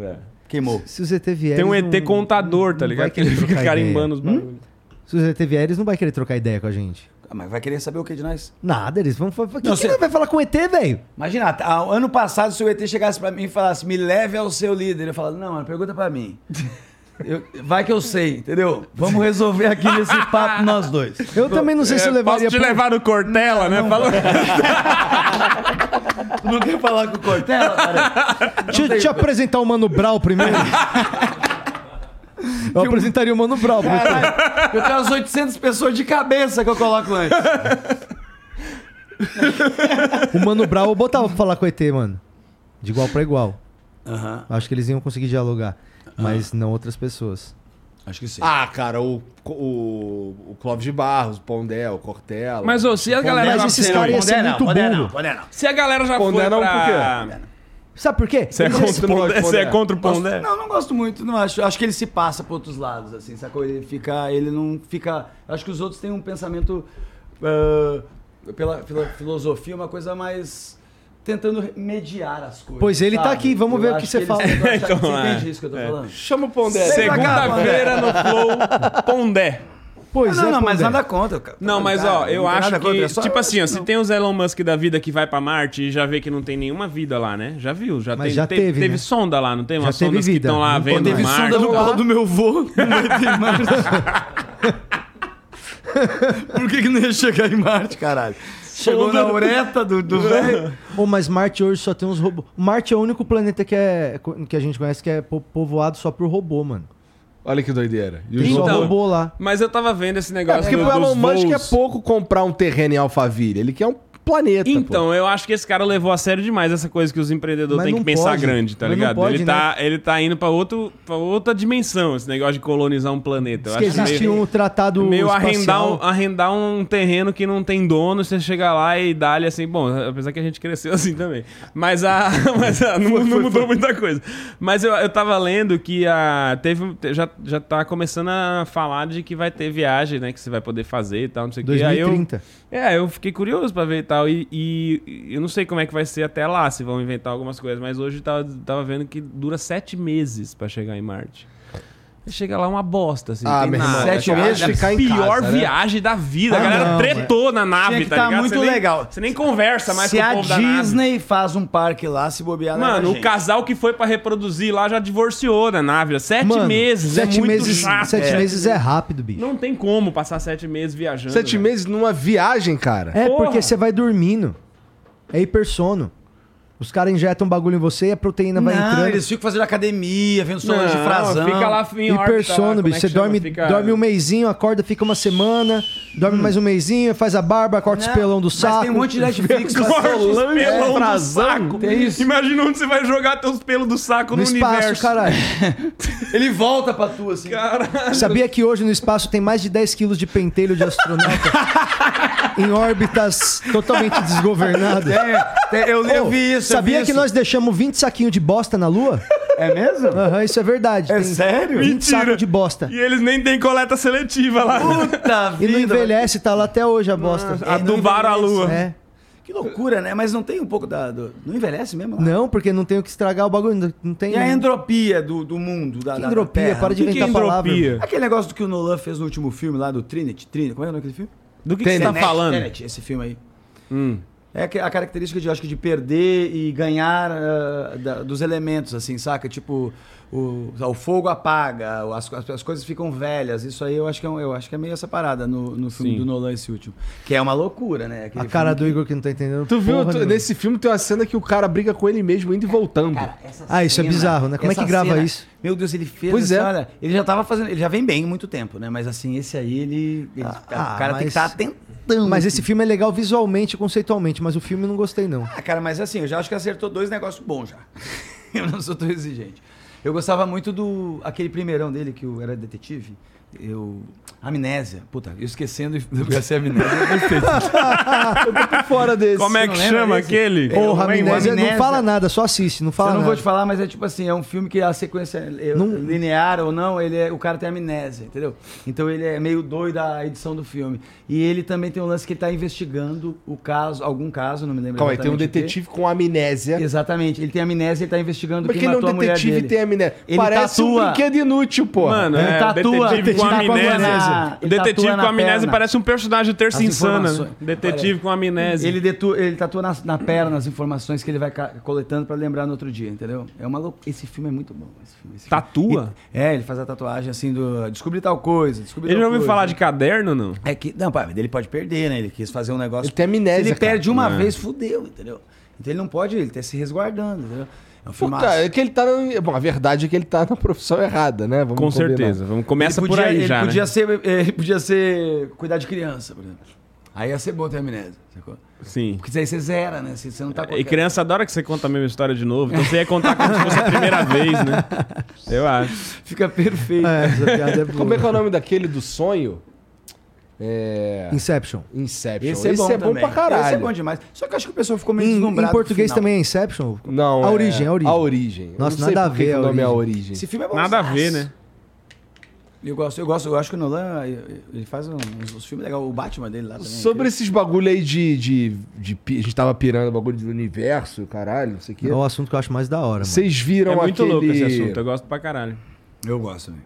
S5: É.
S4: Queimou.
S1: Se os ET vierem.
S5: Tem um
S1: eles
S5: ET
S1: não-
S5: contador, tá
S1: não vai
S5: ligado? Que
S1: querer
S5: ele fica
S1: trocar
S5: carimbando os bagulhos.
S1: ideia. Se os ET vierem, eles não vai querer trocar ideia com a gente.
S4: Ah, Mas vai querer saber o que de nós?
S1: Nada, eles vão. fa- Quem que
S4: Não, você-
S1: vai falar com o ET, velho?
S4: Imagina, a- ano passado, se o ET chegasse pra mim e falasse, me leve ao seu líder, eu falava, não, mano, pergunta pra mim. Eu- vai que eu sei, entendeu? Vamos resolver aqui nesse papo nós dois.
S1: Eu também não sei se eu
S5: É,
S1: levaria.
S5: posso te
S1: pro-
S5: levar no Cortella, né? Falou.
S4: Tu não quer falar com o Cortella, cara?
S1: Deixa eu te apresentar o Mano Brau primeiro. Eu apresentaria o Mano Brau. porque-
S4: um Caralho, eu tenho as 800 pessoas de cabeça que eu coloco antes.
S1: O Mano Brau eu botava pra falar com o ET, mano. De igual pra igual.
S4: Aham, Ah.
S1: Acho que eles iam conseguir dialogar. Mas não outras pessoas.
S4: acho que sim.
S2: Ah, cara, o, o, o Clóvis de Barros, o Pondé, o Cortella.
S5: Mas, ô, se a galera
S1: Mas
S5: já
S1: esses
S5: foi-
S1: caras iam ser
S4: Pondé não,
S1: muito
S4: Pondé não,
S1: burro.
S4: Pondé não.
S5: Se a galera já foi
S2: Pondé não,
S5: pra...
S2: por
S1: Sabe por quê?
S5: Você é
S1: Eles iam ser-
S5: contra o Pondé? Você é
S2: Pondé.
S5: contra o
S4: Gosto-
S5: Pondé?
S4: Não, não gosto muito, não acho. Acho que ele se passa para outros lados, assim, sacou? Ele fica, ele não fica. Acho que os outros têm um pensamento ah, pela, pela filosofia, uma coisa mais tentando mediar as coisas.
S1: Pois ele tá
S4: sabe?
S1: aqui, vamos ver o
S4: acho
S1: que você
S4: eles
S1: fala.
S4: tentam achar-
S5: Então,
S4: você
S5: é.
S4: entende isso que eu tô
S5: É.
S4: falando?
S2: Chama o Pondé.
S4: Sei lá,
S5: Segunda-feira no Flow, Pondé.
S1: Pois
S4: não,
S1: é,
S4: não, mas
S1: Pondé.
S4: nada contra. cara.
S5: Não, mas
S4: Cara,
S5: ó, eu
S4: não tem
S5: acho
S4: nada
S5: que.
S4: contra, é só-
S5: tipo assim, ó, se
S4: não.
S5: tem os Elon Musk da vida que vai pra Marte e já vê que não tem nenhuma vida lá, né? Já viu, já,
S1: Mas
S5: tem,
S1: já teve, né?
S5: sonda lá, não tem? Umas
S1: teve
S5: sondas que
S1: vida.
S5: estão lá
S1: Não
S5: vendo
S4: Teve
S5: Marte.
S4: sonda no pau do meu vô, não vai ter Marte. Por que, que não ia chegar em Marte, caralho? Chegou na ureta do do velho.
S1: Ô, mas Marte hoje só tem uns robôs. Marte é o único planeta que, é, que a gente conhece que é po- povoado só por robô, mano.
S2: Olha que doideira. E tá os
S1: Tem um só
S5: Então,
S2: robôs-
S1: robô lá.
S5: Mas eu tava vendo esse
S2: É,
S5: negócio
S2: porque
S5: do,
S2: pro Elon
S5: dos voos.
S2: Musk é pouco comprar um terreno em Alphaville. Ele quer um planeta,
S5: Então,
S2: pô.
S5: eu acho que esse cara levou a sério demais essa coisa que os empreendedores
S1: Mas
S5: têm
S1: não
S5: que pensar
S1: pode.
S5: grande, tá
S1: Mas não
S5: ligado?
S1: pode,
S5: ele,
S1: né?
S5: tá, ele tá indo pra, outro, pra outra dimensão, esse negócio de colonizar um planeta. Eu
S1: Diz que
S5: acho
S1: existe
S5: meio-
S1: um tratado
S5: É Meio arrendar
S1: espacial.
S5: um, arrendar um terreno que não tem dono, você chegar lá e dar-lhe assim, bom, apesar que a gente cresceu assim também. Mas a. Mas a- não, não mudou muita coisa. Mas eu, eu tava lendo que a. Teve, já, já tá começando a falar de que vai ter viagem, né? Que você vai poder fazer e tal, não sei o que. Aí eu-
S1: 2030.
S5: é, eu fiquei curioso pra ver e tal. E, e- e eu não sei como é que vai ser até lá, se vão inventar algumas coisas, mas hoje tava, tava vendo que dura sete meses pra chegar em Marte. Aí Chega lá uma bosta, assim.
S2: Ah,
S5: não tem
S2: meu irmão,
S5: nada.
S2: sete
S5: cara.
S2: meses
S5: É a
S2: ficar em
S5: pior
S2: casa, né?
S5: viagem da vida. a
S1: Ah,
S5: galera
S1: não,
S5: tretou na nave,
S4: Tinha que
S5: tá
S4: tá
S5: ligado?
S4: muito
S5: Você nem-
S4: legal.
S5: Você nem conversa mais
S4: Se
S5: com o
S4: a
S5: povo da nave.
S4: Disney faz um parque lá, se bobear leva a
S5: Mano, o
S4: gente.
S5: casal que foi pra reproduzir lá já divorciou da nave. Sete
S1: Mano,
S5: meses, é
S1: sete
S5: muito
S1: meses,
S5: chato.
S1: Sete
S5: É.
S1: meses é rápido, bicho.
S5: Não tem como passar sete meses viajando. né?
S2: Sete
S5: velho.
S2: meses numa viagem, cara.
S1: É
S5: Porra.
S1: porque você vai dormindo. É hipersono. Os caras injetam um bagulho em você e a proteína vai
S4: não,
S1: entrando.
S4: eles ficam fazendo academia, vendo solange de
S5: Não,
S4: frasão.
S5: Fica lá em órbita, lá,
S1: Hipersono,
S5: como é
S1: bicho.
S5: que
S1: Você
S5: chama?
S1: dorme,
S5: Fica- Hum.
S1: dorme um meizinho, acorda, fica uma semana, dorme mais um meizinho, faz a barba, corta os
S4: Não,
S1: pelão do
S4: mas
S1: saco.
S4: tem um monte de Netflix pra
S5: Corta os
S4: solange.
S5: pelão do saco.
S4: Tem isso.
S5: Imagina onde você vai jogar teus pelos do saco
S1: no,
S5: no,
S1: espaço,
S5: universo.
S1: caralho.
S4: Ele volta pra tu, assim.
S5: Caralho.
S1: Sabia que hoje no espaço tem mais de 10 quilos de pentelho de astronauta em órbitas totalmente desgovernadas?
S4: É, tem- eu, eu
S1: Ô,
S4: vi isso. eu
S1: Sabia
S4: vi
S1: que
S4: isso.
S1: nós deixamos 20 saquinhos de bosta na Lua?
S4: É mesmo?
S1: Aham, isso é verdade.
S4: É
S1: Tem
S4: sério?
S1: 20 sacos de bosta.
S5: E eles nem têm coleta seletiva lá. né?
S4: Puta
S1: E não
S4: vida!
S1: envelhece, tá lá até hoje a bosta.
S5: Nossa, adubaram a lua.
S1: É.
S4: Que loucura, né? Mas não tem um pouco da. do- Não envelhece mesmo? lá?
S1: Não, porque não tem o que estragar o bagulho. Não tem.
S4: E a endropia do, do mundo, da,
S1: Que
S4: da- da
S1: endropia,
S4: Terra?
S1: para de
S5: O que que é
S1: inventar palavra.
S5: endropia?
S4: Aquele negócio do que o Nolan fez no último filme lá do Trinity. Trinity, como é o nome daquele filme?
S5: Do que, que você tá
S4: Tenet,
S5: falando?
S4: Tenet, esse filme aí. É que- a característica de, eu acho que, de perder e ganhar ah, da- dos elementos, assim, saca? Tipo, o, o fogo apaga, o- as, co- as coisas ficam velhas. Isso aí eu acho que é, um- eu acho que é meio essa parada no, no filme
S5: Sim.
S4: do Nolan, esse último. Que é uma loucura, né? Aquele
S1: A cara do
S4: filme
S1: Igor que não tá entendendo.
S2: Tu viu?
S1: porra
S2: tu-
S1: nenhuma.
S2: nesse filme tem uma cena que o cara briga com ele mesmo, indo e voltando.
S4: que- essa
S1: Ah, isso é bizarro, né? Como é
S4: essa
S1: que grava isso?
S4: Meu Deus, ele fez.
S2: Pois
S4: assim,
S2: é.
S4: Olha, ele já tava fazendo. Ele já vem bem há muito tempo, né? Mas assim, esse aí, ele. ele-
S1: Ah,
S4: o cara tem que tá
S1: mas-
S4: estar tentando.
S1: Mas esse filme é legal visualmente, conceitualmente, mas o filme eu não gostei, não.
S4: Ah, cara, mas assim, eu já acho que acertou dois negócios bons já. eu não sou tão exigente. Eu gostava muito do. aquele primeirão dele que eu era detetive. Eu. Amnésia. Puta, eu esquecendo do que ia ser amnésia. é
S2: Fora desse.
S5: Como é
S4: Você
S5: que
S4: não lembra
S5: chama
S4: desse?
S5: aquele?
S4: É, o
S1: Porra, amnésia,
S4: Amnésia.
S1: não fala nada, só assiste, não fala
S4: eu não
S1: nada.
S4: vou te falar, mas é tipo assim, é um filme que a sequência é
S1: Não-
S4: linear ou não, ele é- o cara tem amnésia, entendeu? Então ele é meio doido a edição do filme. E ele também tem um lance que ele tá investigando o caso, algum caso, não me lembro
S2: Calma aí, tem um
S4: é? exatamente o quê.
S2: detetive né? com amnésia.
S4: Exatamente, ele tem amnésia e tá investigando
S2: Porque
S4: quem
S2: ele é
S4: matou
S2: um
S4: a mulher
S2: detetive
S4: dele.
S2: e tem amnésia.
S4: Ele
S2: Parece um
S4: tatua.
S2: brinquedo inútil, pô.
S5: Mano,
S4: Ele
S5: é,
S4: tatua-
S5: detetive com
S4: ele tatua na-
S5: amnésia. O
S4: ele
S5: detetive
S4: tatua
S5: com
S4: na
S5: amnésia
S4: perna.
S5: parece um personagem do Terça
S4: As
S5: Insana.
S4: informações.
S5: Detetive com amnésia.
S4: Ele, detu- ele tatua na, na perna as informações que ele vai ca- coletando pra lembrar no outro dia, entendeu? É uma loucura. Esse filme é muito bom. Esse filme, esse filme.
S5: Tatua?
S4: E- é, ele faz a tatuagem assim do. Descobri tal coisa, descobri
S5: Ele
S4: tal
S5: já ouviu
S4: coisa.
S5: falar de caderno, não?
S4: É que. Não, pai, mas ele pode perder, né? Ele quis fazer um negócio.
S2: Ele tem amnésia,
S4: Se ele
S2: cara.
S4: perde uma
S5: É.
S4: vez, fudeu, entendeu? Então ele não pode, ele tá se resguardando, entendeu? É um filme
S2: Puta, é que ele tá. na- Bom, a verdade é que ele tá na profissão errada, né? Vamos
S5: Com
S2: combinar.
S5: certeza. Vamos, começa
S4: ele podia,
S5: por aí
S4: ele
S5: já. né?
S4: Podia ser, eh, ele podia ser. cuidar de criança, por exemplo. Aí ia ser bom ter amnésia, sacou?
S5: Sim.
S4: Porque daí você zera, né? Você você não tá com
S5: É, E
S4: aquela-
S5: criança adora que você conta a mesma história de novo. Então você ia contar como se fosse a primeira vez, né? Eu acho.
S4: Fica perfeito.
S1: É, essa piada é boa.
S2: Como é que é o nome daquele do sonho? É.
S1: Inception.
S2: Inception.
S4: Esse é bom, também.
S2: pra caralho.
S4: Esse é bom demais. Só que eu acho que o pessoal ficou meio
S1: Em,
S4: deslumbrado.
S1: em
S4: com o
S1: português
S4: final.
S1: também é Inception?
S2: Não,
S1: A
S2: é-
S1: origem, a origem.
S2: A origem. Eu
S1: Nossa,
S2: não sei
S1: nada
S2: por
S1: a
S2: que
S1: ver
S2: que
S1: a
S2: O nome é a
S1: origem.
S2: origem.
S4: Esse filme é bom.
S5: Nada a ver, né?
S4: Eu gosto, eu gosto, eu acho que o Nolan, ele faz um, uns, uns filmes legais. O Batman dele lá também.
S1: né,
S4: é
S2: Sobre esses bagulho aí de, de, de pi- A gente tava pirando o bagulho do universo, caralho, não sei o quê.
S1: É o assunto que eu acho mais da hora, mano.
S2: Vocês viram
S5: É muito
S2: aquele...
S5: louco esse assunto. Eu gosto pra caralho.
S4: Eu gosto também.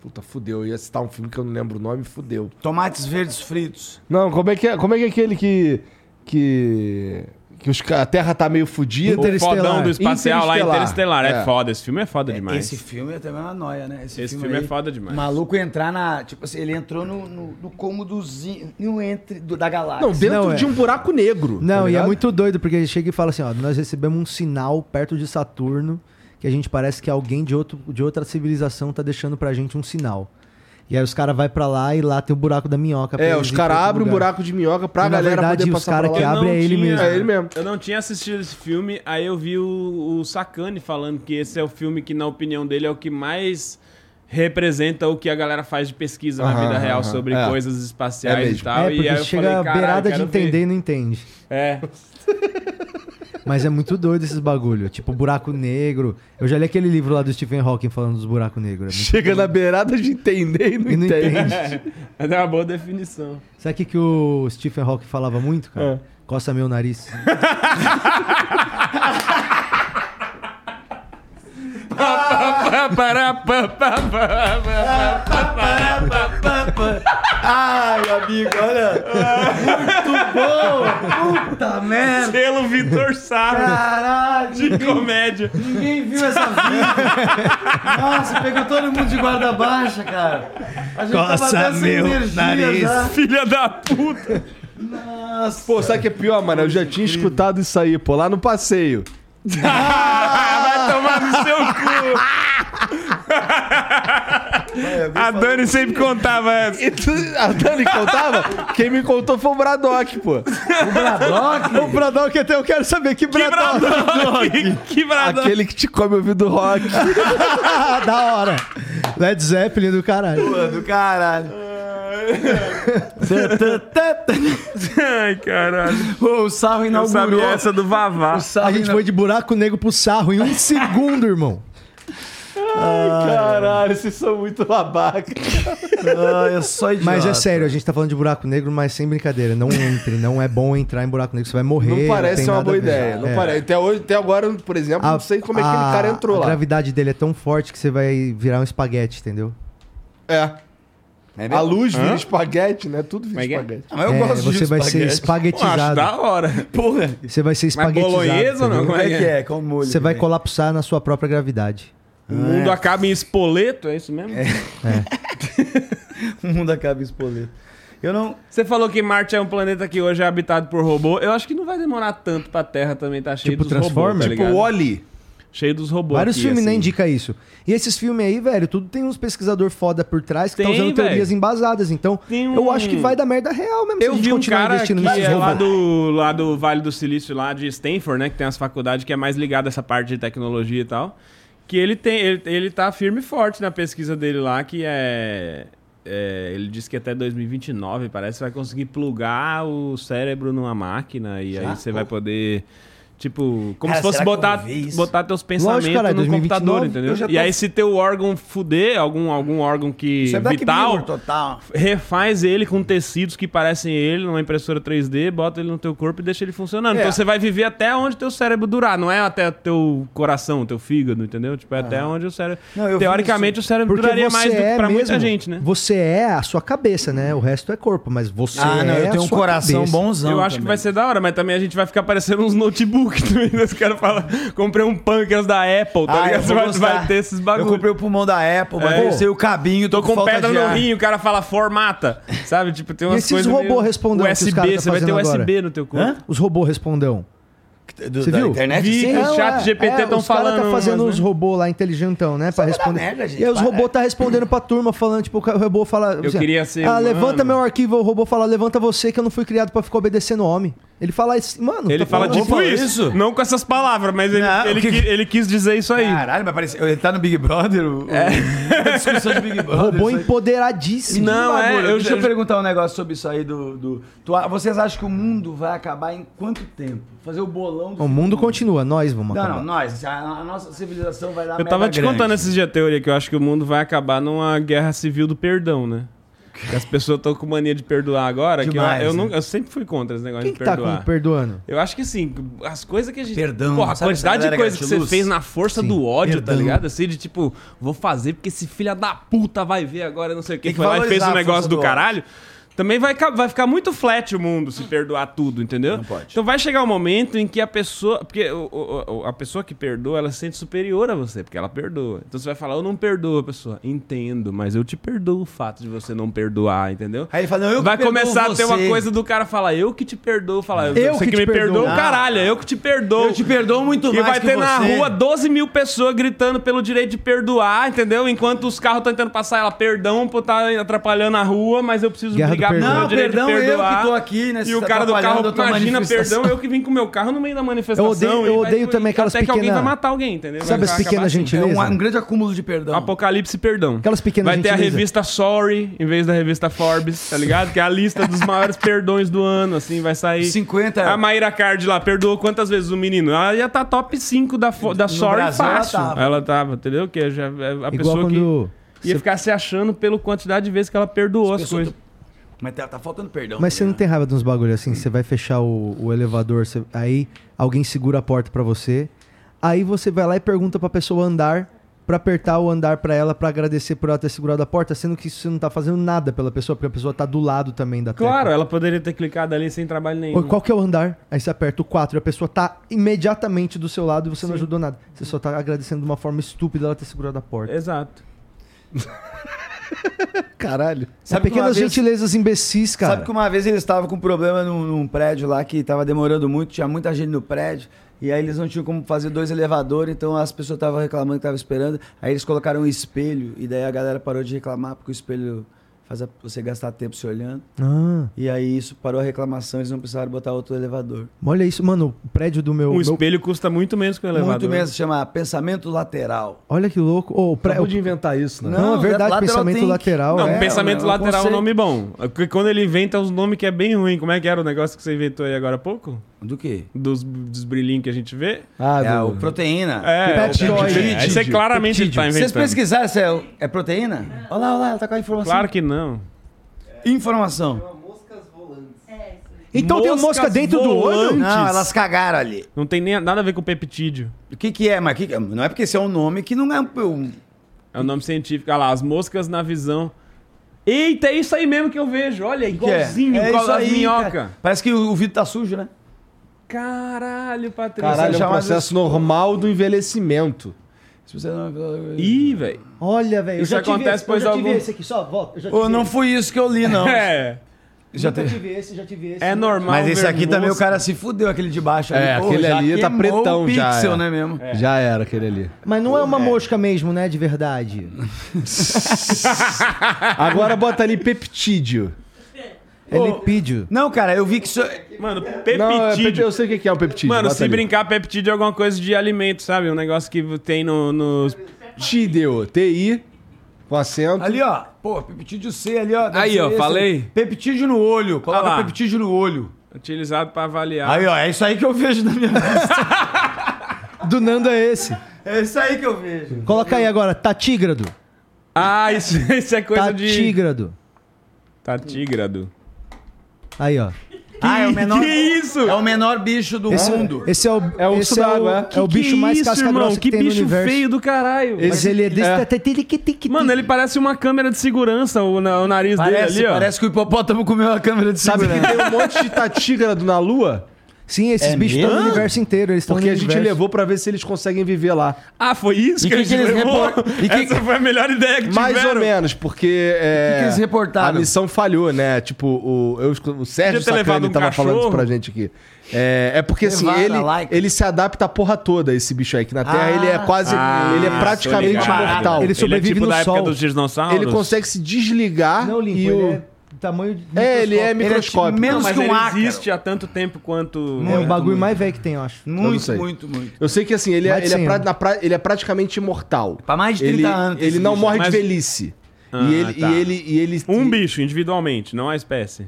S2: Puta, fudeu. Eu ia citar um filme que eu não lembro o nome, fudeu.
S4: Tomates verdes fritos.
S2: Não, como é que é, como é, que é aquele que... Que... Que os, ca- a Terra tá meio fudida.
S5: O fodão do espacial lá,
S2: Interestelar.
S5: Interestelar. É.
S2: É.
S5: foda. Esse filme é foda demais.
S4: Esse filme é também uma noia, né?
S5: Esse filme é
S4: aí,
S5: foda demais.
S4: O maluco entrar na. Tipo assim, ele entrou no, no, no cômodozinho no entre, do- da galáxia.
S2: Não, dentro
S1: Não, é.
S2: de um buraco negro.
S1: Não,
S2: tá
S1: e é
S2: ligado?
S1: muito doido, porque ele chega e fala assim, ó, nós recebemos um sinal perto de Saturno que a gente parece que alguém de, outro, de outra civilização tá deixando pra gente um sinal. E aí os caras vai pra lá e lá tem o buraco da minhoca. pra
S2: É,
S1: eles
S2: os
S1: ir pra
S2: caras
S1: outro
S2: abrem um
S1: lugar.
S2: buraco de minhoca pra
S1: E, na
S2: galera
S1: verdade,
S2: poder
S1: os
S2: passar
S1: cara
S2: pra
S1: que
S2: lá.
S1: abrem- abre
S5: não
S1: é ele mesmo.
S2: É ele mesmo.
S5: Eu não tinha assistido esse filme, aí eu vi o, o Sacani falando que esse é o filme que, na opinião dele, é o que mais representa o que a galera faz de pesquisa na
S2: Aham,
S5: vida real
S2: aham,
S5: sobre
S2: é.
S5: coisas
S2: É
S5: espaciais e
S2: mesmo.
S5: tal.
S1: É,
S5: e aí
S1: porque
S5: eu
S1: chega à
S5: falei,
S1: beirada de
S5: entender.
S1: entender e não entende.
S5: É.
S1: Mas é muito doido esses bagulho. Tipo, buraco negro. Eu já li aquele livro lá do Stephen Hawking falando dos buracos negros. É muito-
S2: Chega na beirada de entender e não,
S1: E não
S2: entende.
S1: entende.
S5: Mas é uma boa definição.
S1: Sabe o que, que o Stephen Hawking falava muito, cara?
S2: É.
S1: Coça meu nariz.
S4: Ai, amigo, olha. Muito bom! Puta merda!
S5: Pelo Vitor Sara
S4: Caralho!
S5: de comédia.
S4: Ninguém viu essa vida. Nossa, pegou todo mundo de guarda baixa, cara. A gente
S1: Coça meu nariz.
S4: já.
S5: Filha da puta.
S4: Nossa.
S2: Pô, sabe o que é pior, mano? Eu já tinha escutado isso aí, pô, lá no passeio.
S5: Vai tomar no seu cu. A
S1: um
S5: Dani sempre contava essa.
S2: E tu- a Dani contava? Quem me contou foi o Bradock, pô.
S1: É o Braddock até eu quero saber que tá
S5: Que
S1: Braddock.
S5: Bradock! Que Bradock!
S2: tá- Aquele que te come ouvido rock.
S1: Ah, da hora. Led Zeppelin do caralho.
S4: Pô, do caralho.
S5: Ai, caralho.
S4: Ô, o sarro
S5: Eu
S4: inaugurou.
S5: sabia essa do Vavá.
S4: O sarro
S1: A gente
S4: ina-
S1: foi de buraco negro pro sarro em um segundo, irmão.
S2: Ai, caralho, vocês são muito babaca.
S4: Ah, eu sou idiota.
S1: Mas é sério, a gente tá falando de buraco negro, mas sem brincadeira. Não entre, não é bom entrar em buraco negro, você vai morrer.
S2: Não parece
S1: tem
S2: ser uma
S1: nada
S2: boa
S1: a ver.
S2: ideia. Não
S1: É.
S2: parece. Até, hoje, até agora, por exemplo, não sei como é que aquele
S1: a-
S2: cara entrou
S1: A
S2: lá.
S1: gravidade dele é tão forte que você vai virar um espaguete, entendeu?
S2: É.
S6: É
S2: A
S6: verdade.
S2: luz vira espaguete, né? Tudo vira
S5: Como é que é?
S2: espaguete.
S6: Ah, mas eu
S1: É,
S6: gosto
S1: você
S6: de
S1: vai ser
S6: espaguete.
S5: Pô, acho
S1: espaguetizado.
S5: da hora.
S6: Porra.
S1: Você vai ser
S5: Mas
S1: espaguetizado.
S5: bolonhesa ou não?
S1: entendeu?
S5: Como
S4: Como é que é? Com molho.
S1: Você vai
S4: né?
S1: colapsar na sua própria gravidade.
S5: O mundo
S1: É.
S5: acaba em espoleto, é isso mesmo?
S4: O mundo acaba em espoleto. Eu não.
S5: Você falou que Marte é um planeta que hoje é habitado por robô. Eu acho que não vai demorar tanto pra Terra também tá cheio
S1: Tipo
S5: dos robôs,
S1: Transformers?
S5: tá
S1: Tipo
S5: ligado?
S2: Oli.
S5: Cheio dos robôs
S1: Vários
S5: aqui,
S1: filmes né, nem
S5: assim.
S1: indicam isso. E esses filmes aí, velho, tudo tem uns pesquisador foda por trás que estão
S5: Tem,
S1: usando
S5: velho.
S1: teorias embasadas. Então,
S5: Tem um-
S1: eu acho que vai dar merda real mesmo
S5: Eu vi um
S1: continuar
S5: cara que
S1: nesses
S5: é lá
S1: robôs.
S5: do, lá do Vale do Silício, lá de Stanford, né? Que tem as faculdades que é mais ligada a essa parte de tecnologia e tal. Que ele tem. Ele, ele tá firme e forte na pesquisa dele lá, que é. é, ele disse que até 2029, parece, vai conseguir plugar o cérebro numa máquina e aí você vai poder. Tipo, como
S4: Cara,
S5: se fosse
S4: será que eu
S5: botar,
S4: vou ver isso?
S5: botar teus pensamentos
S1: caralho,
S5: no
S1: 2029,
S5: computador,
S4: eu
S5: entendeu?
S4: já tô-
S5: E aí, se teu órgão fuder, algum, algum órgão que
S4: Isso é Black
S5: vital,
S4: Mirror total.
S5: refaz ele com tecidos que parecem ele numa impressora 3D, bota ele no teu corpo e deixa ele funcionando.
S2: É.
S5: Então você vai viver até onde teu cérebro durar, não é até teu coração, teu fígado, entendeu? Tipo, é até onde o cérebro.
S4: Não, eu vi
S5: Teoricamente o cérebro
S1: Porque
S5: duraria
S1: você
S5: mais do que
S1: é
S5: pra
S1: mesmo,
S5: muita gente, né?
S1: Você é a sua cabeça, né? O resto é corpo, mas você
S6: Ah, não,
S1: é
S6: eu
S1: a
S6: tenho um
S1: sua
S6: coração
S1: cabeça.
S6: bonzão.
S5: Eu acho que vai ser da hora, mas também a gente vai ficar parecendo uns notebook também. né? Os caras falam, comprei um punkers da Apple, tá
S6: Ah, eu
S5: ligado?
S6: vou
S5: Vai,
S6: gostar.
S5: vai ter esses
S6: Eu
S5: bagulho.
S6: comprei o pulmão da Apple, mas
S5: É.
S6: eu sei o cabinho,
S5: Tô com
S6: falta
S5: pedra
S6: de
S5: no
S6: ar.
S5: rinho, o cara fala formata, sabe? Tipo, tem
S1: E
S5: umas
S1: esses
S5: coisas
S1: robô respondendo que os
S5: USB,
S1: caras tá
S5: você vai ter
S1: fazendo
S5: USB
S1: agora?
S5: no teu corpo.
S6: Hã?
S1: Os robôs respondão.
S6: Do-
S1: Você
S6: da
S1: viu?
S6: internet?
S5: Vi.
S1: assim?
S6: Sim.
S5: Esse chat GPT tão
S1: é. os cara
S5: falando
S1: tá fazendo
S5: umas,
S1: uns
S5: né?
S1: robôs lá inteligentão, né, Pra responder.
S6: merda, gente,
S1: e aí os
S6: para.
S1: robôs tá respondendo pra turma falando, tipo, o ca- o robô fala,
S5: Eu queria ser
S1: Ah,
S5: humano."
S1: levanta meu arquivo, o robô fala, levanta você que eu não fui criado pra ficar obedecendo homem. Ele fala isso, mano,
S5: Ele
S1: tá
S5: fala
S1: falando-
S5: tipo
S6: Opa,
S5: isso.
S6: isso?
S5: Não com essas palavras, mas ele,
S6: Não,
S5: ele,
S6: que-
S5: qui- ele quis dizer isso aí. É.
S6: Caralho, mas parece... Ele tá no Big Brother? O... o- A discussão de Big Brother.
S1: robô
S6: isso aí.
S1: empoderadíssimo.
S5: Não, é,
S4: Agora,
S5: eu
S4: deixa
S5: já-
S4: eu perguntar um negócio sobre isso aí do. do- tu a- vocês acham que o mundo vai acabar em quanto tempo? Fazer o bolão do
S1: O mundo continua, nós vamos
S4: Não,
S1: acabar.
S4: não, nós. A, a nossa civilização vai dar
S5: Eu tava
S4: merda
S5: te
S4: grande.
S5: contando esses dias a teoria que eu acho que o mundo vai acabar numa guerra civil do perdão, né? Que as pessoas estão com mania de perdoar agora.
S4: Demais,
S5: que eu, eu,
S4: né?
S5: nunca- eu sempre fui contra esse negócio
S1: Quem
S5: de
S1: que tá
S5: perdoar.
S1: com, perdoando?
S5: Eu acho que assim, as coisas que a gente.
S6: Perdão,
S5: Porra, a
S6: sabe essa
S5: quantidade de
S6: galera
S5: coisa que você
S6: gratiluz?
S5: fez na força
S1: Sim,
S5: do ódio,
S6: perdão.
S5: tá ligado? Assim, de tipo, vou fazer porque esse filho da puta vai ver agora, não sei o quê.
S6: Tem que
S5: Foi lá e fez
S6: valorizar
S5: um
S6: a
S5: negócio
S6: força
S5: do,
S6: do ódio.
S5: caralho. Também vai, ca- vai ficar muito flat o mundo se perdoar tudo, entendeu? Não
S6: pode.
S5: Então vai chegar um momento em que a pessoa. Porque o- o- o- a pessoa que perdoa, ela se sente superior a você, porque ela perdoa. Então você vai falar, eu não perdoo a pessoa. Entendo, mas eu te perdoo o fato de você não perdoar, entendeu?
S6: Aí ele fala, não, eu que
S5: Vai
S6: perdoo
S5: começar a ter uma
S6: você.
S5: coisa do cara falar, eu que te perdoo, falar,
S1: Eu
S5: você
S1: que
S5: que,
S1: te
S5: me
S1: perdoo.
S5: perdoa,
S1: Ah.
S5: caralho, eu que te perdoo.
S6: Eu te perdoo muito
S5: e
S6: mais
S5: vai
S6: que
S5: ter na
S6: você.
S5: rua 12 mil pessoas gritando pelo direito de perdoar, entendeu? Enquanto os carros estão tentando passar ela, perdão por estar atrapalhando a rua, mas eu preciso
S1: Guerra do
S5: brigar pelo
S1: perdão.
S5: meu
S6: Não,
S5: direito
S6: perdão,
S5: de
S6: eu que
S5: perdoar.
S6: tô aqui, né,
S5: E o
S6: tá
S5: cara do
S6: atrapalhando
S5: carro,
S6: a tua
S5: imagina,
S6: manifestação.
S5: perdão, eu que vim com meu carro no meio da manifestação.
S1: odeio-
S5: e
S1: eu
S5: vai-
S1: odeio também aquelas
S5: Até que alguém vai
S1: pequenas-
S5: matar alguém, entendeu?
S1: Sabe
S5: Vai
S1: as
S5: acabar
S1: pequenas
S5: assim.
S1: gentilezas?
S6: É um,
S1: Beleza.
S6: um grande acúmulo de
S4: Então,
S6: perdão.
S5: Apocalipse Perdão.
S1: Aquelas pequenas
S5: Vai ter a
S1: gentilezas.
S5: revista Sorry em vez da revista Forbes, tá ligado? Que é a lista dos maiores perdões do ano, assim, vai sair.
S4: é.
S6: 50.
S5: A Mayra Card lá perdoou quantas vezes o menino? Ela ia tá top 5 da, fo- da Sorry
S6: Brasil, ela
S5: fácil. Ela
S6: tava.
S5: tava. entendeu? Que já, é a
S1: Igual
S5: pessoa
S1: quando
S5: que ia ficar se achando pela quantidade de vezes que ela perdoou as,
S6: pessoas
S5: coisas.
S6: Mas tá, tá faltando perdão.
S1: Mas você não
S6: né?
S1: tem raiva de uns bagulho assim? Você vai fechar o, o elevador, você- aí alguém segura a porta pra você, aí você vai lá e pergunta pra pessoa andar, pra apertar o andar pra ela, pra agradecer por ela ter segurado a porta, sendo que você não tá fazendo nada pela pessoa, porque a pessoa tá do lado também da
S5: Claro,
S1: tecla.
S5: ela poderia ter clicado ali sem trabalho nenhum.
S1: Ou Qual que é o andar? Aí você aperta o 4 e a pessoa tá imediatamente do seu lado e você não ajudou nada. Você só tá agradecendo de uma forma estúpida ela ter segurado a
S4: É,
S1: porta.
S5: Exato.
S1: Caralho. São
S4: Sabe que uma
S1: pequenas
S4: vez-
S1: gentilezas imbecis, cara.
S4: Sabe que um uma vez eles estavam com problema num, num prédio lá que tava demorando muito, tinha muita gente no prédio. E aí eles não tinham como fazer dois elevadores, então as pessoas estavam reclamando que estavam esperando. Aí eles colocaram um espelho, e daí a galera parou de reclamar, porque o espelho faz a- você gastar tempo se olhando.
S1: Ah,
S4: E aí isso parou a reclamação, eles não precisaram botar outro elevador.
S1: olha isso, mano. O prédio do meu.
S5: Um
S1: meu-
S5: espelho custa muito menos que um elevador.
S4: Muito mesmo, se chama pensamento lateral.
S1: Olha que louco. Ô, o pré-
S2: Acabou
S1: o
S2: de inventar isso, né?
S1: Não, é verdade,
S4: lateral
S1: pensamento
S4: think.
S1: lateral.
S5: Não,
S1: é.
S5: pensamento
S4: é um
S5: lateral é um
S4: conceito.
S5: nome bom. Porque Quando ele inventa uns nomes que é bem ruim, como é que era o negócio que você inventou aí agora há pouco?
S4: Do quê?
S5: dos, dos brilhinhos que a gente vê.
S4: Ah,
S6: É,
S4: do...
S6: o
S4: proteína.
S5: É,
S1: Peptídeo.
S5: o-
S1: Peptídeo.
S5: Isso é claramente ele tá
S4: Vocês
S5: inventando.
S4: pesquisaram se é, é proteína? Olha lá, olha lá, ela tá com a informação.
S5: Claro que não.
S4: Informação.
S1: Então tem uma mosca
S5: Moscas
S1: dentro do olho?
S5: volantes.
S4: Não, elas cagaram ali.
S5: Não tem nem nada a ver com peptídeo.
S4: O que que é? Mas que que- não é porque esse é um nome que não é um... um-
S5: É o nome científico. Olha lá, as moscas na visão. Eita, é isso aí mesmo que eu vejo. Olha, igualzinho,
S4: é
S5: igual
S4: isso
S5: das
S4: aí,
S5: minhocas.
S4: cara. Parece que o, o vidro tá sujo, né?
S5: Caralho, Patrícia.
S2: Caralho, é um
S4: chamado-
S2: processo normal do envelhecimento.
S4: Se você não...
S5: Ih, velho.
S1: Olha, velho. eu
S5: Isso
S1: já tive
S5: acontece
S1: esse,
S5: depois
S1: eu já tive
S5: algum-
S1: esse aqui, só volta. Eu já tive
S4: Ô, não
S1: esse.
S4: foi isso que eu li, não.
S5: É.
S4: Já
S1: Nunca
S4: teve.
S1: tive esse, já tive esse.
S5: É normal.
S4: Mas esse
S5: ver
S4: aqui também o
S5: mosca.
S4: cara se fudeu, aquele de baixo. ali.
S2: É,
S4: Pô,
S2: aquele
S4: já
S2: ali tá
S4: queimou
S2: pretão
S4: o
S2: já,
S4: pixel,
S2: é.
S4: né, mesmo?
S2: Já era aquele ali.
S1: Mas não é uma mosca mesmo, né? De verdade.
S2: Agora bota ali peptídeo.
S1: É lipídio.
S4: Não, cara, eu vi que isso...
S5: Mano,
S2: Não, é pep-
S5: peptídeo.
S2: eu sei o que que é o peptídeo.
S5: Mano,
S2: bota
S5: se
S2: ali.
S5: brincar, peptídeo é alguma coisa de alimento, sabe? Um negócio que tem no- nos.
S2: Tídeo, TI, com acento.
S4: Ali, ó. Pô, peptídeo C ali, ó. deve
S5: Aí,
S4: ser
S5: ó, falei.
S4: Peptídeo no olho.
S5: Ah
S4: Coloca
S5: lá.
S4: peptídeo no olho.
S5: Utilizado pra avaliar.
S4: Aí, ó, é isso aí que eu vejo na minha vida.
S1: Do Nando é esse.
S4: É isso aí que eu vejo.
S1: Coloca aí agora, tatígrado.
S5: Ah, isso, isso é coisa de. Tá,
S1: Tatígrado.
S5: Tatígrado.
S1: Aí, ó.
S4: ah, é o menor...
S5: que isso?
S4: É o menor bicho do
S1: Esse,
S4: mundo.
S1: esse é o
S2: É o
S1: esse
S2: urso d'água,
S1: é.
S2: é.
S1: o- É o bicho mais casca-grossa que,
S5: Que
S1: tem no
S5: bicho
S1: universo.
S5: feio do caralho.
S1: Mas ele é desse...
S2: É.
S5: Mano, ele parece uma câmera de segurança, o, na- o nariz
S4: Parece,
S5: dele ali, ó.
S4: parece que o hipopótamo comeu a câmera de
S2: Sabe
S1: Né?
S4: segurança.
S2: que tem um monte de tatígrado na Lua?
S1: Sim, esses
S4: É
S1: bichos estão no
S4: mesmo?
S1: universo inteiro. Eles estão
S2: Porque
S1: no
S2: a gente
S1: um universo.
S2: levou pra ver se eles conseguem viver lá.
S5: Ah, foi isso
S4: E que
S5: que, eles
S4: que eles
S5: levou?
S4: repor- e que-
S5: Essa foi a melhor ideia que
S2: Mais
S5: tiveram.
S2: ou menos, porque. é,
S4: O que que eles reportaram?
S2: A missão falhou, né? Tipo, o, eu, escu- o Sérgio
S5: Podia ter levado
S2: Sacani
S5: um
S2: tava falando isso
S5: cachorro.
S2: pra gente aqui. É, é porque assim,
S4: Levaram
S2: ele,
S4: a laica.
S2: ele se adapta a porra toda, esse bicho aí, que na Terra ele é quase.
S5: Ah,
S2: ele é praticamente
S5: tô ligado.
S2: imortal.
S1: Ele
S2: Ele,
S1: sobrevive
S5: é tipo
S1: no
S5: da
S1: sol.
S5: época dos dinossauros?
S2: consegue se desligar
S1: Não, Limpo,
S2: e o.
S1: ele é tamanho... de
S2: É, ele é
S1: microscópio.
S2: microscópio.
S4: menos-
S5: Mas
S4: que um
S5: ele
S4: ácaro.
S5: existe há tanto tempo quanto...
S1: É o bagulho mais velho que tem, eu acho.
S2: Eu não
S4: Muito,
S2: sei.
S4: muito, muito.
S2: Eu sei que assim, ele, é,
S1: Mais de
S2: ele, é,
S1: 100
S2: pra-
S1: anos.
S2: na pra- ele é praticamente imortal.
S4: Pra mais de 30
S2: ele,
S4: anos tem
S2: Ele
S4: esse
S2: não
S4: bicho.
S2: morre
S5: Mas-
S2: de velhice.
S5: Ah,
S2: e, ele,
S5: tá.
S2: e ele. E ele
S5: Um
S2: e-
S5: bicho, individualmente, não a espécie.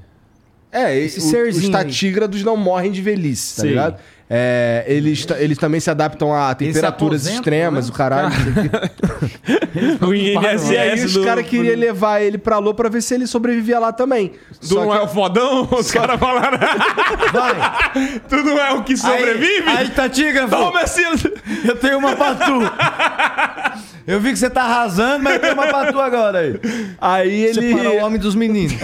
S2: É,
S1: Esse
S2: esse
S1: serzinho
S2: os
S1: aí.
S2: tatígrados não morrem de velhice, tá
S5: Sim.
S2: ligado? É, eles, ta- eles também se adaptam a temperaturas
S4: aposenta,
S2: extremas,
S4: né?
S2: o caralho.
S5: O
S2: e aí
S5: INSS
S2: os
S5: é do...
S2: caras queriam levar ele pra Lua pra ver se ele sobrevivia lá também.
S5: Tu não é o fodão? Os caras falaram... tu não é o que sobrevive?
S4: Aí, aí Tatiga,
S5: Toma esse...
S4: eu tenho uma patu. Eu vi que você tá arrasando, mas eu tenho uma patu agora aí.
S2: Aí ele.
S1: Para o homem dos meninos.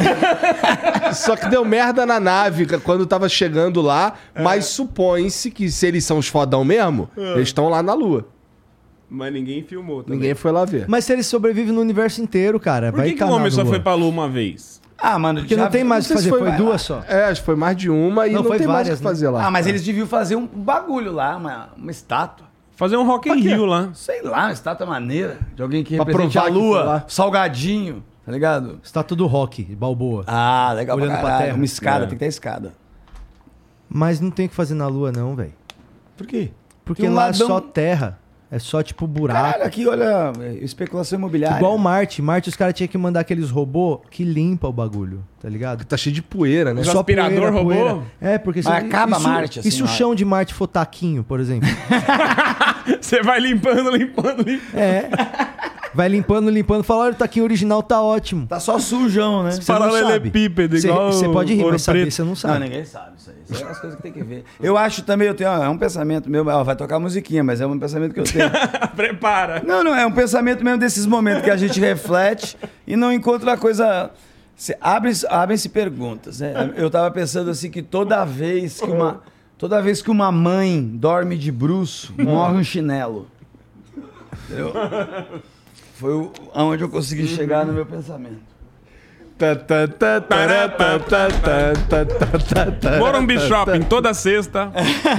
S2: Só que deu merda na nave ca- quando tava chegando lá,
S5: É.
S2: mas supõe-se que se eles são os fodão mesmo, eles estão lá na Lua.
S5: Mas ninguém filmou também.
S2: Ninguém foi lá ver.
S1: Mas se ele sobrevive no universo inteiro, cara,
S5: Por
S1: vai
S5: que, que o homem só foi
S1: pra...
S5: pra lua uma vez?
S4: Ah, mano,
S1: Porque
S4: já
S1: não tem
S4: vi-
S1: mais o que
S2: Não sei
S1: fazer,
S2: se
S1: foi,
S2: foi-
S1: duas só.
S2: É, acho que foi mais de uma e
S1: Não,
S2: não,
S1: foi
S2: tem mais o
S1: várias,
S2: que
S1: né?
S2: fazer lá.
S4: Ah, mas eles deviam fazer um bagulho lá, uma, uma estátua.
S5: Fazer um Rock in Rio lá.
S4: Sei lá, uma estátua maneira. De alguém que
S2: Pra
S4: represente a
S2: provar que foi
S4: lua,
S2: lá.
S4: salgadinho, tá ligado?
S1: Estátua do rock, Balboa.
S4: Ah, legal
S1: Olhando pra
S4: pra caralho.
S1: terra.
S4: Uma escada,
S5: É.
S4: tem que ter escada.
S1: Mas não tem o que fazer na lua, não, velho.
S4: Por quê?
S1: Porque
S4: Tem um
S1: lá é
S4: ladão-
S1: só terra. É só, tipo, buraco.
S4: Caralho, aqui, olha, é, especulação imobiliária.
S1: Igual Marte. Marte, os caras tinham que mandar aqueles robôs que limpa o bagulho, tá ligado?
S2: Tá cheio de poeira, né?
S5: Os aspirador robô?
S1: É, porque...
S4: Mas acaba
S1: isso,
S4: Marte, assim,
S1: E se o
S4: na hora.
S1: chão de Marte for taquinho, por exemplo?
S5: Você vai limpando, limpando, limpando.
S1: é. Vai limpando, limpando. Fala, olha, o taquinho original tá ótimo.
S4: Tá só sujão, né?
S1: Você não sabe.
S5: Paralelepípedo,
S1: Você-
S5: igual
S1: Você pode rir,
S5: ouro
S1: mas saber,
S5: preto.
S1: você não
S4: Não,
S1: sabe.
S4: ninguém sabe isso aí. Isso é as coisas que tem que ver. Eu acho também, eu tenho, ó, é um pensamento meu, ó, vai tocar musiquinha, mas é um pensamento que eu tenho.
S5: Prepara.
S4: Não, não, é um pensamento mesmo desses momentos que a gente reflete e não encontra uma coisa. Se- Abrem-se abrem perguntas, né? Eu tava pensando assim que toda vez que uma. Toda vez que uma mãe dorme de bruço, morre um chinelo. Entendeu? Foi o- aonde eu consegui chegar no meu pensamento.
S2: Tá, tá, tá, tá, tá, tá, tá, tá, tá, tá.
S5: Morumbi um Shopping, toda sexta.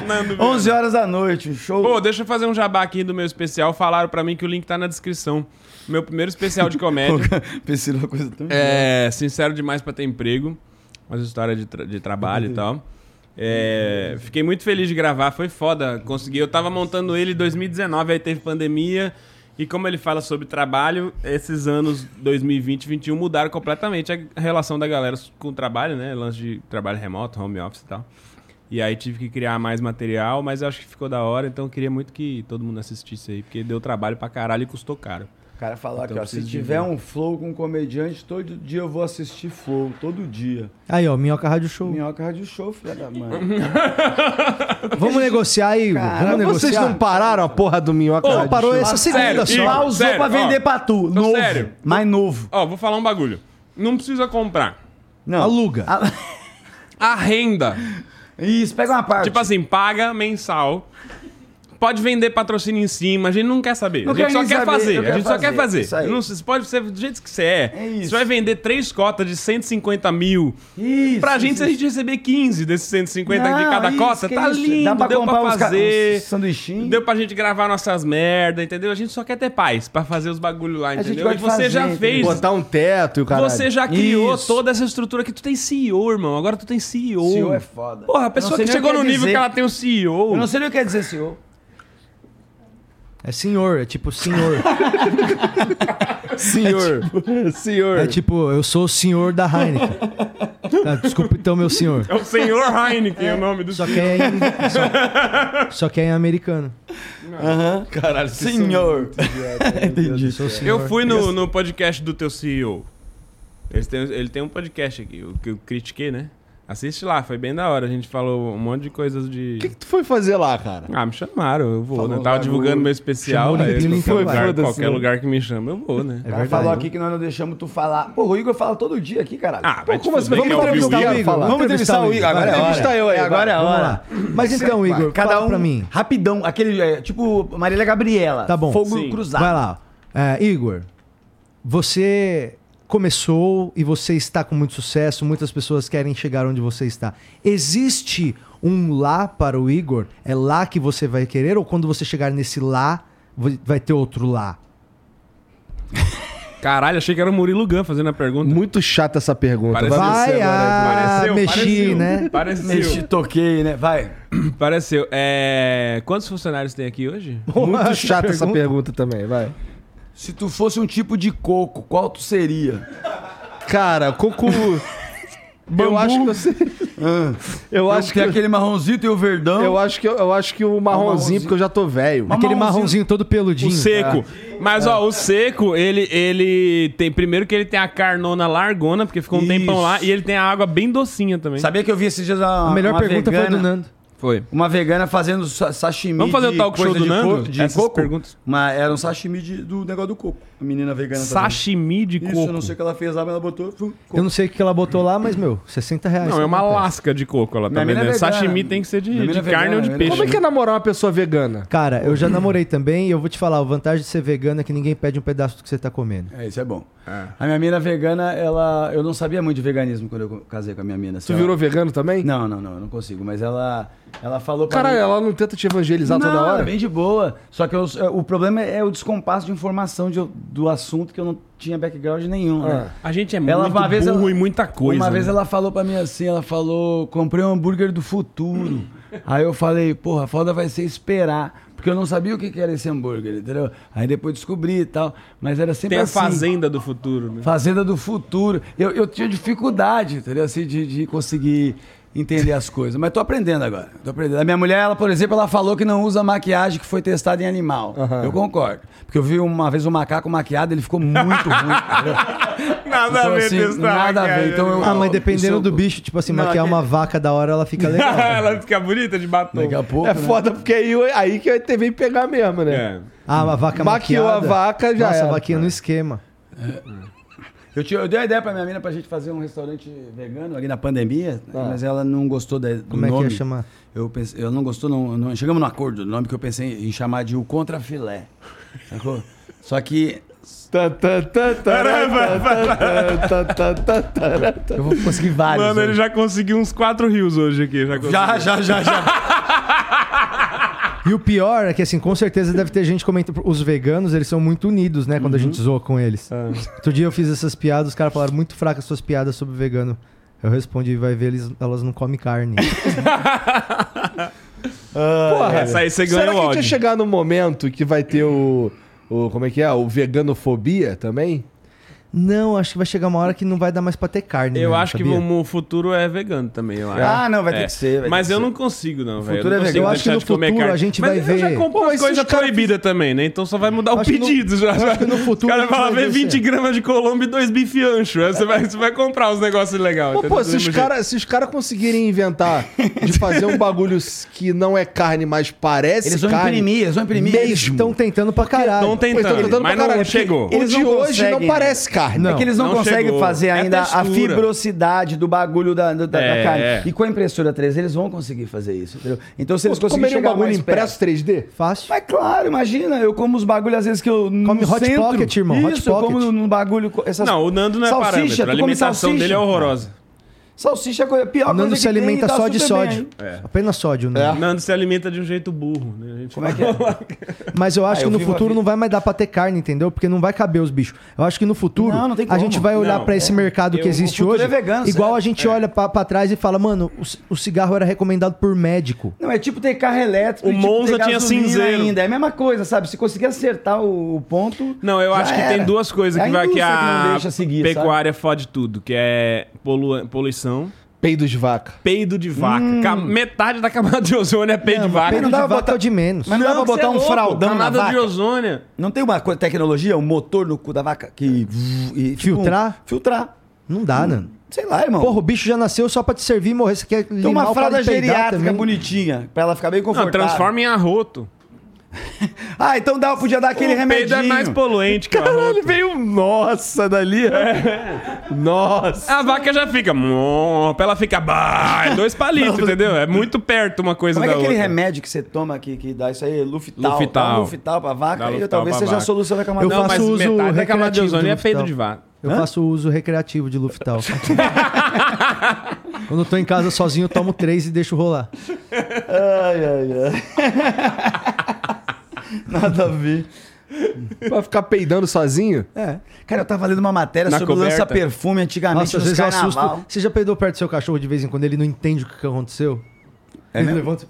S5: Nando Viana.
S4: 11 horas da noite, um show.
S5: Pô, deixa eu fazer um jabá aqui do meu especial. Falaram pra mim que o link tá na descrição. Meu primeiro especial de comédia.
S4: Pensei numa coisa tão.
S5: é, sincero demais pra ter emprego. Umas histórias de, tra- de trabalho e tal. É, fiquei muito feliz de gravar, foi foda. Consegui. Eu tava montando ele em 2019, aí teve pandemia. E como ele fala sobre trabalho, esses anos 2020 e 2021 mudaram completamente a relação da galera com o trabalho, né? Lance de trabalho remoto, home office e tal. E aí tive que criar mais material, mas eu acho que ficou da hora, então eu queria muito que todo mundo assistisse aí, porque deu trabalho pra caralho e custou caro.
S4: O cara falou
S5: Então
S4: aqui, ó, se
S5: preciso de
S4: tiver
S5: ver.
S4: um flow com um comediante, todo dia eu vou assistir flow, todo dia.
S1: Aí, ó, Minhoca Rádio Show.
S4: Minhoca Rádio Show, filha da mãe.
S1: Vamos negociar aí, Igor.
S4: Cara,
S1: Vamos negociar.
S2: Vocês não pararam a porra do minhoca?
S1: Não,
S2: Rádio
S1: parou
S2: Show?
S1: essa segunda
S5: sério, Igor?
S1: só.
S4: Lá usou
S5: sério,
S4: pra vender
S5: ó.
S4: pra tu,
S5: Tô
S4: novo,
S5: sério.
S4: mais novo.
S5: Ó, vou falar um bagulho. Não precisa comprar.
S4: Não.
S1: Aluga.
S5: Ah. A renda.
S4: Isso, pega uma parte.
S5: Tipo assim, paga mensal. Pode vender patrocínio em cima, a gente não quer saber.
S4: Não
S5: a gente
S4: quer
S5: só
S4: nem
S5: quer
S4: saber,
S5: fazer.
S4: eu
S5: A
S4: quero
S5: gente só quer
S4: fazer,
S5: fazer.
S4: isso aí.
S5: Não, você pode ser do jeito que você é.
S4: É isso.
S5: Você vai vender três cotas de 150 mil.
S4: Isso,
S5: pra gente, se a
S4: isso.
S5: gente receber 15 desses 150 de
S4: Não,
S5: cada
S4: isso,
S5: cota,
S4: que
S5: tá
S4: isso.
S5: lindo.
S4: Dá pra
S5: deu
S4: comprar
S5: pra
S4: uns ca-
S5: fazer.
S4: uns sanduichinhos.
S5: Deu pra gente gravar nossas merda, entendeu? A gente só quer ter paz pra fazer os bagulho lá,
S4: gente
S5: entendeu?
S4: gosta
S5: E
S4: de
S5: você
S4: fazer,
S5: já
S4: entendeu?
S5: fez.
S2: Botar um teto e o caralho.
S5: Você é já criou
S4: Isso.
S5: toda essa estrutura que tu tem CEO, irmão. Agora tu tem CEO.
S4: CEO é foda.
S5: Porra, a
S4: Eu não
S5: pessoa
S4: sei nem
S5: que
S4: o
S5: chegou
S4: que
S5: no
S4: dizer.
S5: nível que ela tem um CEO.
S4: Eu não sei nem o que quer dizer senhor.
S1: É senhor, é tipo senhor.
S2: Senhor. Senhor.
S1: É tipo, eu sou o senhor da Heineken. Tá, desculpa então, meu senhor.
S5: É o senhor Heineken é o nome do
S1: Só que é em, só, só que é em americano.
S2: Caralho,
S5: é
S4: Senhor. Entendi.
S1: Sou o senhor.
S5: Eu fui no, no podcast do teu CEO. Eles têm- Ele tem, um podcast aqui, o que eu critiquei, né? Assiste lá, foi bem da hora. A gente falou um monte de coisas de.
S2: O que, que tu foi fazer lá, cara?
S5: Ah, me chamaram, eu vou, né? Eu tava divulgando meu especial. né?
S1: Chamou
S5: aí
S1: ninguém,
S5: qualquer
S1: ninguém
S5: lugar,
S2: vai.
S5: qualquer lugar que me chama, eu vou, né?
S1: É
S4: O cara
S1: verdade.
S4: falou aqui que nós não deixamos tu falar. Pô, o Igor fala todo dia aqui, caralho.
S5: Ah, vai
S2: como
S5: te
S2: assim?
S5: fuder,
S2: Vamos
S5: que é o
S2: entrevistar
S5: Bill
S2: o
S5: Gates.
S2: Igor. Vamos entrevistar o Igor. Agora é
S4: Entrevista
S2: hora.
S4: eu aí.
S2: É, agora é
S1: Vamos
S2: hora.
S1: lá. Mas então, Igor,
S4: Cada
S1: fala
S4: um
S1: pra mim.
S4: Rapidão, aquele é, tipo Marília Gabriela.
S1: Tá bom.
S4: Fogo
S5: Sim.
S4: cruzado.
S1: Vai lá. É, Igor, você começou e você está com muito sucesso, muitas pessoas querem chegar onde você está. Existe um lá para o Igor? É lá que você vai querer? Ou quando você chegar nesse lá, vai vai ter outro lá?
S5: Caralho, achei que era o Murilo Gun fazendo a pergunta.
S2: Muito chata essa pergunta.
S5: Parece-
S2: Vai você
S1: Vai,
S2: agora, Igor.
S1: ah, mexi,
S5: pareceu,
S1: né?
S5: Pareceu.
S4: Mexi, toquei, né? Vai.
S5: Pareceu. É... Quantos funcionários tem aqui hoje?
S2: Muito chata essa pergunta também, vai.
S4: Se tu fosse um tipo de coco, qual tu seria?
S2: Cara, Coco. eu
S4: Bambu.
S2: acho que eu sei. Eu acho que.
S4: tem aquele marronzito e o verdão.
S2: Eu acho que, eu, eu acho que o Tá marronzinho, porque eu já tô velho.
S4: Mas-
S1: Aquele
S4: Marronzinho.
S1: marronzinho todo
S4: Um
S5: O
S1: peludinho.
S4: É.
S5: seco. É. Mas, ó, o seco, ele, ele tem. Primeiro que ele tem a carnona largona, porque ficou um tempão
S4: Isso.
S5: lá, e ele tem a água bem docinha também.
S4: Sabia que eu vi esses dias uma,
S1: A melhor
S4: uma
S1: pergunta
S4: vegana,
S1: foi do Nando.
S5: Foi.
S4: Uma vegana fazendo sa- sashimi
S5: Vamos fazer o
S4: de
S5: talk show
S4: coisa
S5: do
S4: de
S5: Nando?
S4: co- de
S5: Essas
S4: coco.
S5: perguntas.
S4: Mas era um sashimi de- do negócio do coco. A menina vegana tá fazendo.
S5: Sashimi de
S4: Isso,
S5: coco.
S4: eu não sei o que ela fez lá, mas ela botou... fum, coco.
S1: Eu não sei o que ela botou lá, mas, meu, 60 reais.
S5: Não, é uma
S1: Acontece.
S5: lasca de coco, ela tá
S4: Minha mina é
S5: vendendo.
S4: vegana.
S5: Sashimi tem que ser de,
S4: Minha mina
S5: de
S4: é vegana,
S5: carne ou de
S4: minha mina é
S5: peixe.
S2: Como é que é namorar uma pessoa vegana?
S1: Cara, eu já namorei também e eu vou te falar, a vantagem de ser vegano é que ninguém pede um pedaço do que você tá comendo.
S4: É, isso é bom. A minha mina vegana, ela... Eu não sabia muito de veganismo quando eu casei com a minha mina. assim,
S2: Tu
S4: ela-
S2: virou vegano também?
S4: Não, não, não, eu não consigo. Mas ela, ela falou pra
S2: Caralho,
S4: mim...
S2: ela não é tenta te
S5: é
S2: evangelizar
S4: não,
S2: toda hora?
S4: bem de boa. Só que eu- o problema é o descompasso de informação de- do assunto que eu não tinha background nenhum, né?
S5: A gente é
S4: Ela,
S5: muito
S4: uma vez
S5: burro
S4: ela-
S5: em muita coisa.
S4: Uma vez
S5: né?
S4: ela falou pra mim assim, ela falou, comprei um hambúrguer do futuro. Aí eu falei, porra, foda vai ser esperar. Porque eu não sabia o que que era esse hambúrguer, entendeu? Aí depois descobri e tal. Mas era sempre
S5: Tem a
S4: assim.
S5: fazenda do futuro, né?
S4: Fazenda do futuro. Eu, eu tinha dificuldade, entendeu? Assim, de, de conseguir entender as coisas. Mas tô aprendendo agora. Tô aprendendo. A minha mulher, ela, por exemplo, ela falou que não usa maquiagem que foi testada em animal. Eu concordo. Porque eu vi uma vez um macaco maquiado, ele ficou muito ruim. entendeu?
S5: Nada
S4: Então, assim, nada a ver. Então, eu-
S1: Ah, mas dependendo
S4: isso-
S1: do bicho, tipo assim,
S4: Não,
S1: maquiar
S4: aquele-
S1: uma vaca da hora, ela fica legal.
S5: ela fica bonita de batom.
S4: Daqui a pouco.
S2: É
S4: né?
S2: foda, porque aí, aí que a TV vem pegar mesmo, né?
S5: É.
S1: Ah, a vaca
S2: Maquiou
S1: maquiada.
S2: a vaca, já
S1: Nossa,
S2: era.
S1: a vaquinha no esquema.
S4: Eu, tinha- eu dei a ideia pra minha mina pra gente fazer um restaurante vegano ali na pandemia, né? mas ela não gostou da, do
S1: Ah. Como é que
S4: nome.
S1: ia chamar?
S4: Eu, pensei, eu não gostou, não, não- Chegamos num acordo do nome que eu pensei em chamar de o Contrafilé. Sacou? Só que
S2: Tá, tá, tá, tá, tá, tá, tá, tá, tá.
S4: eu vou conseguir vários.
S5: Mano, ele
S4: hoje.
S5: já conseguiu uns quatro rios hoje aqui. Já, conseguiu.
S4: já, já, já, já.
S1: E o pior é que, assim, com certeza deve ter gente comentando. Os veganos, eles são muito unidos, né? Quando a gente zoa com eles. Outro dia eu fiz essas piadas, os caras falaram muito fracas suas piadas sobre vegano. Eu respondi, vai ver, eles, elas não comem carne.
S2: Porra,
S5: Essa aí você ganha
S2: É. Será que
S5: o
S2: um a gente
S5: ódio.
S2: ia chegar no momento que vai ter o, o. Como é que é? O veganofobia também?
S1: Não, acho que vai chegar uma hora que não vai dar mais pra ter carne.
S5: Eu
S1: mesmo,
S5: acho que
S1: sabia?
S5: o meu futuro é vegano também, eu acho.
S4: Ah, não, vai ter
S5: É.
S4: que ser. vai ter
S5: Mas
S4: que
S5: eu
S4: ser.
S5: não consigo, não, velho.
S4: futuro é vegano.
S5: não consigo
S4: Eu
S1: acho que
S5: deixar
S1: no
S5: de comer
S1: futuro
S5: carne.
S1: a gente
S5: Mas
S1: vai
S5: Eu já
S1: ver-
S5: compro umas
S1: Mas se
S5: coisas
S1: os caras
S5: proibidas também, né? Então só vai mudar o
S1: Acho que no-
S5: pedido já. né?
S1: acho que no
S5: O
S1: futuro a
S5: cara
S1: gente
S5: vai lá
S1: vai
S5: ver
S1: ver
S5: 20
S1: isso aí.
S5: gramas de Colombo e 2 bife ancho. Aí Você vai, você vai comprar uns negócios legais.
S2: Pô, pô, se os caras cara conseguirem inventar de fazer um bagulho que não é carne, mas parece
S4: Eles vão
S2: carne.
S4: imprimir, eles vão imprimir.
S1: Eles estão tentando pra caralho.
S5: Estão
S2: Pô, então
S5: tentando,
S2: tá dando
S5: mas
S2: pra
S5: não
S2: caralho,
S5: chegou.
S2: porque O
S4: Eles
S2: de
S4: não
S2: hoje não
S4: conseguem,
S2: parece carne.
S4: É que eles não,
S5: Não
S4: conseguem
S5: chegou.
S4: fazer
S5: É a
S4: ainda a,
S5: textura.
S4: fibrosidade do bagulho da, da- da
S5: É,
S4: carne.
S5: é.
S4: E com a impressora 3D, eles vão conseguir fazer isso, entendeu? Então, se eles
S2: Pô, tu
S4: conseguirem
S2: comeria um
S4: chegar
S2: bagulho
S4: mais
S2: impresso 3D?
S1: Fácil.
S4: Mas claro, imagina, eu como os bagulhos às vezes que eu no
S1: Come Hot
S4: centro.
S1: Pocket, irmão,
S4: Isso,
S1: Hot
S4: eu como
S1: Pocket.
S4: no bagulho... co- Essas...
S5: Não, o Nando não é
S4: Salsicha, tu
S5: parâmetro. A
S4: come
S5: alimentação
S4: salsicha?
S5: dele é horrorosa.
S4: Salsicha é a coisa- a pior
S1: O Nando
S4: coisa
S1: se
S4: que tem
S1: alimenta
S4: e tá
S1: só de
S4: super bem, É.
S1: sódio.
S4: hein?
S1: Apenas sódio, né?
S5: O Nando se alimenta de um jeito burro, né? A gente
S4: Como é que é?
S1: Mas eu acho
S4: Ah, eu
S1: que no
S4: vivo a
S1: futuro
S4: vida.
S1: não vai mais dar pra ter carne, entendeu? Porque não vai caber os bichos. Eu acho que no futuro
S4: Não, não tem
S1: a
S4: como.
S1: gente vai olhar
S5: Não,
S1: pra esse
S5: é.
S1: mercado que
S5: Eu- o
S1: existe
S4: futuro
S1: hoje.
S4: é vegano,
S1: igual
S4: certo?
S1: a gente olha pra, pra trás e fala, mano, o, c- o cigarro era recomendado por médico.
S4: Não, é tipo ter carro elétrico
S5: O
S4: e tipo
S5: Monza
S4: ter
S5: tinha
S4: gasolina
S5: cinzeiro.
S4: ainda. É a mesma coisa, sabe? Se conseguir acertar o, o ponto.
S5: Não, eu
S4: já
S5: acho que
S4: era.
S5: tem duas coisas
S4: É
S5: que vai que
S4: indústria
S5: a
S4: não deixa seguir,
S5: pecuária fode tudo, que é polua- poluição,
S2: Peido de vaca.
S5: peido de vaca.
S4: Hum.
S5: Ca- Metade da camada de ozônio é peido de vaca.
S1: Peido de
S4: dá pra
S1: vaca
S4: botar-
S1: é o de menos.
S4: Mas não dá pra
S5: você
S4: botar um fraldão na
S5: camada de
S4: vaca?
S5: ozônio.
S4: sabe? Não tem uma coisa, tecnologia, um motor no cu da vaca que. e, tipo,
S1: Filtrar?
S4: filtrar.
S1: Não dá, né?
S4: Sei lá, irmão.
S1: Porra, o bicho já nasceu só pra te servir e morrer. Você quer
S4: tem
S1: limar
S4: uma
S1: o cara
S4: fralda
S1: de peidar
S4: geriátrica
S1: também?
S4: bonitinha, pra ela ficar bem
S5: Não,
S4: confortável.
S5: transforma em arroto.
S4: Ah, então dá, podia dar aquele
S5: o peido
S4: remédio.
S5: é mais poluente que o arroto.
S2: veio um nossa dali. Nossa.
S5: A vaca já fica... "Mô", Pra ela fica... "Bah", é dois palitos, entendeu? É muito perto uma coisa
S4: Como é que
S5: da
S4: é aquele
S5: outra.
S4: remédio que você toma que, que dá isso aí? Lufital.
S5: Lufital.
S4: Dá Lufital pra vaca
S5: Dá
S4: e
S5: Lufital
S4: talvez
S5: pra
S4: seja a
S5: vaca.
S4: solução da camada.
S1: Eu
S5: Não,
S1: faço
S5: mas
S1: uso
S5: metade da camada de
S1: recreativo
S5: ozônio
S1: do
S5: é peido
S1: Luftal.
S5: de vaca.
S1: Eu faço uso recreativo de Luftal. Quando eu tô em casa sozinho, eu tomo três e deixo rolar.
S4: Ai, ai, ai. Nada a ver.
S2: Pra ficar peidando sozinho?
S4: É. Cara, eu tava lendo uma matéria
S5: Na
S4: sobre
S5: coberta.
S4: lança-perfume antigamente
S1: Nossa, às
S4: nos
S1: vezes eu assusto.
S4: carnaval.
S1: Você já peidou perto do seu cachorro de vez em quando, ele não entende o que que aconteceu?
S5: É,
S1: ele
S5: né?
S1: levanta.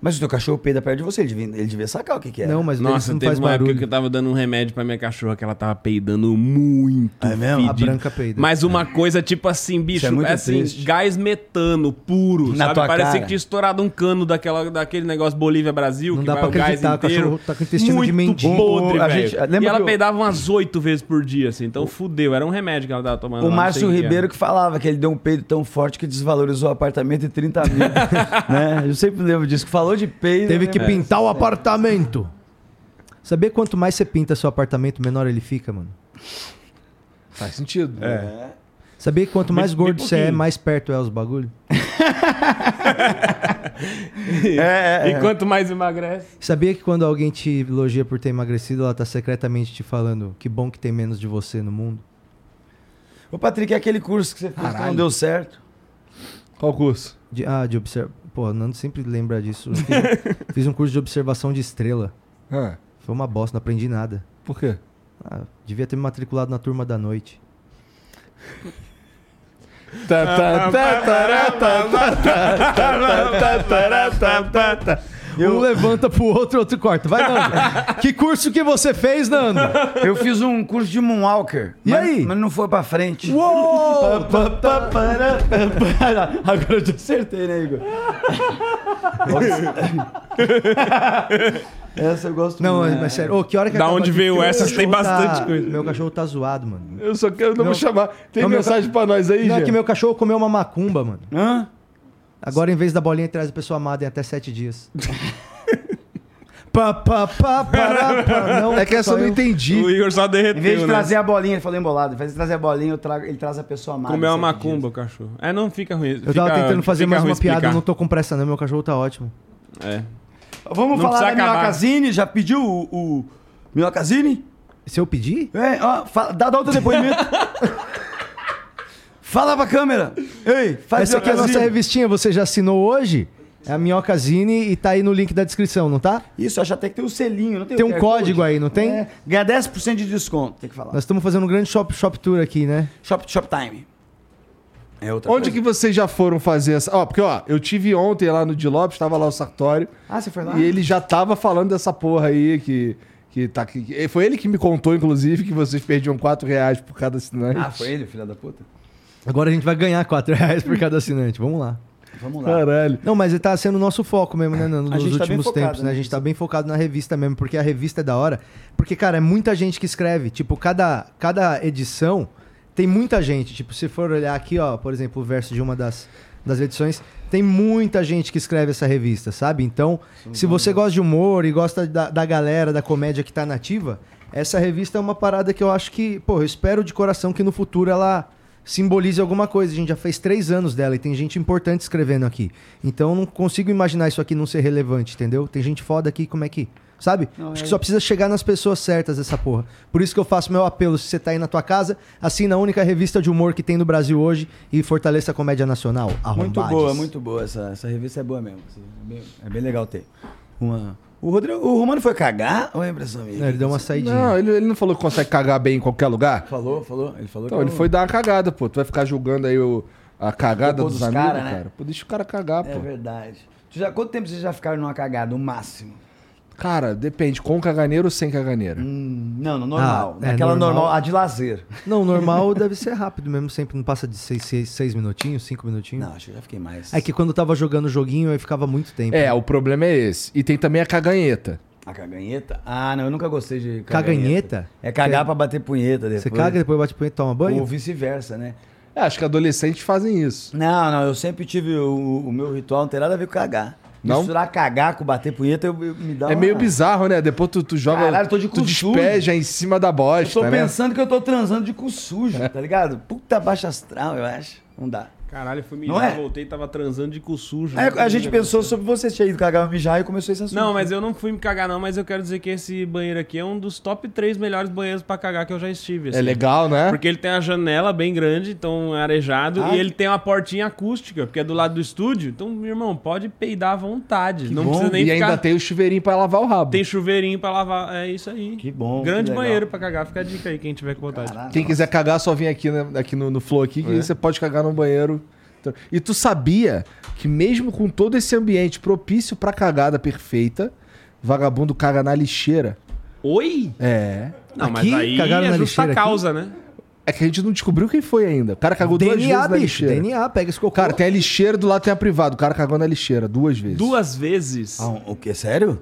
S4: Mas o teu cachorro peida perto de você, ele devia, ele devia sacar o que que é.
S1: Não, mas
S5: Nossa,
S1: ele não
S5: teve
S1: faz
S5: uma época que
S1: barulho.
S5: eu tava dando um remédio pra minha cachorra que ela tava peidando muito.
S4: É mesmo?
S5: fedido.
S1: Ah, A branca peida. É.
S5: Mas uma coisa tipo assim, bicho,
S4: é muito
S5: assim,
S4: triste.
S5: gás metano puro,
S4: Na
S5: sabe?
S4: tua
S5: Parecia
S4: cara.
S5: que tinha estourado um cano daquela, daquele negócio Bolívia-Brasil,
S1: Não
S5: que
S1: dá
S5: vai
S1: pra
S5: o gás
S1: acreditar, o
S5: inteiro.
S1: cachorro tá com o intestino de
S5: muito
S1: mendigo.
S5: podre,
S4: A
S5: velho.
S4: gente- lembra
S5: E ela
S4: que o-
S5: peidava umas oito vezes por dia, assim, então fudeu. Era um remédio que ela tava tomando.
S4: O
S5: lá, não é. sei
S4: Márcio
S5: que era.
S4: Ribeiro que falava que ele deu um peido tão forte que desvalorizou o apartamento em 30 mil. né? Eu sempre lembro disso. que Falou de peido. né?
S1: Teve
S4: eu
S1: que
S5: É.
S4: lembro.
S1: pintar o apartamento. Sabia quanto mais você pinta seu apartamento, menor ele fica, mano?
S2: Faz sentido. É.
S1: Sabia que quanto mais
S5: Bem-
S1: gordo
S5: bem
S1: você é,
S5: pouquinho.
S1: mais perto é os bagulho?
S4: É, é,
S5: E quanto mais emagrece.
S1: Sabia que quando alguém te elogia por ter emagrecido, ela tá secretamente te falando que bom que tem menos de você no mundo?
S4: Ô, Patrick, é aquele curso que você fez que não deu certo.
S2: Qual o curso?
S1: De- ah, de observar. Pô, o Nando sempre lembra disso. Eu Fiz, fiz um curso de observação de estrela.
S2: Ah,
S1: Foi uma bosta, não aprendi nada.
S2: por quê?
S1: Ah, devia ter me matriculado na turma da noite.
S2: Tá, tá, tá, tá, tá, tá, tá, tá, tá, tá, tá.
S1: Um levanta pro outro, outro corta. Vai, Nando. que curso que você fez, Nando?
S4: Eu fiz um curso de Moonwalker.
S1: E
S4: mas-
S1: aí?
S4: Mas não foi pra frente. Pa, pa, para, pa, pa. Agora eu te acertei, né, Igor? Essa eu gosto
S1: Não,
S4: muito.
S1: mas, mas sério. Ô, que hora que
S5: Da
S1: acaba
S5: onde
S1: aqui?
S5: veio
S1: Porque meu
S5: essas, tem
S1: cachorro tá-
S5: bastante coisa.
S1: Meu cachorro tá zoado, mano.
S2: Eu só quero não, me chamar. Tem
S1: Não, meu-
S2: mensagem pra nós aí,
S1: Não, é
S2: gente?
S1: que meu cachorro comeu uma macumba, mano.
S4: Hã?
S1: Agora, em vez da bolinha, traz a pessoa amada em até sete dias. pa, pa, pa, para, pa. Não,
S2: É que essa
S1: só
S2: eu não
S1: eu.
S2: entendi.
S5: O Igor só derreteu,
S4: Em vez de
S5: né?
S4: trazer a bolinha, ele falou embolado. Em vez de trazer a bolinha, eu trago, ele traz a pessoa amada.
S5: Comer uma
S4: sete
S5: macumba,
S4: dias.
S5: o cachorro. É, não fica ruim.
S1: Eu tava tentando fazer mais uma piada, não tô com pressa não, meu cachorro tá ótimo.
S5: É.
S4: Vamos
S5: Não
S4: falar da
S5: precisa acabar.
S4: Minhocasine? Já pediu o, o Minhocasine?
S1: Se eu pedir?
S4: É, ó, fala- dá, dá outro depoimento. fala pra câmera. Ei, faz
S1: Essa aqui é a nossa
S4: Minhocasine.
S1: revistinha, você já assinou hoje? É a Minhocazine e tá aí no link da descrição, não tá?
S4: Isso, acho até que tem um selinho, não tem
S1: Tem
S4: o
S1: um
S4: QR
S1: código
S4: Code?
S1: aí, não tem?
S4: É, ganha 10% de desconto, tem que falar.
S1: Nós estamos fazendo um grande shop, shop tour aqui, né?
S4: Shop, Shoptime. É outra
S2: Onde
S4: coisa.
S2: que vocês já foram fazer essa? Ó, porque ó, eu tive ontem lá no Di Lopes, tava lá o Sartório,
S4: Ah, você foi lá?
S2: e ele já tava falando dessa porra aí que Que tá aqui. E Foi ele que me contou, inclusive, que vocês perdiam 4 reais por cada assinante.
S4: Ah, foi ele, filha da puta?
S1: Agora a gente vai ganhar 4 reais por cada assinante. Vamos lá.
S4: Vamos lá.
S2: Caralho.
S1: Não, mas tá sendo o nosso foco mesmo, né, Nando?
S4: A
S1: Nos
S4: gente tá bem
S1: últimos
S4: focado,
S1: tempos, né?
S4: né?
S1: A gente tá bem focado na revista mesmo, porque a revista é da hora. Porque, cara, é muita gente que escreve. Tipo, cada, cada edição tem muita gente. Tipo, se for olhar aqui, ó, por exemplo, o verso de uma das, das edições, tem muita gente que escreve essa revista, sabe? Então, se você gosta de humor e gosta da, da galera, da comédia que tá nativa, essa revista é uma parada que eu acho que, pô, eu espero de coração que no futuro ela simbolize alguma coisa. A gente já fez três anos dela e tem gente importante escrevendo aqui. Então eu não consigo imaginar isso aqui não ser relevante, entendeu? Tem gente foda aqui, como é que. Sabe?
S4: Não,
S1: Acho
S4: é-
S1: que só precisa chegar nas pessoas certas essa porra. Por isso que eu faço meu apelo. Se você tá aí na tua casa, assina a única revista de humor que tem no Brasil hoje e fortaleça a comédia nacional.
S4: Muito
S1: Arrombades.
S4: boa, muito boa. Essa, essa revista é boa mesmo. assim, É bem, é bem legal ter. Uma... O, Rodrigo, o Romano foi cagar ou é impressão minha?
S1: É, Ele deu uma saidinha.
S2: Não, ele, ele não falou que consegue cagar bem em qualquer lugar?
S4: Falou, falou. Ele falou
S2: Então, ele foi dar uma cagada, pô. Tu vai ficar julgando aí o, a cagada
S4: Pô,
S2: dos,
S4: dos
S2: amigos,
S4: cara, né?
S2: cara. Pô, deixa o cara cagar,
S4: É
S2: pô.
S4: verdade. Tu já, quanto tempo vocês já ficaram numa cagada? O máximo?
S2: Cara, depende, com caganeiro ou sem caganeiro?
S4: Hum, não, no normal.
S1: Ah, é,
S4: Aquela normal.
S1: normal,
S4: a de lazer.
S1: Não, o normal deve ser rápido mesmo, sempre não passa de seis, seis, seis minutinhos, cinco minutinhos.
S4: Não, acho que eu já fiquei mais.
S1: É que quando eu tava jogando o joguinho, aí ficava muito tempo.
S2: É, o problema é esse. E tem também a caganheta.
S4: A caganheta? Ah, não, eu nunca gostei de
S1: Caganheta?
S4: É cagar
S1: Você-
S4: pra bater punheta depois.
S1: Você caga, depois bate punheta e toma banho?
S4: Ou vice-versa, né?
S2: É, acho que adolescentes fazem isso.
S4: Não, não, eu sempre tive o, o meu ritual, não tem nada a ver com cagar.
S2: Não?
S4: Misturar cagar com bater punheta, eu, eu- me dá
S2: É
S4: uma-
S2: meio bizarro, né? Depois tu, tu joga.
S4: Ah. Caralho, tô de
S2: tu
S4: cu sujo.
S2: despeja em cima da
S4: Eu
S2: bosta.
S4: tô
S2: né?
S4: pensando que eu tô transando de cu sujo, tá ligado? Puta baixa astral, eu acho. Não dá.
S5: Caralho, eu fui
S4: Não
S5: mijar,
S4: é?
S5: voltei e tava transando de cu sujo.
S4: Aí a gente pensou sobre você ter ido cagar e mijar e começou esse assunto.
S5: Não, mas eu não fui me cagar, não, mas eu quero dizer que esse banheiro aqui é um dos top 3 melhores banheiros pra cagar que eu já estive.
S2: É
S5: assim.
S2: legal, né?
S5: Porque ele tem uma janela bem grande, então é arejado,
S4: Ah.
S5: e ele tem uma portinha acústica, porque é do lado do estúdio. Então, meu irmão, pode peidar à vontade. não precisa nem
S2: e
S5: ficar.
S2: ainda tem o chuveirinho pra lavar o rabo.
S5: Tem chuveirinho pra lavar. É isso aí.
S4: Que bom, que
S5: Grande
S4: legal.
S5: banheiro pra cagar. Fica a dica aí, quem tiver com vontade.
S4: Caraca.
S2: Quem quiser cagar, só vem aqui, né, aqui no, no Flow aqui, que aí você pode cagar no banheiro. E tu sabia que mesmo com todo esse ambiente propício pra cagada perfeita, vagabundo caga na lixeira?
S5: Oi?
S2: É.
S5: Não,
S1: Aqui?
S5: mas aí
S1: Cagaram
S5: é
S1: na
S5: justa
S1: lixeira aqui?
S5: causa, né?
S2: É que a gente não descobriu quem foi ainda. O cara
S1: né,
S2: cagou duas vezes
S1: DNA,
S2: na
S1: bicho.
S2: lixeira.
S1: DNA, pega esse cocô.
S2: Cara, tem a lixeira, do lado tem a privada. O cara cagou na lixeira duas vezes.
S5: Duas vezes.
S4: Ah, o quê? Sério?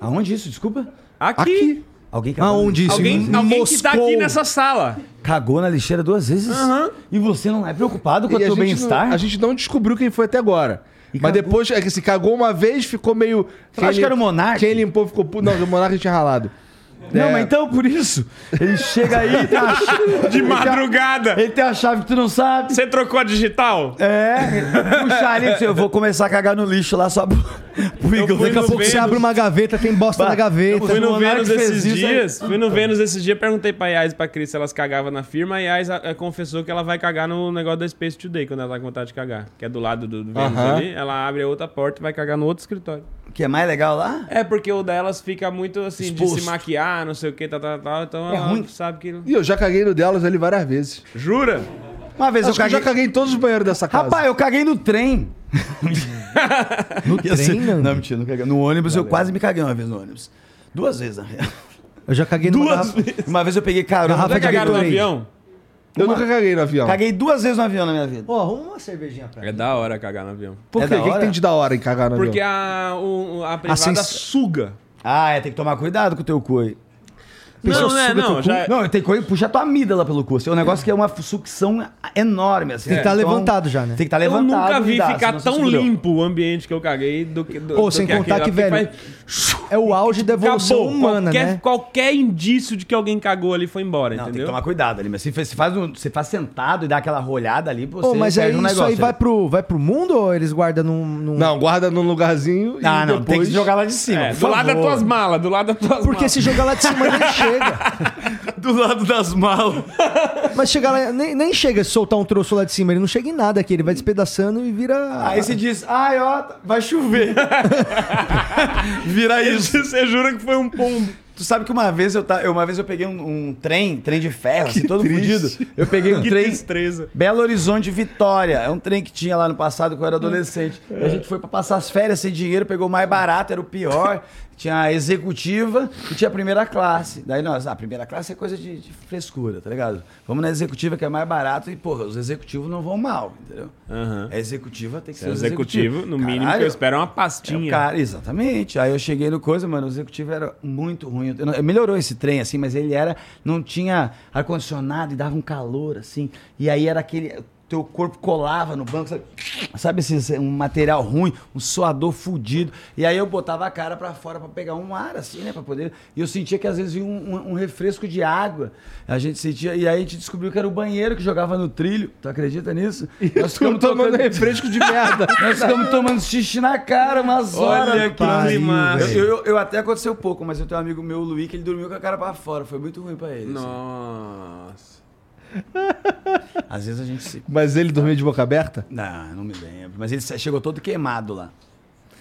S4: Aonde isso? Desculpa?
S5: Aqui.
S2: Aqui.
S4: Alguém cagou,
S1: Aonde isso?
S5: Alguém,
S1: Em
S4: né?
S5: alguém que tá
S1: Moscou.
S5: aqui nessa sala.
S4: cagou na lixeira duas vezes?
S5: Aham.
S4: E você não é preocupado com o
S2: E a
S4: teu
S2: gente
S4: bem-estar?
S2: não- A gente não descobriu quem foi até agora.
S4: E
S2: Mas
S4: cagou.
S2: depois, é que se cagou uma vez, ficou meio.
S4: acha que era o Monark?
S2: Quem limpou ficou puto. Não, o Monark tinha ralado.
S4: Não,
S2: É.
S4: mas então por isso. Ele chega aí e tá tem a chave.
S5: De madrugada.
S4: Ele tem a chave que tu não sabe.
S5: Você trocou a digital?
S4: É, puxar ali, eu vou começar a cagar no lixo lá só pro, pro Igor.
S5: fui
S4: Daqui a
S5: no
S4: pouco
S1: Você
S5: Vênus.
S1: abre uma gaveta, tem bosta
S4: Bah,
S1: na gaveta.
S5: Fui
S4: Então, O
S5: no
S4: Monark
S5: Vênus
S4: fez
S5: esses
S4: isso, aí-
S5: dias. Fui no Vênus esses dias, perguntei pra Yas e pra Cris se elas cagavam na firma. E a Yas eh, confessou que ela vai cagar no negócio da Space Today quando ela tá com vontade de cagar. Que é do lado do, do Vênus
S2: Aham.
S5: ali. Ela abre a outra porta e vai cagar no outro escritório.
S4: que é mais legal lá?
S5: É, porque o delas fica muito assim de
S4: Exposto.
S5: se maquiar, não sei o que, tal, tal, tal. Então
S4: É
S5: ela
S4: ruim.
S5: sabe que.
S2: E eu já caguei no delas ali várias vezes.
S5: Jura?
S4: Uma vez
S2: Acho
S4: eu
S2: que eu
S4: caguei.
S2: já caguei em todos os banheiros dessa casa.
S4: Rapaz, eu caguei no trem.
S1: No
S4: Ia ser-
S1: trem, Nando?
S4: Não, mentira, não caguei. No ônibus eu quase me caguei uma vez no ônibus. Duas vezes, na real.
S1: Eu já caguei numa
S4: Duas
S1: garrafa.
S4: vezes. Uma vez eu peguei carona.
S1: Garrafa
S5: Já
S1: Vai de
S5: cagaram no
S1: Gatorade.
S5: avião?
S2: eu nunca caguei no avião.
S4: Caguei duas vezes no avião na minha vida.
S1: Ó, arruma uma cervejinha pra
S5: É
S1: mim.
S5: da hora cagar no avião.
S2: Por
S4: É
S2: quê?
S4: da
S2: O que, que
S4: hora?
S2: tem de da hora em cagar no
S5: Porque
S2: avião?
S5: a, o- a privada
S1: sens-
S5: suga.
S4: Ah, é, tem que tomar cuidado com o teu cu aí.
S5: Não, né? Não, já.
S4: Não, tem que puxar tua amígdala pelo cu. Assim, é um negócio que é uma sucção enorme, assim.
S1: Tem que tá levantado já, né?
S4: Tem que estar tá
S5: Eu
S4: levantado.
S5: nunca vi
S4: e dá,
S5: ficar
S4: senão você
S5: tão
S4: fudeu.
S5: limpo o ambiente que eu caguei do que. Do,
S1: Ou
S5: do
S1: sem contar
S5: aquele lá,
S1: que,
S5: porque
S1: velho, É o auge da evolução
S5: acabou.
S1: humana,
S5: qualquer,
S1: né?
S5: qualquer indício de que alguém cagou ali foi embora,
S4: Não, tem que
S5: entendeu?
S4: tomar cuidado ali. Mas se você faz, um- se faz sentado e dá aquela rolhada ali, pô, você
S1: Pô, mas aí
S4: perde
S1: isso
S4: um negócio.
S1: aí vai
S4: ali.
S1: pro, vai pro mundo ou eles guardam num... num-
S2: Não, guarda num lugarzinho e
S4: Ah, não,
S2: depois...
S4: tem que jogar lá de cima.
S5: É,
S4: por
S5: do lado das
S4: favor.
S5: tuas malas, do lado das tuas
S1: Porque
S5: malas.
S1: se jogar lá de cima nem chega.
S4: Do lado das malas.
S1: Mas chegar lá, nem, nem chega a soltar um troço lá de cima. Ele não chega em nada aqui. Ele vai despedaçando e vira...
S4: Aí você diz, ai, ó, vai chover.
S5: Vira isso. Você jura que foi um pombo.
S4: Tu sabe que uma vez eu, ta... eu- uma vez eu peguei um, um trem, trem de ferro, assim, todo fudido. Eu peguei um
S5: Que
S4: trem
S5: destreza.
S4: Belo Horizonte Vitória. É um trem que tinha lá no passado quando eu era adolescente. E A gente foi pra passar as férias sem dinheiro, pegou o mais barato, era o pior. Tinha a executiva e tinha a primeira classe. Daí nós, ah, a primeira classe é coisa de, de frescura, tá ligado? Vamos na executiva que é mais barato e, porra, os executivos não vão mal, entendeu?
S5: Aham.
S4: A executiva tem que
S5: Se
S4: ser
S5: é
S4: os
S5: executivo,
S4: executivos.
S5: no mínimo que
S4: Caralho,
S5: eu espero é uma
S4: é o
S5: pastinha.
S4: cara, exatamente. Aí eu cheguei no coisa, mano, o executivo era muito ruim. Eu não- melhorou esse trem, assim, mas ele era. Não tinha ar-condicionado e dava um calor, assim. E aí era aquele. Teu corpo colava no banco, sabe? Sabe esse, um material ruim, um suador fudido. E aí eu botava a cara pra fora pra pegar um ar, assim, né? Pra poder. E eu sentia que às vezes vinha um, um- um refresco de água. A gente sentia. E aí a gente descobriu que era o banheiro que jogava no trilho. Tu acredita nisso? Nós
S2: Estamos tomando
S4: é
S2: refresco de merda.
S4: nós ficamos tomando xixi na cara umas
S5: Olha
S4: horas.
S5: que
S4: pariu,
S5: climaço.
S4: Eu, eu, eu até aconteceu pouco, mas eu tenho um amigo meu, o Luiz, que ele dormiu com a cara pra fora. Foi muito ruim pra ele. assim.
S5: Nossa.
S4: Às vezes a gente se.
S2: Mas ele dormiu de boca aberta?
S4: Não, não me lembro. Mas ele se- chegou todo queimado lá.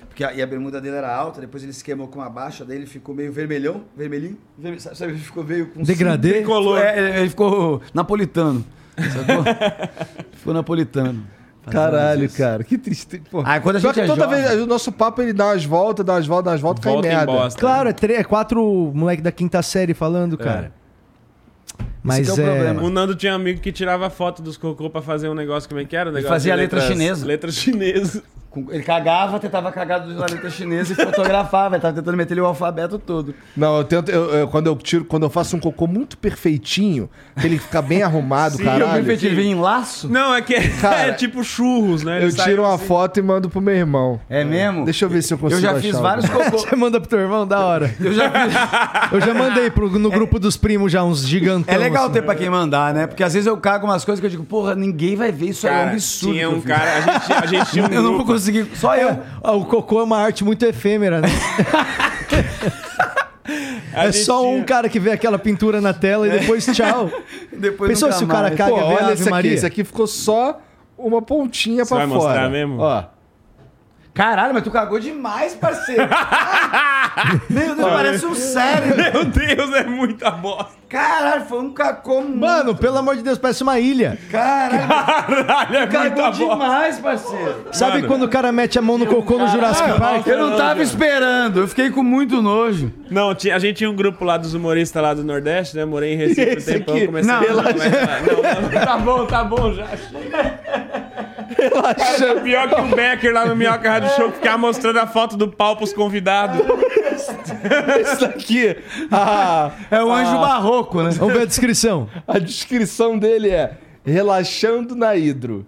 S4: Porque a, e a bermuda dele era alta, depois ele se queimou com uma baixa, daí ele ficou meio vermelhão, vermelhinho. verme- sabe, sabe, ele ficou meio com.
S1: Degradê?
S4: Colou. É, ele- ele ficou napolitano. Sacou? ficou napolitano.
S2: Caralho, cara, que tristeza. pô.
S4: Ah, quando a
S2: Só
S4: gente
S2: que
S4: é
S2: toda
S4: jovem-
S2: vez o nosso papo ele dá umas voltas, dá umas voltas, dá umas voltas, cai em
S5: Volta em
S2: merda.
S5: bosta. né? É.
S1: Claro, é, tre- é quatro moleque da quinta série falando, cara. Mas
S4: que é o
S1: é,
S4: problema.
S5: O Nando tinha um amigo que tirava foto dos cocô pra fazer um negócio, como é que era? o negócio
S4: fazia
S5: de
S4: a letra
S5: letras-
S4: chinesa.
S5: Letra chinesa.
S4: Com- Ele cagava, tentava cagar do planeta chinês e fotografava. Ele tava tentando meter ele o alfabeto todo.
S2: Não, eu tento. eu- eu- quando eu tiro, quando eu faço um cocô muito perfeitinho, que ele fica bem arrumado,
S5: Sim,
S4: E eu vi
S2: caralho.
S4: que ele vinha em laço?
S5: Não, é que é,
S2: Cara,
S5: tipo churros, né?
S2: Eu
S5: Eles saem
S2: tiro uma
S5: assim.
S2: foto e mando pro meu irmão.
S4: É mesmo?
S2: Deixa eu ver se eu consigo.
S4: Eu já fiz
S2: achar
S4: vários
S2: alguma.
S4: cocô.
S1: Você manda pro teu irmão, da hora.
S4: Eu já fiz.
S1: Eu já mandei pro, no grupo dos primos já uns gigantão.
S4: É legal
S1: assim.
S4: ter pra quem mandar, né? Porque às vezes eu cago umas coisas que eu digo, porra, ninguém vai ver isso aí, é um
S5: Cara,
S4: absurdo.
S5: Tinha
S4: que eu
S5: um
S4: fiz.
S5: cara, a gente, a gente tinha um
S4: Eu não vou
S5: grupo.
S4: conseguir, só eu.
S1: Ah, O cocô é uma arte muito efêmera, né?
S5: a
S1: é
S5: gente É.
S1: só um
S5: tinha-
S1: cara que vê aquela pintura na tela e depois tchau.
S4: Depois
S1: Pensou
S4: nunca
S1: se o cara
S4: mais.
S1: caga
S2: Pô,
S1: Quer ver a
S2: olha
S1: Ave
S2: esse aqui.
S1: Maria?
S2: Esse aqui ficou só uma pontinha pra
S5: vai
S2: fora.
S5: mostrar mesmo?
S2: Ó.
S4: Caralho, mas tu cagou demais, parceiro. Ai, Meu Deus, parece um cérebro.
S5: Meu Deus, é muita bosta.
S4: Caralho, foi um cacô. muito-
S1: Mano, pelo amor de Deus, parece uma ilha.
S4: caralho,
S5: Caralho, é muita
S4: cagou
S5: bosta.
S4: demais, parceiro.
S1: Sabe
S5: Mano. um
S1: quando o cara mete a mão no cocô no
S5: Ah.
S1: Jurassic Park?
S4: Ah, Eu não tava esperando, eu fiquei com muito nojo.
S5: Não, tinha- a gente tinha um grupo lá dos humoristas lá do Nordeste, né? Morei em Recife um
S2: esse
S5: tempão,
S2: aqui?
S5: comecei
S4: Não,
S5: a... Não, não, tá bom, tá bom já. Relaxa. tá Pior que o Becker lá no Minhoca Rádio Show que ficava mostrando a foto do pau pros convidados.
S2: Esse daqui. Ah,
S4: É o anjo barroco, né?
S1: Vamos ver a descrição.
S2: a descrição dele é relaxando na hidro.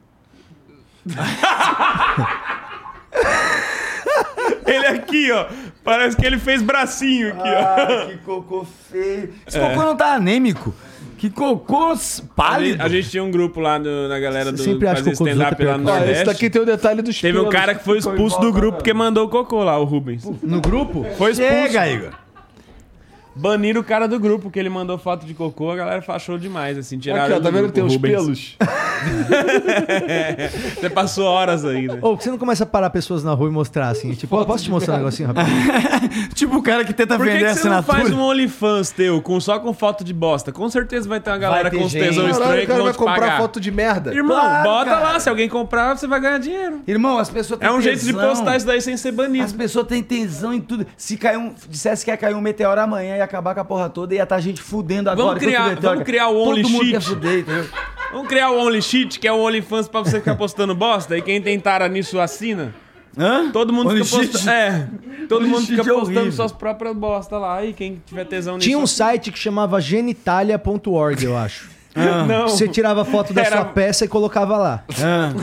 S5: Ele aqui, ó. Parece que ele fez bracinho aqui, ó.
S4: Ah, que cocô feio. Esse
S5: É.
S4: cocô não tá anêmico. Que cocô s-
S5: A gente,
S4: pálido.
S5: a gente tinha um grupo lá no- na galera do
S1: Sempre acho
S5: fazer
S1: que o cocô dos
S5: stand-up
S1: outros é
S5: lá no
S1: pior.
S2: Ó, esse
S5: Nordeste.
S2: daqui tem o detalhe dos
S5: Teve um
S2: pelos.
S5: cara que foi expulso do grupo porque mandou o cocô lá, o Rubens.
S1: No grupo?
S5: Foi expulso.
S4: Chega, Igor.
S5: Baniram o cara do grupo, que ele mandou foto de cocô, a galera achou demais, assim, tiraram
S2: Aqui, ó,
S5: ele
S2: tá
S5: do
S2: vendo?
S5: grupo,
S2: Tem os
S5: Rubens. Então,
S2: pelos.
S5: Você passou horas né? ainda.
S1: Ou você não começa a parar pessoas na rua e mostrar assim, tipo, ó, posso te mostrar um negocinho rapidinho?
S4: Tipo o cara que tenta
S5: Por que,
S4: vender
S5: que você não
S4: assinatura.
S5: faz um OnlyFans teu com, só com foto de bosta? Com certeza vai ter uma galera
S4: ter
S5: com os
S4: gente.
S5: tesão
S2: Caralho,
S5: estranho
S2: o
S5: que
S2: cara
S5: vão
S2: vai
S5: te
S2: comprar
S5: pagar.
S2: foto de merda.
S5: Irmão,
S4: Claro,
S5: bota
S4: cara.
S5: lá. Se alguém comprar, você vai ganhar dinheiro.
S4: Irmão, as pessoas têm
S5: É um jeito de
S4: tesão.
S5: postar isso daí sem ser
S4: As
S5: banido.
S4: pessoas têm tesão em tudo. Se cair um, dissesse que ia cair um meteoro amanhã e acabar com a porra toda, ia estar tá gente fudendo agora. enquanto
S5: criar-
S4: o meteoro
S5: vamos
S4: cai.
S5: criar o
S4: Todo mundo
S5: OnlySheet.
S4: quer fuder, entendeu?
S5: Vamos criar o OnlySheet, que é o OnlyFans pra você ficar postando bosta, e quem tem tara nisso assina.
S4: Hã?
S5: Todo mundo fica
S4: OnlySheet?
S5: postando. É. Todo mundo
S4: OnlySheet
S5: fica
S4: é
S5: postando
S4: horrível.
S5: suas próprias bostas lá. E quem tiver tesão
S1: Tinha um
S5: nisso.
S1: site que chamava genitalia.org, eu acho.
S5: Não.
S1: Você tirava foto da
S5: Era-
S1: sua peça e colocava lá.
S5: É.
S4: Hã?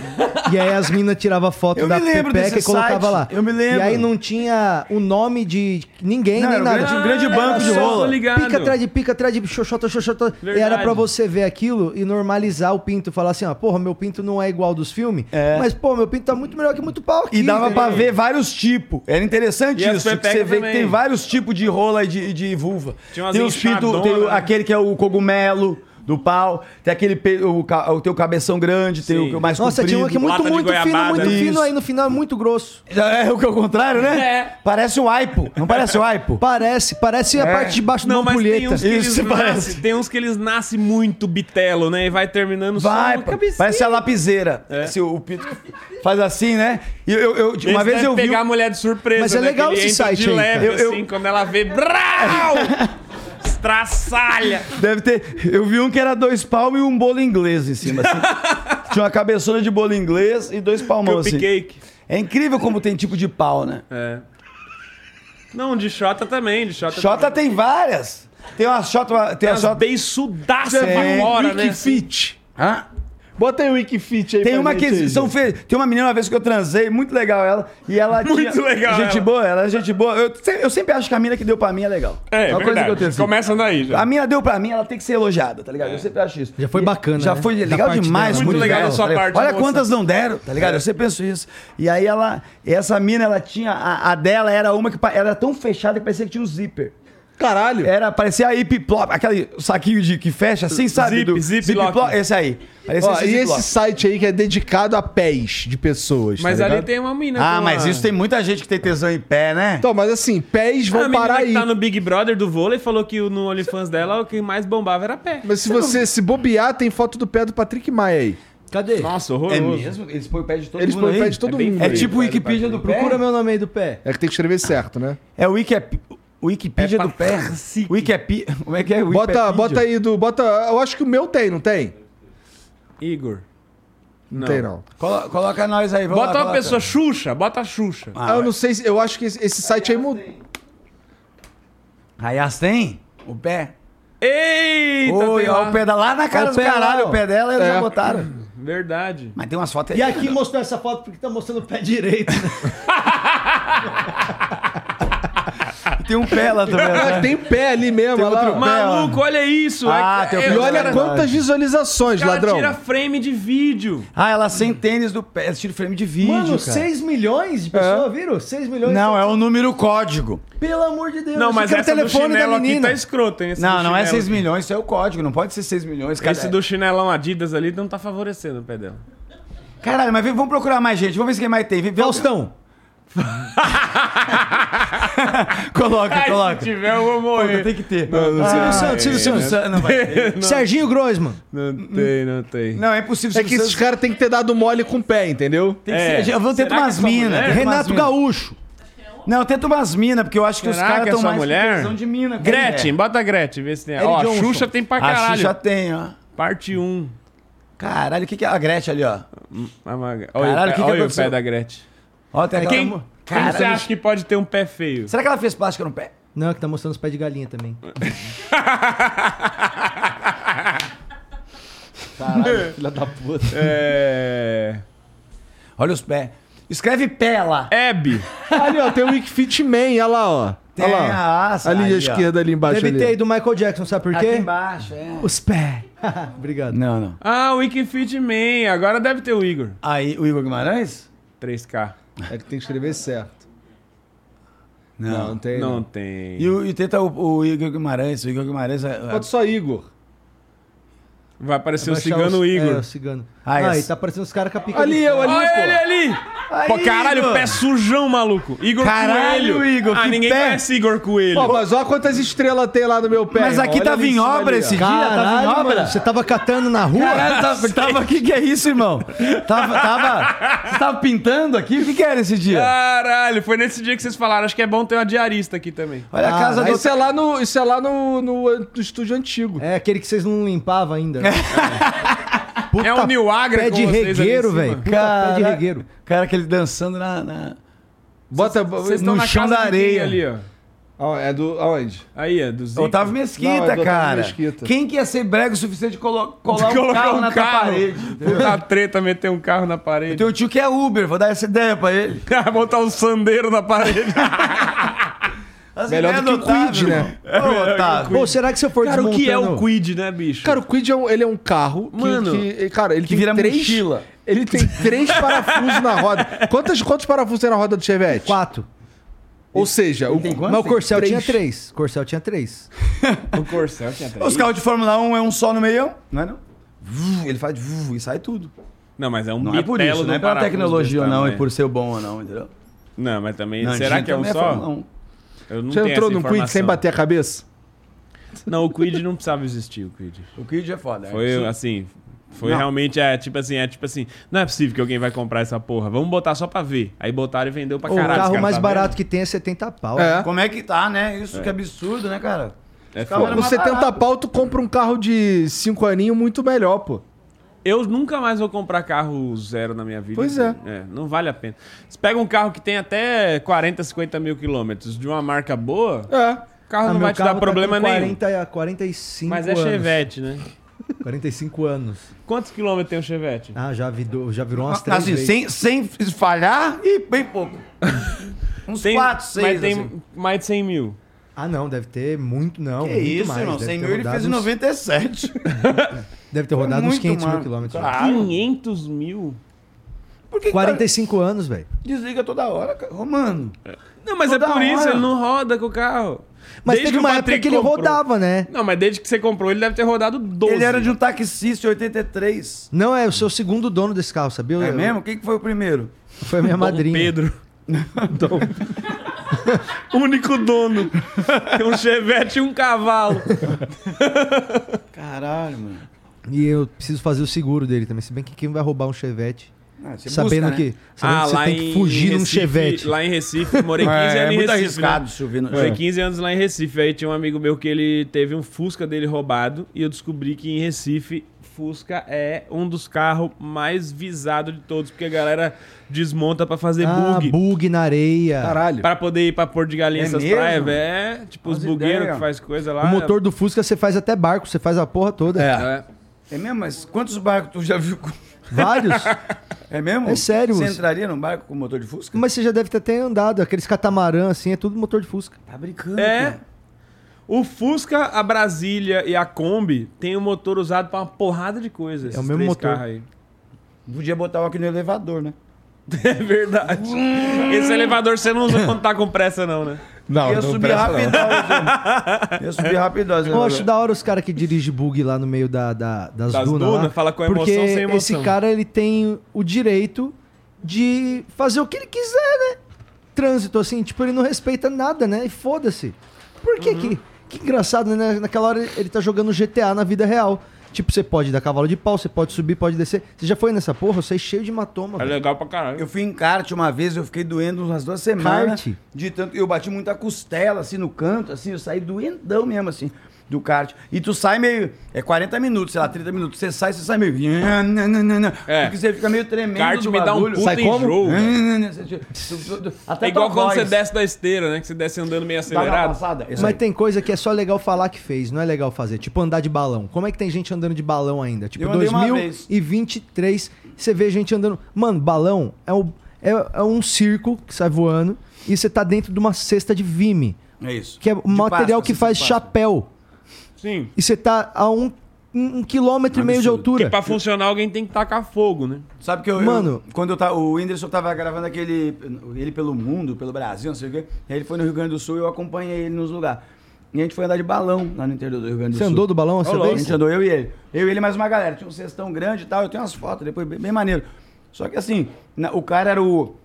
S1: E aí as minas tiravam foto
S4: Eu
S1: da
S4: me lembro
S1: pepeca e
S4: desse
S1: colocava
S4: site,
S1: lá.
S4: eu me lembro.
S1: E aí não tinha o nome de ninguém,
S4: Não,
S1: nem
S4: era um
S1: nada.
S4: grande- um grande
S1: Era
S4: banco de
S1: só
S5: rola. Ah, é, Tô ligado.
S1: Pica atrás de pica, atrás de xoxota, xoxota. E era
S5: Verdade.
S1: pra você ver aquilo e normalizar o pinto. Falar assim, ó, porra, meu pinto não é igual dos filmes,
S4: É.
S1: mas, pô, meu pinto tá muito melhor que muito pau aqui.
S4: E dava
S1: entendeu?
S4: pra ver vários tipos. Era interessante
S5: E as
S4: isso. Que
S5: pepecas
S4: você vê que
S5: também.
S4: tem vários tipos de rola e de, e de vulva.
S5: Tinha umas
S4: tem os pinto,
S5: inchadonas,
S4: tem o-
S5: né?
S4: aquele que é o cogumelo. do pau. Tem aquele pe- o, ca- o teu cabeção grande, tem
S5: Sim.
S4: o que- o mais
S1: Nossa,
S4: comprido.
S1: tinha um aqui muito,
S5: lata de
S1: muito fino,
S5: goiabada.
S1: muito fino,
S4: Isso.
S1: aí no final é muito grosso.
S4: É o que é o contrário, né?
S5: É.
S4: Parece o aipo. Não parece o aipo?
S1: Parece, parece
S4: É.
S1: a parte de baixo da
S5: Não, mas tem
S1: ampulheta.
S5: uns, que eles
S4: Isso
S5: nascem,
S4: parece.
S5: tem uns que eles nascem muito bitelo, né? E vai terminando
S4: Vai,
S5: só uma
S4: pá.
S5: cabecinha.
S4: parece a lapiseira. Se o Pito faz assim, né? E eu, eu- uma
S5: É. Esse
S4: vez
S5: deve
S4: eu vi. um-
S5: pegar a mulher de surpresa.
S1: Mas é
S5: né?
S1: legal
S5: Que ele
S1: esse
S5: entra
S1: site
S5: de
S1: aí,
S5: leve,
S4: cara. Eu-
S5: assim,
S4: eu-
S5: quando ela vê... Brau! Estraçalha!
S4: Deve ter. Eu vi um que era dois palmos e um bolo inglês em cima. assim. Tinha uma cabeçona de bolo inglês e dois palmão assim.
S5: Cupcake.
S4: É incrível como tem tipo de pau, né?
S5: É. Não, de Xota também, de Xota.
S4: Xota tem várias. Tem uma Xota. Tem,
S5: tem
S4: uma
S5: umas
S4: Xota-
S5: beiçudaças
S4: Tem
S5: pra fora, né?
S2: Wikifit. Hã? Bota aí o Wikifit aí
S4: tem
S2: pra
S4: uma
S2: gente
S4: que
S2: aí,
S4: são
S2: gente.
S4: fe... Tem uma menina uma vez que eu transei, muito legal ela. E ela
S5: Muito
S4: tinha-
S5: legal
S4: Gente
S5: ela.
S4: boa, ela é gente boa. Eu, se- eu sempre acho que a mina que deu pra mim é legal.
S5: É,
S4: uma
S5: verdade.
S4: coisa que eu tenho. assim.
S5: Começa daí já.
S4: A mina deu pra mim, ela tem que ser elogiada, tá ligado? Eu sempre acho isso.
S1: Já foi
S4: E-
S1: bacana,
S4: Já
S1: né?
S4: foi
S1: Da
S4: legal
S1: parte
S4: demais,
S1: dela.
S5: É. Muito legal
S4: legal
S5: da sua
S4: tá ligado?
S5: parte,
S4: Olha
S5: moça. É.
S4: quantas não deram, tá ligado? Eu sempre penso isso. E aí ela, essa mina, ela tinha. A, a dela era uma que pa- era tão fechada que parecia que tinha um zíper.
S2: Caralho.
S4: Era, parecia a hip plop, aquele saquinho de, que fecha assim, sabe?
S5: Zip, zip lock.
S4: plop, esse aí. Parecia
S2: Ó, e
S4: zip
S2: esse
S4: lock.
S2: site aí que é dedicado a pés de pessoas.
S5: Mas
S2: tá
S5: ali
S2: ligado?
S5: tem uma mina.
S4: Ah,
S5: é com
S4: mas
S5: uma-
S4: isso tem muita gente que tem tesão em pé, né?
S2: Então, mas assim, pés
S5: Ah,
S2: vão
S5: a menina
S2: parar
S5: que
S2: aí.
S5: tá no Big Brother do vôlei falou que no OnlyFans dela o que mais bombava era pé.
S2: Mas se você se bobear, tem foto do pé do Patrick Maia aí.
S1: Cadê?
S5: Nossa, horroroso.
S4: É Eles põem o pé de todo
S2: Eles põem o pé de todo
S5: É bem
S2: mundo.
S4: É
S2: aí.
S4: tipo o Wikipedia do pé.
S1: Procura meu nome aí do pé.
S2: É que tem que escrever certo, né?
S4: É o Wikip- o Wikipedia
S5: É
S4: do pé.
S5: patarsique.
S4: Wikipedia. Como é que é?
S2: Bota,
S4: Wikipedia.
S2: bota aí do. Bota. Eu acho que o meu tem, não tem?
S5: Igor.
S2: Não, tem, não.
S4: Colo- coloca nós aí. vamos lá,
S5: Bota uma
S4: coloca.
S5: pessoa Xuxa, bota a Xuxa.
S2: Ah, eu não sei se. Eu acho que esse, esse site aí mudou.
S4: Raias tem? assim, O pé?
S5: Eita,
S4: Oi,
S5: tem
S4: ó,
S5: lá.
S4: o pé dela lá na
S1: É
S4: cara
S1: o
S4: do
S1: pé lá,
S4: caralho.
S1: ó.
S4: o pé dela eles
S2: É.
S4: já botaram.
S5: Verdade.
S4: Mas tem umas fotos
S1: E aqui mostrou essa foto porque tá mostrando o pé direito.
S4: tem um pé lá também.
S2: Ah,
S4: né?
S2: tem pé ali mesmo, olha lá.
S4: outro pé.
S5: Maluco, olha isso. É
S4: Ah, tem o
S2: E
S4: pé
S2: olha
S4: Verdade.
S2: quantas visualizações,
S5: cara
S2: ladrão. É
S5: tira frame de vídeo.
S4: Ah, ela sem tênis do pé. Ela tira o frame de vídeo,
S1: Mano,
S4: cara.
S1: 6 milhões de pessoas, viram? 6
S5: Então,
S1: milhões.
S4: Não, é o número código.
S1: Pelo amor de Deus.
S5: Não,
S1: achei
S5: mas
S4: é
S1: que era
S5: essa do chinelo aqui tá escroto, hein? Esse
S4: Não,
S5: do
S4: não é
S5: chinelo
S4: 6
S5: aqui.
S4: milhões, isso é o código. Não pode ser 6 milhões, cara.
S5: Esse do chinelão Adidas ali não tá favorecendo o pé dela.
S4: Caralho, mas vem- vamos procurar mais gente. Vamos ver se quem mais tem. Vem, vem-
S1: Faustão.
S4: Coloca,
S5: Ai, se
S4: coloca.
S5: tiver, eu vou morrer.
S4: Tem que ter. Ah, é,
S1: Silvio Santos, Silvio Santos.
S4: Não, vai ter.
S1: Serginho
S5: é
S1: Grossman.
S5: Não tem, não tem.
S4: Não, é impossível.
S2: É que esses caras têm que ter dado mole com o pé, entendeu?
S4: Tem
S5: É.
S4: que ser, eu vou tentar
S5: Será que
S4: umas
S5: é sua
S4: minas.
S5: mulher?
S1: Renato Gaúcho.
S4: Não, tenta umas minas, porque eu acho que os
S5: Será
S4: caras
S5: que é
S4: estão
S5: sua
S4: mais
S5: mulher?
S4: com tesão de mina. cara.
S5: Gretchen, bota a Gretchen, vê se tem.
S1: Eric
S5: Ó, a
S1: Johnson.
S5: Xuxa tem pra
S4: Ah, A Xuxa
S5: caralho.
S4: já tem, ó.
S5: Parte 1.
S4: Caralho, o que que é? A Gretchen ali, ó. Caralho, o que
S5: Caralho, o que
S4: que
S5: Olha o
S4: aconteceu?
S5: pé da Gretchen.
S4: Ó, tem aquela...
S5: Quem,
S4: mo-
S5: quem
S4: Caralho.
S5: você acha que pode ter um pé feio?
S4: Será que ela fez plástica no pé?
S1: Não, que tá mostrando os pés de galinha também.
S5: Ah,
S4: Caralho, filha da puta.
S5: É.
S4: Olha os pés. Escreve pé lá.
S5: Hebe.
S2: Ali, ó, tem o Wikifit Man, olha lá, ó.
S4: Tem
S2: olha lá.
S4: a aça
S2: ali à
S4: aí, ó. Tá
S2: esquerda, ali embaixo.
S1: Deve
S2: ali.
S1: ter aí do Michael Jackson, sabe por
S4: Aqui
S1: quê?
S4: embaixo, é.
S1: Os pés. Obrigado.
S4: Não, não.
S5: Ah, o Wikifit Man. Agora deve ter o Igor.
S4: Aí, o Igor Guimarães?
S5: 3K.
S2: É que tem que escrever certo.
S4: Não.
S2: tem.
S5: Não
S1: né?
S2: Não.
S5: tem.
S4: E, o, e tenta o, o Igor Guimarães. O Igor Guimarães... é-
S2: Bota só Igor.
S5: Vai aparecer o
S1: Vai achar
S5: cigano
S1: os-
S5: Igor.
S1: É, o cigano.
S4: Ah,
S1: Ah,
S4: esse.
S1: e tá parecendo os caras com a pica
S2: Ali,
S1: de
S2: eu,
S1: fora.
S2: ali.
S5: Olha
S2: pô.
S5: ele ali! Pô, caralho, pé sujão, maluco. Igor
S4: Caralho,
S5: Coelho.
S4: Igor,
S5: ah,
S4: que
S5: ninguém
S4: pé.
S5: conhece Igor Coelho.
S2: Pô, mas olha quantas estrelas tem lá no meu pé.
S4: Mas
S2: irmão.
S4: aqui
S2: Olha
S4: tava
S2: ali
S4: em
S2: cima,
S4: obra
S2: ali, ó.
S4: esse dia? Tava em
S1: Caralho,
S4: obra?
S1: mano, você tava catando na rua?
S4: Caralho, tava, tava aqui, que é isso, irmão? Tava, tava, você tava pintando aqui? O que que era esse dia?
S5: Caralho, foi nesse dia que vocês falaram. Acho que é bom ter uma diarista aqui também.
S4: Olha a casa
S2: Ah,
S4: do...
S2: isso é lá no, isso é lá no, no, no estúdio antigo.
S1: É aquele que vocês não limpavam ainda. né? Puta
S5: É o New Agra
S1: pé
S5: com
S1: de
S5: vocês ali em
S1: regueiro,
S5: cima.
S1: velho. Puta
S4: Cara,
S1: Pé de regueiro.
S4: Cara, aquele dançando na... na-
S2: Bota
S5: Vocês
S4: no
S5: estão na
S4: chão
S5: casa
S4: da
S5: de quem
S4: areia. tá
S5: ali, ó.
S2: Ó, é do aonde?
S5: Aí, é do Zico.
S4: Otávio
S2: Não, é do
S4: Mesquita,
S2: Otávio
S4: cara.
S2: Mesquita.
S4: Quem que ia ser brega o suficiente de colo- colar um
S5: Colocar
S4: carro
S5: um
S4: na tua
S5: carro.
S4: parede? entendeu?
S5: Puta treta, meter um carro na
S4: Eu
S5: parede.
S4: tenho um tio que é Uber, vou dar essa ideia pra ele.
S5: Botar um sandeiro na parede.
S4: As
S2: Melhor
S4: ideias
S2: do que o
S4: Otávio,
S2: Quid, né?
S4: irmão. Ô, Otávio.
S1: Pô, será que se eu for
S5: Cara, o que é o
S1: desmontando-
S5: Quid, né, bicho?
S2: Cara, o Quid é um, ele é um carro que-
S5: Mano,
S2: que, cara, ele
S4: que
S2: tem
S4: vira
S2: três,
S4: mochila.
S2: Ele tem três parafusos na roda. Quantos, quantos parafusos tem na roda do Chevette?
S1: Quatro.
S2: Ou seja, É o...
S4: tem quanto?
S1: Mas o Corcel
S2: Três.
S1: tinha três. Corcel tinha três.
S5: O Corcel tinha três.
S4: Os carros de Fórmula 1 é um só no meião, não é não? Vuv, Ele faz vuv e sai tudo.
S5: Não, mas é um
S4: Não é por
S5: bitelo
S4: isso,
S5: do
S4: não é pela
S5: parafuso
S4: tecnologia ou
S5: desse
S4: não, e
S5: tamanho.
S4: por ser bom ou não, entendeu?
S5: Não, mas também.
S4: Não,
S5: né? será
S4: gente,
S5: que é um
S4: também Fórmula
S5: só?
S4: 1.
S5: Eu não
S2: Você
S5: tenho
S2: entrou
S5: essa
S2: num quid sem
S5: informação.
S2: bater a cabeça?
S5: Não, o Quid não precisava existir, o Quid.
S4: O Kid é foda.
S5: Foi
S4: é.
S5: assim. Foi
S4: Não.
S5: realmente, é tipo assim, é tipo assim, não é possível que alguém vai comprar essa porra. Vamos botar só pra ver. Aí botaram e vendeu pra
S1: o
S5: caralho.
S1: carro
S5: esse cara
S1: mais
S5: tá
S1: barato que tem é 70 pau.
S2: É.
S4: Como é que tá, né? Isso que absurdo, né, cara?
S5: vendo? É
S4: carro
S5: foda.
S4: era
S2: Com
S4: mais
S2: 70
S4: barato.
S2: pau, tu compra um carro de 5 aninhos muito melhor, pô.
S5: Eu nunca mais vou comprar carro zero na minha vida.
S2: Pois é.
S5: Não vale a pena. Você pega um carro que tem até 40, 50 mil quilômetros de uma marca boa,
S2: É.
S5: o carro
S1: Ah,
S5: não
S1: meu
S5: vai te
S1: carro
S5: dar
S1: tá
S5: problema
S1: com
S5: nenhum.
S1: 40, a 45
S5: Mas é
S1: anos.
S5: Chevette, né?
S1: 45 anos.
S5: Quantos quilômetros tem o Chevette?
S1: Ah, já, vidou- já virou umas três
S4: Assim,
S1: vezes.
S4: sem, sem falhar e bem pouco. Uns assim.
S5: Tem-
S4: 4, 6.
S5: Mas tem um- mais de 100 mil.
S1: Ah, não, deve ter muito, não.
S4: Que
S1: muito
S4: isso,
S1: mais.
S4: irmão.
S1: Deve
S4: 100
S1: ter
S4: mil ele
S1: rodado
S4: fez em
S1: uns-
S4: 97.
S1: Deve ter rodado uns
S4: Muito
S1: 500 mil
S4: mais.
S1: quilômetros.
S4: Claro.
S5: 500 mil?
S4: Por que, que
S1: 45 anos, velho.
S4: tá- desliga toda hora, cara? Romano.
S5: Não, mas
S4: Toda
S5: é por isso,
S4: hora.
S5: ele não roda com o carro.
S1: Mas
S5: Desde
S1: teve uma
S5: o
S1: época
S5: Patrick
S1: que ele
S5: comprou-
S1: rodava, né?
S5: Não, mas desde que você comprou, ele deve ter rodado 12.
S4: Ele era de um taxista em 83.
S1: Não, é o seu segundo dono desse carro, sabia?
S4: É
S1: Eu-
S4: mesmo? Quem que foi o primeiro?
S1: Foi a minha madrinha.
S5: Pedro. Único dono. Tem um chevette e um cavalo.
S4: Caralho, mano.
S1: E eu preciso fazer o seguro dele também. Se bem que quem vai roubar um Chevette,
S4: Ah, você
S1: sabendo
S4: busca, né?
S1: que, sabendo que você tem que fugir num
S5: Ah, Recife-
S1: Chevette. É.
S5: Lá em Recife, morei 15
S4: É, é
S5: anos em
S4: muito
S5: Recife. né?
S4: arriscado chover no
S5: Morei 15 anos lá em Recife. Aí tinha um amigo meu que ele teve um Fusca dele roubado. E eu descobri que em Recife, Fusca é um dos carros mais visados de todos. Porque a galera desmonta pra fazer
S1: Ah,
S5: bug.
S1: bug na areia.
S2: Caralho.
S5: Pra poder ir pra Porto de Galinha
S4: É
S5: essas
S4: mesmo?
S5: praias, velho. É, tipo, os
S4: As
S5: bugueiros
S4: ideias.
S5: que faz coisa lá.
S1: O motor do Fusca você faz até barco, você faz a porra toda.
S5: Ah, É.
S4: É mesmo? Mas quantos barcos tu já viu? com-
S1: Vários.
S4: É mesmo?
S1: É sério,
S4: Você
S1: moço.
S4: entraria num barco com motor de Fusca?
S1: Mas você já deve ter até andado. Aqueles catamarã, assim, é tudo motor de Fusca.
S4: Tá brincando.
S5: É.
S4: cara.
S5: O Fusca, a Brasília e a Kombi tem um motor usado pra uma porrada de coisa. esses
S1: o mesmo
S5: três
S1: motor.
S5: carros aí.
S4: Podia botar o aqui no elevador, né?
S5: É verdade.
S4: Hum.
S5: Esse elevador você não usa quando tá com pressa, não, né?
S2: Não,
S4: Ia subir
S2: presta, não.
S4: rapidão. gente. Ia subir rapidão. esse
S1: Eu acho
S4: elevador.
S1: da hora os caras que dirigem bug lá no meio da, da- das,
S5: Das
S1: dunas.
S5: dunas,
S1: lá,
S5: fala com emoção,
S1: porque
S5: sem emoção.
S1: Esse cara ele tem o direito de fazer o que ele quiser, né? Trânsito, assim, tipo, ele não respeita nada, né? E foda-se. Por
S5: Uhum.
S1: que que. Que engraçado, né? Naquela hora ele tá jogando GTA na vida real. Tipo, você pode dar cavalo de pau, você pode subir, pode descer. Você já foi nessa porra? Você é cheio de matoma.
S5: É
S1: velho.
S5: legal pra caralho.
S4: Eu fui em kart uma vez, eu fiquei doendo umas duas semanas.
S1: Kart?
S4: De tanto, eu bati muita costela, assim, no canto, assim, eu saí doendão mesmo, assim, do kart. E tu sai meio. É 40 minutos, sei lá, 30 minutos. Você sai, você sai meio.
S5: É.
S4: Porque você fica meio tremendo.
S5: Kart
S4: do
S5: me dá um
S4: bagulho.
S5: puta
S2: Sai como?
S5: enjoo.
S4: Hum. Tu-
S5: velho.
S4: tu- tu- Até
S5: É igual
S4: tua
S5: quando você
S4: voz.
S5: desce da esteira, né? Que você desce andando meio
S4: Dá uma
S5: acelerado.
S4: passada. Isso
S1: Mas
S4: aí.
S1: tem coisa que é só legal falar que fez, não é legal fazer. Tipo andar de balão. Como é que tem gente andando de balão ainda? Tipo,
S4: Eu andei uma
S1: 2023, você vê gente andando. Mano, balão é, o- é- é um circo que sai voando e você tá dentro de uma cesta de vime,
S4: É isso.
S1: que é um
S4: De
S1: material
S4: pasta,
S1: que
S4: assim,
S1: faz
S4: de pasta.
S1: chapéu.
S5: Sim.
S1: E você tá a um, um- um quilômetro e meio de
S5: Porque
S1: altura.
S5: pra funcionar alguém tem que tacar fogo, né?
S4: Sabe que eu.
S1: Mano.
S4: eu- quando eu tava, o Whindersson tava gravando aquele. Ele pelo mundo, pelo Brasil, não sei o quê. Aí ele foi no Rio Grande do Sul e eu acompanhei ele nos lugares. E a gente foi andar de balão lá no interior do Rio Grande do
S1: Você
S4: Sul.
S1: andou do balão essa
S4: Rolou, A
S1: vez?
S4: gente andou, eu e ele. Eu e ele e mais uma galera. Tinha um cestão grande e tal. Eu tenho umas fotos depois, bem, bem maneiro. Só que assim, na- o cara era o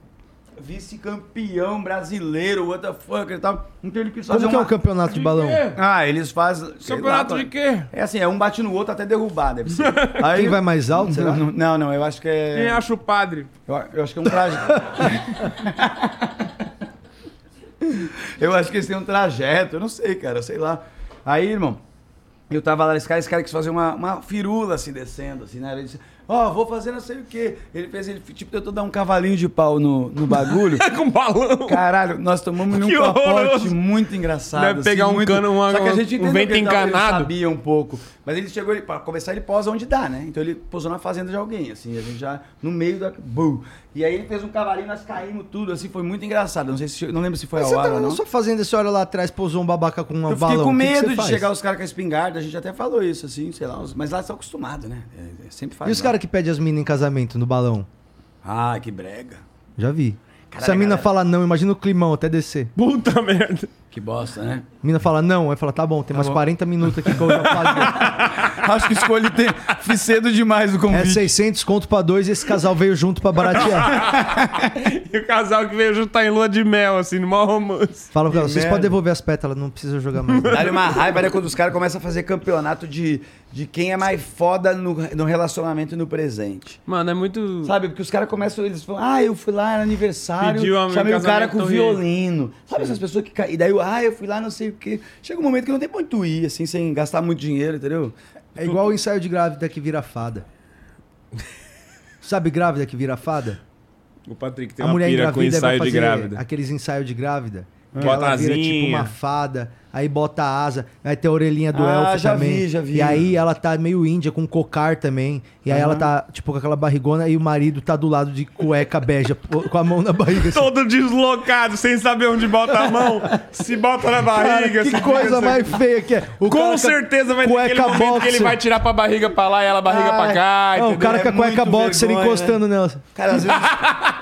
S4: vice-campeão brasileiro, what the fuck e tal. Então ele quis fazer
S1: Como que é
S4: uma...
S1: um campeonato de balão?
S5: quê?
S4: Ah, eles fazem... sei lá,
S5: Campeonato de
S4: qual-
S5: quê?
S4: É assim, é um bate no outro até derrubar, deve ser. Aí...
S1: Quem vai mais alto, será?
S4: Não, não, não, não, eu acho que é...
S5: Quem acha o padre?
S4: Eu, eu acho que é um trajeto. eu acho que eles têm um trajeto, eu não sei, cara, sei lá. Aí, irmão, eu tava lá nesse cara, esse cara quis fazer uma, uma firula assim, descendo, assim, né? Ele disse, ó, vou fazer não sei o quê. Ele fez, ele, tipo, tentou dar um cavalinho de pau no, no bagulho.
S5: Com balão.
S4: Caralho, nós tomamos um
S5: Que
S4: capote
S5: horroroso.
S4: muito engraçado. assim,
S5: Deve pegar um
S4: muito...
S5: cano, uma-
S4: Só que a
S5: um
S4: gente entendeu que
S5: vento
S4: ele tava- ele
S5: encanado.
S4: sabia um pouco. Mas ele chegou, ele, pra começar, ele posa onde dá, né? Então ele posou na fazenda de alguém, assim, a gente já no meio da. Bum. E aí ele fez um cavalinho, nós caímos tudo, assim, foi muito engraçado. Não sei se não lembro se foi
S1: Mas
S4: ao
S1: você tá
S4: ar
S1: tava
S4: ou
S1: na
S4: não.
S1: sua fazenda, essa hora lá atrás pousou um babaca com um balão.
S4: Eu fiquei com
S1: O que que
S4: medo
S1: você
S4: de
S1: faz?
S4: chegar os caras com a espingarda, a gente até falou isso, assim, sei lá, os- mas lá estão acostumados, né? É, é, sempre faz.
S1: E os
S4: lá.
S1: caras que pedem as minas em casamento no balão?
S4: Ah, que brega.
S1: Já vi. Se a mina fala não, imagina o climão até descer.
S5: Puta merda.
S4: Que bosta, né?
S1: A mina fala não, aí fala, tá bom, tem mais 40 minutos aqui que eu já fazer.
S6: Acho que escolhi ter. Fiz cedo demais o
S1: É
S6: convite.
S1: 600 conto pra dois e esse casal veio junto pra baratear.
S5: E o casal que veio junto tá em lua de mel, assim, no maior romance.
S1: Fala pra ela, vocês podem devolver as pétalas, não precisa jogar mais.
S4: Dá-lhe uma raiva, né? Quando os caras começam a fazer campeonato de, de quem é mais foda no, no relacionamento e no presente.
S5: Mano, é muito.
S4: Sabe? Porque os caras começam, eles falam, ah, eu fui lá, era aniversário,
S5: Pediu a-
S4: chamei o cara
S5: casamento
S4: com
S5: e-
S4: violino. Sabe essas pessoas que caem? E daí, eu, ah, eu fui lá, não sei o quê. Chega um momento que não tem pra onde tu ir, assim, sem gastar muito dinheiro, entendeu?
S1: É igual o ensaio de grávida que vira fada. Sabe grávida que vira fada?
S5: O Patrick tem uma pira com ensaio de grávida.
S1: aqueles ensaios de grávida. que
S5: Bota
S1: ela vira
S5: asinha.
S1: tipo uma fada, aí bota a asa, aí tem a orelhinha do
S4: Ah,
S1: elfo
S4: já
S1: também.
S4: vi, já vi.
S1: E aí ela tá meio índia, com cocar também. E aí ela tá, tipo, com aquela barrigona e o marido tá do lado de cueca beija, pô, com a mão na barriga. assim.
S5: Todo deslocado, sem saber onde bota a mão, se bota na barriga. se
S1: Que
S5: fica
S1: coisa
S5: assim.
S1: mais feia que é. O
S5: Com
S1: cara
S5: certeza vai ter
S1: cueca
S5: aquele momento que ele
S1: boxer.
S5: vai tirar pra barriga pra lá e ela barriga pra cá.
S1: Não, o
S5: entendeu?
S1: cara
S4: É
S1: com a cueca
S4: muito
S1: boxer
S4: vergonha,
S1: encostando nela.
S4: Cara, às vezes.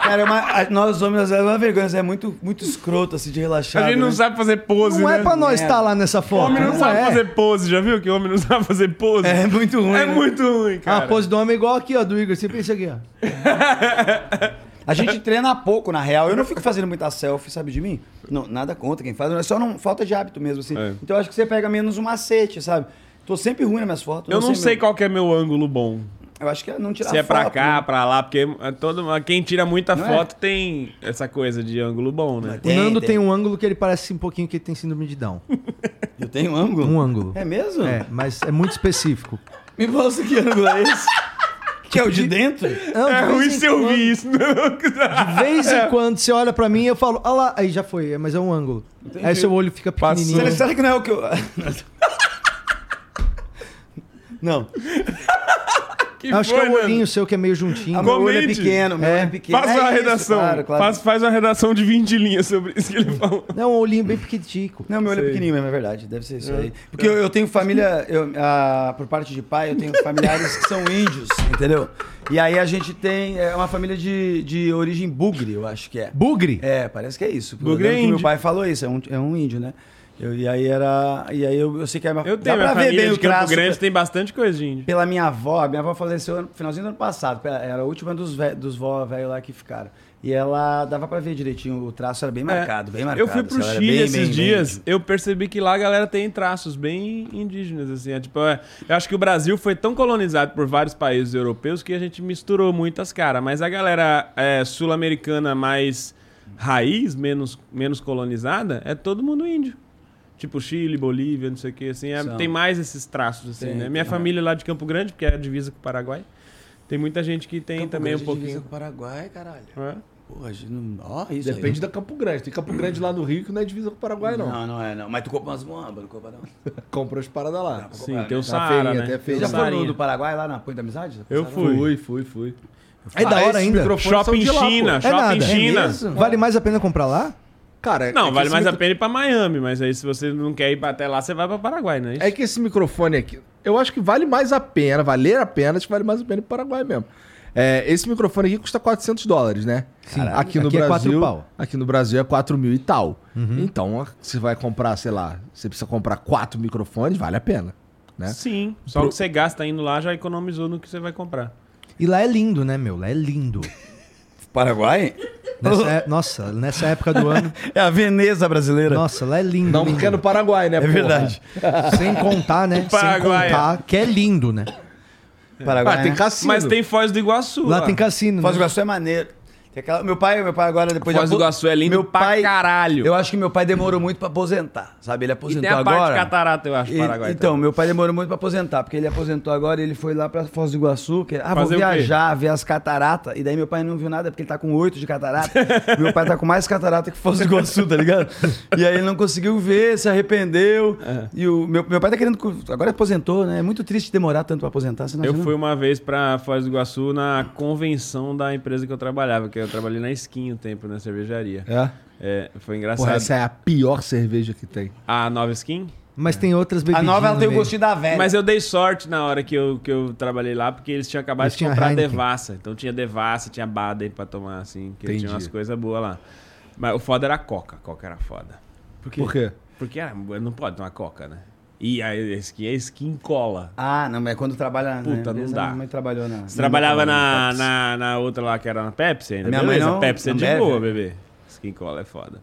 S4: cara, é uma- a- nós homens, às vezes, é uma vergonha, é muito, muito escroto, assim, de relaxar.
S5: A gente não
S4: né?
S5: sabe fazer pose,
S1: Não
S5: né?
S1: é pra nós estar lá nessa foto.
S5: Homem não, sabe
S1: é.
S5: fazer pose, já viu que homem não sabe fazer pose?
S6: É muito ruim. né?
S5: É muito ruim,
S1: Ah,
S5: cara.
S1: a pose do homem é igual aqui, ó, do Igor. Sempre isso aqui, ó.
S4: A gente treina pouco, na real. Eu não fico fazendo muita selfie, sabe de mim? Não, nada contra quem faz, é só não, falta de hábito mesmo, assim.
S5: É.
S4: Então eu acho que você pega menos um macete, sabe? Tô sempre ruim nas minhas fotos.
S5: Eu não sei
S4: mesmo.
S5: qual que é meu ângulo bom.
S4: Eu acho que é não tirar
S5: Se é pra
S4: foto,
S5: cá,
S4: né?
S5: pra lá, porque é todo, quem tira muita
S4: Não é?
S5: foto tem essa coisa de ângulo bom, né?
S1: O Nando tem
S4: tem.
S1: um ângulo que ele parece um pouquinho que ele tem síndrome de Down.
S4: Eu tenho ângulo?
S1: Um ângulo.
S4: É mesmo?
S1: É, mas é muito específico.
S4: Me mostra que ângulo é esse. que é o de dentro?
S1: Não,
S5: É
S1: de vez
S5: ruim
S1: em
S5: se eu
S1: quando-
S5: vi isso. né?
S1: De vez em quando você olha pra mim e eu falo, ah lá, aí já foi, é, mas é um ângulo. Aí seu olho fica pequenininho.
S4: Será, será que não é o que eu... não.
S5: Que né?
S1: Acho que é o
S5: Nando?
S1: olhinho seu que é meio juntinho.
S4: Ah, meu olho é
S5: Comente.
S4: pequeno, meu
S1: É.
S4: olho é pequeno.
S5: Faz
S4: É
S5: uma
S4: isso,
S5: redação.
S4: Claro, claro.
S5: Faz, faz uma redação de 20 linhas sobre isso que ele falou.
S1: Não, um olhinho bem pequitico.
S4: Não, meu olho é pequenininho mesmo, é verdade. Deve ser isso aí. Porque eu, eu tenho família, eu, ah, por parte de pai, eu tenho familiares que são índios, entendeu? E aí a gente tem é uma família de, de origem bugre, eu acho que é.
S1: Bugre?
S4: É, parece que é isso.
S5: Bugre
S4: Eu lembro
S5: é
S4: que
S5: índio.
S4: Meu pai falou isso, é um, é um índio, né? Eu- e aí era. E aí eu, eu sei que é uma.
S5: Eu tenho, minha família de Campo
S4: traço né?
S5: Grande
S4: pe-
S5: tem bastante coisa de índio.
S4: Pela minha avó, a minha avó faleceu no finalzinho do ano passado. pe- Era a última dos, vé, dos vó velho lá que ficaram. E ela dava pra ver direitinho, o traço era bem marcado, bem marcado.
S5: É, Eu fui pro
S4: assim, ela era
S5: Chile
S4: bem,
S5: esses
S4: bem, bem
S5: dias,
S4: índio.
S5: eu percebi que lá a galera tem traços bem indígenas, assim. é tipo, é, eu acho que o Brasil foi tão colonizado por vários países europeus que a gente misturou muitas caras. Mas a galera é, sul-americana mais raiz, menos, menos colonizada, é todo mundo índio. Tipo Chile, Bolívia, não sei o que, assim. é-
S4: São.
S5: tem mais esses traços, assim,
S4: Tem,
S5: né?
S4: tem
S5: Minha
S4: mais.
S5: família lá de Campo Grande, porque é a divisa com o Paraguai, tem muita gente que tem
S4: Campo
S5: também
S4: Grande
S5: um
S4: divisa
S5: pouquinho.
S4: com o Paraguai, caralho. Tá
S5: É.
S4: Porra, gente, não... Ó, isso
S2: Depende
S4: aí.
S2: da Campo Grande. Tem Campo Grande lá no Rio que não é divisa com o Paraguai, não.
S4: Não, não é, não. Mas tu compra umas bombas, não compra, não.
S2: Compra as paradas lá.
S5: Sim, tem o
S4: Tá
S2: Na
S5: Saara,
S2: feirinha,
S5: né?
S2: até
S5: Tem o
S4: Você já foi
S5: Saarinha.
S4: no do Paraguai, lá na Ponte da Amizade?
S5: Eu fui.
S2: Fui, fui, fui. Ah,
S1: É da hora ainda.
S5: Shopping China,
S1: É
S5: Shopping
S1: nada.
S5: China.
S1: É mesmo? vale mais a pena comprar lá?
S2: Cara,
S5: Não,
S2: é que
S5: vale
S2: esse
S5: mais a
S2: micro-
S5: pena ir pra Miami, mas aí se você não quer ir pra- até lá, você vai pra Paraguai, né?
S2: É que esse microfone aqui, eu acho que vale mais a pena, valer a pena, acho que vale mais a pena pro Paraguai mesmo. É, esse microfone aqui custa 400 dólares, né?
S1: Sim.
S2: Aqui no
S1: Aqui é quatro
S2: Brasil,
S1: pau.
S2: aqui no Brasil é 4 mil e tal. Então, você vai comprar, sei lá, você precisa comprar quatro microfones, vale a pena, né?
S5: Sim, só o que você gasta indo lá já economizou no que você vai comprar.
S1: E lá é lindo, né, meu? Lá é lindo.
S4: Paraguai?
S1: Nessa é- Nossa, nessa época do ano.
S4: É a Veneza brasileira.
S1: Nossa, lá é lindo.
S2: Não
S1: lindo.
S2: porque é no Paraguai, né?
S4: é verdade.
S1: Sem contar, né? Sem
S5: Paraguai,
S1: contar que é lindo, né?
S4: Paraguai.
S2: Ah, tem
S4: né?
S2: cassino.
S5: É. Mas tem Foz do Iguaçu.
S1: Lá tem cassino.
S4: Foz do
S1: né?
S4: Iguaçu é maneiro. Tem aquela- Meu pai, meu pai agora depois
S5: Foz do Iguaçu é lindo
S4: meu
S5: pra
S4: pai,
S5: caralho.
S4: Eu acho que meu pai demorou muito pra aposentar, sabe? Ele
S5: E
S4: aposentou
S5: tem a
S4: agora.
S5: parte de catarata, eu acho, do
S4: Ele-
S5: Paraguai.
S4: então,
S5: também.
S4: meu pai demorou muito pra aposentar, porque ele aposentou agora e ele foi lá pra Foz do Iguaçu, que, ah,
S5: Fazer o
S4: vou
S5: quê?
S4: viajar, ver as cataratas. E daí meu pai não viu nada, porque ele tá com oito de catarata. meu pai tá com mais catarata que Foz do Iguaçu, tá ligado? E aí ele não conseguiu ver, se arrependeu.
S5: É.
S4: E o meu, meu pai tá querendo... cu- Agora aposentou, né? É muito triste demorar tanto pra aposentar. Você não
S5: Eu
S4: acha, não?
S5: fui uma vez pra Foz do Iguaçu na convenção da empresa que eu trabalhava, que eu trabalhei na Skin um tempo, na cervejaria.
S2: É.
S5: É, foi engraçado.
S2: Porra, essa é a pior cerveja que tem.
S5: A nova Skin?
S1: Mas tem outras
S4: A
S1: bebidinhas.
S4: nova ela tem
S1: no
S4: o
S1: meio.
S4: gostinho da velha.
S5: Mas eu dei sorte na hora que eu, que eu trabalhei lá, porque eles tinham acabado
S1: Eles
S5: de
S1: tinham
S5: comprar
S1: Heineken.
S5: devassa. Então tinha devassa, tinha Baden pra tomar, assim, que
S2: Entendi.
S5: tinha umas coisas boas lá. Mas o foda era a coca. A coca era foda.
S2: Por quê? Por quê?
S5: Porque era, não pode tomar coca, né? E a skin, a skin cola.
S4: Ah, não, mas quando trabalha
S5: Puta, não
S4: na empresa,
S5: dá.
S4: Minha mãe trabalhou na...
S5: Você trabalhava na, na, na outra lá que era na Pepsi ainda?
S4: Minha mãe
S5: Beleza,
S4: não,
S5: Pepsi é
S4: não
S5: de
S4: bebe.
S5: boa, bebê. Skin cola é foda.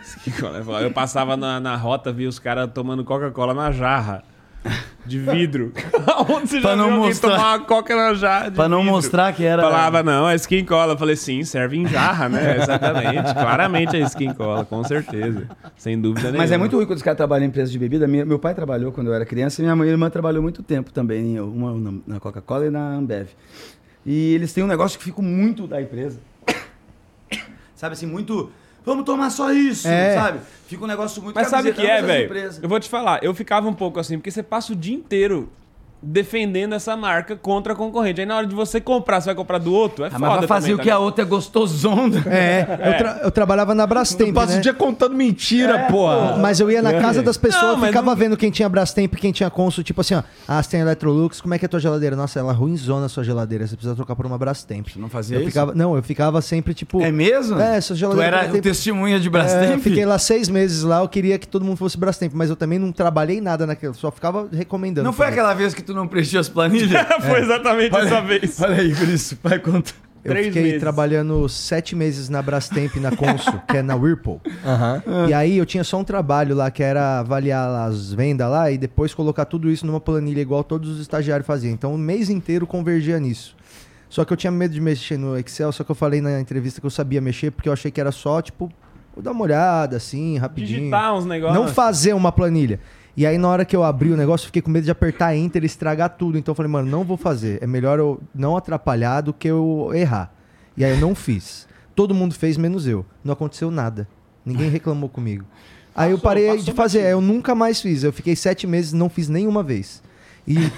S5: Skin cola é foda. Eu passava na, na rota, vi os caras tomando Coca-Cola na jarra. De vidro. Onde você já
S4: Pra não
S5: viu alguém
S4: mostrar.
S5: tomar uma coca na jarra de
S4: Pra não
S5: vidro?
S4: mostrar que era...
S5: Falava, não, é skin cola. Eu Falei, sim, serve em jarra, né? Exatamente. Claramente é skin cola, com certeza. Sem dúvida nenhuma.
S4: Mas é muito ruim quando os caras trabalham em empresa de bebida. Minha- meu pai trabalhou quando eu era criança e minha mãe e minha irmã trabalhou muito tempo também, em uma na- na Coca-Cola e na Ambev. E eles têm um negócio que fica muito da empresa. Sabe assim, muito. Vamos tomar só isso,
S1: É.
S4: sabe? Fica um negócio muito
S5: Mas sabe o que é,
S4: camisetão dessas
S5: velho?
S4: empresas.
S5: Eu vou te falar, eu ficava um pouco assim, porque você passa o dia inteiro defendendo essa marca contra a concorrente. Aí na hora de você comprar, você vai comprar do outro, é
S4: Ah,
S5: foda
S4: mas vai fazer
S5: também,
S4: o que
S5: tá
S4: a outra é gostosonda.
S1: É, eu, tra- eu trabalhava na Brastemp,
S2: Eu passo
S1: né?
S2: o dia contando mentira,
S5: É,
S2: porra.
S1: Mas eu ia
S6: É.
S1: na casa das
S5: Não,
S1: pessoas,
S5: mas
S1: ficava
S5: não-
S1: vendo quem tinha Brastemp, quem tinha Consul, tipo assim, ó, ah, você tem Electrolux, como é que é a tua geladeira? Nossa, ela ruinzona a sua geladeira, você precisa trocar por uma Brastemp.
S6: Não fazia
S1: eu
S6: isso?
S1: ficava, não, eu ficava sempre tipo
S4: É mesmo?
S1: É, essa
S6: Tu
S1: geladeira
S6: era
S1: Brastemp-
S6: testemunha de
S1: É, eu
S6: Brastemp?
S1: fiquei lá seis meses lá, eu queria que todo mundo fosse Brastemp, mas eu também não trabalhei nada naquilo, só ficava recomendando.
S6: Não foi
S1: pra
S6: aquela vez que tu não preencheu as
S1: é
S6: planilhas?
S5: Foi exatamente essa vez.
S6: Olha aí, por isso, vai contar.
S1: Eu
S5: Três
S1: fiquei
S5: meses.
S1: trabalhando sete meses na Brastemp, na Consul, que é na Whirlpool. E aí eu tinha só um trabalho lá, que era avaliar lá as vendas lá e depois colocar tudo isso numa planilha igual todos os estagiários faziam. Então o mês inteiro convergia nisso. Só que eu tinha medo de mexer no Excel, só que eu falei na entrevista que eu sabia mexer, porque eu achei que era só, tipo, vou dar uma olhada, assim, rapidinho.
S5: Digitar uns negócios.
S1: Não fazer uma planilha. E aí, na hora que eu abri o negócio, eu fiquei com medo de apertar Enter e estragar tudo. Então, eu falei, mano, não vou fazer. É melhor eu não atrapalhar do que eu errar. E aí, eu não fiz. Todo mundo fez, menos eu. Não aconteceu nada. Ninguém reclamou comigo. Aí, eu parei de fazer. Eu nunca mais fiz. Eu fiquei sete meses, não fiz nenhuma vez. E,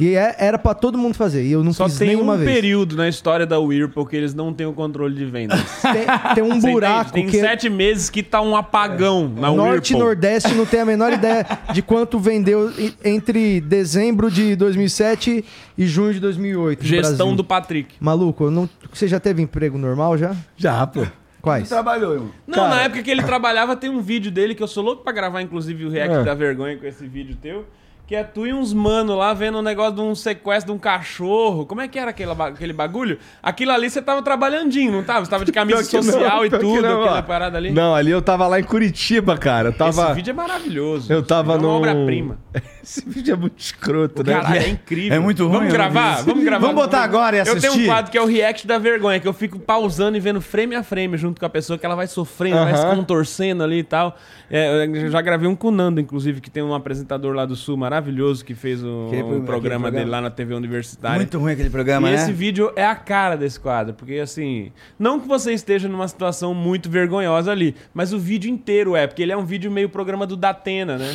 S1: e é- era pra todo mundo fazer. E eu não
S5: Só
S1: fiz
S5: tem um
S1: nenhuma vez.
S5: período na história da Whirlpool que eles não têm o controle de vendas.
S1: Tem, tem um
S5: Você entende?
S1: buraco
S5: Tem
S1: que... É.
S5: sete meses que tá um apagão na
S1: Norte e
S5: Whirlpool.
S1: Nordeste não tem a menor ideia de quanto vendeu e- entre dezembro de 2007 e junho de 2008. no
S5: Gestão
S1: Brasil.
S5: do Patrick.
S1: Maluco, eu não... você já teve emprego normal já?
S2: Já, pô.
S1: Quais?
S4: Trabalhou, irmão.
S5: Não, na época que ele trabalhava, tem um vídeo dele que eu sou louco pra gravar, inclusive, o React
S2: É.
S5: da Vergonha com esse vídeo teu. Que é tu e uns mano lá vendo um negócio de um sequestro de um cachorro. Como é que era aquele, ba- aquele bagulho? Aquilo ali você tava trabalhandinho, não tava? Você tava de camisa
S2: Pior que não,
S5: social e
S2: pior que
S5: tudo,
S2: não, ó.
S5: aquela parada ali.
S2: Não, ali eu tava lá em Curitiba, cara. Eu tava...
S5: Esse vídeo é maravilhoso.
S2: Eu tava
S5: é uma
S2: num-
S5: obra-prima.
S2: Esse vídeo é muito escroto, né?
S5: Caralho, é incrível.
S6: É muito ruim, eu
S5: Vamos
S6: não vi
S5: gravar?
S6: isso.
S5: Vamos gravar.
S6: Vamos botar agora e
S5: Eu tenho um
S6: assistir?
S5: quadro que é o React da Vergonha, que eu fico pausando e vendo frame a frame junto com a pessoa, que ela vai sofrendo, vai se
S2: Aham.
S5: contorcendo ali e tal. É, eu já gravei um com o Nando, inclusive, que tem um apresentador lá do Sul maravilhoso que fez o,
S4: Aquele
S5: o
S4: programa-
S5: programa
S4: aquele
S5: dele lá na TV Universitária.
S4: Muito ruim aquele programa, né?
S5: E esse vídeo é a cara desse quadro, porque assim, não que você esteja numa situação muito vergonhosa ali, mas o vídeo inteiro é, porque ele é um vídeo meio programa do Datena, né?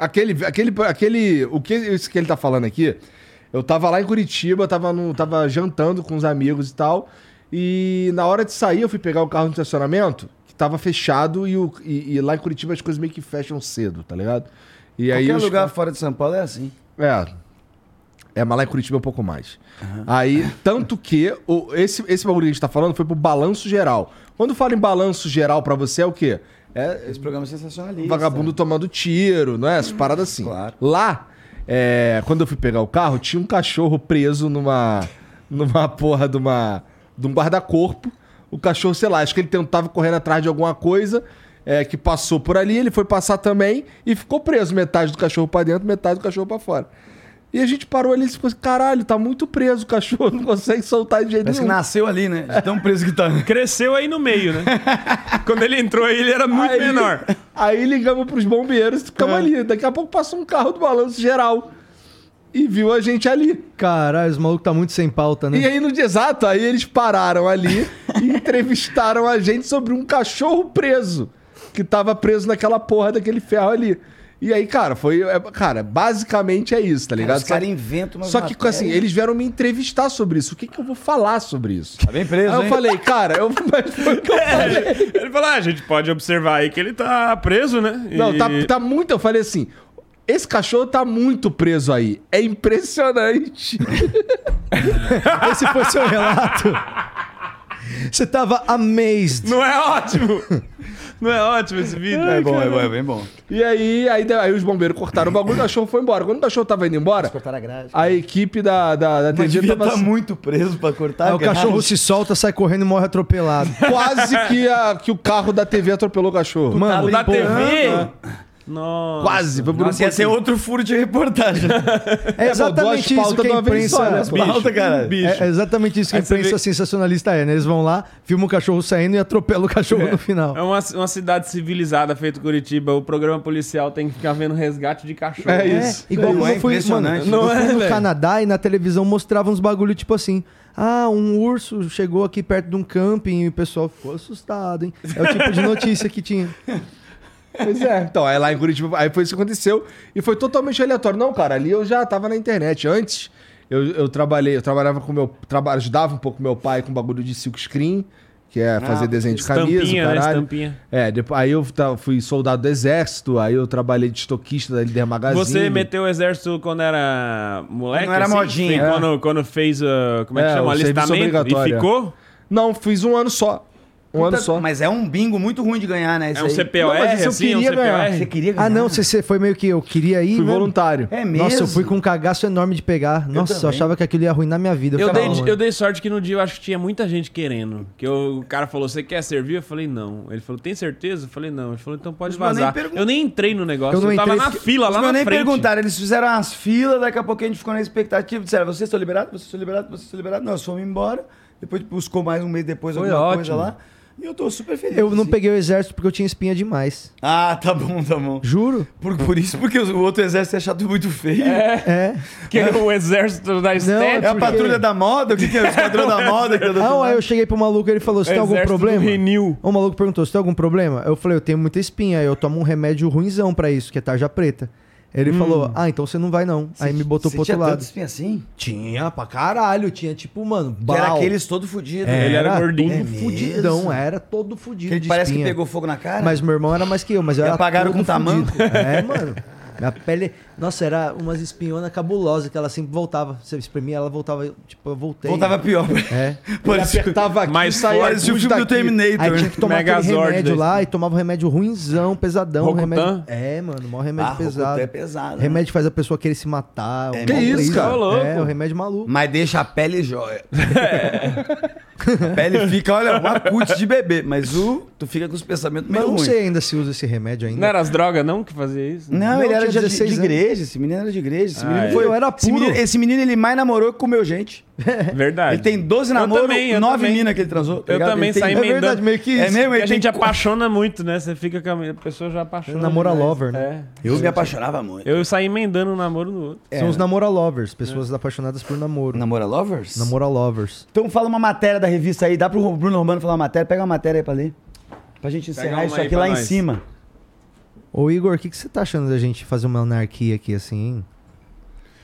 S2: Aquele, aquele, aquele, o que isso que ele tá falando aqui? Eu tava lá em Curitiba, tava no, tava jantando com os amigos e tal. E na hora de sair, eu fui pegar o carro no estacionamento, que tava fechado e, o, e, e lá em Curitiba as coisas meio que fecham cedo, tá ligado? E aí
S4: Qualquer
S2: os-
S4: lugar fora de São Paulo é assim.
S2: é. É, mas lá em Curitiba é um pouco mais. Aí, tanto que o, esse, esse bagulho que a gente tá falando foi pro balanço geral. Quando fala em balanço geral pra você, é o quê? É
S4: Esse programa é sensacionalista.
S2: vagabundo tá tomando tiro, não é? Essas paradas assim.
S4: Uhum. Claro.
S2: Lá, é, quando eu fui pegar o carro, tinha um cachorro preso numa, numa porra de, uma, de um guarda-corpo. O cachorro, sei lá, acho que ele tentava correndo atrás de alguma coisa é, que passou por ali, ele foi passar também e ficou preso. Metade do cachorro pra dentro, metade do cachorro pra fora. E a gente parou ali e ficou assim, caralho, tá muito preso o cachorro, não consegue soltar de jeito
S4: Parece que
S2: nenhum.
S4: nasceu ali, né? De tão preso que tá.
S5: Cresceu aí no meio, né? Quando ele entrou aí, ele era muito
S2: Aí-
S5: menor.
S2: Aí ligamos pros bombeiros e ficamos ali. Daqui a pouco passou um carro do balanço geral e viu a gente ali.
S1: Caralho, os malucos tá muito sem pauta, né?
S2: E aí, no dia exato, aí eles pararam ali e entrevistaram a gente sobre um cachorro preso. Que tava preso naquela porra daquele ferro ali. E aí, cara, foi. é- Cara, basicamente é isso, tá ligado?
S4: Os é. caras inventam umas
S2: Só que,
S4: matérias.
S2: assim, eles vieram me entrevistar sobre isso. O que, que eu vou falar sobre isso?
S6: Tá bem preso,
S2: Aí eu
S6: hein?
S2: falei, cara, eu. Mas foi o que eu falei.
S5: Ele falou: ah, a gente pode observar aí que ele tá preso, né?
S2: Não,
S5: E-
S2: tá, tá muito. Eu falei assim: Esse cachorro tá muito preso aí. É impressionante.
S1: Esse foi seu relato. Você tava amazed.
S5: Não é ótimo!
S4: Tá
S5: Não é ótimo esse vídeo?
S4: É bom, é bom, é bem bom.
S2: E aí, aí, aí os bombeiros cortaram o bagulho, o cachorro foi embora. Quando o cachorro tava indo embora,
S4: Cortaram a grade.
S2: a equipe da, da,
S6: Mas
S2: da TG
S4: tá
S6: devia tá
S2: tava assim,
S6: estar muito preso pra cortar.
S1: Aí É, o
S6: cara.
S1: cachorro se solta, sai correndo e morre atropelado.
S2: quase que, a- que o carro da TV atropelou o cachorro.
S1: Mano,
S5: O da
S1: pô,
S5: TV? Nossa.
S2: quase, foi por um
S6: Nossa, ia ser
S2: pouquinho.
S6: outro furo de reportagem.
S1: é
S2: duas
S1: exatamente isso
S2: pautas
S1: que
S2: de
S1: a
S2: uma vez só,
S1: imprensa...
S2: né?
S6: Bicho,
S5: Bicho,
S6: cara.
S5: bicho.
S1: É exatamente isso que a
S5: Aí você
S1: imprensa
S5: vê-
S1: sensacionalista é, né? Eles vão lá, filmam o cachorro saindo e atropelam o cachorro no final.
S5: É uma, uma cidade civilizada feito Curitiba. O programa policial tem que ficar vendo resgate de cachorro. né?
S2: É isso.
S1: É, igual
S4: Não,
S1: quando
S4: é
S1: eu fui, mano,
S4: impressionante.
S5: Não
S1: eu
S5: é,
S1: fui no
S5: velho?
S1: Canadá e na televisão mostrava uns bagulho tipo assim. Ah, um urso chegou aqui perto de um camping e o pessoal ficou assustado, hein? É o tipo de notícia que tinha.
S2: Pois é. Então, aí lá em Curitiba, aí foi isso que aconteceu. E foi totalmente aleatório. Não, cara, ali eu já tava na internet. Antes, eu, eu trabalhei, eu trabalhava com meu. Traba, ajudava um pouco meu pai com bagulho de silk screen, que é fazer desenho de camisa,
S5: Ah, Estampinha, né?
S2: caralho.
S5: Estampinha.
S2: É, depois, aí eu ta- fui soldado do exército, aí eu trabalhei de estoquista da Líder Magazine.
S5: Você é meteu o exército quando era moleque?
S4: Quando era
S5: assim?
S4: modinha,
S5: Sim,
S4: é.
S5: Quando, quando fez, uh, como é que
S2: É,
S5: chama?
S2: o serviço
S5: Alistamento e
S2: obrigatório, é.
S5: ficou?
S2: Não, fiz um ano só. Um ano só.
S4: Mas é um bingo muito ruim de ganhar, né?
S5: É
S4: esse
S5: um
S4: aí.
S5: CPOR,
S2: Não, mas isso eu
S5: assim? É um
S2: queria ganhar.
S4: Você
S5: CPOR?
S4: queria ganhar?
S1: Ah, não, você, você foi meio que eu queria ir.
S2: Fui
S1: né?
S2: voluntário.
S4: É mesmo?
S1: Nossa, eu fui com um cagaço enorme de pegar. Nossa, eu,
S4: também.
S1: achava que aquilo ia arruinar minha vida.
S5: Eu
S1: ficava,
S5: dei,
S1: mano.
S5: eu dei sorte que no dia eu acho que tinha muita gente querendo. Que eu- o cara falou, você quer servir? Eu falei, não. Ele falou, tem certeza? Eu falei, não. Ele falou, então pode
S4: Os meus nem
S5: vazar.
S4: pergun-
S5: Eu nem entrei no negócio.
S1: Eu
S5: Eu,
S1: não
S5: tava
S1: entrei,
S5: na
S1: porque-
S5: fila,
S4: Os
S5: lá
S4: meus
S5: na
S4: nem
S5: frente.
S4: perguntaram, eles fizeram umas filas, daqui a pouco a gente ficou na expectativa, disseram, é vocês estão liberados, vocês estão liberados, vocês estão liberados. é Nós fomos embora, depois buscou mais um mês depois
S5: Foi
S4: alguma coisa
S5: ótimo.
S4: lá. E eu tô super feliz.
S1: Eu não
S4: assim.
S1: peguei o exército porque eu tinha espinha demais.
S4: Ah, tá bom, tá bom.
S1: Juro?
S4: Por, por isso, porque o outro exército é chato muito feio.
S1: É.
S5: Que o exército da
S4: É
S5: estética.
S4: a patrulha da moda? O que, que é o esquadrão da moda? Que tá do outro
S1: Não, Ah, aí
S4: lado?
S1: eu cheguei pro maluco e ele falou: Você tem algum
S5: Exército do
S1: problema?
S5: Renew.
S1: O maluco perguntou: Você tem algum problema? Eu falei: Eu tenho muita espinha. Aí eu tomo um remédio ruinzão pra isso, que é tarja preta. Ele
S4: Hum.
S1: falou: Ah, então você não vai não. aí me botou
S4: Você
S1: pro outro
S4: tinha tanto
S1: lado.
S4: espinho assim?
S1: Tinha pra caralho. Tinha tipo, mano,
S4: Que era
S1: bal.
S4: aqueles todo fudido.
S5: Ele era gordinho.
S1: Todo
S4: É mesmo?
S1: fudidão, era todo fudido.
S4: Que ele parece
S1: espinha.
S4: que pegou fogo na cara.
S1: Mas meu irmão era mais que eu, mas eu
S4: E
S1: era
S4: apagaram
S1: todo
S4: com tamanco?
S1: fudido. É, mano. Minha pele. Nossa, era umas espinhonas cabulosas que ela sempre voltava. Você espremia, ela voltava. Tipo, eu voltei.
S4: Voltava pior.
S1: É.
S4: Parecia,
S2: Tava aqui,
S5: Mas
S2: saía
S5: fora
S4: parecia o
S2: tudo
S4: filme do
S2: daqui.
S4: Terminator.
S1: Aí tinha que tomar aquele
S5: Megazord
S1: remédio
S5: daí.
S1: lá e tomava um remédio ruinzão, pesadão. um
S5: Rokutan?
S1: remédio... É, mano, mó remédio
S4: Ah,
S1: pesado.
S4: Rokutan é pesado, né?
S1: Remédio que faz a pessoa querer se matar. um
S4: Que
S1: bagulho
S2: isso,
S1: desse.
S2: cara?
S1: É,
S5: Louco.
S1: um remédio maluco.
S4: Mas deixa a pele jóia. a pele fica, olha, uma putz de bebê. Mas o, tu fica com os pensamentos
S1: Mas
S4: meio
S1: eu não
S4: ruins.
S1: sei ainda se usa esse remédio ainda.
S5: Não era as drogas não que fazia isso?
S4: Não,
S1: Não,
S4: ele era
S1: tinha
S4: de, de
S1: 16 anos.
S4: igreja. Esse menino era de igreja. Esse menino
S5: é.
S4: foi.
S1: Eu era
S4: Ah, Esse menino,
S1: puro.
S4: esse menino, ele mais namorou que comeu gente.
S5: É Verdade.
S4: Ele tem 12
S5: Eu
S4: namoros,
S5: também, eu
S4: 9
S5: também.
S4: minas que ele transou. tá
S5: Eu
S4: ligado?
S5: também
S4: Ele tem-
S5: saí
S4: É
S5: emendando.
S4: verdade, meio que isso.
S5: É mesmo?
S4: Ele
S5: A
S4: tem
S5: gente
S4: co-
S5: apaixona muito, né? Você fica com a... a pessoa já apaixona.
S1: Namora
S5: demais.
S1: lover, né?
S5: É.
S4: Eu me apaixonava muito.
S5: Eu saí emendando um namoro no
S4: É,
S5: outro.
S1: São os namora lovers, pessoas apaixonadas por namoro.
S4: Namora Lovers?
S1: Namora lovers.
S4: Então fala uma matéria da revista aí. Dá pro Bruno Romano falar uma matéria. Pega uma matéria aí pra ler. Pra gente encerrar
S5: uma
S4: isso
S5: aí
S4: aqui
S5: pra
S4: lá em
S5: nós.
S4: cima.
S1: Ô Igor, o que, que você tá achando da gente fazer uma anarquia aqui assim, hein?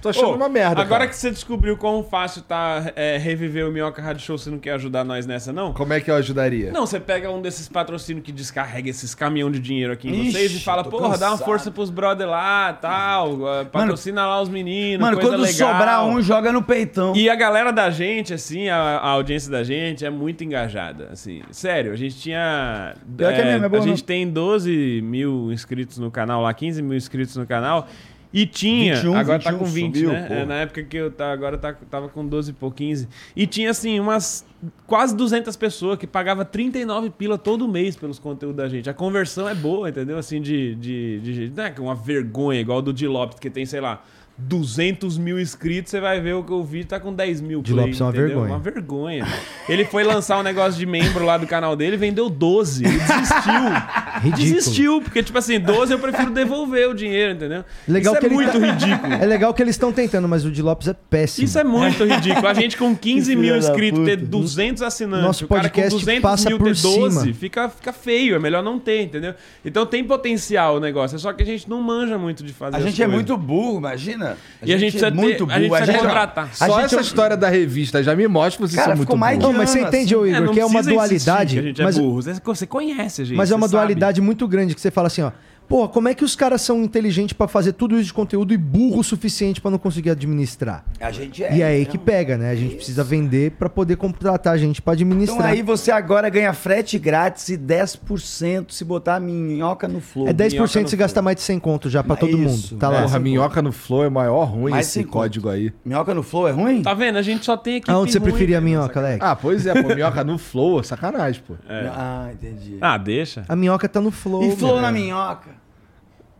S2: Tô achando
S5: Ô,
S2: uma merda.
S5: Agora
S2: cara.
S5: que você descobriu quão fácil tá é, reviver o Minhoca Rádio Show, você não quer ajudar nós nessa, não?
S2: Como é que eu ajudaria?
S5: Não, você pega um desses patrocínios que descarrega esses caminhão de dinheiro aqui em
S4: Ixi,
S5: vocês e fala,
S4: tô
S5: porra, dá uma
S4: cansado."
S5: força pros brother lá, tal, ah, patrocina lá os meninos,
S4: Mano,
S5: coisa
S4: quando
S5: legal.
S4: sobrar um, joga no peitão.
S5: E a galera da gente, assim, a, a audiência da gente é muito engajada, assim. Sério, a gente tinha...
S4: Pior que é mesmo, é boa
S5: a gente
S4: mesmo.
S5: tem 12 mil inscritos no canal lá, 15 mil inscritos no canal. E tinha...
S4: 21,
S5: agora tá
S4: 21,
S5: com 20,
S4: subiu,
S5: né?
S4: porra.
S5: É, na época que eu tava, agora tá- tava com 12 e pouco, 15. E tinha, assim, umas... Quase 200 pessoas que pagava 39 pila todo mês pelos conteúdos da gente. A conversão é boa, entendeu? Assim, de... de, de, não é uma vergonha igual do Di Lopes, que tem, sei lá... 200 mil inscritos, você vai ver o que eu vi, tá com 10 mil
S1: De
S5: plays,
S1: Lopes é uma
S5: entendeu?
S1: vergonha.
S5: Uma vergonha. Ele foi lançar um negócio de membro lá do canal dele, vendeu 12. Ele desistiu.
S1: Ridículo.
S5: Ah, Desistiu, porque, tipo assim, 12 eu prefiro devolver o dinheiro, entendeu?
S1: Legal
S5: Isso
S1: que
S5: é
S1: ele
S5: muito
S1: tá-
S5: ridículo.
S1: É legal que eles estão tentando, mas o de Lopes é péssimo.
S5: Isso é muito ridículo. A gente com 15 mil
S4: filha da
S5: inscritos, ter
S4: puta.
S5: 200 assinantes,
S1: Nosso
S5: o cara
S1: podcast
S5: com 200
S1: passa
S5: mil
S1: por
S5: ter 12,
S1: cima.
S5: Fica, fica feio, é melhor não ter, entendeu? Então tem potencial o negócio, é só que a gente não manja muito de fazer
S4: A
S5: as
S4: gente é
S5: coisas.
S4: muito burro, imagina. é
S5: E a gente
S1: é
S5: precisa ter- a gente precisa contratar.
S4: A
S2: Só
S4: gente
S2: essa
S4: é um-
S2: história da revista já me mostra que vocês
S4: Cara,
S2: são muito
S4: ficou mais
S2: burros.
S1: Não, mas você
S4: Indiana,
S1: entende, ô
S5: É,
S1: Igor,
S5: não
S1: que é uma
S5: precisa insistir
S1: dualidade.
S5: que a gente é
S1: mas
S5: burro. Você- Você conhece a gente.
S1: Mas é uma
S5: você sabe.
S1: dualidade muito grande que você fala assim, ó. Pô, como é que os caras são inteligentes pra fazer tudo isso de conteúdo e burro o suficiente pra não conseguir administrar?
S4: A gente é.
S1: e é aí
S4: né?
S1: que pega, né? A gente precisa vender pra poder contratar gente pra
S4: Então
S1: administrar.
S4: aí você agora ganha frete grátis e 10% se botar a minhoca no flow.
S1: é 10%
S5: Minhoca
S1: se
S5: no
S1: gastar mais de 100 conto já pra
S4: É
S1: todo
S4: isso,
S1: mundo. Tá lá.
S2: Porra, minhoca no flow é maior ruim
S4: Mais
S2: esse
S4: cinco.
S2: código aí.
S4: Minhoca no flow é ruim?
S5: Tá vendo? A gente só tem aqui.
S1: Aonde você preferia a minhoca, Alex?
S2: Ah, pois é, pô, minhoca no flow, sacanagem, pô.
S5: É.
S4: Ah, entendi.
S5: Ah, deixa.
S1: A minhoca tá no flow.
S4: e flow
S1: meu.
S4: na minhoca.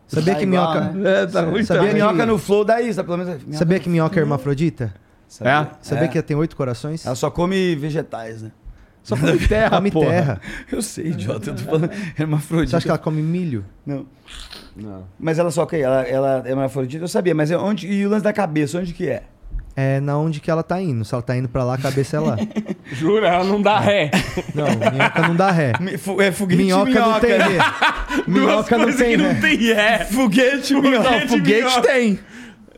S1: Sabia
S4: Tá
S1: que
S4: igual,
S1: minhoca.
S4: né?
S2: É, tá ruim
S1: Sabia
S4: Sabia
S1: que-
S2: também.
S4: minhoca no flow da Isa, pelo menos.
S1: Sabia que minhoca é hermafrodita?
S4: Sabia,
S1: Sabia
S4: tá É.
S1: que ela tem oito corações?
S4: Ela só come vegetais, né?
S2: Só come terra,
S1: come
S2: porra.
S1: terra.
S4: Eu sei, idiota, eu tô falando hermafrodita.
S1: Você acha que ela come milho?
S4: Não. Mas ela só que ela, ela é hermafrodita, eu sabia, mas é onde e o lance da cabeça, onde que é?
S1: É na onde que ela tá indo. Se ela tá indo pra lá, a cabeça é lá.
S5: Jura, ela não dá ré.
S1: Não, minhoca não dá ré.
S4: Mi- fu- É foguete
S1: Minhoca, não tem
S2: né?
S1: ré.
S5: Duas
S1: minhoca não
S5: coisas
S1: tem né?
S5: que não
S1: ré.
S5: tem ré.
S4: Foguete
S5: Não,
S2: Foguete tem.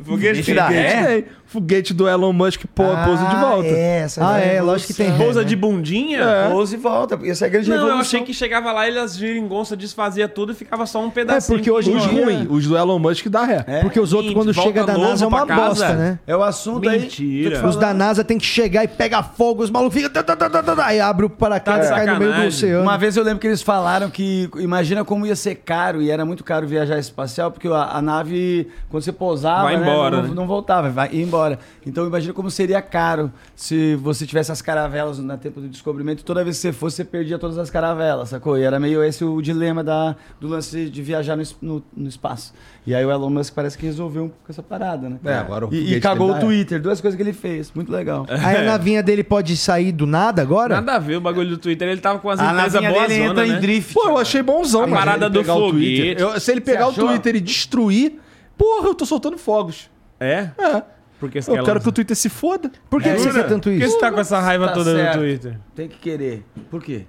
S5: Foguete tem.
S4: da-
S2: Foguete
S4: É?
S2: tem. Foguete do Elon Musk pô, pousa de volta.
S4: Ah, É, essa
S1: Ah,
S4: já
S1: é,
S4: a
S1: lógico que tem
S4: evolução.
S1: ré.
S5: Pousa de bundinha?
S4: Pousa É. e volta, porque essa é a grande
S5: Não, eu
S4: revolução.
S5: achei que chegava lá e as giringonças desfazia tudo e ficava só um
S1: É
S5: pedacinho.
S1: porque hoje
S5: Não,
S2: Os
S1: em dia-
S2: ruins, os do Elon Musk dá ré.
S4: Tá É.
S1: Porque os outros,
S5: Gente,
S1: quando chega
S5: volta
S1: da
S5: novo
S1: NASA, é uma
S5: pra casa.
S1: bosta, né?
S4: É o assunto
S5: Mentira.
S4: aí.
S1: Os da NASA tem que chegar e pegar fogo, os malucos ficam. tá, tá, tá, tá, tá, tá, Aí abre o paraquedas
S5: Tá de
S1: cai no meio do
S5: sacanagem.
S1: oceano.
S4: Uma vez eu lembro que eles falaram que imagina como ia ser caro e era muito caro viajar espacial porque a, a nave quando você pousava
S5: Vai
S4: né,
S5: embora,
S4: não,
S5: né?
S4: não voltava, vai ia embora. Então imagina como seria caro se você tivesse as caravelas na tempo do descobrimento. Toda vez que você fosse você perdia todas as caravelas, sacou? E era meio esse o dilema da, do lance de viajar no, es- no- no espaço. E aí o Elon Musk parece que resolveu um pouco essa parada, né?
S2: É, agora o
S4: e,
S2: foguete
S4: e cagou
S2: dele
S4: o
S2: dá- é.
S4: Twitter, duas coisas que ele fez, muito legal.
S5: É.
S1: Aí a navinha dele pode sair do nada agora?
S5: Nada a ver o bagulho do Twitter. Ele tava com as
S4: A
S5: empresas
S4: navinha
S5: boas
S4: dele entra
S5: né?
S4: em drift.
S2: Pô, eu achei bonzão,
S5: A
S2: mano.
S5: parada
S2: ele
S5: do
S2: pegar o
S5: foguete.
S2: Twitter. Eu- se ele pegar o
S4: achou?
S2: Twitter e destruir, porra, eu tô soltando fogos.
S5: É?
S2: É.
S5: Porque você
S2: Eu quero que o Twitter se foda. É.
S1: Por que, que você
S5: Jura?
S1: quer tanto
S5: Por que
S1: isso?
S5: você tá com essa raiva
S4: Tá
S5: toda
S4: certo.
S5: no Twitter?
S4: Tem que querer. Por quê?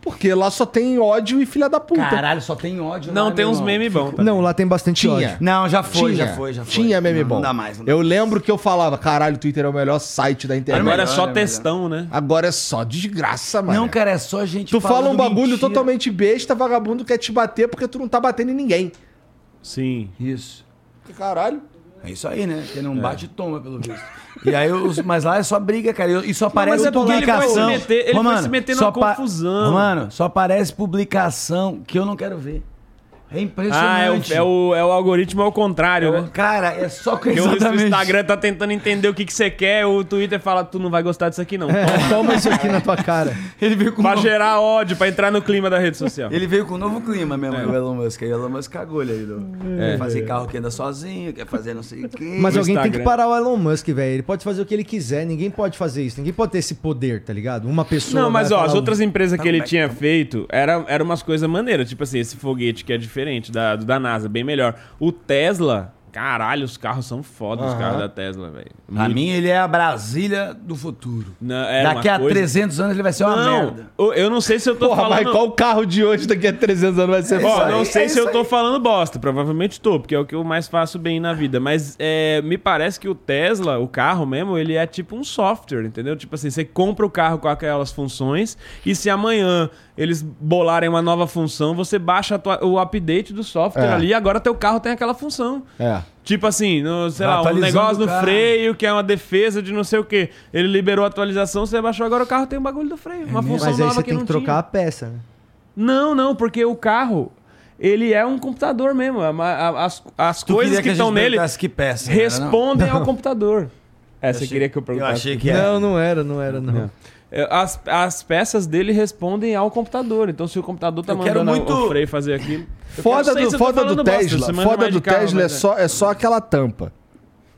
S2: Porque lá só tem ódio e filha da puta.
S4: Caralho, só tem ódio.
S5: Não,
S4: lá,
S5: tem
S4: meu
S5: uns tá?
S4: irmão.
S5: memes bons. também.
S1: Não, lá tem bastante
S2: Tinha.
S1: ódio.
S4: Não, já foi,
S2: Tinha.
S4: já foi, já foi.
S2: Tinha meme
S4: não,
S2: bom.
S4: Não dá mais. Não dá
S2: eu lembro que eu falava, caralho, o Twitter é o melhor site da internet.
S5: Agora
S2: Agora,
S5: é só
S4: melhor.
S5: textão, né?
S2: é só desgraça,
S4: mais.
S2: mano.
S4: Não, cara, é só gente
S2: Tu fala um
S4: falando
S2: bagulho
S4: mentira.
S2: totalmente besta, vagabundo quer te bater porque tu não tá batendo em ninguém.
S5: Sim.
S4: Isso.
S2: Caralho.
S4: É isso aí, né? Quem não bate, toma, pelo visto. E aí, os, mas lá é só briga, cara. E só aparece
S5: mas é porque ele vai se
S4: publicação.
S5: meter- ele vai se meter numa
S4: só pa-
S5: confusão.
S4: Romano, só aparece publicação que eu não quero ver. É
S5: Ah, é o,
S4: impressionante.
S5: é, o, é o algoritmo ao contrário, né?
S4: Cara, é só que
S5: Porque o
S4: exatamente.
S5: Instagram tá tentando entender o que, que você quer, o Twitter fala, tu não vai gostar disso aqui não.
S1: É. Toma isso aqui na tua cara.
S4: Ele veio com
S5: pra
S4: uma-
S5: gerar ódio, pra entrar no clima da rede social.
S4: Ele veio com um novo clima mesmo,
S5: É.
S4: o Elon Musk. Aí o Elon Musk cagou ele aí. Do... Quer fazer carro que anda sozinho, quer fazer não sei o quê.
S1: Mas
S5: No
S1: alguém tem
S5: Instagram.
S1: que parar o Elon Musk, velho. Ele pode fazer o que ele quiser, ninguém pode fazer isso. Ninguém pode ter esse poder, tá ligado? Uma pessoa.
S5: Não, mas
S1: vai
S5: ó, as
S1: falar
S5: outras
S2: "Tá
S5: empresas que ele
S4: back,
S5: tinha feito era, era umas coisas maneiras. Tipo assim, esse foguete que é diferente da, do da NASA, bem melhor. O Tesla, caralho, os carros são foda, os carros da Tesla, velho.
S4: Pra mim, ele é a Brasília do futuro.
S5: Não, era
S4: Daqui
S5: uma
S4: a
S5: coisa-
S4: 300 anos ele vai ser uma merda.
S5: Não, eu- eu não sei se eu tô
S1: um-
S2: Porra,
S5: falando...
S2: mas qual o carro de hoje daqui a 300 anos vai ser
S5: Ó,
S4: aí,
S5: não sei
S4: é
S5: se eu
S4: isso
S5: tô falando bosta, provavelmente tô, porque é o que eu mais faço bem na vida. Mas é, me parece que o Tesla, o carro mesmo, ele é tipo um software, entendeu? Tipo assim, você compra o carro com aquelas funções e se amanhã eles bolarem uma nova função, você baixa a tua- o update do software
S2: É.
S5: ali e agora teu carro tem aquela função.
S2: É.
S5: Tipo assim, no, sei
S4: Vai
S5: lá, um
S4: atualizando
S5: negócio
S4: o
S5: no
S4: carro.
S5: freio que é uma defesa de não sei o quê. Ele liberou a atualização, você baixou, agora o carro tem um bagulho do freio,
S4: É,
S5: uma
S4: né?
S1: Mas
S5: função
S1: aí
S5: nova
S1: você
S5: que
S1: tem
S5: não
S1: que
S5: tinha.
S1: trocar a peça, né?
S5: Não, não, porque o carro, ele é um computador mesmo. A- a- As, as
S4: Tu
S5: coisas
S4: queria
S5: que, estão
S4: gente
S5: nele
S4: perguntasse que peça. era, não?
S5: respondem ao computador. É, você queria que eu
S4: Eu
S5: perguntasse.
S4: achei que era.
S1: Não, não era, não era, não.
S5: É, As, as peças dele respondem ao computador. Então, se o computador tá
S4: Eu quero
S5: mandando
S4: muito-
S5: o freio fazer aquilo... Eu
S2: Foda
S5: não sei
S2: do,
S5: se eu tô
S2: foda do
S5: falando bosta,
S2: Tesla.
S5: você manda
S2: foda
S5: mais
S2: do
S5: de carro, né,
S2: Tesla é
S5: mas
S2: só, é só aquela tampa.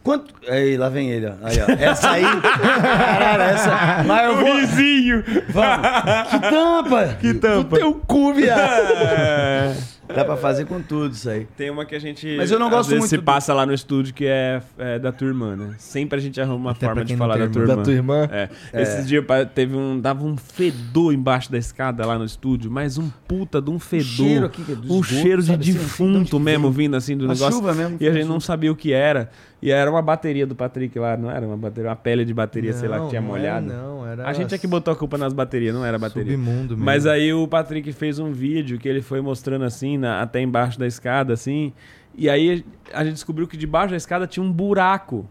S4: Quanto... Aí, lá vem ele, ó. Aí, ó. Essa aí... Caralho, essa... Mas eu vou...
S5: Vizinho!
S4: Vamos. Que tampa!
S5: Que tampa!
S2: Teu cu, viado.
S5: É,
S4: Dá pra fazer com tudo isso aí.
S5: Tem uma que a gente.
S4: Mas eu não
S5: às
S4: gosto
S5: vezes
S4: muito
S5: se
S4: do-
S5: passa lá no estúdio que é, é da tua irmã, né? Sempre a gente arruma uma
S1: Até
S5: forma
S1: pra
S5: de
S1: quem não
S5: falar da
S1: tem
S5: tua
S1: irmã.
S5: irmã.
S2: Da tua irmã.
S5: É. Esses dias pa- teve um. Dava um fedor embaixo da escada lá no estúdio, mas um puta de um fedor.
S4: cheiro aqui, que é do
S5: um
S4: esgoto,
S5: cheiro de
S4: sabe assim, de onde
S5: defunto
S4: que
S5: mesmo vindo assim do
S4: A
S5: negócio.
S4: chuva mesmo,
S5: e a
S4: a
S5: gente não sabia o que era. E era uma bateria do Patrick lá, não era? Uma, bateria, uma pele de bateria, sei lá, que tinha
S1: não é,
S5: molhado.
S1: não, era
S5: A gente é que botou a culpa nas baterias, não era bateria.
S1: Submundo mesmo.
S5: Mas aí o Patrick fez um vídeo que ele foi mostrando assim, na- até embaixo da escada, assim. E aí a gente descobriu que debaixo da escada tinha um buraco.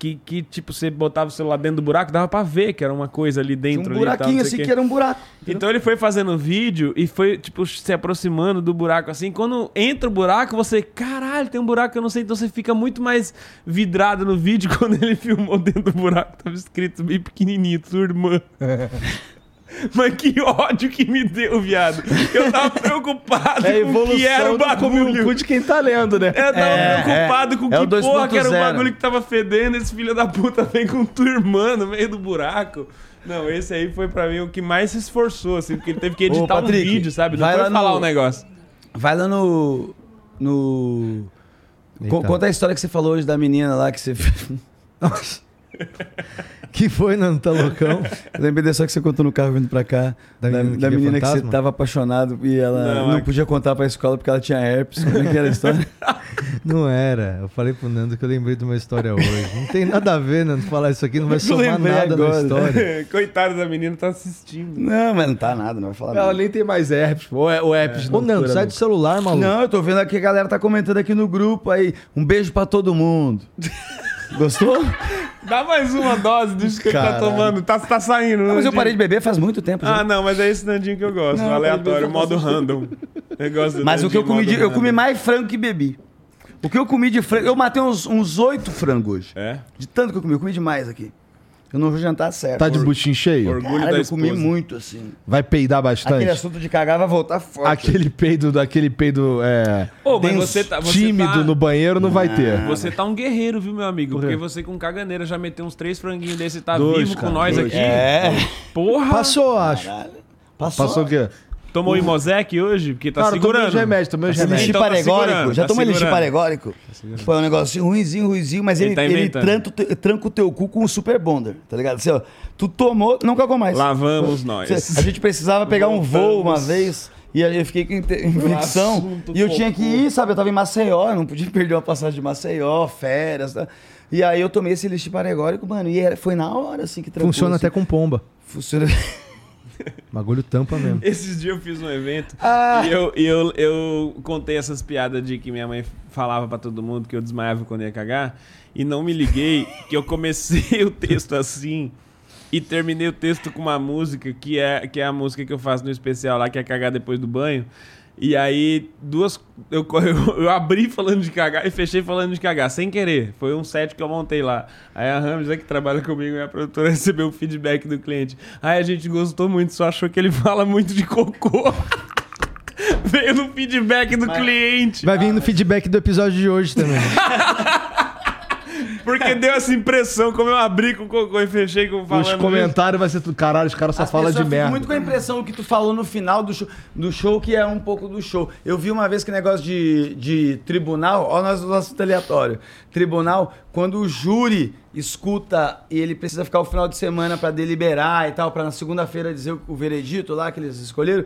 S5: Que, que, tipo, você botava o celular dentro do buraco, dava pra ver que era uma coisa ali
S4: Tinha
S5: dentro.
S4: um
S5: ali e tal, não
S4: buraquinho
S5: sei
S4: assim
S5: o quê.
S4: que era um buraco. entendeu?
S5: Então ele foi fazendo vídeo e foi, tipo, se aproximando do buraco assim. Quando entra o buraco, você, caralho, tem um buraco que eu não sei. Então você fica muito mais vidrado no vídeo quando ele filmou dentro do buraco. Tava escrito bem pequenininho, sua irmã. Mas que ódio que me deu, viado. Eu tava preocupado
S2: É a
S5: com o
S2: evolução
S5: que era o
S2: do
S5: bagulho.
S2: cu de quem tá lendo, né?
S5: Eu tava
S6: É,
S5: preocupado com
S6: é o
S5: que porra que era o
S6: 2.0.
S5: bagulho que tava fedendo. Esse filho da puta vem com tua irmã no meio do buraco. Não, esse aí foi pra mim o que mais se esforçou, assim, porque ele teve que editar
S4: Patrick,
S5: um vídeo, sabe? Não
S4: vai
S5: foi
S4: lá no-
S5: falar o negócio.
S4: Vai lá no. No. Co- Conta a história que você falou hoje da menina lá que você.
S1: Que foi, Nando? Tá loucão?
S4: Eu lembrei dessa que você contou no carro vindo pra cá.
S1: Da
S4: Da,
S1: menina que
S4: da
S1: via
S4: menina que você
S1: fantasma?
S4: tava apaixonado e ela
S5: Não,
S4: não,
S5: é-
S4: podia contar pra escola porque ela tinha herpes. Como é que era a história?
S1: Não era. Eu falei pro Nando que eu lembrei de uma história hoje. Não tem nada a ver, Nando, falar isso aqui. Não vai
S4: Eu
S1: somar
S4: lembrei
S1: nada na
S4: agora.
S1: história.
S5: Coitado da menina, tá assistindo.
S4: não, mas não tá nada, não vai falar
S2: Ela
S4: nada.
S2: nem tem mais herpes. pô. Ou é, ou herpes
S1: Ô, Nando, sai do celular, maluco.
S4: Não, eu tô vendo aqui, a galera tá comentando aqui no grupo aí. Um beijo pra todo mundo. Gostou?
S5: Dá mais uma dose disso que ele tá
S4: Caralho.
S5: tomando. Tá, tá saindo,
S4: Não, mas eu
S5: Nandinho.
S4: parei de beber faz muito tempo. já.
S5: Ah, não, mas é esse Nandinho que eu gosto,
S4: Não,
S5: o
S4: parei de
S5: aleatório,
S4: ver,
S5: o modo
S4: eu
S5: random. Eu gosto do
S4: Mas o que eu
S5: Nandinho,
S4: comi de,
S5: modo
S4: eu comi
S5: random.
S4: mais frango que bebi. O que eu comi de frango, eu matei uns uns oito frangos hoje.
S5: É?
S4: De tanto que eu comi, eu comi demais aqui. Eu não vou jantar certo.
S5: É
S2: Tá de buchinho cheio?
S5: Orgulho
S4: Caralho,
S5: da
S4: eu comi
S5: esposa.
S4: muito assim.
S2: Vai peidar
S5: é
S4: Aquele
S2: bastante?
S4: assunto de cagar vai voltar forte.
S2: Aquele peido, daquele peido é,
S5: Pô, mas
S2: denso,
S5: você tá- você
S2: tímido
S5: tá-
S2: no banheiro não vai ter.
S5: Você tá um guerreiro, viu, meu amigo? Porque você com caganeira já meteu uns três franguinhos desse e tá vivo com nós aqui.
S4: É.
S5: Porra!
S1: Passou, acho.
S4: Passou.
S2: Passou o quê?
S5: Tomou Imosec hoje? Porque tá
S2: Cara, eu tomei
S5: segurando.
S2: os remédios, tomei os
S5: Tá
S2: remédios.
S4: Elixir
S5: Então tá
S4: paregórico.
S5: segurando,
S4: Já
S5: tá
S4: tomou elixir
S5: segurando.
S4: paregórico? Foi um negocinho ruimzinho, ruimzinho, mas
S5: Ele
S4: ele,
S5: tá
S4: ele
S5: inventando.
S4: tranca, o teu- tranca o teu cu com o Super Bonder, tá ligado? Assim, ó, tu tomou, não cagou mais.
S5: Lá vamos nós.
S4: Cê- A gente precisava pegar um voo uma
S5: Voltamos. um
S4: vez. E aí eu fiquei com inte- infecção.
S5: assunto
S4: E eu tinha que
S5: cocô.
S4: ir, sabe? Eu tava em Maceió, eu não podia perder uma passagem de Maceió, férias. Tá? E aí eu tomei esse elixir paregórico, mano. E era- foi na hora, assim, que trancou.
S1: Funciona
S4: assim.
S1: até com pomba.
S4: Funciona.
S1: Bagulho tampa mesmo.
S5: Esses dias eu fiz um evento
S2: Ah.
S5: e, eu, e eu, eu contei essas piadas de que minha mãe falava pra todo mundo que eu desmaiava quando ia cagar e não me liguei que eu comecei o texto assim e terminei o texto com uma música que é, que é a música que eu faço no especial lá, que é cagar depois do banho. E aí, duas. Eu, co- eu, eu abri falando de cagar e fechei falando de cagar, sem querer. Foi um set que eu montei lá. Aí a Rams, né, que trabalha comigo, minha produtora, recebeu o feedback do cliente. Aí a gente gostou muito, só achou que ele fala muito de cocô. Veio no feedback do cliente.
S1: Vai vir no feedback do episódio de hoje também.
S5: Porque deu essa impressão, como eu abri com cocô e fechei com falando.
S2: Os comentários vai ser tudo. Caralho, os caras só
S4: As
S2: falam de
S4: pessoas ficam
S2: merda.
S4: muito com a impressão que tu falou no final do show, do show, que é um pouco do show. Eu vi uma vez que negócio de, de tribunal, ó, nós, nosso aleatório. Tribunal, quando o júri escuta e ele precisa ficar o final de semana pra deliberar e tal, pra na segunda-feira dizer o, o veredito lá que eles escolheram,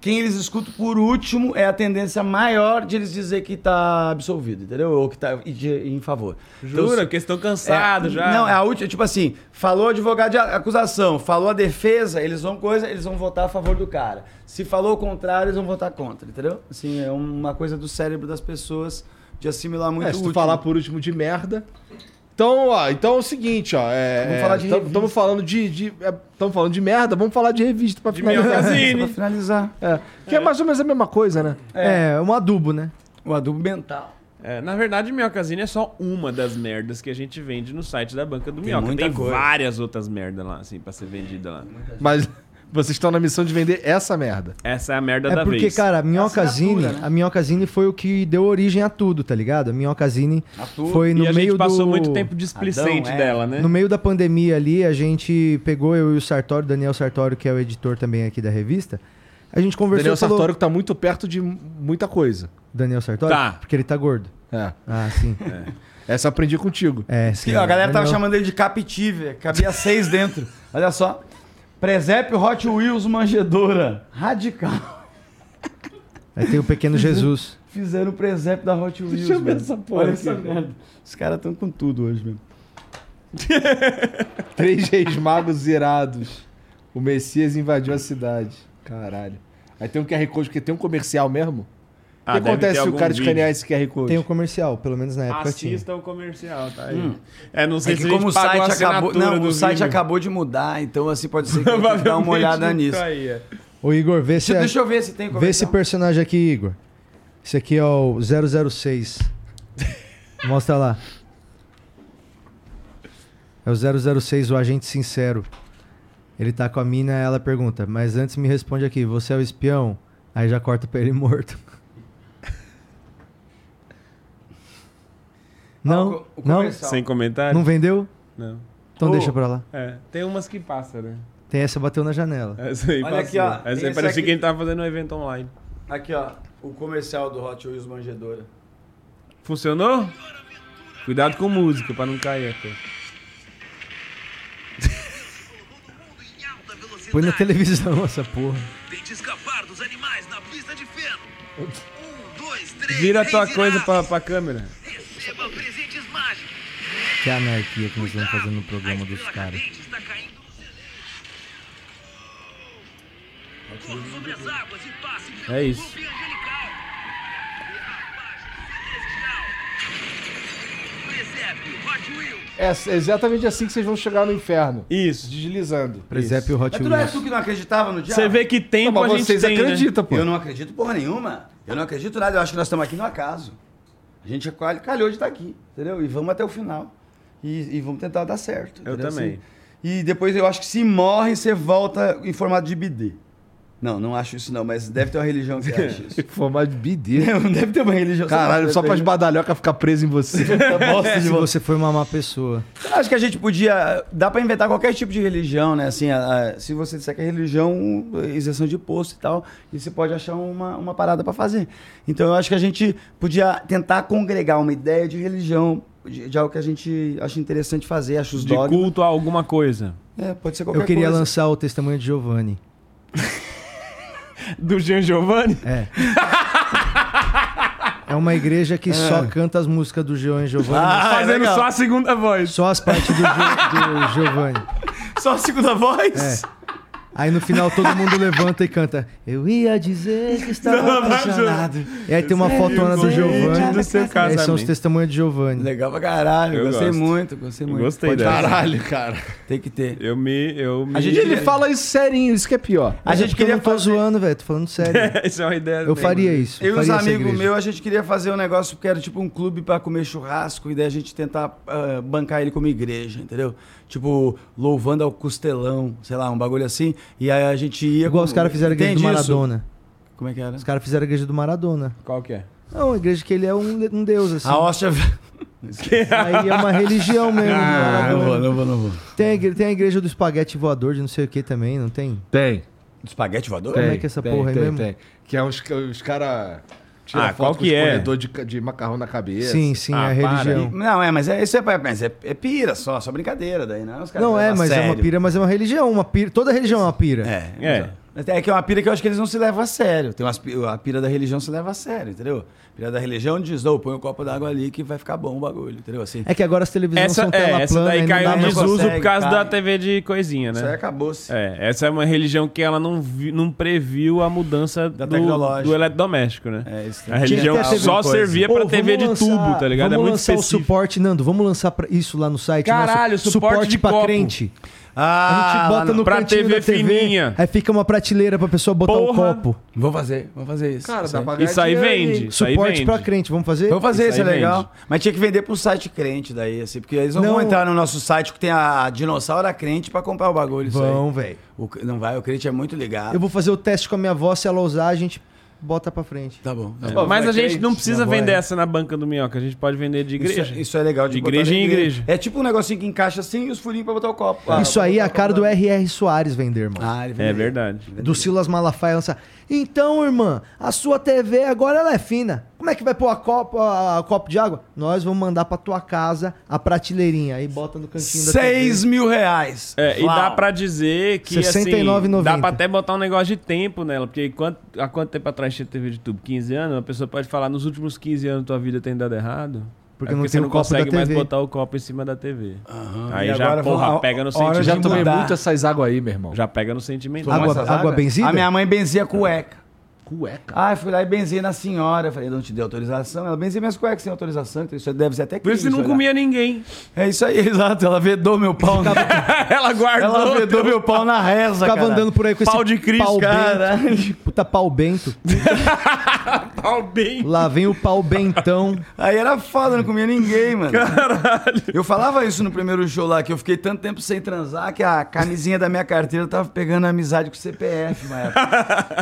S4: quem eles escutam por último é a tendência maior de eles dizer que tá absolvido, entendeu? Ou que tá e de- em favor. Então,
S5: Jura, porque eles estão cansados
S4: é,
S5: já.
S4: Não, é a última, tipo assim, falou o advogado de a- acusação, falou a defesa, eles vão coisa, eles vão votar a favor do cara. Se falou o contrário, eles vão votar contra, entendeu? Assim, é uma coisa do cérebro das pessoas de assimilar muito
S2: É,
S4: o
S2: se tu
S4: último.
S2: falar por último de merda. Então, ó, então é o seguinte, ó.
S4: Vamos
S2: É,
S4: falar de revista.
S2: Estamos falando de. Estamos falando de merda, vamos falar de revista pra
S5: De assim,
S2: finalizar.
S4: Só pra
S5: Miocazine.
S4: finalizar,
S2: É, que é mais ou menos a mesma coisa, né?
S1: É, um adubo, né?
S4: o adubo mental.
S5: É, na verdade, Miocazine é só uma das merdas que a gente vende no site da banca do Minhoca. Tem,
S4: muita coisa.
S5: várias outras merdas lá, assim, pra ser vendida lá.
S2: Mas vocês estão na missão de vender essa merda.
S5: Essa é a merda
S1: É
S5: da
S1: porque,
S5: vez.
S1: cara, a Minhocazine,
S4: assinatura, né?
S1: a Minhocazine foi o que deu origem a tudo, tá ligado? A Minhocazine foi no
S5: e a
S1: meio
S5: gente passou
S1: do
S5: muito tempo displicente
S4: Adão, é.
S5: dela, né?
S1: No meio da pandemia ali, a gente pegou eu e o Sartório, Daniel Sartório, que é o editor também aqui da revista. A gente conversou
S2: Daniel
S1: falou-
S2: Sartório que tá muito perto de muita coisa.
S1: Daniel Sartório?
S5: Tá.
S1: Porque ele tá gordo.
S2: É.
S1: Ah, sim.
S2: Essa eu aprendi contigo.
S1: É, sim.
S4: Que, ó, a galera tava
S1: Daniel-
S4: chamando ele de captive, cabia seis dentro. Olha só. Presépio Hot Wheels manjedora. Radical.
S1: Aí é, tem o pequeno Jesus.
S4: Fizeram o presépio da Hot Wheels.
S2: Deixa eu ver
S4: mano.
S2: essa porra
S4: Olha
S2: aqui,
S4: essa
S2: velho.
S4: merda. Os caras estão com tudo hoje mesmo.
S2: Três reis magos irados. O Messias invadiu a cidade. Caralho. Aí tem um QR Code, porque tem um comercial mesmo. O
S5: Ah,
S2: que
S5: deve ter
S2: acontece se o
S5: algum
S2: cara
S5: vídeo.
S2: escanear esse QR Code?
S1: Tem o comercial, pelo menos na época tinha.
S5: Assista o comercial, tá aí. É, não sei
S4: É
S5: se
S4: que
S5: a gente
S4: como o
S5: paga uma
S4: site acabou.
S5: assinatura
S4: Não,
S5: do
S4: o site
S5: Vimeo.
S4: acabou de mudar, então assim pode ser que eu tenha que dar uma olhada
S5: Provavelmente
S4: nisso.
S5: tá aí, é.
S1: Ô Igor, vê se,
S4: Deixa, deixa eu ver se tem
S1: vê esse
S4: comercial.
S1: personagem aqui, Igor. Esse aqui é o 006. Mostra lá. É o 006, o agente sincero. Ele tá com a mina, ela pergunta, mas antes me responde aqui, você é o espião? Aí já corta pra ele morto.
S4: Ah, o
S1: Não,
S4: co- o
S1: não,
S4: comercial.
S5: Sem comentário?
S1: não vendeu?
S5: Não.
S1: Então
S5: Ô.
S1: deixa pra lá.
S5: É, tem umas que passa, né?
S1: Tem essa bateu na janela.
S5: Essa aí
S4: Olha
S5: passou.
S4: aqui, ó.
S5: Essa
S4: Esse
S5: aí parecia
S4: aqui-
S5: que a gente tava fazendo um evento online.
S4: Aqui, ó. O comercial do Hot Wheels Manjedora.
S5: Funcionou? Cuidado com música pra não cair aqui.
S1: Põe na televisão essa porra.
S7: Tente escapar dos animais na pista de feno. Um, dois, três.
S5: Vira a tua
S7: reis
S5: coisa pra,
S7: irados.
S5: pra câmera.
S7: Receba presentes mágicos.
S1: Que anarquia que eles vão fazer no
S7: A
S1: programa dos
S7: estrela
S1: caras.
S7: cadente está caindo no celeiro. Corra sobre as águas e passe pelo
S5: É isso.
S7: clube angelical. Derrapagem celestial. Presépio Hot Wheels.
S2: É exatamente assim que vocês vão chegar no inferno.
S5: Isso.
S2: Deslizando.
S1: Presépio Hot
S4: Mas tu não é
S1: Wheels.
S4: tu que não acreditava no diabo?
S5: Você vê que
S2: Não,
S5: tempo
S2: mas
S5: a gente
S2: vocês
S5: tem, né?
S2: acreditam, pô.
S4: Eu não acredito porra nenhuma. Eu não acredito nada. Eu acho que nós estamos aqui no acaso. A gente é qual- calhou de estar aqui, entendeu? E vamos até o final. E, e vamos tentar dar certo.
S5: Eu
S4: entendeu?
S5: também.
S4: Assim. E depois eu acho que se morre, você volta em formato de BD. Não, não acho isso não, mas deve ter uma religião que acha isso.
S2: Formato de BD.
S4: Não, deve ter uma religião.
S2: Caralho, só pras badalhocas ficar preso em Tá você.
S4: bosta de
S1: É. Se
S4: você.
S1: você for uma má pessoa.
S4: Acho que a gente podia. Dá pra inventar qualquer tipo de religião, né? Assim, a- a- se você disser que é religião, isenção de imposto e tal, e você pode achar uma, uma parada pra fazer. Então eu acho que a gente podia tentar congregar uma ideia de religião, de, de algo que a gente acha interessante fazer, acha os
S5: De
S4: dogmas.
S5: culto a alguma coisa.
S4: É, pode ser qualquer
S1: Eu queria
S4: coisa.
S1: lançar o testemunho de Giovanni.
S5: Do Jean Giovanni?
S1: É. É uma igreja que só canta as músicas do Jean e Giovanni.
S4: Ah,
S5: Fazendo
S4: legal.
S5: só a segunda voz.
S1: Só as partes do, Gio- do Giovanni.
S4: Só a segunda voz?
S5: É.
S1: Aí no final todo mundo levanta e canta. Eu ia dizer que estava apaixonado. E aí tem uma fotona do
S5: Do
S1: Giovanni.
S5: seu
S1: Aí são os
S5: casamento.
S1: testemunhos de Giovanni.
S4: Legal pra caralho.
S5: Eu
S4: gostei
S5: gosto.
S4: muito, gostei muito.
S5: gostei
S4: Pode-
S5: dessa.
S2: Caralho, cara.
S4: Tem que ter.
S5: Eu me... Eu me...
S4: A
S2: E
S4: gente-
S2: ele fala isso serinho, isso que é pior.
S4: A gente
S1: Porque eu
S4: queria
S1: não tô
S4: fazer.
S1: zoando, velho. Tô falando sério.
S5: Isso é uma ideia
S1: Eu
S5: mesmo.
S1: faria isso.
S4: Eu e uns
S1: faria essa
S4: amigos
S1: igreja.
S4: meus, a gente queria fazer um negócio que era tipo um clube pra comer churrasco e daí a gente tentar ah, bancar ele como igreja, entendeu? Tipo, louvando ao costelão, sei lá, um bagulho assim. E aí a gente ia.
S1: Igual
S4: com-
S1: os caras fizeram a igreja do
S4: Entende isso?
S1: Maradona.
S4: Como é que era?
S1: Os caras fizeram a igreja do Maradona.
S5: Qual que é?
S1: É uma igreja que ele é um, um deus, assim.
S4: A hóstia.
S1: Aí é uma religião mesmo. Maradona.
S4: não Ah, vou, não vou.
S1: Tem, a igre- tem a igreja do espaguete voador de não sei o que também, não tem?
S2: Tem.
S4: Espaguete voador?
S1: Como é que é essa porra aí
S2: tem,
S1: mesmo?
S2: Tem. Que é os, os caras.
S5: Ah, qual que é?
S2: de, ca- de macarrão na cabeça.
S1: Sim, sim,
S5: Ah,
S1: é a
S5: para.
S1: religião.
S4: Não, é, mas é, isso é, mas é, é pira só, só brincadeira daí, não é? Os caras
S1: Não é,
S4: levam a
S1: mas é uma
S4: sério.
S1: pira, mas é uma religião. Uma pira, toda religião é uma pira.
S4: É.
S5: É.
S4: Mas É que é uma pira que eu acho que eles não se levam a sério. Tem umas, pi- a pira da religião se leva a sério, entendeu? A pira da religião diz, não, põe um copo d'água ali que vai ficar bom o bagulho, entendeu? Assim,
S1: É que agora as televisões
S5: Essa,
S1: são
S5: é,
S1: tela
S5: essa
S1: plana
S5: daí
S1: e não
S5: caiu
S1: dá
S5: em
S4: não
S1: mais...
S4: Jesus.
S5: desuso
S4: consegue,
S5: por causa
S4: cai.
S5: da TV de coisinha,
S4: isso aí
S5: né?
S4: acabou-se.
S5: É, essa é uma religião que ela não, vi- não previu a mudança do,
S4: tecnológica.
S5: do eletrodoméstico, né?
S4: É, isso
S5: A
S4: tem-
S5: religião
S1: Tinha que ter
S5: só
S1: alguma
S5: servia pra
S1: Pô,
S5: TV de
S1: vamos
S5: tubo,
S1: lançar-
S5: tá ligado? É
S1: Vamos
S5: muito
S1: lançar
S5: específico.
S1: o suporte, Nando. Vamos lançar pra- isso lá no site.
S5: Caralho,
S1: nosso.
S5: suporte de
S1: pra
S5: copo.
S1: crente.
S4: Ah,
S1: a gente bota
S4: lá
S1: no
S5: Pra
S1: cantinho
S5: TV
S1: da TV,
S5: fininha.
S1: Aí fica uma prateleira pra pessoa botar um
S5: Porra.
S1: copo.
S4: não. Vou fazer, vou fazer isso.
S2: Cara,
S4: isso
S2: dá
S4: aí.
S2: pra ganhar
S5: Isso aí
S2: dinheiro, hein?
S5: vende. Isso aí
S1: Suporte
S5: vende.
S1: pra crente, vamos fazer?
S4: Vou fazer,
S5: Isso
S4: isso,
S5: aí
S4: é legal.
S5: vende.
S4: Mas tinha que vender pro site crente daí, assim, porque eles não,
S1: Não.
S4: vão entrar no nosso site que tem a dinossauro crente pra comprar o bagulho. isso aí.
S1: Vão, velho.
S4: O cr- não vai, o crente é muito
S5: Ah.
S4: ligado.
S1: Eu vou fazer o teste com a minha avó, se ela usar, a gente bota pra frente.
S4: Tá bom, tá bom.
S5: Pô, Mas a gente não
S1: Na
S5: precisa
S1: boa,
S5: vender
S1: é.
S5: essa na banca do minhoca, a gente pode vender de
S4: Isso,
S5: igreja.
S4: é- isso é legal de
S5: Igreja
S4: botar na
S5: em igreja.
S4: É tipo um negocinho que encaixa assim e os furinhos pra botar o copo. Ah,
S1: Isso
S4: pra
S1: aí é
S4: botar
S1: a
S4: o copo
S1: cara do
S2: Tá
S4: lá.
S1: R.R. Soares vender, irmão.
S4: Ah, ele
S5: É
S4: vendeu.
S5: verdade.
S1: Do Silas Malafaia lançar. Então, irmã, a sua TV agora ela é fina. Como é que vai pôr a copo, a, a copo de água? Nós vamos mandar pra tua casa a prateleirinha. Aí bota no cantinho da TV.
S4: 6 mil reais.
S5: É, e
S4: Uau.
S5: dá pra dizer que assim,
S1: 69,90.
S5: dá pra até botar um negócio de tempo nela, porque quanto, há quanto tempo atrás tinha TV de tubo? 15 anos? Uma pessoa pode falar, nos últimos 15 anos tua vida tem dado errado?
S1: Porque
S5: é
S1: não
S5: porque
S1: tem
S5: você
S1: o
S5: não
S1: copo da
S5: consegue mais
S1: TV.
S5: botar o copo em cima da TV. Aí
S4: E
S5: já,
S4: agora
S5: porra,
S4: vamos-
S5: pega no
S4: hora
S5: sentimento.
S4: de
S5: Já,
S2: Já tomei
S4: mudar.
S2: muito essas águas aí, meu irmão.
S5: pega no sentimento.
S1: Água-
S4: essas
S1: água
S4: águas?
S1: benzida?
S4: A minha mãe benzia cueca.
S2: Cueca.
S4: Ah, eu fui lá e benzi na senhora. Eu Falei, não te dei autorização. Ela benzia minhas cuecas sem autorização. Então isso deve ser até
S5: Por isso você
S4: crime,
S5: não
S4: sei lá.
S5: comia ninguém.
S4: É isso aí, exato. Ela vedou meu pau. Na...
S5: Ela guardou.
S4: Ela vedou meu pau na reza,
S1: Ficava
S4: cara.
S1: andando por aí com
S5: Pau
S1: esse
S5: de Cristo,
S1: pau
S4: cara.
S1: bento. Puta pau bento.
S5: Pau bem.
S1: Lá vem o pau bentão.
S4: Aí era foda, não comia ninguém, mano. Eu falava isso no primeiro show lá, que eu fiquei tanto tempo sem transar que a camisinha da minha carteira tava pegando amizade com o CPF, mano.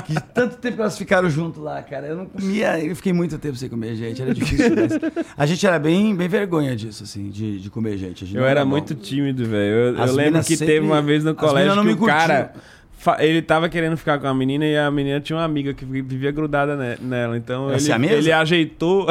S4: Que de tanto tempo que elas ficaram junto lá, cara. Eu não comia, eu fiquei muito tempo sem comer gente, era difícil. Mas a gente era bem, bem vergonha disso, assim, de, de comer gente. A gente
S5: Eu
S4: não
S5: era
S4: bom.
S5: muito tímido, velho. Eu, eu
S4: é As
S5: lembro
S4: minas
S5: que
S4: sempre-
S5: teve uma vez no
S4: as
S5: colégio
S4: minas
S5: que
S4: não
S5: o
S4: me
S5: cara. fa- Ele tava querendo ficar com a menina e a menina tinha uma amiga que vivia grudada ne- nela. Então
S4: Essa
S5: ele,
S4: é a mesma?
S5: ele ajeitou.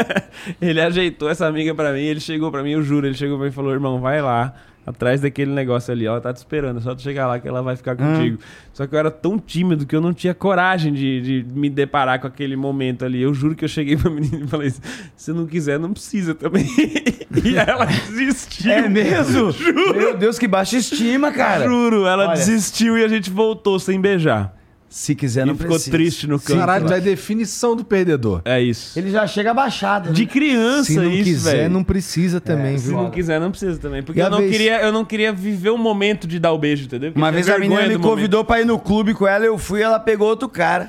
S5: ele ajeitou essa amiga pra mim. Ele chegou pra mim, eu juro. Ele chegou pra mim e falou: irmão, vai lá. Atrás daquele negócio ali, ó, ela tá te esperando, é só tu chegar lá que ela vai
S4: Hum.
S5: ficar contigo. Só que eu era tão tímido que eu não tinha coragem de, de me deparar com aquele momento ali. Eu juro que eu cheguei pra menina e falei: se não quiser, não precisa também. e ela desistiu.
S4: É mesmo? Meu Deus, que baixa estima, cara.
S5: Juro, ela
S4: Olha.
S5: desistiu e a gente voltou sem beijar.
S4: Se quiser,
S5: E
S4: não
S5: ficou
S4: precisa.
S5: triste no canto.
S2: Caralho, é a definição do perdedor.
S5: É isso.
S4: Ele já chega abaixado. né?
S5: De criança
S1: Se não
S5: isso,
S1: quiser,
S5: velho. É,
S1: não precisa também,
S5: Se
S1: viu?
S5: não quiser, não precisa também. Porque
S1: E a
S5: eu não,
S1: vez-
S5: queria, eu não queria viver o momento de dar o beijo, entendeu? Porque
S4: Uma
S5: eu
S4: vez
S5: tinha
S4: a menina
S5: vergonha
S4: me
S5: do momento.
S4: convidou pra ir no clube com ela, eu fui ela pegou outro cara.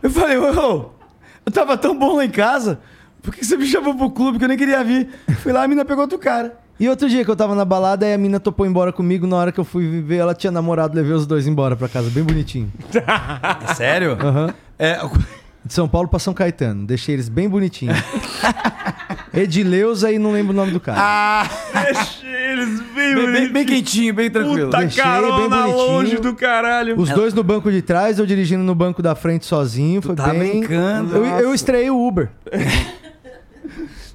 S4: eu falei, ô, eu tava tão bom lá em casa, por que você me chamou pro clube que eu nem queria vir? Fui lá, a menina pegou outro cara.
S1: E outro dia que eu tava na balada, aí a mina topou embora comigo. Na hora que eu fui viver, ela tinha namorado, levei os dois embora pra casa, bem bonitinho.
S4: Sério?
S1: Aham.
S4: É,
S1: De São Paulo pra São Caetano. Deixei eles bem bonitinhos. Edileuza e não lembro o nome do cara.
S5: Achei ah, eles
S4: bem,
S5: bem,
S4: bem-
S5: bem,
S4: bem quentinho, bem tranquilo.
S5: Puta
S1: Deixei
S5: carona
S1: bem bonitinho.
S5: longe do caralho.
S1: Os dois no banco de trás, eu dirigindo no banco da frente sozinho. foi
S4: tá
S1: bem...
S4: brincando,
S1: Eu,
S4: nossa.
S1: eu estreiei o Uber.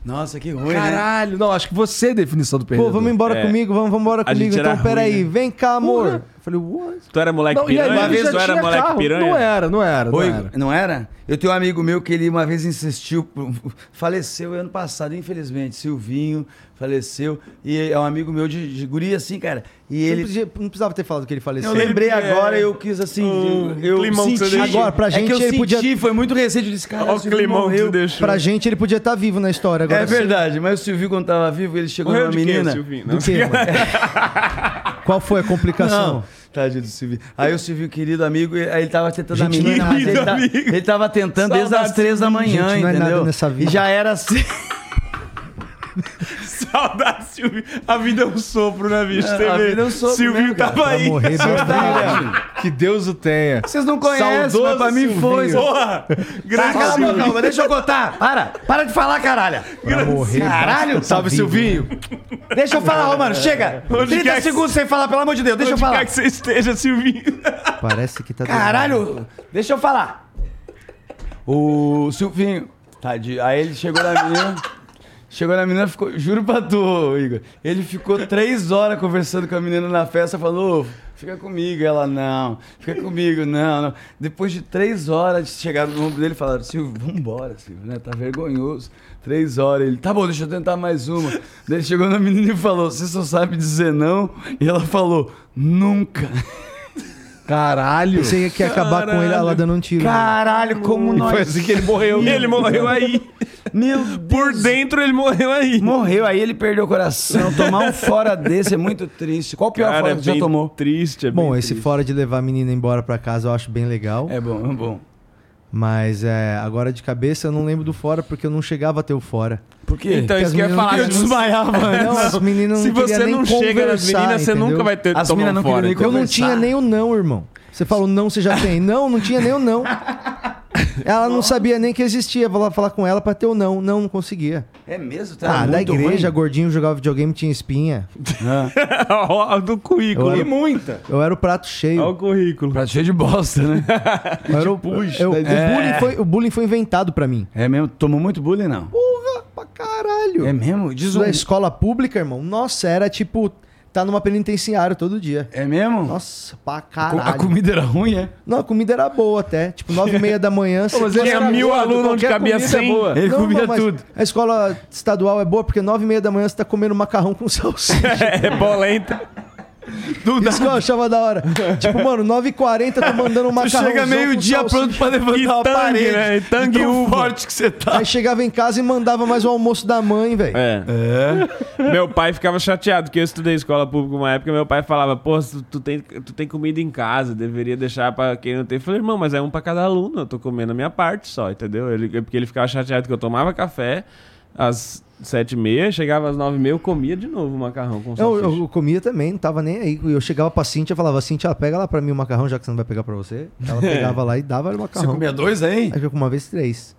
S4: Nossa, que ruim, né?
S2: Caralho, não, acho que você é a definição do
S1: Pô,
S2: perdedor.
S1: vamos embora
S5: É.
S1: comigo, vamos, vamos embora
S5: A gente
S1: comigo.
S5: era
S1: Então, peraí,
S5: ruim, né?
S1: vem cá, amor.
S2: Porra.
S1: Eu Falei, what?
S5: Tu era moleque
S2: Não, e aí,
S5: piranha?
S2: ele já
S5: tu era
S2: tinha
S5: moleque
S2: carro.
S5: piranha?
S2: Não era, não era, não
S4: Oi,
S2: era.
S4: não era? Eu tenho um amigo meu que ele uma vez insistiu, pro- faleceu ano passado, infelizmente. Silvinho faleceu. E é um amigo meu de, de guri, assim, cara. E
S1: Ele...
S4: ele.
S1: Não, podia- não precisava ter falado que ele faleceu.
S4: Eu lembrei
S5: Sempre,
S4: agora,
S5: é,
S4: eu quis assim.
S5: o
S4: eu
S5: climão que
S4: senti.
S5: você deixou.
S1: Agora, pra
S4: é
S1: gente,
S4: que eu
S1: ele
S4: senti,
S1: podia-
S4: foi muito recente. Eu disse, cara,
S5: Olha o climão que tu deixou.
S1: Pra gente, ele podia estar vivo na história agora.
S4: É verdade, mas o Silvio, quando tava vivo, ele chegou
S5: Morreu
S4: numa
S5: de quê,
S4: menina.
S5: Silvinho?
S1: Do quê, mano? Qual foi a complicação?
S4: Não, tadinho do Silvio. Aí o Silvio, querido amigo, ele- aí ele tava tentando a
S1: Gente,
S4: menina, mas
S5: querido
S4: ele, tá-
S5: amigo.
S4: ele tava tentando desde
S5: Saudade
S4: as três da manhã,
S1: Gente, não é nada
S4: entendeu?
S1: nessa vida.
S4: E já era assim.
S5: Saudade, Silvio. A vida é um sopro, né, bicho?
S4: É,
S5: Você
S4: a
S5: vê.
S4: vida é um sopro
S5: Silvio
S4: mesmo, cara.
S5: tava
S1: Pra
S5: aí.
S1: morrer, bem
S2: Que Deus o tenha.
S4: Vocês não conhecem,
S2: Saudoso
S4: mas pra mim foi. seu-
S5: Porra!
S4: Tá,
S5: Graças
S4: cala
S5: a
S4: a
S5: Deus.
S4: boca, calma, deixa eu contar. Para, para de falar, caralho.
S1: pra morrer.
S4: Caralho,
S2: Salve, Silvinho.
S4: deixa eu falar, Romano, chega.
S5: Onde quer
S4: 30
S5: que-
S4: segundos sem falar, pelo amor de Deus, deixa eu
S5: Onde
S4: falar.
S5: quer que você esteja, Silvinho.
S1: Parece que tá doendo.
S4: Caralho, deixa eu falar. O Silvinho, tadinho, aí ele chegou na menina, chegou na menina, ficou, juro pra tu, Igor, ele ficou três horas conversando com a menina na festa, falou, "Ô, fica comigo, ela, não, fica comigo, não, não. Depois de três horas, chegaram no ombro dele e falaram, Silvio, vambora, Silvio, né, tá vergonhoso. Três horas, ele, tá bom, deixa eu tentar mais uma. Daí ele chegou na menina e falou, você só sabe dizer não, e ela falou, nunca.
S2: Caralho.
S1: Você que ia acabar com ele ela dando um tiro.
S5: Hum.
S4: Caralho, como nós.
S2: Foi assim que ele morreu.
S5: E ele morreu aí.
S4: Meu
S5: Por dentro ele morreu aí.
S4: Morreu, aí ele perdeu o coração. Tomar um fora desse é muito triste. Qual o pior fora que você já tomou?
S5: é Triste, é
S1: Bom, esse fora de levar a menina embora pra casa eu acho bem legal.
S4: É bom, é bom.
S1: Mas é, agora de cabeça eu não lembro do fora porque eu não chegava a ter o fora.
S4: Por quê?
S5: Então,
S1: Porque
S5: isso que eu
S1: as
S5: ia
S1: meninas
S5: falar.
S1: não
S5: se você-
S1: Não, as meninas não
S5: Se
S1: queriam
S5: você
S1: nem
S5: não chega nas
S1: conversar,
S5: meninas, você
S1: entendeu?
S5: nunca vai ter
S4: As
S5: tomar
S4: meninas
S5: um
S4: não
S5: fora.
S4: queriam nem
S5: então.
S1: Eu não
S4: conversar.
S1: tinha nem o não, irmão. Você fala o não, você já tem. Não, não tinha nem o não. Ela não sabia nem que existia. Vou lá falar com ela pra ter o não. Não, não conseguia.
S4: É mesmo? Tá
S1: Ah,
S4: muito
S1: da igreja,
S4: ruim.
S1: gordinho, jogava videogame, tinha espinha.
S5: Ó, do currículo.
S1: Eu era-
S5: E muita.
S1: Eu era o prato
S5: Olha o
S6: É
S1: cheio.
S5: currículo.
S4: Prato cheio de bosta, né?
S1: Eu era o,
S6: né?
S1: eu- o,
S6: É.
S1: bullying foi, o bullying foi inventado pra mim.
S4: É mesmo? Tomou muito bullying, não?
S1: Porra, pra caralho.
S4: É mesmo? Diz
S1: Isso
S4: um...
S1: da escola pública, irmão, nossa, era tipo tá numa penitenciária todo dia.
S4: É mesmo?
S1: Nossa, pra
S6: Co-
S1: caralho.
S6: A comida era ruim, é?
S1: Não, a comida era boa até. Tipo, nove e meia da manhã. você-
S2: mas ele
S5: Tinha
S2: era
S5: mil
S2: gordo,
S5: alunos assim, onde
S2: qualquer
S5: cabia
S2: comida é
S5: 100.
S2: boa.
S6: Ele
S1: Não,
S6: comia
S1: não, mas
S6: tudo.
S1: A escola estadual é boa porque nove e meia da manhã você tá comendo macarrão com salsicha.
S5: É polenta.
S1: Isso que eu achava da hora. Tipo, mano, 9h40 tá mandando um
S6: Tu
S1: macarrão.
S6: chega meio-dia pronto pra levantar
S5: E
S6: uma
S5: tangue,
S6: parede.
S5: né? E
S6: de
S5: tangue e
S6: tão
S5: uva.
S6: forte que você tá.
S1: Aí chegava em casa e mandava mais o almoço da mãe, velho.
S5: É. Meu pai ficava chateado, porque eu estudei escola pública uma época, meu pai falava, pô, tu, tu tem, tu tem comida em casa, deveria deixar pra quem não tem. Eu falei, irmão, mas é um pra cada aluno, eu tô comendo a minha parte só, entendeu? Ele, é porque ele ficava chateado que eu tomava café às sete e meia, chegava às nove e meia, eu comia de novo o macarrão com
S1: Eu,
S5: salsicha.
S1: eu- eu comia também, não tava nem aí. Eu chegava pra Cintia e falava, Cintia, pega lá pra mim o macarrão, já que você não vai pegar pra você. Ela pegava lá e dava o
S6: Você
S1: macarrão.
S6: comia dois
S4: assim?
S6: aí?
S1: Aí eu com uma vez três.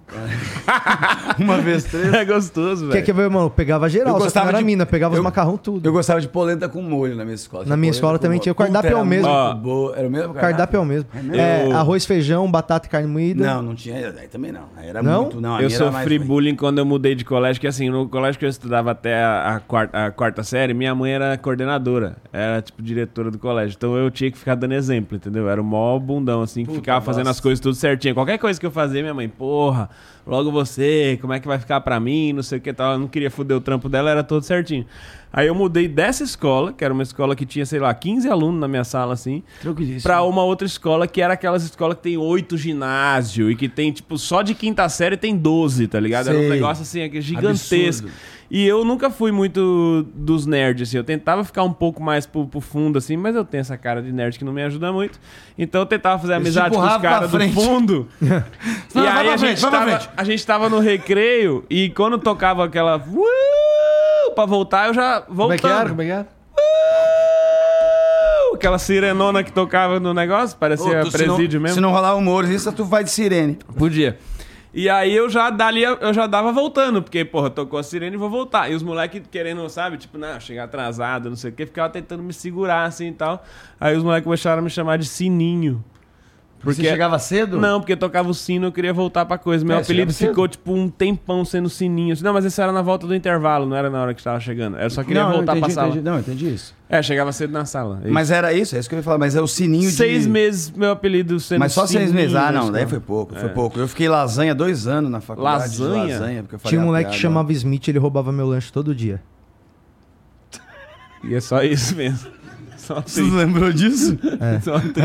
S6: Uma vez três.
S5: É gostoso,
S1: Quer
S5: velho.
S1: que ver, mano? Eu Pegava geral,
S6: Eu
S1: só que não
S6: gostava
S1: era
S6: de-
S1: mina, pegava
S6: eu-
S1: os macarrão tudo.
S6: Eu gostava de polenta com molho na minha escola.
S1: Na minha
S6: Polenta
S1: escola
S6: com
S1: também
S6: molho.
S1: tinha. O cardápio
S6: Puta,
S1: é o
S6: era
S1: mesmo.
S6: muito
S5: Ó.
S6: boa. Era o mesmo
S1: O cardápio é o mesmo. É,
S5: Eu-
S1: arroz, feijão, batata e carne moída.
S4: Não, não tinha. Aí também não. Aí era
S1: Não?
S4: muito. Não, a
S5: eu
S4: minha era mais
S5: sofri
S4: ruim.
S5: bullying quando eu mudei de colégio, que assim, no colégio que eu estudava até a, a quarta, a quarta série, minha mãe era coordenadora, era tipo diretora do colégio. Então eu tinha que ficar dando exemplo, entendeu? Eu Era o maior bundão, assim, que ficava fazendo as coisas tudo certinho. Qualquer coisa que eu fazia, minha mãe, porra, logo você, como é que vai ficar pra mim, não sei o que tal. Ela não queria foder o trampo dela, era todo certinho. Aí eu mudei dessa escola, que era uma escola que tinha, sei lá, 15 alunos na minha sala, assim,
S4: Tranquilíssimo.
S5: pra uma outra escola que era aquelas escolas que tem oito ginásio e que tem, tipo, só de quinta série tem 12, tá ligado? Era um
S4: Sei.
S5: negócio assim, aqui, gigantesco. E eu nunca fui muito dos nerds, assim. Eu tentava ficar um pouco mais pro, pro fundo, assim, mas eu tenho essa cara de nerd que não me ajuda muito. Então eu tentava fazer amizade com os
S6: empurravam pra
S5: caras do
S6: frente.
S5: fundo. e
S6: Vai, vai
S5: aí
S6: pra
S5: a gente,
S6: frente, vai pra
S5: tava,
S6: frente.
S5: a gente tava no recreio e quando tocava aquela. "Uh", Pra voltar, eu já voltando.
S2: Como é que era? Como é que era?
S1: um
S5: Uh, Aquela sirenona que tocava no negócio, parecia
S4: Ô, tu, se não-
S5: presídio mesmo.
S4: Se não rolar humor, isso tu vai de sirene.
S5: Podia. E aí eu já dali eu já dava voltando, porque, porra, tocou a sirene e vou voltar. E os moleques querendo, sabe, tipo, não, chegar atrasado, não sei o quê, ficava tentando me segurar assim e tal. Aí os moleques começaram a me chamar de sininho. Porque
S6: Você chegava cedo?
S5: Não, porque tocava o sino, eu queria voltar pra coisa. Meu
S6: É, chegava
S5: apelido
S6: cedo.
S5: ficou, tipo, um tempão sendo sininho. Não, mas isso era na volta do intervalo, não era na hora que estava chegando. Eu só queria
S4: não,
S5: voltar
S4: entendi,
S5: pra sala.
S4: entendi, não, entendi isso.
S5: É, chegava cedo na sala. Isso.
S4: Mas era isso, é isso que eu ia falar. Mas é o sininho
S5: seis
S4: de...
S5: meses meu apelido sendo
S4: Mas só seis
S5: sininho,
S4: meses. Ah, não,
S5: né?
S4: daí foi pouco, foi pouco. Eu fiquei lasanha dois anos na faculdade. de
S5: Lasanha?
S4: lasanha porque eu falei
S1: Tinha um
S4: a
S1: moleque que
S4: piada.
S1: chamava Smith, ele roubava meu lanche todo dia.
S5: E é só isso mesmo. Só
S6: Você
S5: apelido.
S6: lembrou disso?
S4: É.
S5: Só tem.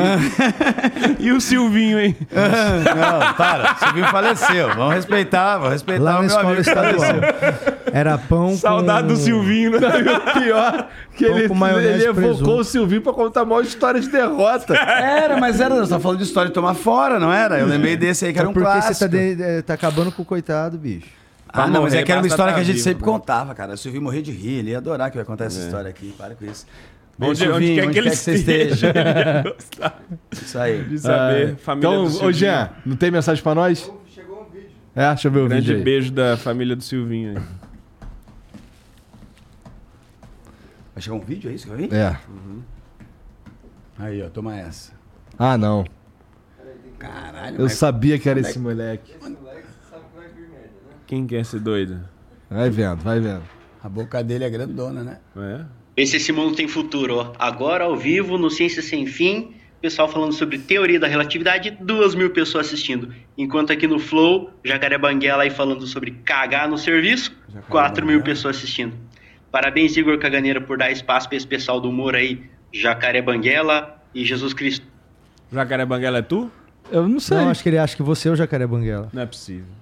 S5: e o Silvinho, hein?
S4: Não, para, Silvinho faleceu. Vamos respeitar, vamos respeitar
S1: Lá
S4: o
S1: na
S4: Então, meu
S1: escola
S4: amigo.
S1: estadual. Era pão
S5: Saudade
S1: com...
S5: do Silvinho, né?
S2: Pior que
S1: Pão
S2: ele,
S1: com maionese
S2: ele
S1: e
S2: evocou
S1: presunto.
S2: o Silvinho pra contar a maior história de derrota.
S4: Era, mas era, nós tava falando de história de tomar fora, não era? Eu lembrei desse aí que
S1: É
S4: era um
S1: porque
S4: clássico.
S1: você tá, de- eh, tá acabando com o coitado, bicho.
S4: Ah,
S5: Pra
S4: não, mas
S5: morrer,
S4: é que era uma
S5: basta
S4: história
S5: tá
S4: que a gente
S5: vivo, É.
S4: sempre contava, cara. O Silvinho morrer de rir, ele ia adorar que eu ia contar essa história aqui. Para com isso. Bom,
S5: Onde- onde quer que ele esteja.
S4: Isso aí.
S5: De saber, família
S2: então,
S5: do
S2: ô
S5: Silvinho.
S2: Jean, não tem mensagem pra nós? Chegou um vídeo. É, deixa eu ver o
S5: Grande
S2: vídeo aí.
S5: beijo da família do Silvinho. aí.
S4: Vai chegar um vídeo, é isso que eu vi?
S2: É.
S4: Aí, ó, toma essa.
S2: Ah, não.
S4: Caralho,
S2: Eu
S4: mas
S2: sabia que era esse moleque.
S5: Quem quer ser doido?
S2: Vai vendo, vai vendo.
S4: a boca dele é grandona, né?
S5: É?
S8: Esse Esse Mundo Tem Futuro, ó. Agora, ao vivo, no Ciência Sem Fim, pessoal falando sobre teoria da relatividade, duas mil pessoas assistindo. Enquanto aqui no Flow, Jacaré Banguela aí falando sobre cagar no serviço, quatro mil pessoas assistindo. Parabéns, Igor Caganeira, por dar espaço pra esse pessoal do humor aí, Jacaré Banguela e Jesus Cristo.
S5: Jacaré Banguela é tu?
S2: Eu não sei.
S1: Não, acho que ele acha que você é o Jacaré Banguela.
S5: Não é possível.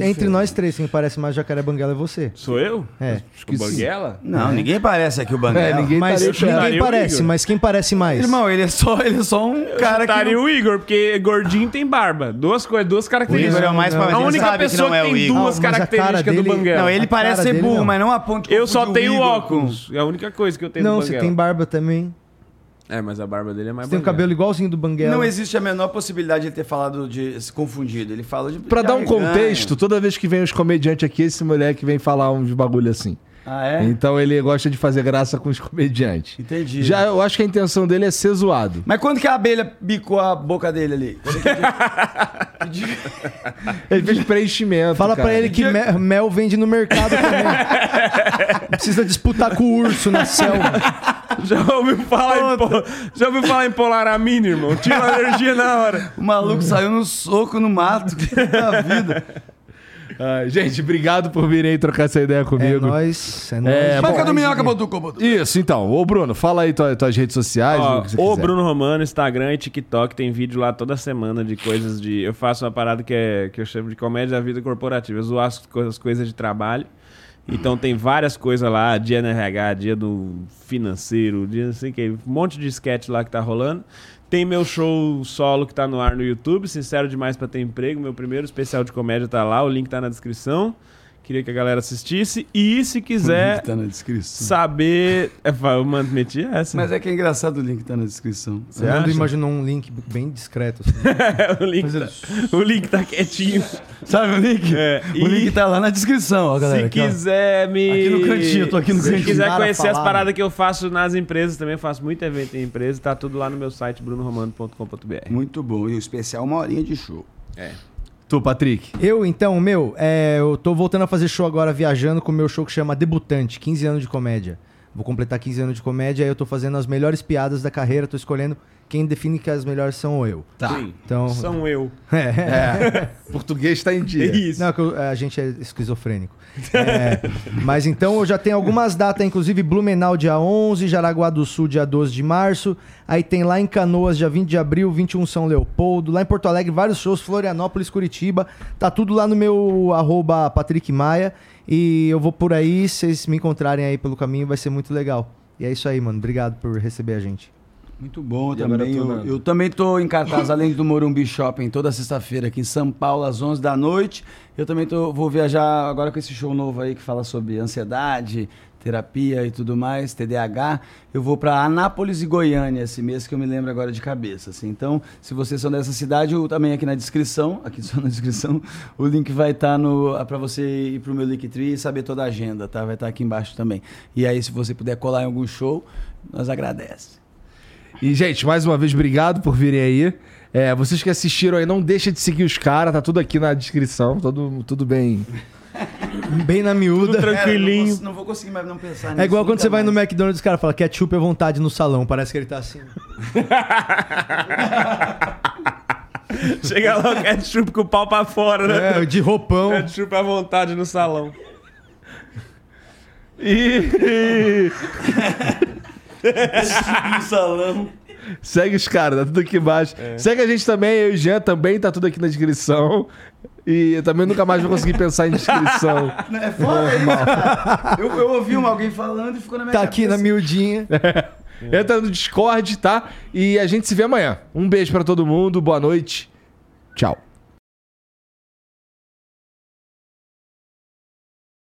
S1: Entre nós três, quem parece mais Jacaré Banguela é você.
S5: Sou eu?
S1: É.
S5: o Banguela?
S4: Não, ninguém parece aqui o Banguela.
S2: É, ninguém
S1: Mas
S2: tá
S1: ninguém
S5: chutaria o
S1: parece,
S5: Igor.
S1: mas quem parece mais?
S4: Irmão, ele é só, ele é só um cara que...
S5: Chutaria
S4: não-
S5: o Igor, porque gordinho tem barba. Duas coisas, duas
S4: O Igor é o
S5: características.
S4: mais
S1: Não,
S5: A
S4: parecido, ele
S5: única
S4: sabe
S5: pessoa
S4: que
S5: que,
S4: não é o
S5: tem
S4: Igor.
S5: duas
S1: Não, mas a cara
S5: características do
S1: dele-
S5: Banguela.
S4: Não, ele
S1: A
S4: parece
S1: cara
S4: ser
S1: dele,
S4: burro,
S1: não.
S4: mas não a ponto que
S5: Eu só
S4: confundi o
S5: tenho
S4: Igor
S5: óculos. É a única coisa que eu tenho
S1: não,
S5: do
S1: você
S5: Banguela.
S1: tem barba também.
S5: É, mas a barba dele é mais
S1: Você tem o cabelo igualzinho do
S4: com-
S1: Banguela.
S4: Não existe a menor possibilidade de ele ter falado de... se confundido. Ele fala de...
S2: Pra dar um
S4: Arreganho.
S2: contexto, toda vez que vem os comediantes aqui, esse moleque vem falar uns bagulho assim.
S4: Ah, é?
S2: Então ele gosta de fazer graça com os comediantes.
S4: Entendi.
S2: Já eu acho que a intenção dele é ser zoado.
S4: Mas quando que a abelha bicou a boca dele ali?
S2: Ele fez preenchimento.
S1: Fala
S2: cara.
S1: pra ele que me- mel vende no mercado também. Precisa disputar com o urso na selva.
S5: Já ouviu falar, em, po- já ouviu falar em polaramina, irmão? Tira a alergia na hora.
S4: O maluco saiu no soco no mato da vida.
S2: Ah, gente, obrigado por virem trocar essa ideia
S1: É
S2: comigo.
S1: nóis. É
S2: É,
S1: nóis.
S2: bom.
S1: Bom,
S4: Banca do minhoca.com.
S2: Isso, então. Ô, Bruno, fala aí tua- tuas redes sociais.
S5: Ó,
S2: o que você
S5: o
S2: quiser.
S5: Bruno Romano, Instagram e TikTok, tem vídeo lá toda semana de coisas de. Eu faço uma parada que, é, que eu chamo de comédia da vida corporativa. Eu zoar as, co- as coisas de trabalho. Então tem várias coisas lá, dia no RH, dia do financeiro, dia não sei o que, um monte de sketch lá que tá rolando. Tem meu show solo que tá no ar no YouTube, Sincero Demais pra Ter Emprego, meu primeiro especial de comédia tá lá, o link tá na descrição. Queria que a galera assistisse. E se quiser
S4: Tá na descrição.
S5: saber. É, eu mando- meti essa.
S4: Mas é que é engraçado o link que tá na descrição.
S1: O Nando imaginou um link bem discreto. assim.
S5: o, link tá, o link tá quietinho.
S4: Sabe o link?
S5: É,
S4: o
S5: e-
S4: link tá lá na descrição, ó, galera.
S5: Se
S4: aqui, ó.
S5: quiser me.
S4: Aqui no cantinho, tô aqui no
S5: Se
S4: cantinho. né?
S5: quiser
S1: Nada
S5: conhecer as
S1: falado.
S5: paradas que eu faço nas empresas também, eu faço muito evento em empresa, tá tudo lá no meu site, brunoromano.com.br.
S4: Muito bom. E o especial, uma horinha de show.
S2: Tu, Patrick.
S1: Eu, então, meu, é, eu tô voltando a fazer show agora viajando com o meu show que chama Debutante, 15 anos de comédia. Vou completar 15 anos de comédia, aí eu tô fazendo as melhores piadas da carreira, tô escolhendo quem define que as melhores são eu.
S2: Tá.
S1: Então,
S5: São eu.
S2: Português tá em
S5: É
S2: dia.
S5: isso.
S1: Não, que eu- a gente é esquizofrênico. É, mas então eu já tenho algumas datas, inclusive Blumenau dia 11, Jaraguá do Sul dia 12 de março. Aí tem lá em Canoas dia 20 de abril, 21 São Leopoldo. Lá em Porto Alegre vários shows, Florianópolis, Curitiba. Tá tudo lá no meu arroba Patrick Maia. E eu vou por aí, se vocês me encontrarem aí pelo caminho vai ser muito legal. E é isso aí, mano. Obrigado por receber a gente.
S4: Muito bom
S2: agora
S4: também.
S2: tu,
S4: Eu,
S2: Nando.
S4: eu também tô em cartaz, além do Morumbi Shopping, toda sexta-feira aqui em São Paulo, às 11 da noite. Eu também tô, vou viajar agora com esse show novo aí que fala sobre ansiedade, terapia e tudo mais, TDAH. Eu vou para Anápolis e Goiânia esse mês, que eu me lembro agora de cabeça. assim. Então, se vocês são dessa cidade, eu também aqui na descrição, aqui só na descrição, o link vai estar tá para você ir pro meu Linktree e saber toda a agenda, tá? Vai estar aqui embaixo também. E aí, se você puder colar em algum show, nós agradecemos.
S2: E, gente, mais uma vez, obrigado por virem aí. É, vocês que assistiram aí, não deixa de seguir os caras, tá tudo aqui na descrição, tudo, tudo bem.
S1: Bem na miúda.
S4: Não
S5: Tranquilinho.
S4: vou, não vou conseguir mais não pensar nisso.
S1: É igual quando
S4: nunca
S1: você vai no
S4: mais.
S1: McDonald's e o cara fala ketchup à vontade no salão. Parece que ele tá assim.
S5: Chega lá o ketchup com o pau pra fora, né?
S1: É, de roupão.
S5: Ketchup à vontade no salão.
S2: E
S4: No salão.
S2: segue os caras, tá tudo aqui embaixo. Segue a gente também, eu e o Jean também, tá tudo aqui na descrição. E eu também nunca mais vou conseguir pensar em descrição.
S4: Não, É foda isso, cara. Eu, eu ouvi uma, alguém falando e ficou na minha
S1: Tá aqui na
S4: cabeça.
S1: miudinha.
S2: Entra no Discord, tá? E a gente se vê amanhã. Um beijo pra todo mundo, boa noite. Tchau.